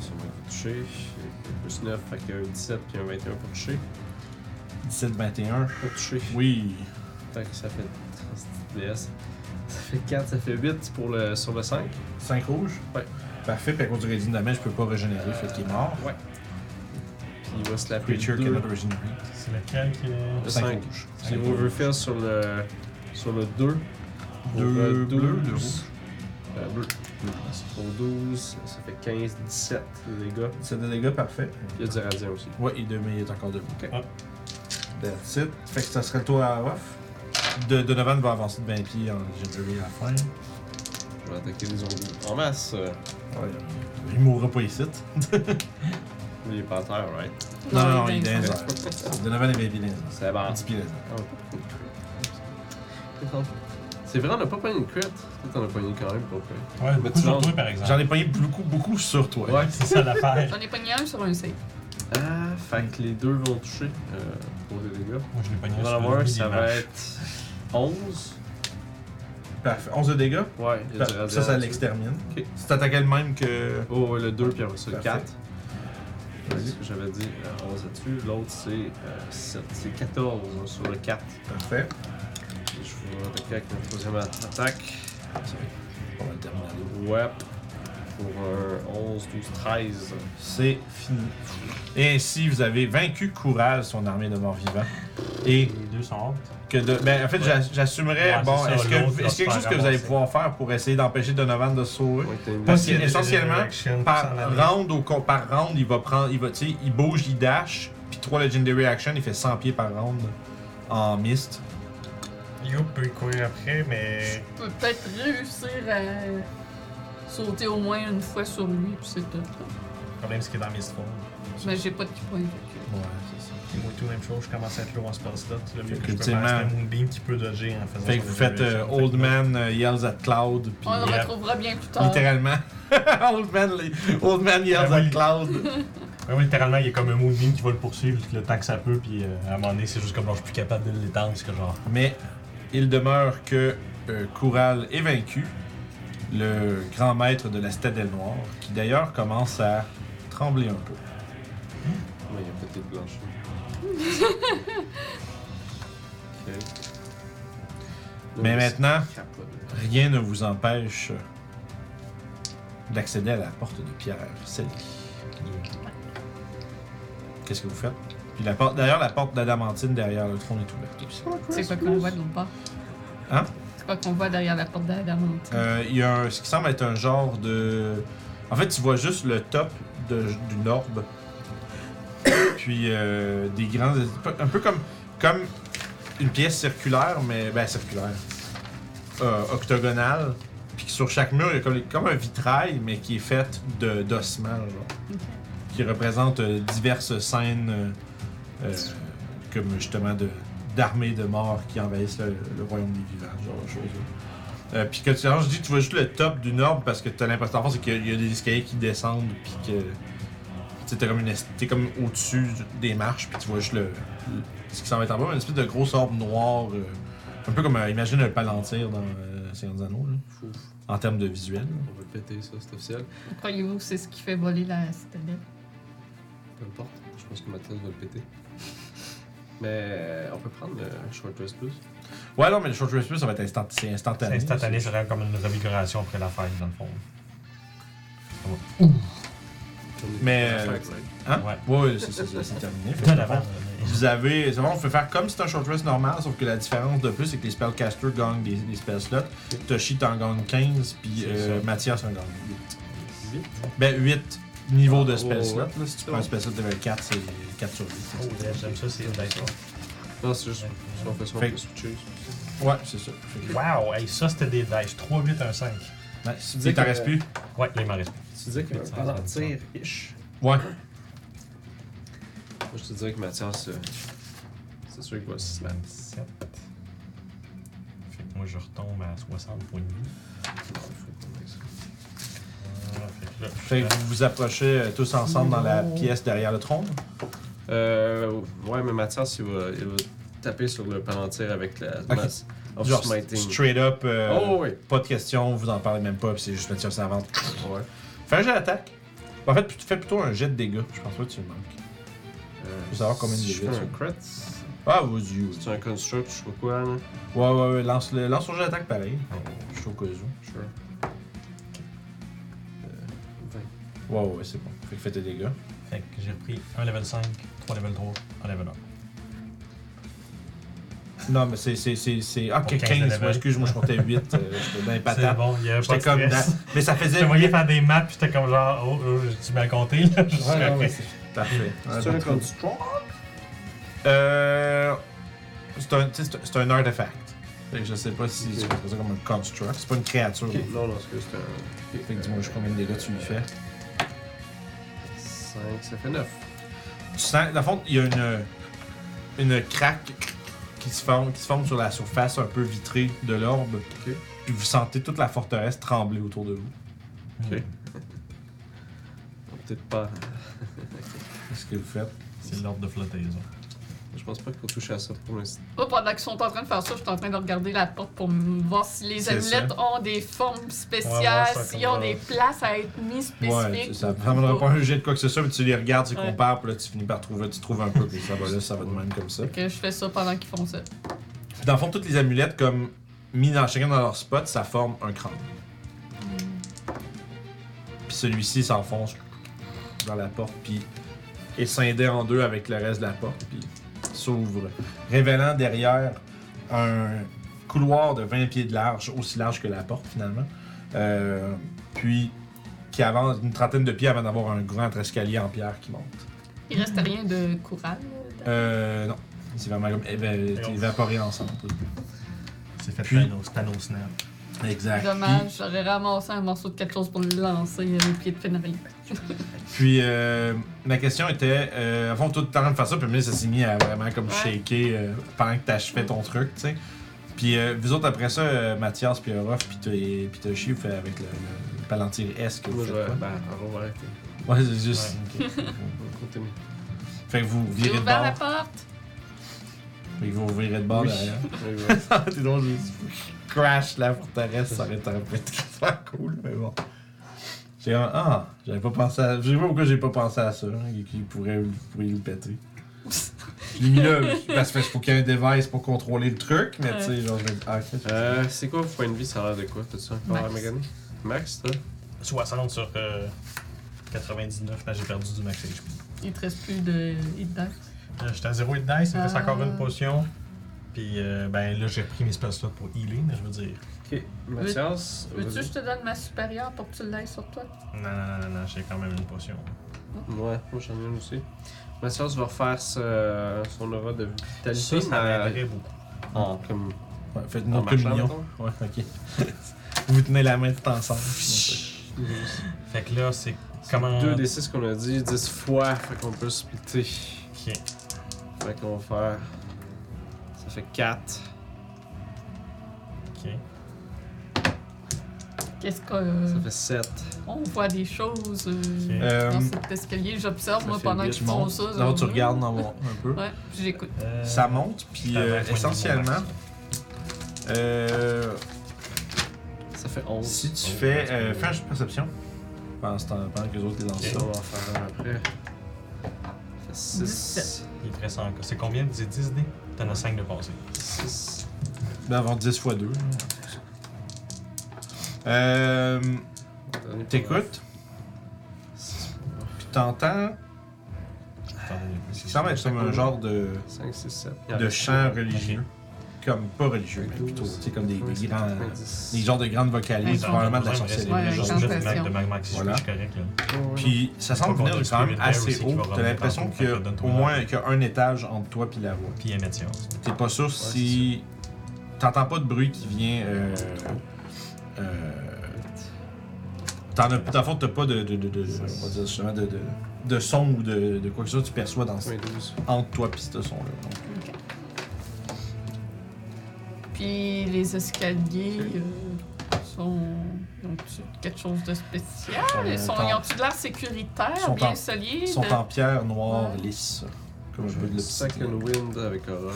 S2: ça va vous toucher. Plus 9, fait que un 17 puis un 21 pour toucher.
S1: 17-21.
S2: Pour toucher.
S1: Oui.
S2: Fait que ça fait 30 DS. Ça fait 4, ça fait 8 pour le, sur le 5.
S1: 5 rouges.
S2: Ouais.
S1: Parfait, puis à cause du radiant damage, je peux pas régénérer, fait qu'il est mort.
S2: Ouais. Puis il va se laver
S1: Creature
S2: le 2.
S1: cannot regenerate.
S6: C'est lequel qui
S2: Le
S6: est.
S1: Cinq
S2: 5.
S1: rouges.
S2: Puis overfill sur le, sur le 2.
S1: Deux bleus, deux rouges.
S2: Euh, bleu. Pour 12, ça fait 15, 17 les gars.
S1: C'est des dégâts, parfait.
S2: Il y a du radien aussi.
S1: Ouais, il est deux, mais il est encore debout.
S2: Ok.
S1: Ah. That's it. Fait que ça serait le tour à Ruff. De, Donovan va avancer de 20 pieds en Legendary à la fin.
S2: Je vais attaquer les zombies en masse. euh,
S1: Ouais. Il mourra pas ici.
S2: Il est pas à terre, right?
S1: Non, non,
S3: est
S1: il est dans les
S3: insane.
S1: airs. Donovan est 20 pieds dans les airs.
S2: C'est bon.
S1: 10 pieds dans les airs.
S2: C'est vrai, on n'a pas pogné une crit. Toi, t'en as pogné quand même, pas pire.
S6: Ouais, beaucoup
S2: tu
S6: sur
S2: lances.
S6: toi, par exemple.
S1: J'en ai pogné beaucoup, beaucoup sur toi.
S2: Ouais.
S6: C'est ça l'affaire.
S3: J'en ai pogné un sur un save.
S2: Ah, fait que les deux vont toucher euh, pour les dégâts.
S6: Moi, je l'ai pas
S2: On va voir, ça va être 11.
S1: Parfait. 11 de dégâts.
S2: Ouais, il y a du
S1: Ça,
S2: radien.
S1: ça,
S2: là-dessus.
S1: l'extermine.
S2: Ok.
S1: Si t'attaquais le même que.
S2: Oh, ouais, le 2, puis après ça, le
S1: Parfait.
S2: 4. C'est
S1: Vas-y.
S2: ce que j'avais dit, euh, 11 là-dessus. L'autre, c'est 7. C'est 14 hein, sur le 4.
S1: Parfait.
S2: Et je vais attaquer avec ma troisième attaque.
S1: On va le terminer à l'eau.
S2: Ouais. Pour un 11, 12, 13.
S1: C'est fini. Et ainsi, vous avez vaincu Coural, son armée de morts vivants. Et
S6: Les deux sont hautes.
S1: que de- ben, en fait, j'a- j'assumerais,
S6: Ouais, c'est
S1: bon,
S6: ça,
S1: est-ce que,
S6: l'autre
S1: est-ce
S6: va se
S1: quelque
S6: faire
S1: chose que vous allez
S6: ramasser.
S1: pouvoir faire pour essayer d'empêcher Donovan de se sauver?
S2: Ouais, t'as une-
S1: Parce que
S6: Parce que
S1: essentiellement,
S6: Legendary
S1: par
S6: Action, ça en a
S1: round, au, co- par round, il va prendre, il va, tu sais, il bouge, il dash, puis 3 Legendary Action, il fait 100 pieds par round en mist.
S6: Yo peut courir après, mais.
S3: Je peux peut-être réussir à sauter au moins une fois sur lui, puis c'est tout.
S6: Le problème, c'est qu'il est dans mes strolls.
S3: Mais j'ai pas de key point. fait
S1: Ouais, c'est ça.
S6: Puis moi, tout, même chose, je commence à être lourd en spell slot. Le mieux que je peux
S1: Effectivement.
S6: faire, c'est un Moonbeam qui peut dodger en faisant
S1: Fait que
S6: son
S1: vous faites euh,
S6: Regeneration.
S1: Old
S6: Fait que là,
S1: Man euh, Yells at Cloud, puis
S3: que- On le
S6: Yeah.
S3: retrouvera bien plus tard.
S1: euh, littéralement. old, man, les- old Man Yells
S6: Ben oui.
S1: at Cloud.
S6: Ouais, ouais, littéralement, il y a comme un Moonbeam qui va le poursuivre le temps que ça peut, puis euh, à un moment donné, c'est juste comme genre, je suis plus capable de l'étendre, parce que genre.
S1: Mais il demeure que euh, Coural est vaincu, le grand maître de la Citadelle Noire, qui d'ailleurs commence à trembler un peu.
S2: Ouais, il y a peut-être des planchers. ok.
S1: Mais maintenant,
S2: Capote.
S1: rien ne vous empêche d'accéder à la porte de pierre, celle qui- Qu'est-ce que vous faites? Puis la porte, d'ailleurs, la porte d'adamantine derrière le trône est ouverte aussi.
S3: C'est quoi qu'on voit de l'autre part?
S1: Hein?
S3: C'est quoi qu'on voit derrière la porte d'Adamante?
S1: Euh, Il y a un- ce qui semble être un genre de. En fait, tu vois juste le top de- d'une orbe. Puis euh, des grands. Un peu comme, comme une pièce circulaire, mais. Ben, circulaire. Euh, octogonale. Puis sur chaque mur, il y a comme, comme un vitrail, mais qui est fait de- d'ossements, genre.
S3: Ok.
S1: Qui représente euh, diverses scènes. euh, euh, comme justement de- d'armées de, morts qui envahissent le, le royaume des vivants, ce genre de choses. Euh, puis que tu alors, je dis, tu vois juste le top d'une orbe parce que t'as l'impression en fait, c'est qu'il y a des escaliers qui descendent puis que tu sais, t'es comme une es comme au-dessus des marches puis tu vois juste le, le- ce qui s'en va être en bas, mais une espèce de grosse orbe noire, euh, un peu comme euh, imagine un palantir dans euh, Seigneur des Anneaux, là,
S2: Fou.
S1: en termes de visuel.
S2: On va le péter, ça, c'est officiel.
S3: Croyez-vous que c'est ce qui fait voler la citadelle?
S2: Peu importe. Je pense que Mathias va le péter. Mais on peut prendre euh, le short rest plus.
S1: Ouais non mais le short rest plus, ça va être instant- c'est instantané.
S6: C'est instantané, ça serait comme une revigoration après la fête, dans le fond.
S1: Mais.
S2: Ouais,
S1: euh,
S2: ouais.
S1: Hein?
S6: Ouais.
S1: Ouais, ouais, c'est- c'est c'est- c'est terminé. Fait que,
S6: Pas d'avant.
S1: Vous avez. C'est bon, on peut faire comme si c'était un short rest normal, sauf que la différence de plus, c'est que les spellcasters gagnent des, des spell slots. Toshi t'en gagne 15, puis
S2: C'est
S1: euh,
S2: ça.
S1: Mathias en gagne 8.
S2: Huit?
S1: Ben, 8 niveaux de
S2: Ah,
S1: spell
S2: ouais,
S1: slot.
S2: ouais.
S1: Là, si tu prends un spell slot level 4, c'est 4 sur 8.
S6: Oh, damn, j'aime ça, c'est une dice roll.
S2: Non, c'est juste. Si on fait ça, on
S1: Fait-
S2: peut switcher.
S1: Ouais, c'est ça. Fait que-
S6: Wow, hey, ça c'était des dice. 3, 8, 1, 5.
S1: Nice.
S2: dis
S1: Il t'en
S2: que-
S1: reste plus.
S6: Ouais, là, il m'en reste.
S2: Tu disais que
S6: ça,
S2: pendant
S6: ça, ça.
S2: tir, ish.
S1: Ouais.
S2: Moi, je te dirais que Mathias, euh, c'est sûr qu'il va se slap.
S6: 7. Fait que moi, je retombe à 60 points de vie.
S2: hein,
S6: Euh, fait que là, je
S1: Fait que vous vous approchez euh, tous ensemble dans la pièce derrière le trône.
S2: Euh, ouais, mais Mathias, il va, il va taper sur le palantir avec la masse of
S1: Genre,
S2: smiting.
S1: straight up. euh,
S2: Oh, oui.
S1: Pas de question, vous en parlez même pas, puis c'est juste Mathias ça avance.
S2: Ouais.
S1: Fais un jet d'attaque. En fait, tu fais plutôt un jet de dégâts. Je pense pas que tu le manques.
S2: Euh,
S1: Faut savoir combien de hein.
S2: si je
S1: dégâts
S2: fais
S1: tu
S2: un
S1: fais.
S2: crit,
S1: Ah, vous yeux.
S2: c'est un construct, je sais pas quoi, là.
S1: Ouais, ouais, ouais. Lance, le, lance ton jet d'attaque pareil. Je suis au cas où.
S2: Sure. Euh,
S1: Ouais, ouais, ouais, c'est bon. Fait que fais tes dégâts.
S6: Fait que j'ai repris un level 5, 3 level 3, un level 1.
S1: Non, mais c'est. c'est, c'est, c'est... Ah, que
S6: Pour 15
S1: 15,
S6: level.
S1: moi, excuse-moi, je comptais 8. euh, J'étais dans les
S6: C'est
S1: patates.
S6: bon, il y avait pas
S1: J'étais
S6: de
S1: comme.
S6: stress.
S1: dans- Mais ça
S6: Je
S1: faisait.
S6: te voyais
S1: 8.
S6: faire des maps, puis j'étais comme genre, oh, oh j'ai-tu mal compté, là? Je suis
S9: Ouais, non,
S6: ok.
S9: mais c'est-
S1: Parfait.
S2: C'est un construct.
S1: Euh. C'est un, tu sais, c'est un- c'est un artefact. Fait que je sais pas si
S2: Ok.
S1: tu peux ça comme un construct. C'est pas une créature.
S2: Ok, Non, non, parce que c'est un.
S1: Fait que dis-moi juste combien de dégâts tu lui fais.
S2: 5, ça fait 9.
S1: Tu sens, dans le fond, il y a une, une craque qui se, forme, qui se forme sur la surface un peu vitrée de l'orbe.
S2: Ok.
S1: Puis vous sentez toute la forteresse trembler autour de vous.
S2: Ok. Peut-être pas.
S1: Qu'est-ce que vous faites?
S6: C'est l'ordre de flottaison.
S2: Je pense pas qu'il faut toucher à ça pour l'instant.
S5: Moi, Oh, pendant qu'ils sont en train de faire ça, je suis en train de regarder la porte pour m- voir si les
S1: C'est ça.
S5: amulettes ont des formes spéciales,
S6: Ouais, ouais, ça,
S5: s'ils
S6: comme
S5: ont
S6: ça.
S5: des places à être mises
S1: Ouais,
S5: spécifiques.
S1: ça ne prendra pas un jet de quoi que ce soit, mais tu les regardes, tu les
S5: Ouais.
S1: compares, puis là tu finis par trouver, tu trouves un peu, puis ça va là, ça va de même comme ça.
S5: Fait que je fais ça pendant qu'ils font ça.
S1: Dans le fond, toutes les amulettes, comme mises dans chacun dans leur spot, ça forme un crâne. Puis celui-ci s'enfonce dans la porte, puis est scindé en deux avec le reste de la porte, puis s'ouvre, révélant derrière un couloir de 20 pieds de large, aussi large que la porte finalement. Euh, puis qui avance une trentaine de pieds avant d'avoir un grand escalier en pierre qui monte.
S5: Il reste
S1: Mm.
S5: rien de courant.
S1: Euh, non, c'est vraiment comme éva- évaporé ensemble.
S6: C'est fait
S1: Puis-
S6: Thanos, Thanos Snap.
S1: Exact.
S5: Dommage, j'aurais ramassé un morceau de quelque chose pour le lancer euh, au pied de Fenrir.
S1: Puis, euh, ma question était, euh, avant tout le temps de faire ça, puis Mélissa ça s'est mis à vraiment comme
S5: Ouais.
S1: shaker euh, pendant que t'achevais ton truc, tu sais. Puis, euh, vous autres, après ça, euh, Mathias, puis Orof, puis Toshi, puis Toshi, vous faites avec le, le Palantir S que vous
S2: Moi, je vais.
S1: faites
S2: Ben, on va arrêter.
S1: quoi? Ouais, c'est juste...
S6: Ouais,
S2: On continue.
S1: Fait que vous
S5: J'ai
S1: virez de
S5: ouvert
S1: bord.
S5: la porte.
S1: Fait que vous virez
S6: Ah,
S1: de bord
S6: ben,
S2: Oui.
S1: derrière.
S2: Oui, oui.
S1: T'es drôle, j'ai dit, crash la forteresse, ça aurait été un peu très cool, mais bon. J'ai comme, ah, j'avais pas pensé à. Je sais pas pourquoi j'ai pas pensé à ça, hein, qui pourrait, pourrait le péter. Je l'ai mis là, parce qu'il faut qu'il y ait un device pour contrôler le truc, mais tu sais, genre, je me dis, ah, ok, c'est-
S2: Euh, c'est quoi vos points de vie? Ça a l'air de quoi? T'as-tu encore
S5: Max.
S2: à Megan? Max, toi?
S6: 60 sur euh, 99, là j'ai perdu du max HP.
S5: Il te reste plus de hit dice.
S6: Là, Euh, J'étais à 0 hit dice, il me reste
S5: Ah.
S6: encore une potion. Puis euh, ben là j'ai repris mes spells slots pour healer, mais je veux dire.
S2: Ok. Mathias?
S5: Veux-tu que
S2: vas-y.
S5: je te donne ma supérieure pour que tu l'aies sur toi?
S6: Non, non, non, non, non, j'ai quand même une potion.
S2: Ouais, moi j'en ai une aussi. Mathias va refaire ce- son aura de vitalité.
S6: Ça, ça
S2: mais
S6: m'aiderait beaucoup.
S2: en, comme,
S1: ouais, faites
S2: en
S1: une
S2: marchant,
S1: communion.
S2: mettons.
S1: Ouais, ok. vous tenez la main tout ensemble.
S6: Mmh. Fait que là, c'est comment.
S1: Mhm.
S2: 2 des 6 qu'on a dit, 10 fois, fait qu'on peut splitter.
S6: Ok.
S2: Fait qu'on va faire. Ça fait 4.
S6: Ok.
S5: Qu'est-ce qu'on
S2: Ça fait 7.
S5: voit des choses euh,
S6: Ok.
S1: Euh,
S5: dans cet escalier? J'observe
S2: ça
S5: moi
S2: fait
S5: pendant
S2: huit,
S5: qu'ils
S1: tu
S5: font
S1: montes.
S5: ça.
S1: Non,
S5: genre,
S1: tu regardes dans mon- un peu.
S5: Ouais, puis j'écoute.
S6: Euh,
S1: Ça monte, puis
S6: t'as
S1: euh,
S6: vingt points de
S1: essentiellement,
S6: mouvement.
S1: euh,
S2: Ça fait 11.
S1: si tu fais. Euh, fais un jeu de perception. Pendant ce temps- pendant que les autres les lancent
S2: Ok,
S1: ça.
S2: on va en faire un après. Ça fait 6.
S5: Dix-sept.
S6: Il te reste encore. C'est combien Vous dites 10 dés T'en as 5 de passé.
S2: 6.
S1: Ben, avant 10 fois 2. Euh, T'écoutes, t'entends. Ça semble être comme un genre de,
S2: 5, 6, 7.
S1: de chant euh, religieux. Comme pas religieux, mais plutôt, tu sais, comme des, des grands. Des genres de grandes vocalises, probablement de la sorcellerie.
S3: Ouais,
S1: genre.
S3: exact.
S4: de magma qui
S1: Voilà.
S4: je correct. là.
S1: Puis ça semble venir de quand même assez haut. T'as l'impression qu'il y a au moins qu'il y a un étage entre toi et la voix.
S4: Puis il y a Mathias.
S1: T'es pas sûr si. T'entends pas de bruit qui vient. Euh, euh, T'en as. Dans le fond, t'as pas de. de, de, de on va dire justement de, de, de son ou de, de quoi que ce soit tu perçois dans, ce-
S2: 12.
S1: entre toi pis ce son-là. Donc,
S5: Puis les escaliers euh, sont. Donc, quelque chose de spécial.
S1: euh,
S5: Ils sont,
S1: t'en-
S5: ils ont-tu de l'air sécuritaire,
S1: Sont en-
S5: bien solides?
S1: ils sont en pierre noire lisse. Comme un peu de
S2: Second
S1: l'obsidienne.
S2: Wind avec Aura.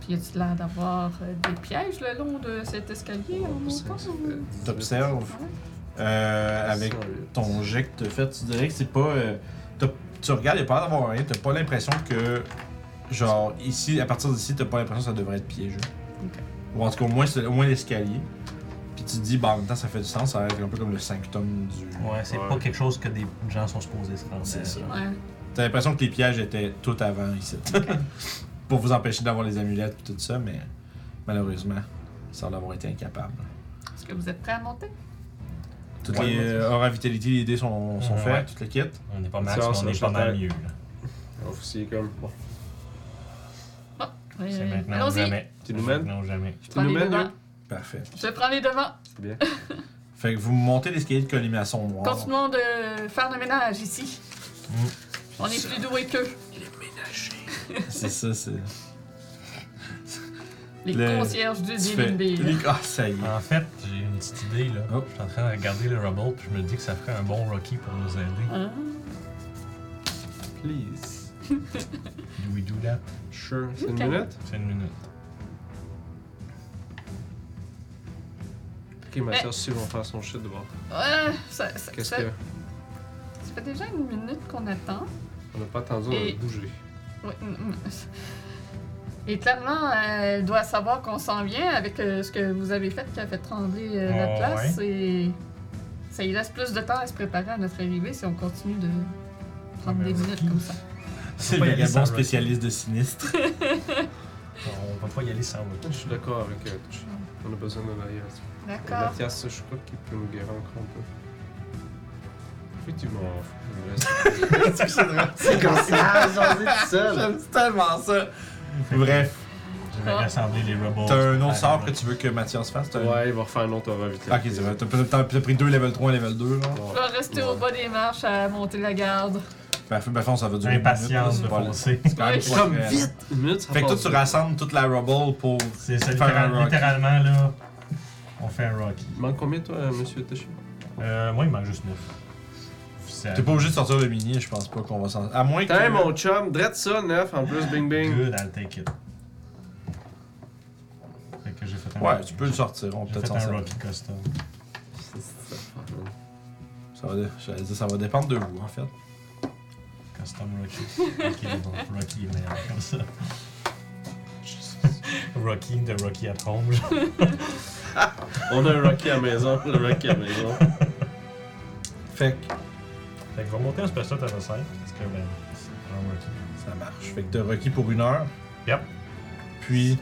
S5: Puis y a-tu l'air d'avoir euh, des pièges le long de cet escalier en montant? ou-
S1: T'observes. Euh, avec ton jet que t'as fait, tu dirais que c'est pas. euh, t'as- tu regardes, il a pas l'air d'avoir rien, t'as pas l'impression que. Genre, ici, à partir d'ici, t'as pas l'impression que ça devrait être piégeux. Ou en tout cas, au moins, c'est- au moins l'escalier. Puis tu te dis, bah, en même temps, ça fait du sens, ça a l'air un peu comme le symptôme du.
S4: Ouais, c'est pas quelque chose que des gens sont supposés se rendre.
S1: C'est ça.
S5: Ouais.
S1: T'as l'impression que les pièges étaient tout avant ici. Pour vous empêcher d'avoir les amulettes et tout ça, mais malheureusement, ça l'avoir été incapable.
S5: Est-ce que vous êtes prêts à monter?
S1: Toutes
S2: Ouais,
S1: les
S2: moi,
S1: euh, aura vitality, les dés sont, sont
S4: Ouais.
S1: faits, toutes les kits.
S4: On est pas mal,
S2: Ça,
S4: mais
S2: ça,
S4: on est
S2: je
S4: pas mal
S2: t'attaque.
S4: mieux. là.
S2: Officier comme. Bon.
S5: Oui,
S4: C'est
S5: oui.
S4: maintenant ou
S5: Allons-y.
S4: jamais.
S2: Tu
S4: C'est
S2: nous mènes
S4: maintenant ou jamais.
S5: Je
S2: Tu
S5: prends
S2: nous
S5: les
S2: mènes,
S5: devants.
S2: Lou?
S1: Parfait.
S5: Je prends les devants.
S2: Bien.
S1: Fait que vous montez l'escalier de colimaçon noir.
S5: Continuons de faire le ménage ici.
S1: Mm.
S5: On est plus doués qu'eux.
S1: C'est ça, c'est.
S5: Les
S1: Le-
S5: concierges du
S1: Tu fais-
S5: DNB.
S1: Ah, ça y est.
S4: En fait, j'ai une petite idée là.
S1: Oh.
S4: Je suis en train de regarder le Rubble, puis je me dis que ça ferait un bon Rocky pour nous aider.
S5: Ah.
S2: Please.
S4: Do we do that?
S2: Sure. C'est une
S5: Ok.
S2: minute?
S4: C'est une minute.
S2: Ok, Mathias, si ils vont faire son shit de bord.
S5: Ouais, ça, ça,
S2: Qu'est-ce
S5: ça-
S2: que.
S5: ça fait déjà une minute qu'on attend.
S2: On n'a pas attendu, on
S5: Et-
S2: a bougé.
S5: Ouais, mm, mm. Et clairement, euh, elle doit savoir qu'on s'en vient avec euh, ce que vous avez fait qui a fait trembler euh, la
S4: Oh,
S1: Ah,
S5: place. Et ça lui laisse plus de temps à se préparer à notre arrivée si on continue de prendre
S4: Mais
S5: des
S4: oui.
S5: minutes comme ça.
S1: C'est
S4: pas
S1: le
S4: y aller
S1: vagabond
S4: sans
S1: spécialiste de sinistre.
S4: On va pas y aller sans Rocky.
S2: Je suis d'accord avec euh, Touché. On a besoin d'un allié à ce
S1: Bah,
S5: D'accord.
S2: Mathias, je crois qu'il peut nous guérir encore un peu. Effectivement, il me reste-
S8: C'est comme ça, j'en ai tout seul.
S1: J'aime tellement ça. Bref,
S4: Je vais rassembler les Rubble.
S1: t'as un autre sort que tu veux que Mathias fasse t'as un- Ah,
S2: Ouais, il va refaire un autre, on va vite.
S1: Ok, c'est vrai. T'as t'as- t'as pris deux level 3 level 2. Là.
S5: Je vais rester au bas des marches à monter la garde.
S1: Parfait, ben, fond, ça va durer. une
S4: Impatience de
S1: minute, là, c'est pas-
S4: foncer.
S1: c'est quand même
S5: Ouais,
S1: pas
S2: Comme
S1: très-
S2: vite! Une minute, ça
S1: Fait que toi,
S2: passe
S1: tu
S2: vite.
S1: rassembles toute la rubble pour.
S4: C'est ça,
S1: Faire un
S4: littéral-
S1: Rocky.
S4: littéralement là. On fait un Rocky.
S2: Il manque combien, toi, monsieur Tachi
S4: Euh, moi, il manque juste 9. C'est
S1: T'es pas obligé de sortir le mini, je pense pas qu'on va s'en. À moins que.
S2: T'as mon chum, drette ça, neuf, en plus, bing bing.
S4: good, I'll take it. Fait que j'ai fait un
S1: Ouais,
S4: Rocky.
S1: tu peux le sortir, on peut
S4: J'ai
S1: peut-être
S4: fait
S1: s'en
S4: un
S1: servir.
S4: Rocky custom.
S1: Ça va, j'allais dire, ça va dépendre de vous, en fait.
S4: Custom Rocky. Ok, bon, Rocky est meilleur comme ça. Rocky, de Rocky at home. genre.
S2: On a un Rocky à la maison, le Rocky à la maison.
S1: Fait que
S4: Fait que je vais monter un special à 5 parce que ben, c'est un Rocky.
S1: ça marche. Fait que t'as Rocky pour une heure.
S4: Yep.
S1: Puis.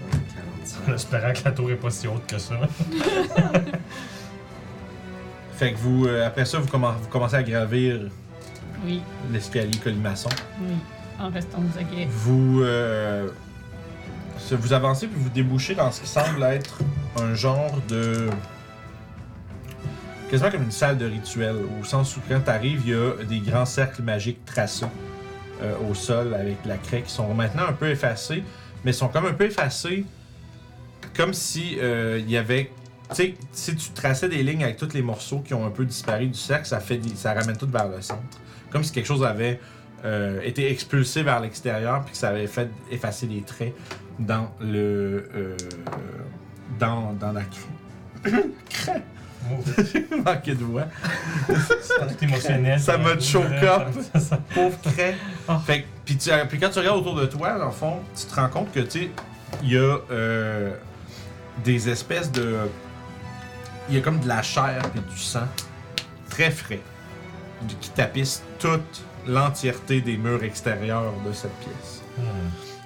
S4: En espérant que la tour est pas si haute que ça.
S1: Fait que vous, euh, après ça, vous, commen- vous commencez à gravir
S5: Oui,
S1: l'escalier colimaçon.
S5: oui. En restant aux aguets.
S1: Vous, euh, se- vous avancez puis vous débouchez dans ce qui semble être un genre de. quasiment comme une salle de rituel, au sens où quand t'arrives, il y a des grands cercles magiques tracés euh, au sol avec de la craie qui sont maintenant un peu effacés, mais sont comme un peu effacés comme si euh, il y avait. Tu sais, si tu traçais des lignes avec tous les morceaux qui ont un peu disparu du cercle, ça, fait, des- ça ramène tout vers le centre. Comme si quelque chose avait euh, été expulsé vers l'extérieur puis que ça avait fait effacer des traits dans le euh, dans, dans la craie.
S4: Ouf,
S1: Manqué de voix.
S4: c'est tout émotionnel. euh,
S1: Ça m'a choqué.
S4: Ça- ça-
S1: Pauvre craie.
S4: Ah.
S1: Fait que- puis, tu- euh, puis quand tu regardes autour de toi, dans le fond, tu te rends compte que tu sais, il y a euh, des espèces de il y a comme de la chair et du sang très frais qui tapissent toute l'entièreté des murs extérieurs de cette pièce.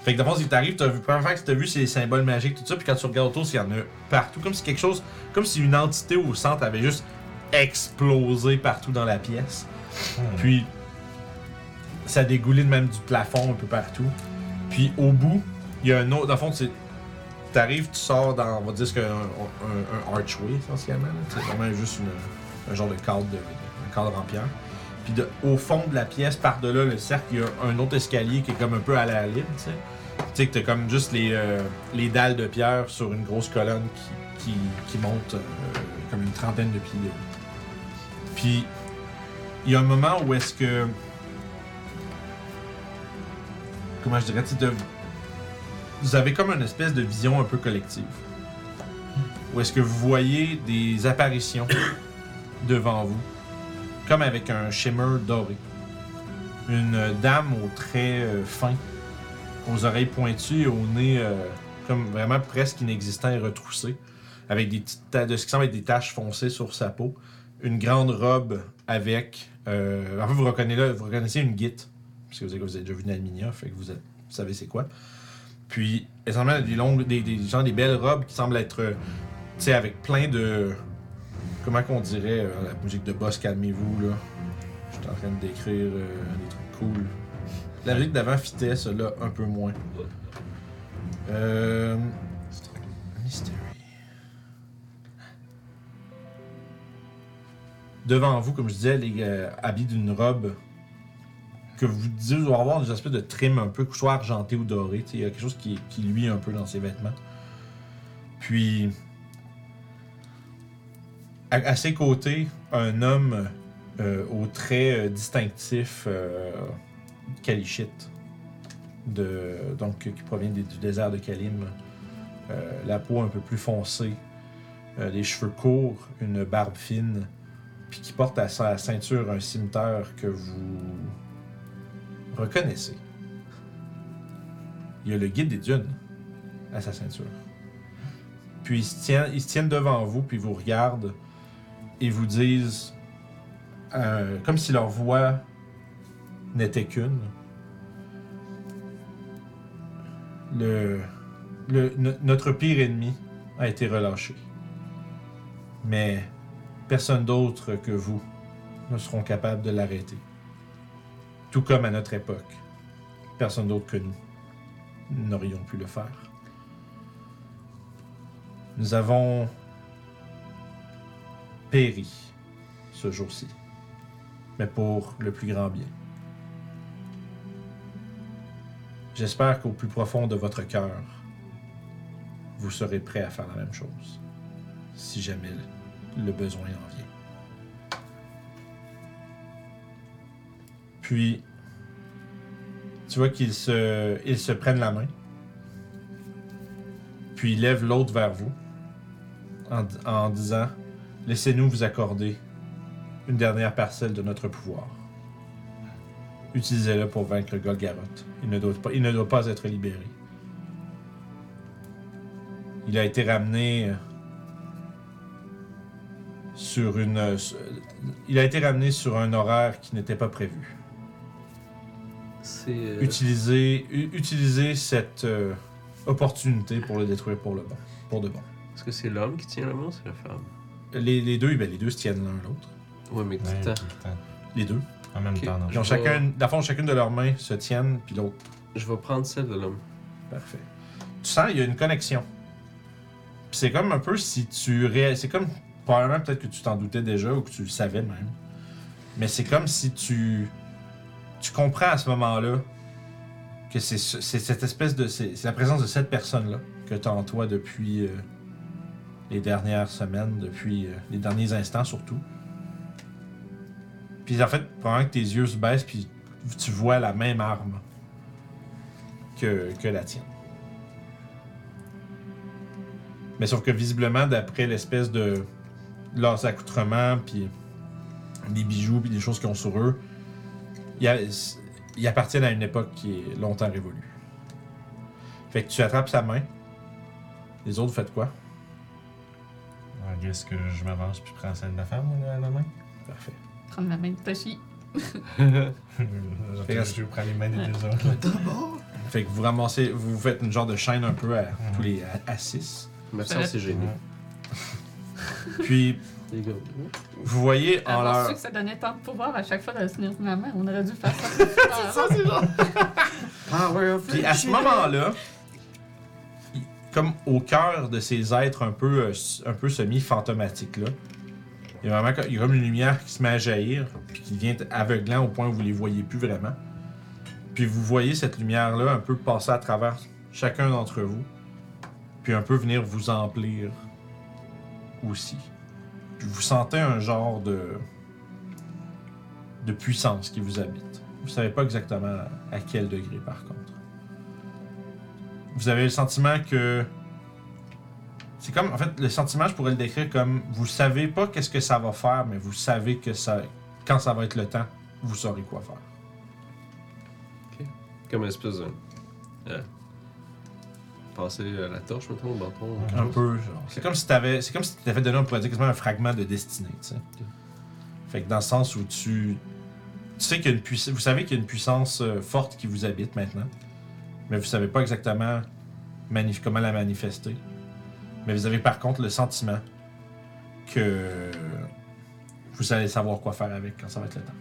S1: Fait que d'avance, il t'arrive, t'as vu, première fois que t'as vu, c'est les symboles magiques, tout ça, puis quand tu regardes autour, il y en a partout, comme si quelque chose, comme si une entité au centre avait juste explosé partout dans la pièce. Puis, ça dégouline même du plafond un peu partout. Puis, au bout, il y a un autre, dans le fond, c'est t'arrives, tu sors dans, on va dire, ce qu'un- un, un archway, essentiellement. là. C'est vraiment juste une- un genre de cadre, de, un cadre en pierre. Puis de- au fond de la pièce, par-delà le cercle, il y a un autre escalier qui est comme un peu à la libre, tu sais. Tu sais que t'as comme juste les, euh, les dalles de pierre sur une grosse colonne qui, qui, qui monte euh, comme une trentaine de pieds. de haut. Puis il y a un moment où est-ce que... Comment je dirais, tu sais, de- vous avez comme une espèce de vision un peu collective. Où est-ce que vous voyez des apparitions devant vous, comme avec un shimmer doré. Une euh, dame aux traits euh, fins, aux oreilles pointues et au nez euh, comme vraiment presque inexistant et retroussé, avec des petites ta- de ce qui semble être des taches foncées sur sa peau. Une grande robe avec. euh, en fait, vous reconnaissez, là- vous reconnaissez une guite, parce que vous avez, vous avez déjà vu une Alminia, fait que vous, êtes- vous savez c'est quoi. Puis, essentiellement, des longues, des, des, genre des belles robes qui semblent être, euh, tu sais, avec plein de. Comment qu'on dirait euh, la musique de boss, calmez-vous, là. Je suis en train de décrire euh, des trucs cool. La musique d'avant fitait, celle-là, un peu moins. Euh. Mystery. Devant vous, comme je disais, les euh, habits d'une robe que vous dites, vous allez avoir des espèces de trim un peu, soit argenté ou doré. tu sais, Il y a quelque chose qui, qui luit un peu dans ses vêtements. Puis, à, à ses côtés, un homme euh, aux traits euh, distinctifs euh, kalichite, de, donc qui provient des- du désert de Kalim. Euh, la peau un peu plus foncée, euh, les cheveux courts, une barbe fine, puis qui porte à sa ceinture un cimetière que vous reconnaissez. Il y a le guide des dunes à sa ceinture. Puis ils se tiennent, ils se tiennent devant vous, puis ils vous regardent et vous disent, euh, comme si leur voix n'était qu'une. Le, le- no- notre pire ennemi a été relâché. Mais personne d'autre que vous ne seront capables de l'arrêter tout comme à notre époque. Personne d'autre que nous n'aurions pu le faire. Nous avons péri ce jour-ci, mais pour le plus grand bien. J'espère qu'au plus profond de votre cœur, vous serez prêt à faire la même chose, si jamais le besoin en vient. Puis, tu vois qu'ils se, ils se prennent la main. Puis ils lèvent l'autre vers vous en, en disant Laissez-nous vous accorder une dernière parcelle de notre pouvoir. Utilisez-le pour vaincre Golgaroth. Il ne, doit pas, il ne doit pas être libéré. Il a été ramené euh, sur une. sur- Il a été ramené sur un horaire qui n'était pas prévu.
S2: C'est. euh,
S1: Utiliser, u- utiliser cette euh, opportunité pour le détruire pour le bon. Pour de bon.
S2: Est-ce que c'est l'homme qui tient le mot ou c'est la femme
S1: Les, les deux, ben, les deux se tiennent l'un l'autre.
S2: Ouais, mais tout le
S4: Ouais,
S2: temps.
S4: tout le temps.
S1: Les deux.
S4: En même
S2: Ok.
S4: temps, non.
S1: Ils ont
S2: Je vais-
S1: chacun, dans le fond, chacune de leurs mains se tiennent, puis l'autre.
S2: Je vais prendre celle de l'homme.
S1: Parfait. Tu sens, il y a une connexion. Puis c'est comme un peu si tu ré... C'est comme, probablement, peut-être que tu t'en doutais déjà ou que tu le savais même. Mais c'est comme si tu. Tu comprends à ce moment-là que c'est ce- c'est cette espèce de. C'est c'est la présence de cette personne-là que tu as en toi depuis euh, les dernières semaines, depuis euh, les derniers instants surtout. Puis en fait, probablement que tes yeux se baissent, puis tu vois la même arme que, que la tienne. Mais sauf que visiblement, d'après l'espèce de leurs accoutrements, puis les bijoux, puis les choses qu'ils ont sur eux, ils a- ils appartiennent à une époque qui est longtemps révolue. Fait que tu attrapes sa main. Les autres, faites quoi?
S4: Alors, Est-ce que je m'avance puis prends celle de la femme là, euh, à la main
S1: Parfait.
S3: prendre la main de Toshi.
S4: Je prends les mains des deux autres.
S1: Fait que vous ramassez, vous faites une genre de chaîne un peu à tous les à, à six.
S2: Mais ça, c'est gêné.
S1: Puis
S2: Les gars.
S1: vous voyez en
S3: Alors,
S1: leur
S3: sûr que ça donnait tant de pouvoir à chaque fois de se tenir la main. On aurait dû faire ça. Ah,
S8: Power of
S1: Puis à ce moment-là, il- comme au cœur de ces êtres un peu, euh, s- un peu semi-fantomatiques-là, il y a vraiment co- il y a comme une lumière qui se met à jaillir, puis qui devient aveuglant au point où vous les voyez plus vraiment. Puis vous voyez cette lumière-là un peu passer à travers chacun d'entre vous, puis un peu venir vous emplir aussi. Puis vous sentez un genre de de puissance qui vous habite. Vous savez pas exactement à quel degré par contre. Vous avez le sentiment que c'est comme en fait le sentiment je pourrais le décrire comme vous savez pas qu'est-ce que ça va faire mais vous savez que ça quand ça va être le temps, vous saurez quoi faire.
S2: Comme une espèce de. euh, passer euh, la torche, mettons, au bâton.
S1: Un peu, genre. Mmh. C'est comme si t'avais. C'est comme si t'avais donné, on pourrait dire, quasiment un fragment de destinée, tu sais. Fait que dans le sens où tu. Tu sais qu'il y a une puissance. Vous savez qu'il y a une puissance euh, forte qui vous habite maintenant. Mais vous savez pas exactement manif- comment la manifester. Mais vous avez par contre le sentiment que vous allez savoir quoi faire avec quand ça va être le temps.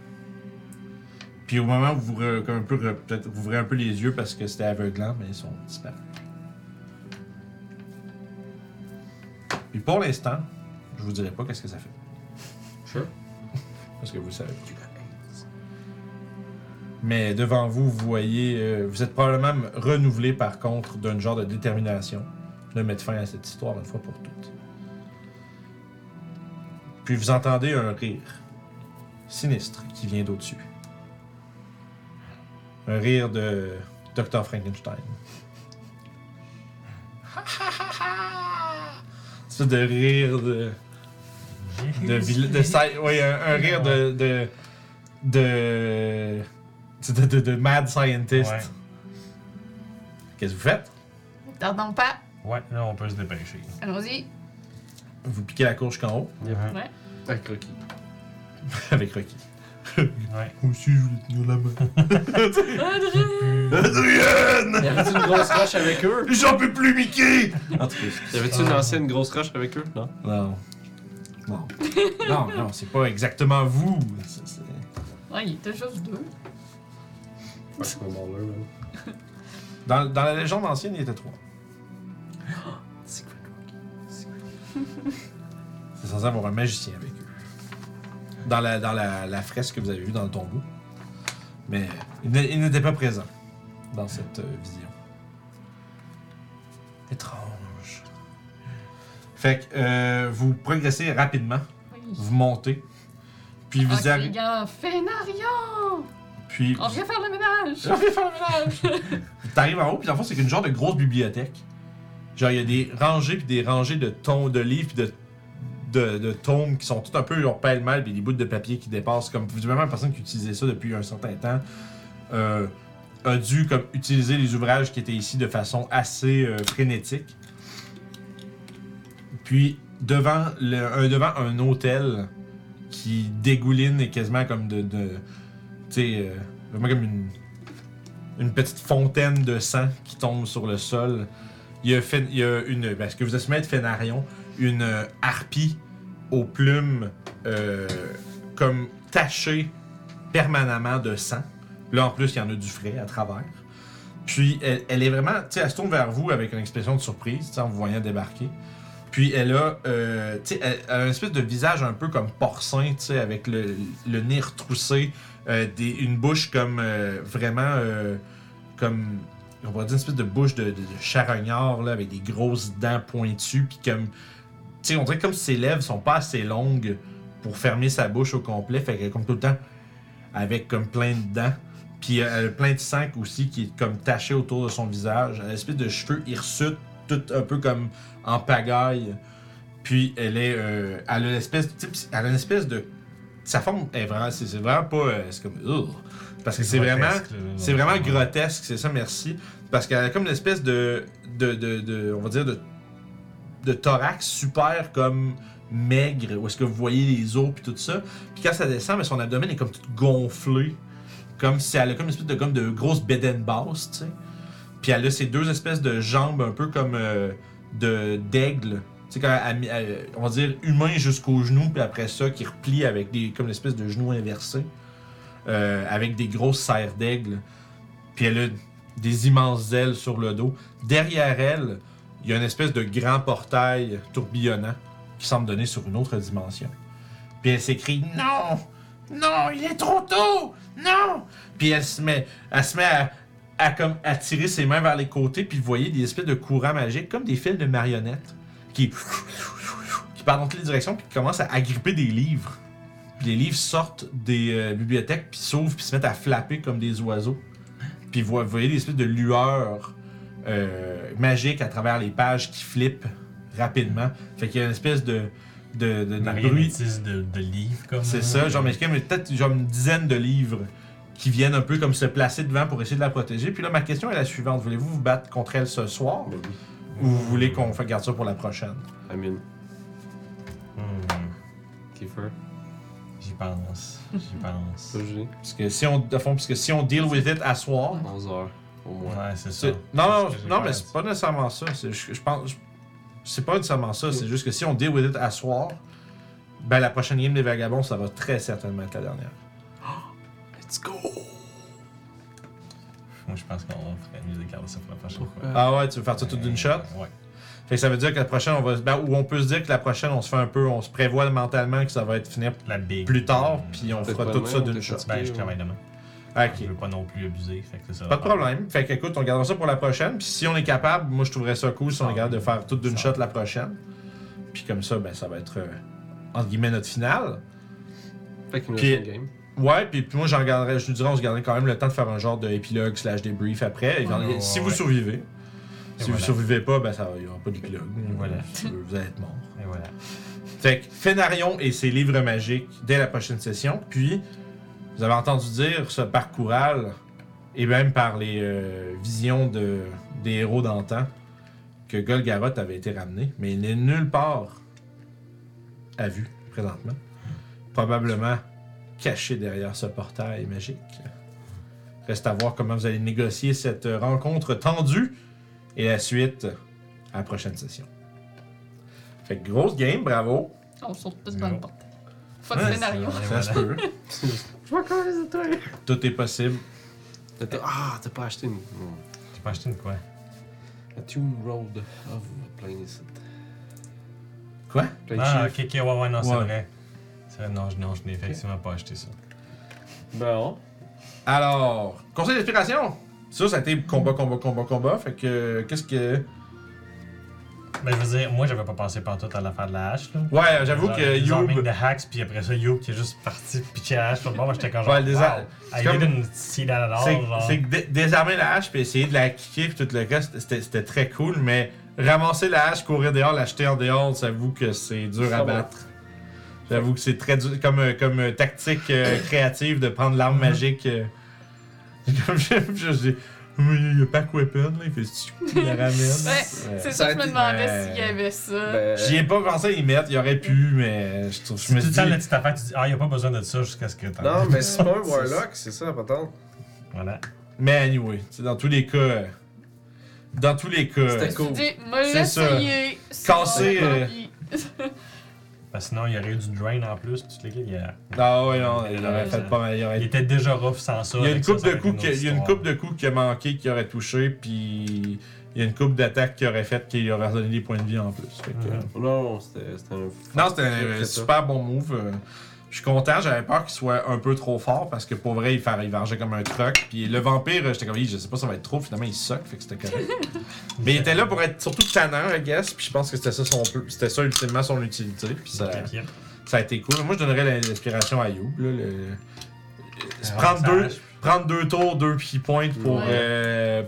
S1: Puis au moment où vous re- comme un peu, re- peut-être vous ouvrez un peu les yeux parce que c'était aveuglant, mais ils sont disparus. Puis pour l'instant, je vous dirai pas qu'est-ce que ça fait.
S2: Sure.
S1: Parce que vous le savez. Mais devant vous, vous voyez, euh, vous êtes probablement renouvelé par contre d'un genre de détermination de mettre fin à cette histoire une fois pour toutes. Puis vous entendez un rire sinistre qui vient d'au-dessus. Un rire de Dr Frankenstein. C'est de rire de de, vil- de si- oui, un, un rire de de de, de, de- de mad scientist.
S4: Ouais.
S1: Qu'est-ce que vous faites
S3: Tardons pas.
S4: Ouais, là, on peut se dépêcher.
S3: Allons-y.
S1: Vous piquez la cour jusqu'en haut
S4: Ouais.
S2: À croquis.
S1: avec Rocky.
S4: Ouais.
S1: Aussi, je voulais tenir la main.
S2: Y avait-tu une grosse roche avec eux Euh.
S1: J'en peux plus, Mickey En tout cas,
S2: Y avait-tu une ancienne grosse roche avec eux Non.
S1: non. Non. Non, non, c'est pas exactement vous. C'est- c'est-
S3: Ouais, il était juste deux.
S2: Fuck, on va là, man.
S1: Dans, dans la légende ancienne, il était trois.
S2: Secret Rocky.
S1: C'est censé avoir un magicien avec eux. Dans la, dans la, la fresque que vous avez vue dans le tombeau. Mais il n'est- il n'était pas présent dans cette euh, vision. Étrange. Fait que euh, vous progressez rapidement,
S3: Oui.
S1: vous montez, puis vous
S3: Ah,
S1: arrivez.
S3: criant, Fénarion!
S1: Puis
S3: On vient faire le ménage!
S1: J'en faire le ménage! T'arrives en haut, puis dans le fond, c'est une genre de grosse bibliothèque. Genre, il y a des rangées, puis des rangées de tomes, de livres, puis de, de, de tomes qui sont tout un peu genre pêle-mal, puis des bouts de papier qui dépassent. Comme, du même la personne qui utilisait ça depuis un certain temps euh, a dû comme, utiliser les ouvrages qui étaient ici de façon assez euh, frénétique. Puis, devant, le, un, devant un hôtel qui dégouline et quasiment comme de. de tu sais, euh, vraiment comme une une petite fontaine de sang qui tombe sur le sol. Il y a, Fen- il y a une, ben, ce que vous assumez être Fénarion, une euh, harpie aux plumes euh, comme tachées permanemment de sang. Là, en plus, il y en a du frais à travers. Puis, elle, elle est vraiment, tu sais, elle se tourne vers vous avec une expression de surprise, tu sais, en vous voyant débarquer. Puis, elle a, euh, tu sais, elle, elle a une espèce de visage un peu comme porcin, tu sais, avec le, le nez retroussé, euh, des- une bouche comme euh, vraiment euh, comme on pourrait dire une espèce de bouche de, de- de charognard là, avec des grosses dents pointues puis comme tu sais on dirait comme si ses lèvres sont pas assez longues pour fermer sa bouche au complet fait qu'elle est comme tout le temps avec comme plein de dents puis euh, elle a plein de sang aussi qui est comme taché autour de son visage elle a une espèce de cheveux hirsutes tout un peu comme en pagaille puis elle est euh, elle a une espèce tu sais, elle a une espèce de sa forme est vraiment c'est c'est vraiment pas euh, c'est comme Ugh. parce que c'est vraiment
S4: grotesque, là,
S1: c'est vraiment
S4: là.
S1: grotesque, c'est ça, merci. Parce qu'elle a comme une espèce de, de, de, de- on va dire, de, de thorax super comme maigre, où est-ce que vous voyez les os puis tout ça. Puis quand ça descend, mais son abdomen est comme tout gonflé, comme si elle a comme une espèce de, comme de grosse bedaine basse, tu sais. Puis elle a ces deux espèces de jambes un peu comme euh, de d'aigle. Tu sais, quand elle- elle- on va dire humain jusqu'aux genoux, puis après ça, qui replie avec des, comme une espèce de genoux inversés, euh, avec des grosses serres d'aigle. Puis elle a des immenses ailes sur le dos. Derrière elle, il y a une espèce de grand portail tourbillonnant qui semble donner sur une autre dimension. Puis elle s'écrie Non Non, il est trop tôt Non Puis elle se met, elle se met à, à comme, à tirer ses mains vers les côtés, puis vous voyez des espèces de courants magiques, comme des fils de marionnettes, qui, qui partent dans toutes les directions, puis qui commencent à agripper des livres. Puis les livres sortent des euh, bibliothèques, puis s'ouvrent, puis se mettent à flapper comme des oiseaux. Puis vous vous voyez des espèces de lueurs euh, magiques à travers les pages qui flippent rapidement. Fait qu'il y a une espèce de, de, de- de bruit
S4: Marionnettiste de, de livres, comme
S1: c'est ça, genre, mais c'est comme peut-être genre une dizaine de livres qui viennent un peu comme se placer devant pour essayer de la protéger. Puis là, ma question est la suivante. Voulez-vous vous battre contre elle ce soir
S2: Ben oui.
S1: ou vous voulez qu'on fa- garde ça pour la prochaine?
S2: I mean,
S4: Hmm,
S2: Kiefer,
S4: J'y pense. J'y pense.
S2: ça Julie.
S1: Parce que si on, de fond, parce que si on deal with it à soir...
S2: 11 heures, au moins.
S4: Ouais, c'est ça.
S1: c'est- Non, non,
S4: C'est ce que j'ai
S1: non,
S4: peur.
S1: mais c'est pas nécessairement ça. C'est- Je, je pense... je- c'est pas nécessairement ça, c'est juste que si on deal with it à soir, ben la prochaine game des Vagabonds, ça va très certainement être la dernière.
S2: Let's go!
S4: Moi, je pense qu'on ferait mieux de garder ça pour la prochaine fois.
S1: Ah ouais, tu veux faire ça tout d'une shot?
S4: Ouais.
S1: Fait que ça veut dire que la prochaine, on va... se- Ben, ou on peut se dire que la prochaine, on se fait un peu... On se prévoit mentalement que ça va être fini
S4: La big.
S1: plus tard, puis on
S2: Peut-être
S1: fera
S2: pas
S1: tout
S2: demain,
S1: ça
S2: on
S1: d'une
S2: peut
S1: shot.
S2: faire
S4: Ben, je travaille demain. Je
S1: Ok.
S4: veux pas non plus abuser, fait que c'est ça.
S1: Pas de problème. Fait que écoute, on gardera ça pour la prochaine. Puis si on est capable, moi je trouverais ça cool si on est capable de faire tout d'une shot la prochaine. Puis comme ça, ben ça va être euh, entre guillemets notre finale.
S2: Fait qu'il nous
S1: Puis-
S2: reste une game.
S1: Ouais, puis, puis moi j'en garderais, je te dirais, on se garderait quand même le temps de faire un genre de épilogue slash débrief après. Et
S4: Ouais.
S1: si
S4: Ouais,
S1: vous
S4: ouais.
S1: survivez.
S4: Et
S1: si
S4: voilà.
S1: vous survivez pas, ben ça va, il y aura pas d'épilogue.
S4: voilà.
S1: Si vous- Vous allez être mort.
S4: Et voilà.
S1: Fait que Fénarion et ses livres magiques dès la prochaine session. Puis, vous avez entendu dire ce parcoural, et même par les euh, visions de, des héros d'antan, que Golgaroth avait été ramené, mais il n'est nulle part à vue présentement. Probablement caché derrière ce portail magique. Reste à voir comment vous allez négocier cette rencontre tendue et la suite à la prochaine session. Fait que grosse game, bravo.
S5: On saute plus dans le
S4: Non.
S5: portail. Fuck
S4: Ouais,
S5: scénario.
S4: c'est- et
S1: Ça
S4: voilà.
S1: se peut.
S2: Je vois quand même toi!
S1: Tout est possible.
S2: T'as- t'as- Ah, t'as pas acheté une. non.
S4: J'ai pas acheté une quoi
S1: Ben,
S2: La Ah, Tune Road of Plainicid.
S1: Quoi?
S4: Ah, ok, ok, ouais, ouais, non, c'est
S1: Ouais.
S4: vrai. C'est vrai, non, je- non, je n'ai effectivement pas acheté ça.
S2: Bon.
S1: Alors, conseil d'inspiration. Ça, ça a été combat, combat, combat, combat. Fait que, euh, qu'est-ce que.
S4: Ben, je veux dire, moi, j'avais pas pensé pantoute à l'affaire de la hache, là.
S1: Ouais, j'avoue
S4: Genre,
S1: que
S4: des armées
S1: Youb.
S4: de hacks, puis après ça, Youb qui est juste parti pitcher la hache sur le bord. Moi, j'étais quand genre.
S1: Ouais, le désar-
S4: wow, I
S1: c'est comme-
S4: didn't see that at all,
S1: C'est
S4: genre.
S1: c'est que dé- désarmer la hache puis essayer de la kicker puis tout le reste, c'était- c'était très cool, mais ramasser la hache, courir dehors, l'acheter en dehors, j'avoue que c'est dur
S2: Ça
S1: à
S2: va.
S1: battre. J'avoue que c'est très dur, comme, euh, comme euh, tactique euh, créative de prendre
S2: Mm-hmm.
S1: l'arme magique. euh, Comme je, je, je dis, Mais il y a pack weapon, là, il fait tu la ramène. Ouais.
S5: C'est ça, que je me
S1: Ouais.
S5: demandais s'il y avait ça.
S2: Ben,
S1: J'y ai pas pensé à y mettre, il aurait pu, mais je, trouve, je
S4: Tu
S1: me
S4: me
S1: suis
S4: dis, la
S1: dit.
S4: petite affaire, tu dis, ah, y a pas besoin de ça jusqu'à ce que t'en
S2: Non, mais c'est pas un Warlock, c'est ça, attends.
S4: Voilà.
S1: Mais anyway, tu sais, dans tous les cas. euh, Dans tous les cas.
S2: C'était cool.
S5: Dis, me
S1: C'est ça.
S5: l'essayer.
S1: Casser, euh,
S4: Parce que sinon, il y aurait eu du drain en plus, toute l'équipe. Il, y a-
S1: Ah ouais, non, il aurait fait pas mal. Il, aurait-
S4: il était déjà rough sans ça.
S1: Il y a une
S4: donc ça,
S1: coupe
S4: ça
S1: de
S4: aurait été
S1: coups qui,
S4: autre
S1: il y a une
S4: histoire.
S1: coupe de coups qui a manqué, qui aurait touché, puis il y a une coupe d'attaques qui aurait fait qu'il aurait donné des points de vie en plus. Fait que,
S4: Mhm.
S2: Non, c'était c'était un.
S1: Non, c'était un
S2: Très
S1: euh,
S2: ça.
S1: super bon move. euh, Je suis content, j'avais peur qu'il soit un peu trop fort parce que pour vrai, il fait- il vargeait comme un truck. Puis le vampire, euh, j'étais comme, Hi, je sais pas, ça va être trop. Finalement, il suck, fait que c'était correct. Mais il était là pour être surtout tannant, I guess. Puis je pense que c'était ça, son, c'était ça ultimement son utilité. Puis ça,
S4: Ok, yep.
S1: ça a été cool. Moi, je donnerais l'inspiration à Youb. Là, le- se
S4: Ah,
S1: prendre,
S4: ça
S1: deux,
S4: marche.
S1: prendre deux tours, deux key points pour,
S5: Ouais.
S1: euh,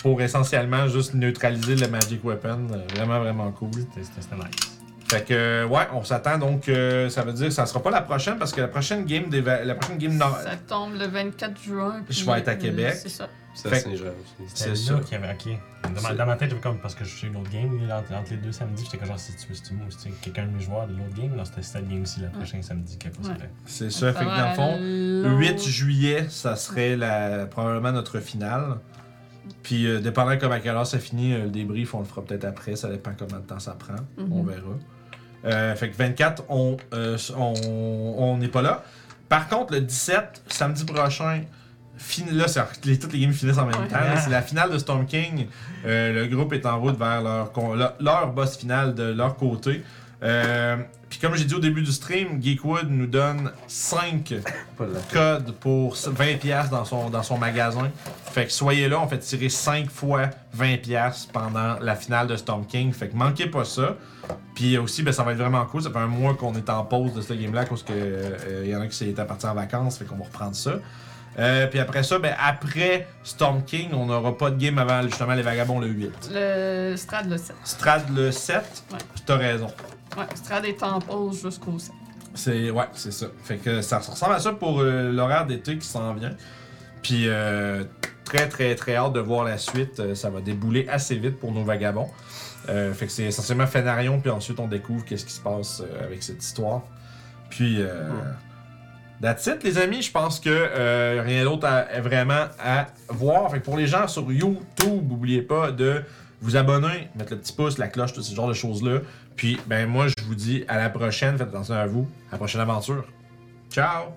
S1: pour essentiellement juste neutraliser le Magic Weapon. Euh, Vraiment, vraiment cool.
S4: C'était c'était- c'était nice.
S1: Fait que, euh, ouais, on s'attend donc, euh, ça veut dire que ça sera pas la prochaine parce que la prochaine game, d'éva- la prochaine game nor-
S5: Ça tombe le 24 juin. puis,
S1: Je vais être à
S3: euh,
S1: Québec.
S5: C'est ça.
S2: Ça,
S1: Fait-
S2: c'est genre aussi.
S1: C'est
S6: C'est
S1: ça.
S6: ça qu'il y avait. Ok. Dans ma,
S2: C'est-
S6: dans ma tête, j'avais comme. Parce que je suis une autre game, là, entre, entre les deux samedis, j'étais comme genre si tu veux, si tu veux, si tu veux, quelqu'un de mes joueurs de l'autre game, non, c'était cette game aussi, le prochain samedi, qu'elle
S5: Ouais.
S6: possible.
S1: C'est ça, fait que
S5: va
S1: dans le fond,
S5: long.
S1: 8 juillet, ça serait la, probablement notre finale. Puis, euh, dépendant comme à quelle heure ça finit, euh, le débrief, on le fera peut-être après, ça dépend combien de temps ça prend,
S5: Mhm.
S1: on verra. Euh, fait que 24, on euh, on- on n'est pas là. Par contre, le 17, samedi prochain, fin... là, c'est- les- toutes les games finissent en même
S5: Ouais.
S1: temps. là. C'est la finale de Storm King. Euh, le groupe est en route vers leur, con- leur- leur boss final de leur côté. Euh, Puis comme j'ai dit au début du stream, Geekwood nous donne 5
S2: Pas là.
S1: codes pour 20$ dans son, dans son magasin. Fait que soyez là, on fait tirer 5 fois 20$ pendant la finale de Storm King. Fait que manquez pas ça. Puis aussi, ben, ça va être vraiment cool. Ça fait un mois qu'on est en pause de ce game-là parce qu'il euh, y en a qui s'étaient partis en vacances. Fait qu'on va reprendre ça. Euh, puis après ça, ben, après Storm King, on n'aura pas de game avant justement les Vagabonds le 8.
S5: Le Strad le 7.
S1: Strad le 7,
S5: Ouais.
S1: t'as raison.
S5: Ouais, Strad est en pause jusqu'au 7.
S1: C'est ouais, c'est ça. Fait que ça ressemble à ça pour euh, l'horaire d'été qui s'en vient. Puis euh, très très très hâte de voir la suite. Euh, ça va débouler assez vite pour nos vagabonds. Euh, fait que c'est essentiellement Fenarion, puis ensuite on découvre qu'est-ce qui se passe euh, avec cette histoire. Puis euh, that's it, les amis. Je pense que euh, rien d'autre à- à vraiment à voir. Fait que pour les gens sur YouTube, n'oubliez pas de vous abonner, mettre le petit pouce, la cloche, tout ce genre de choses là. Puis, ben moi, je vous dis à la prochaine. Faites attention à vous. À la prochaine aventure. Ciao!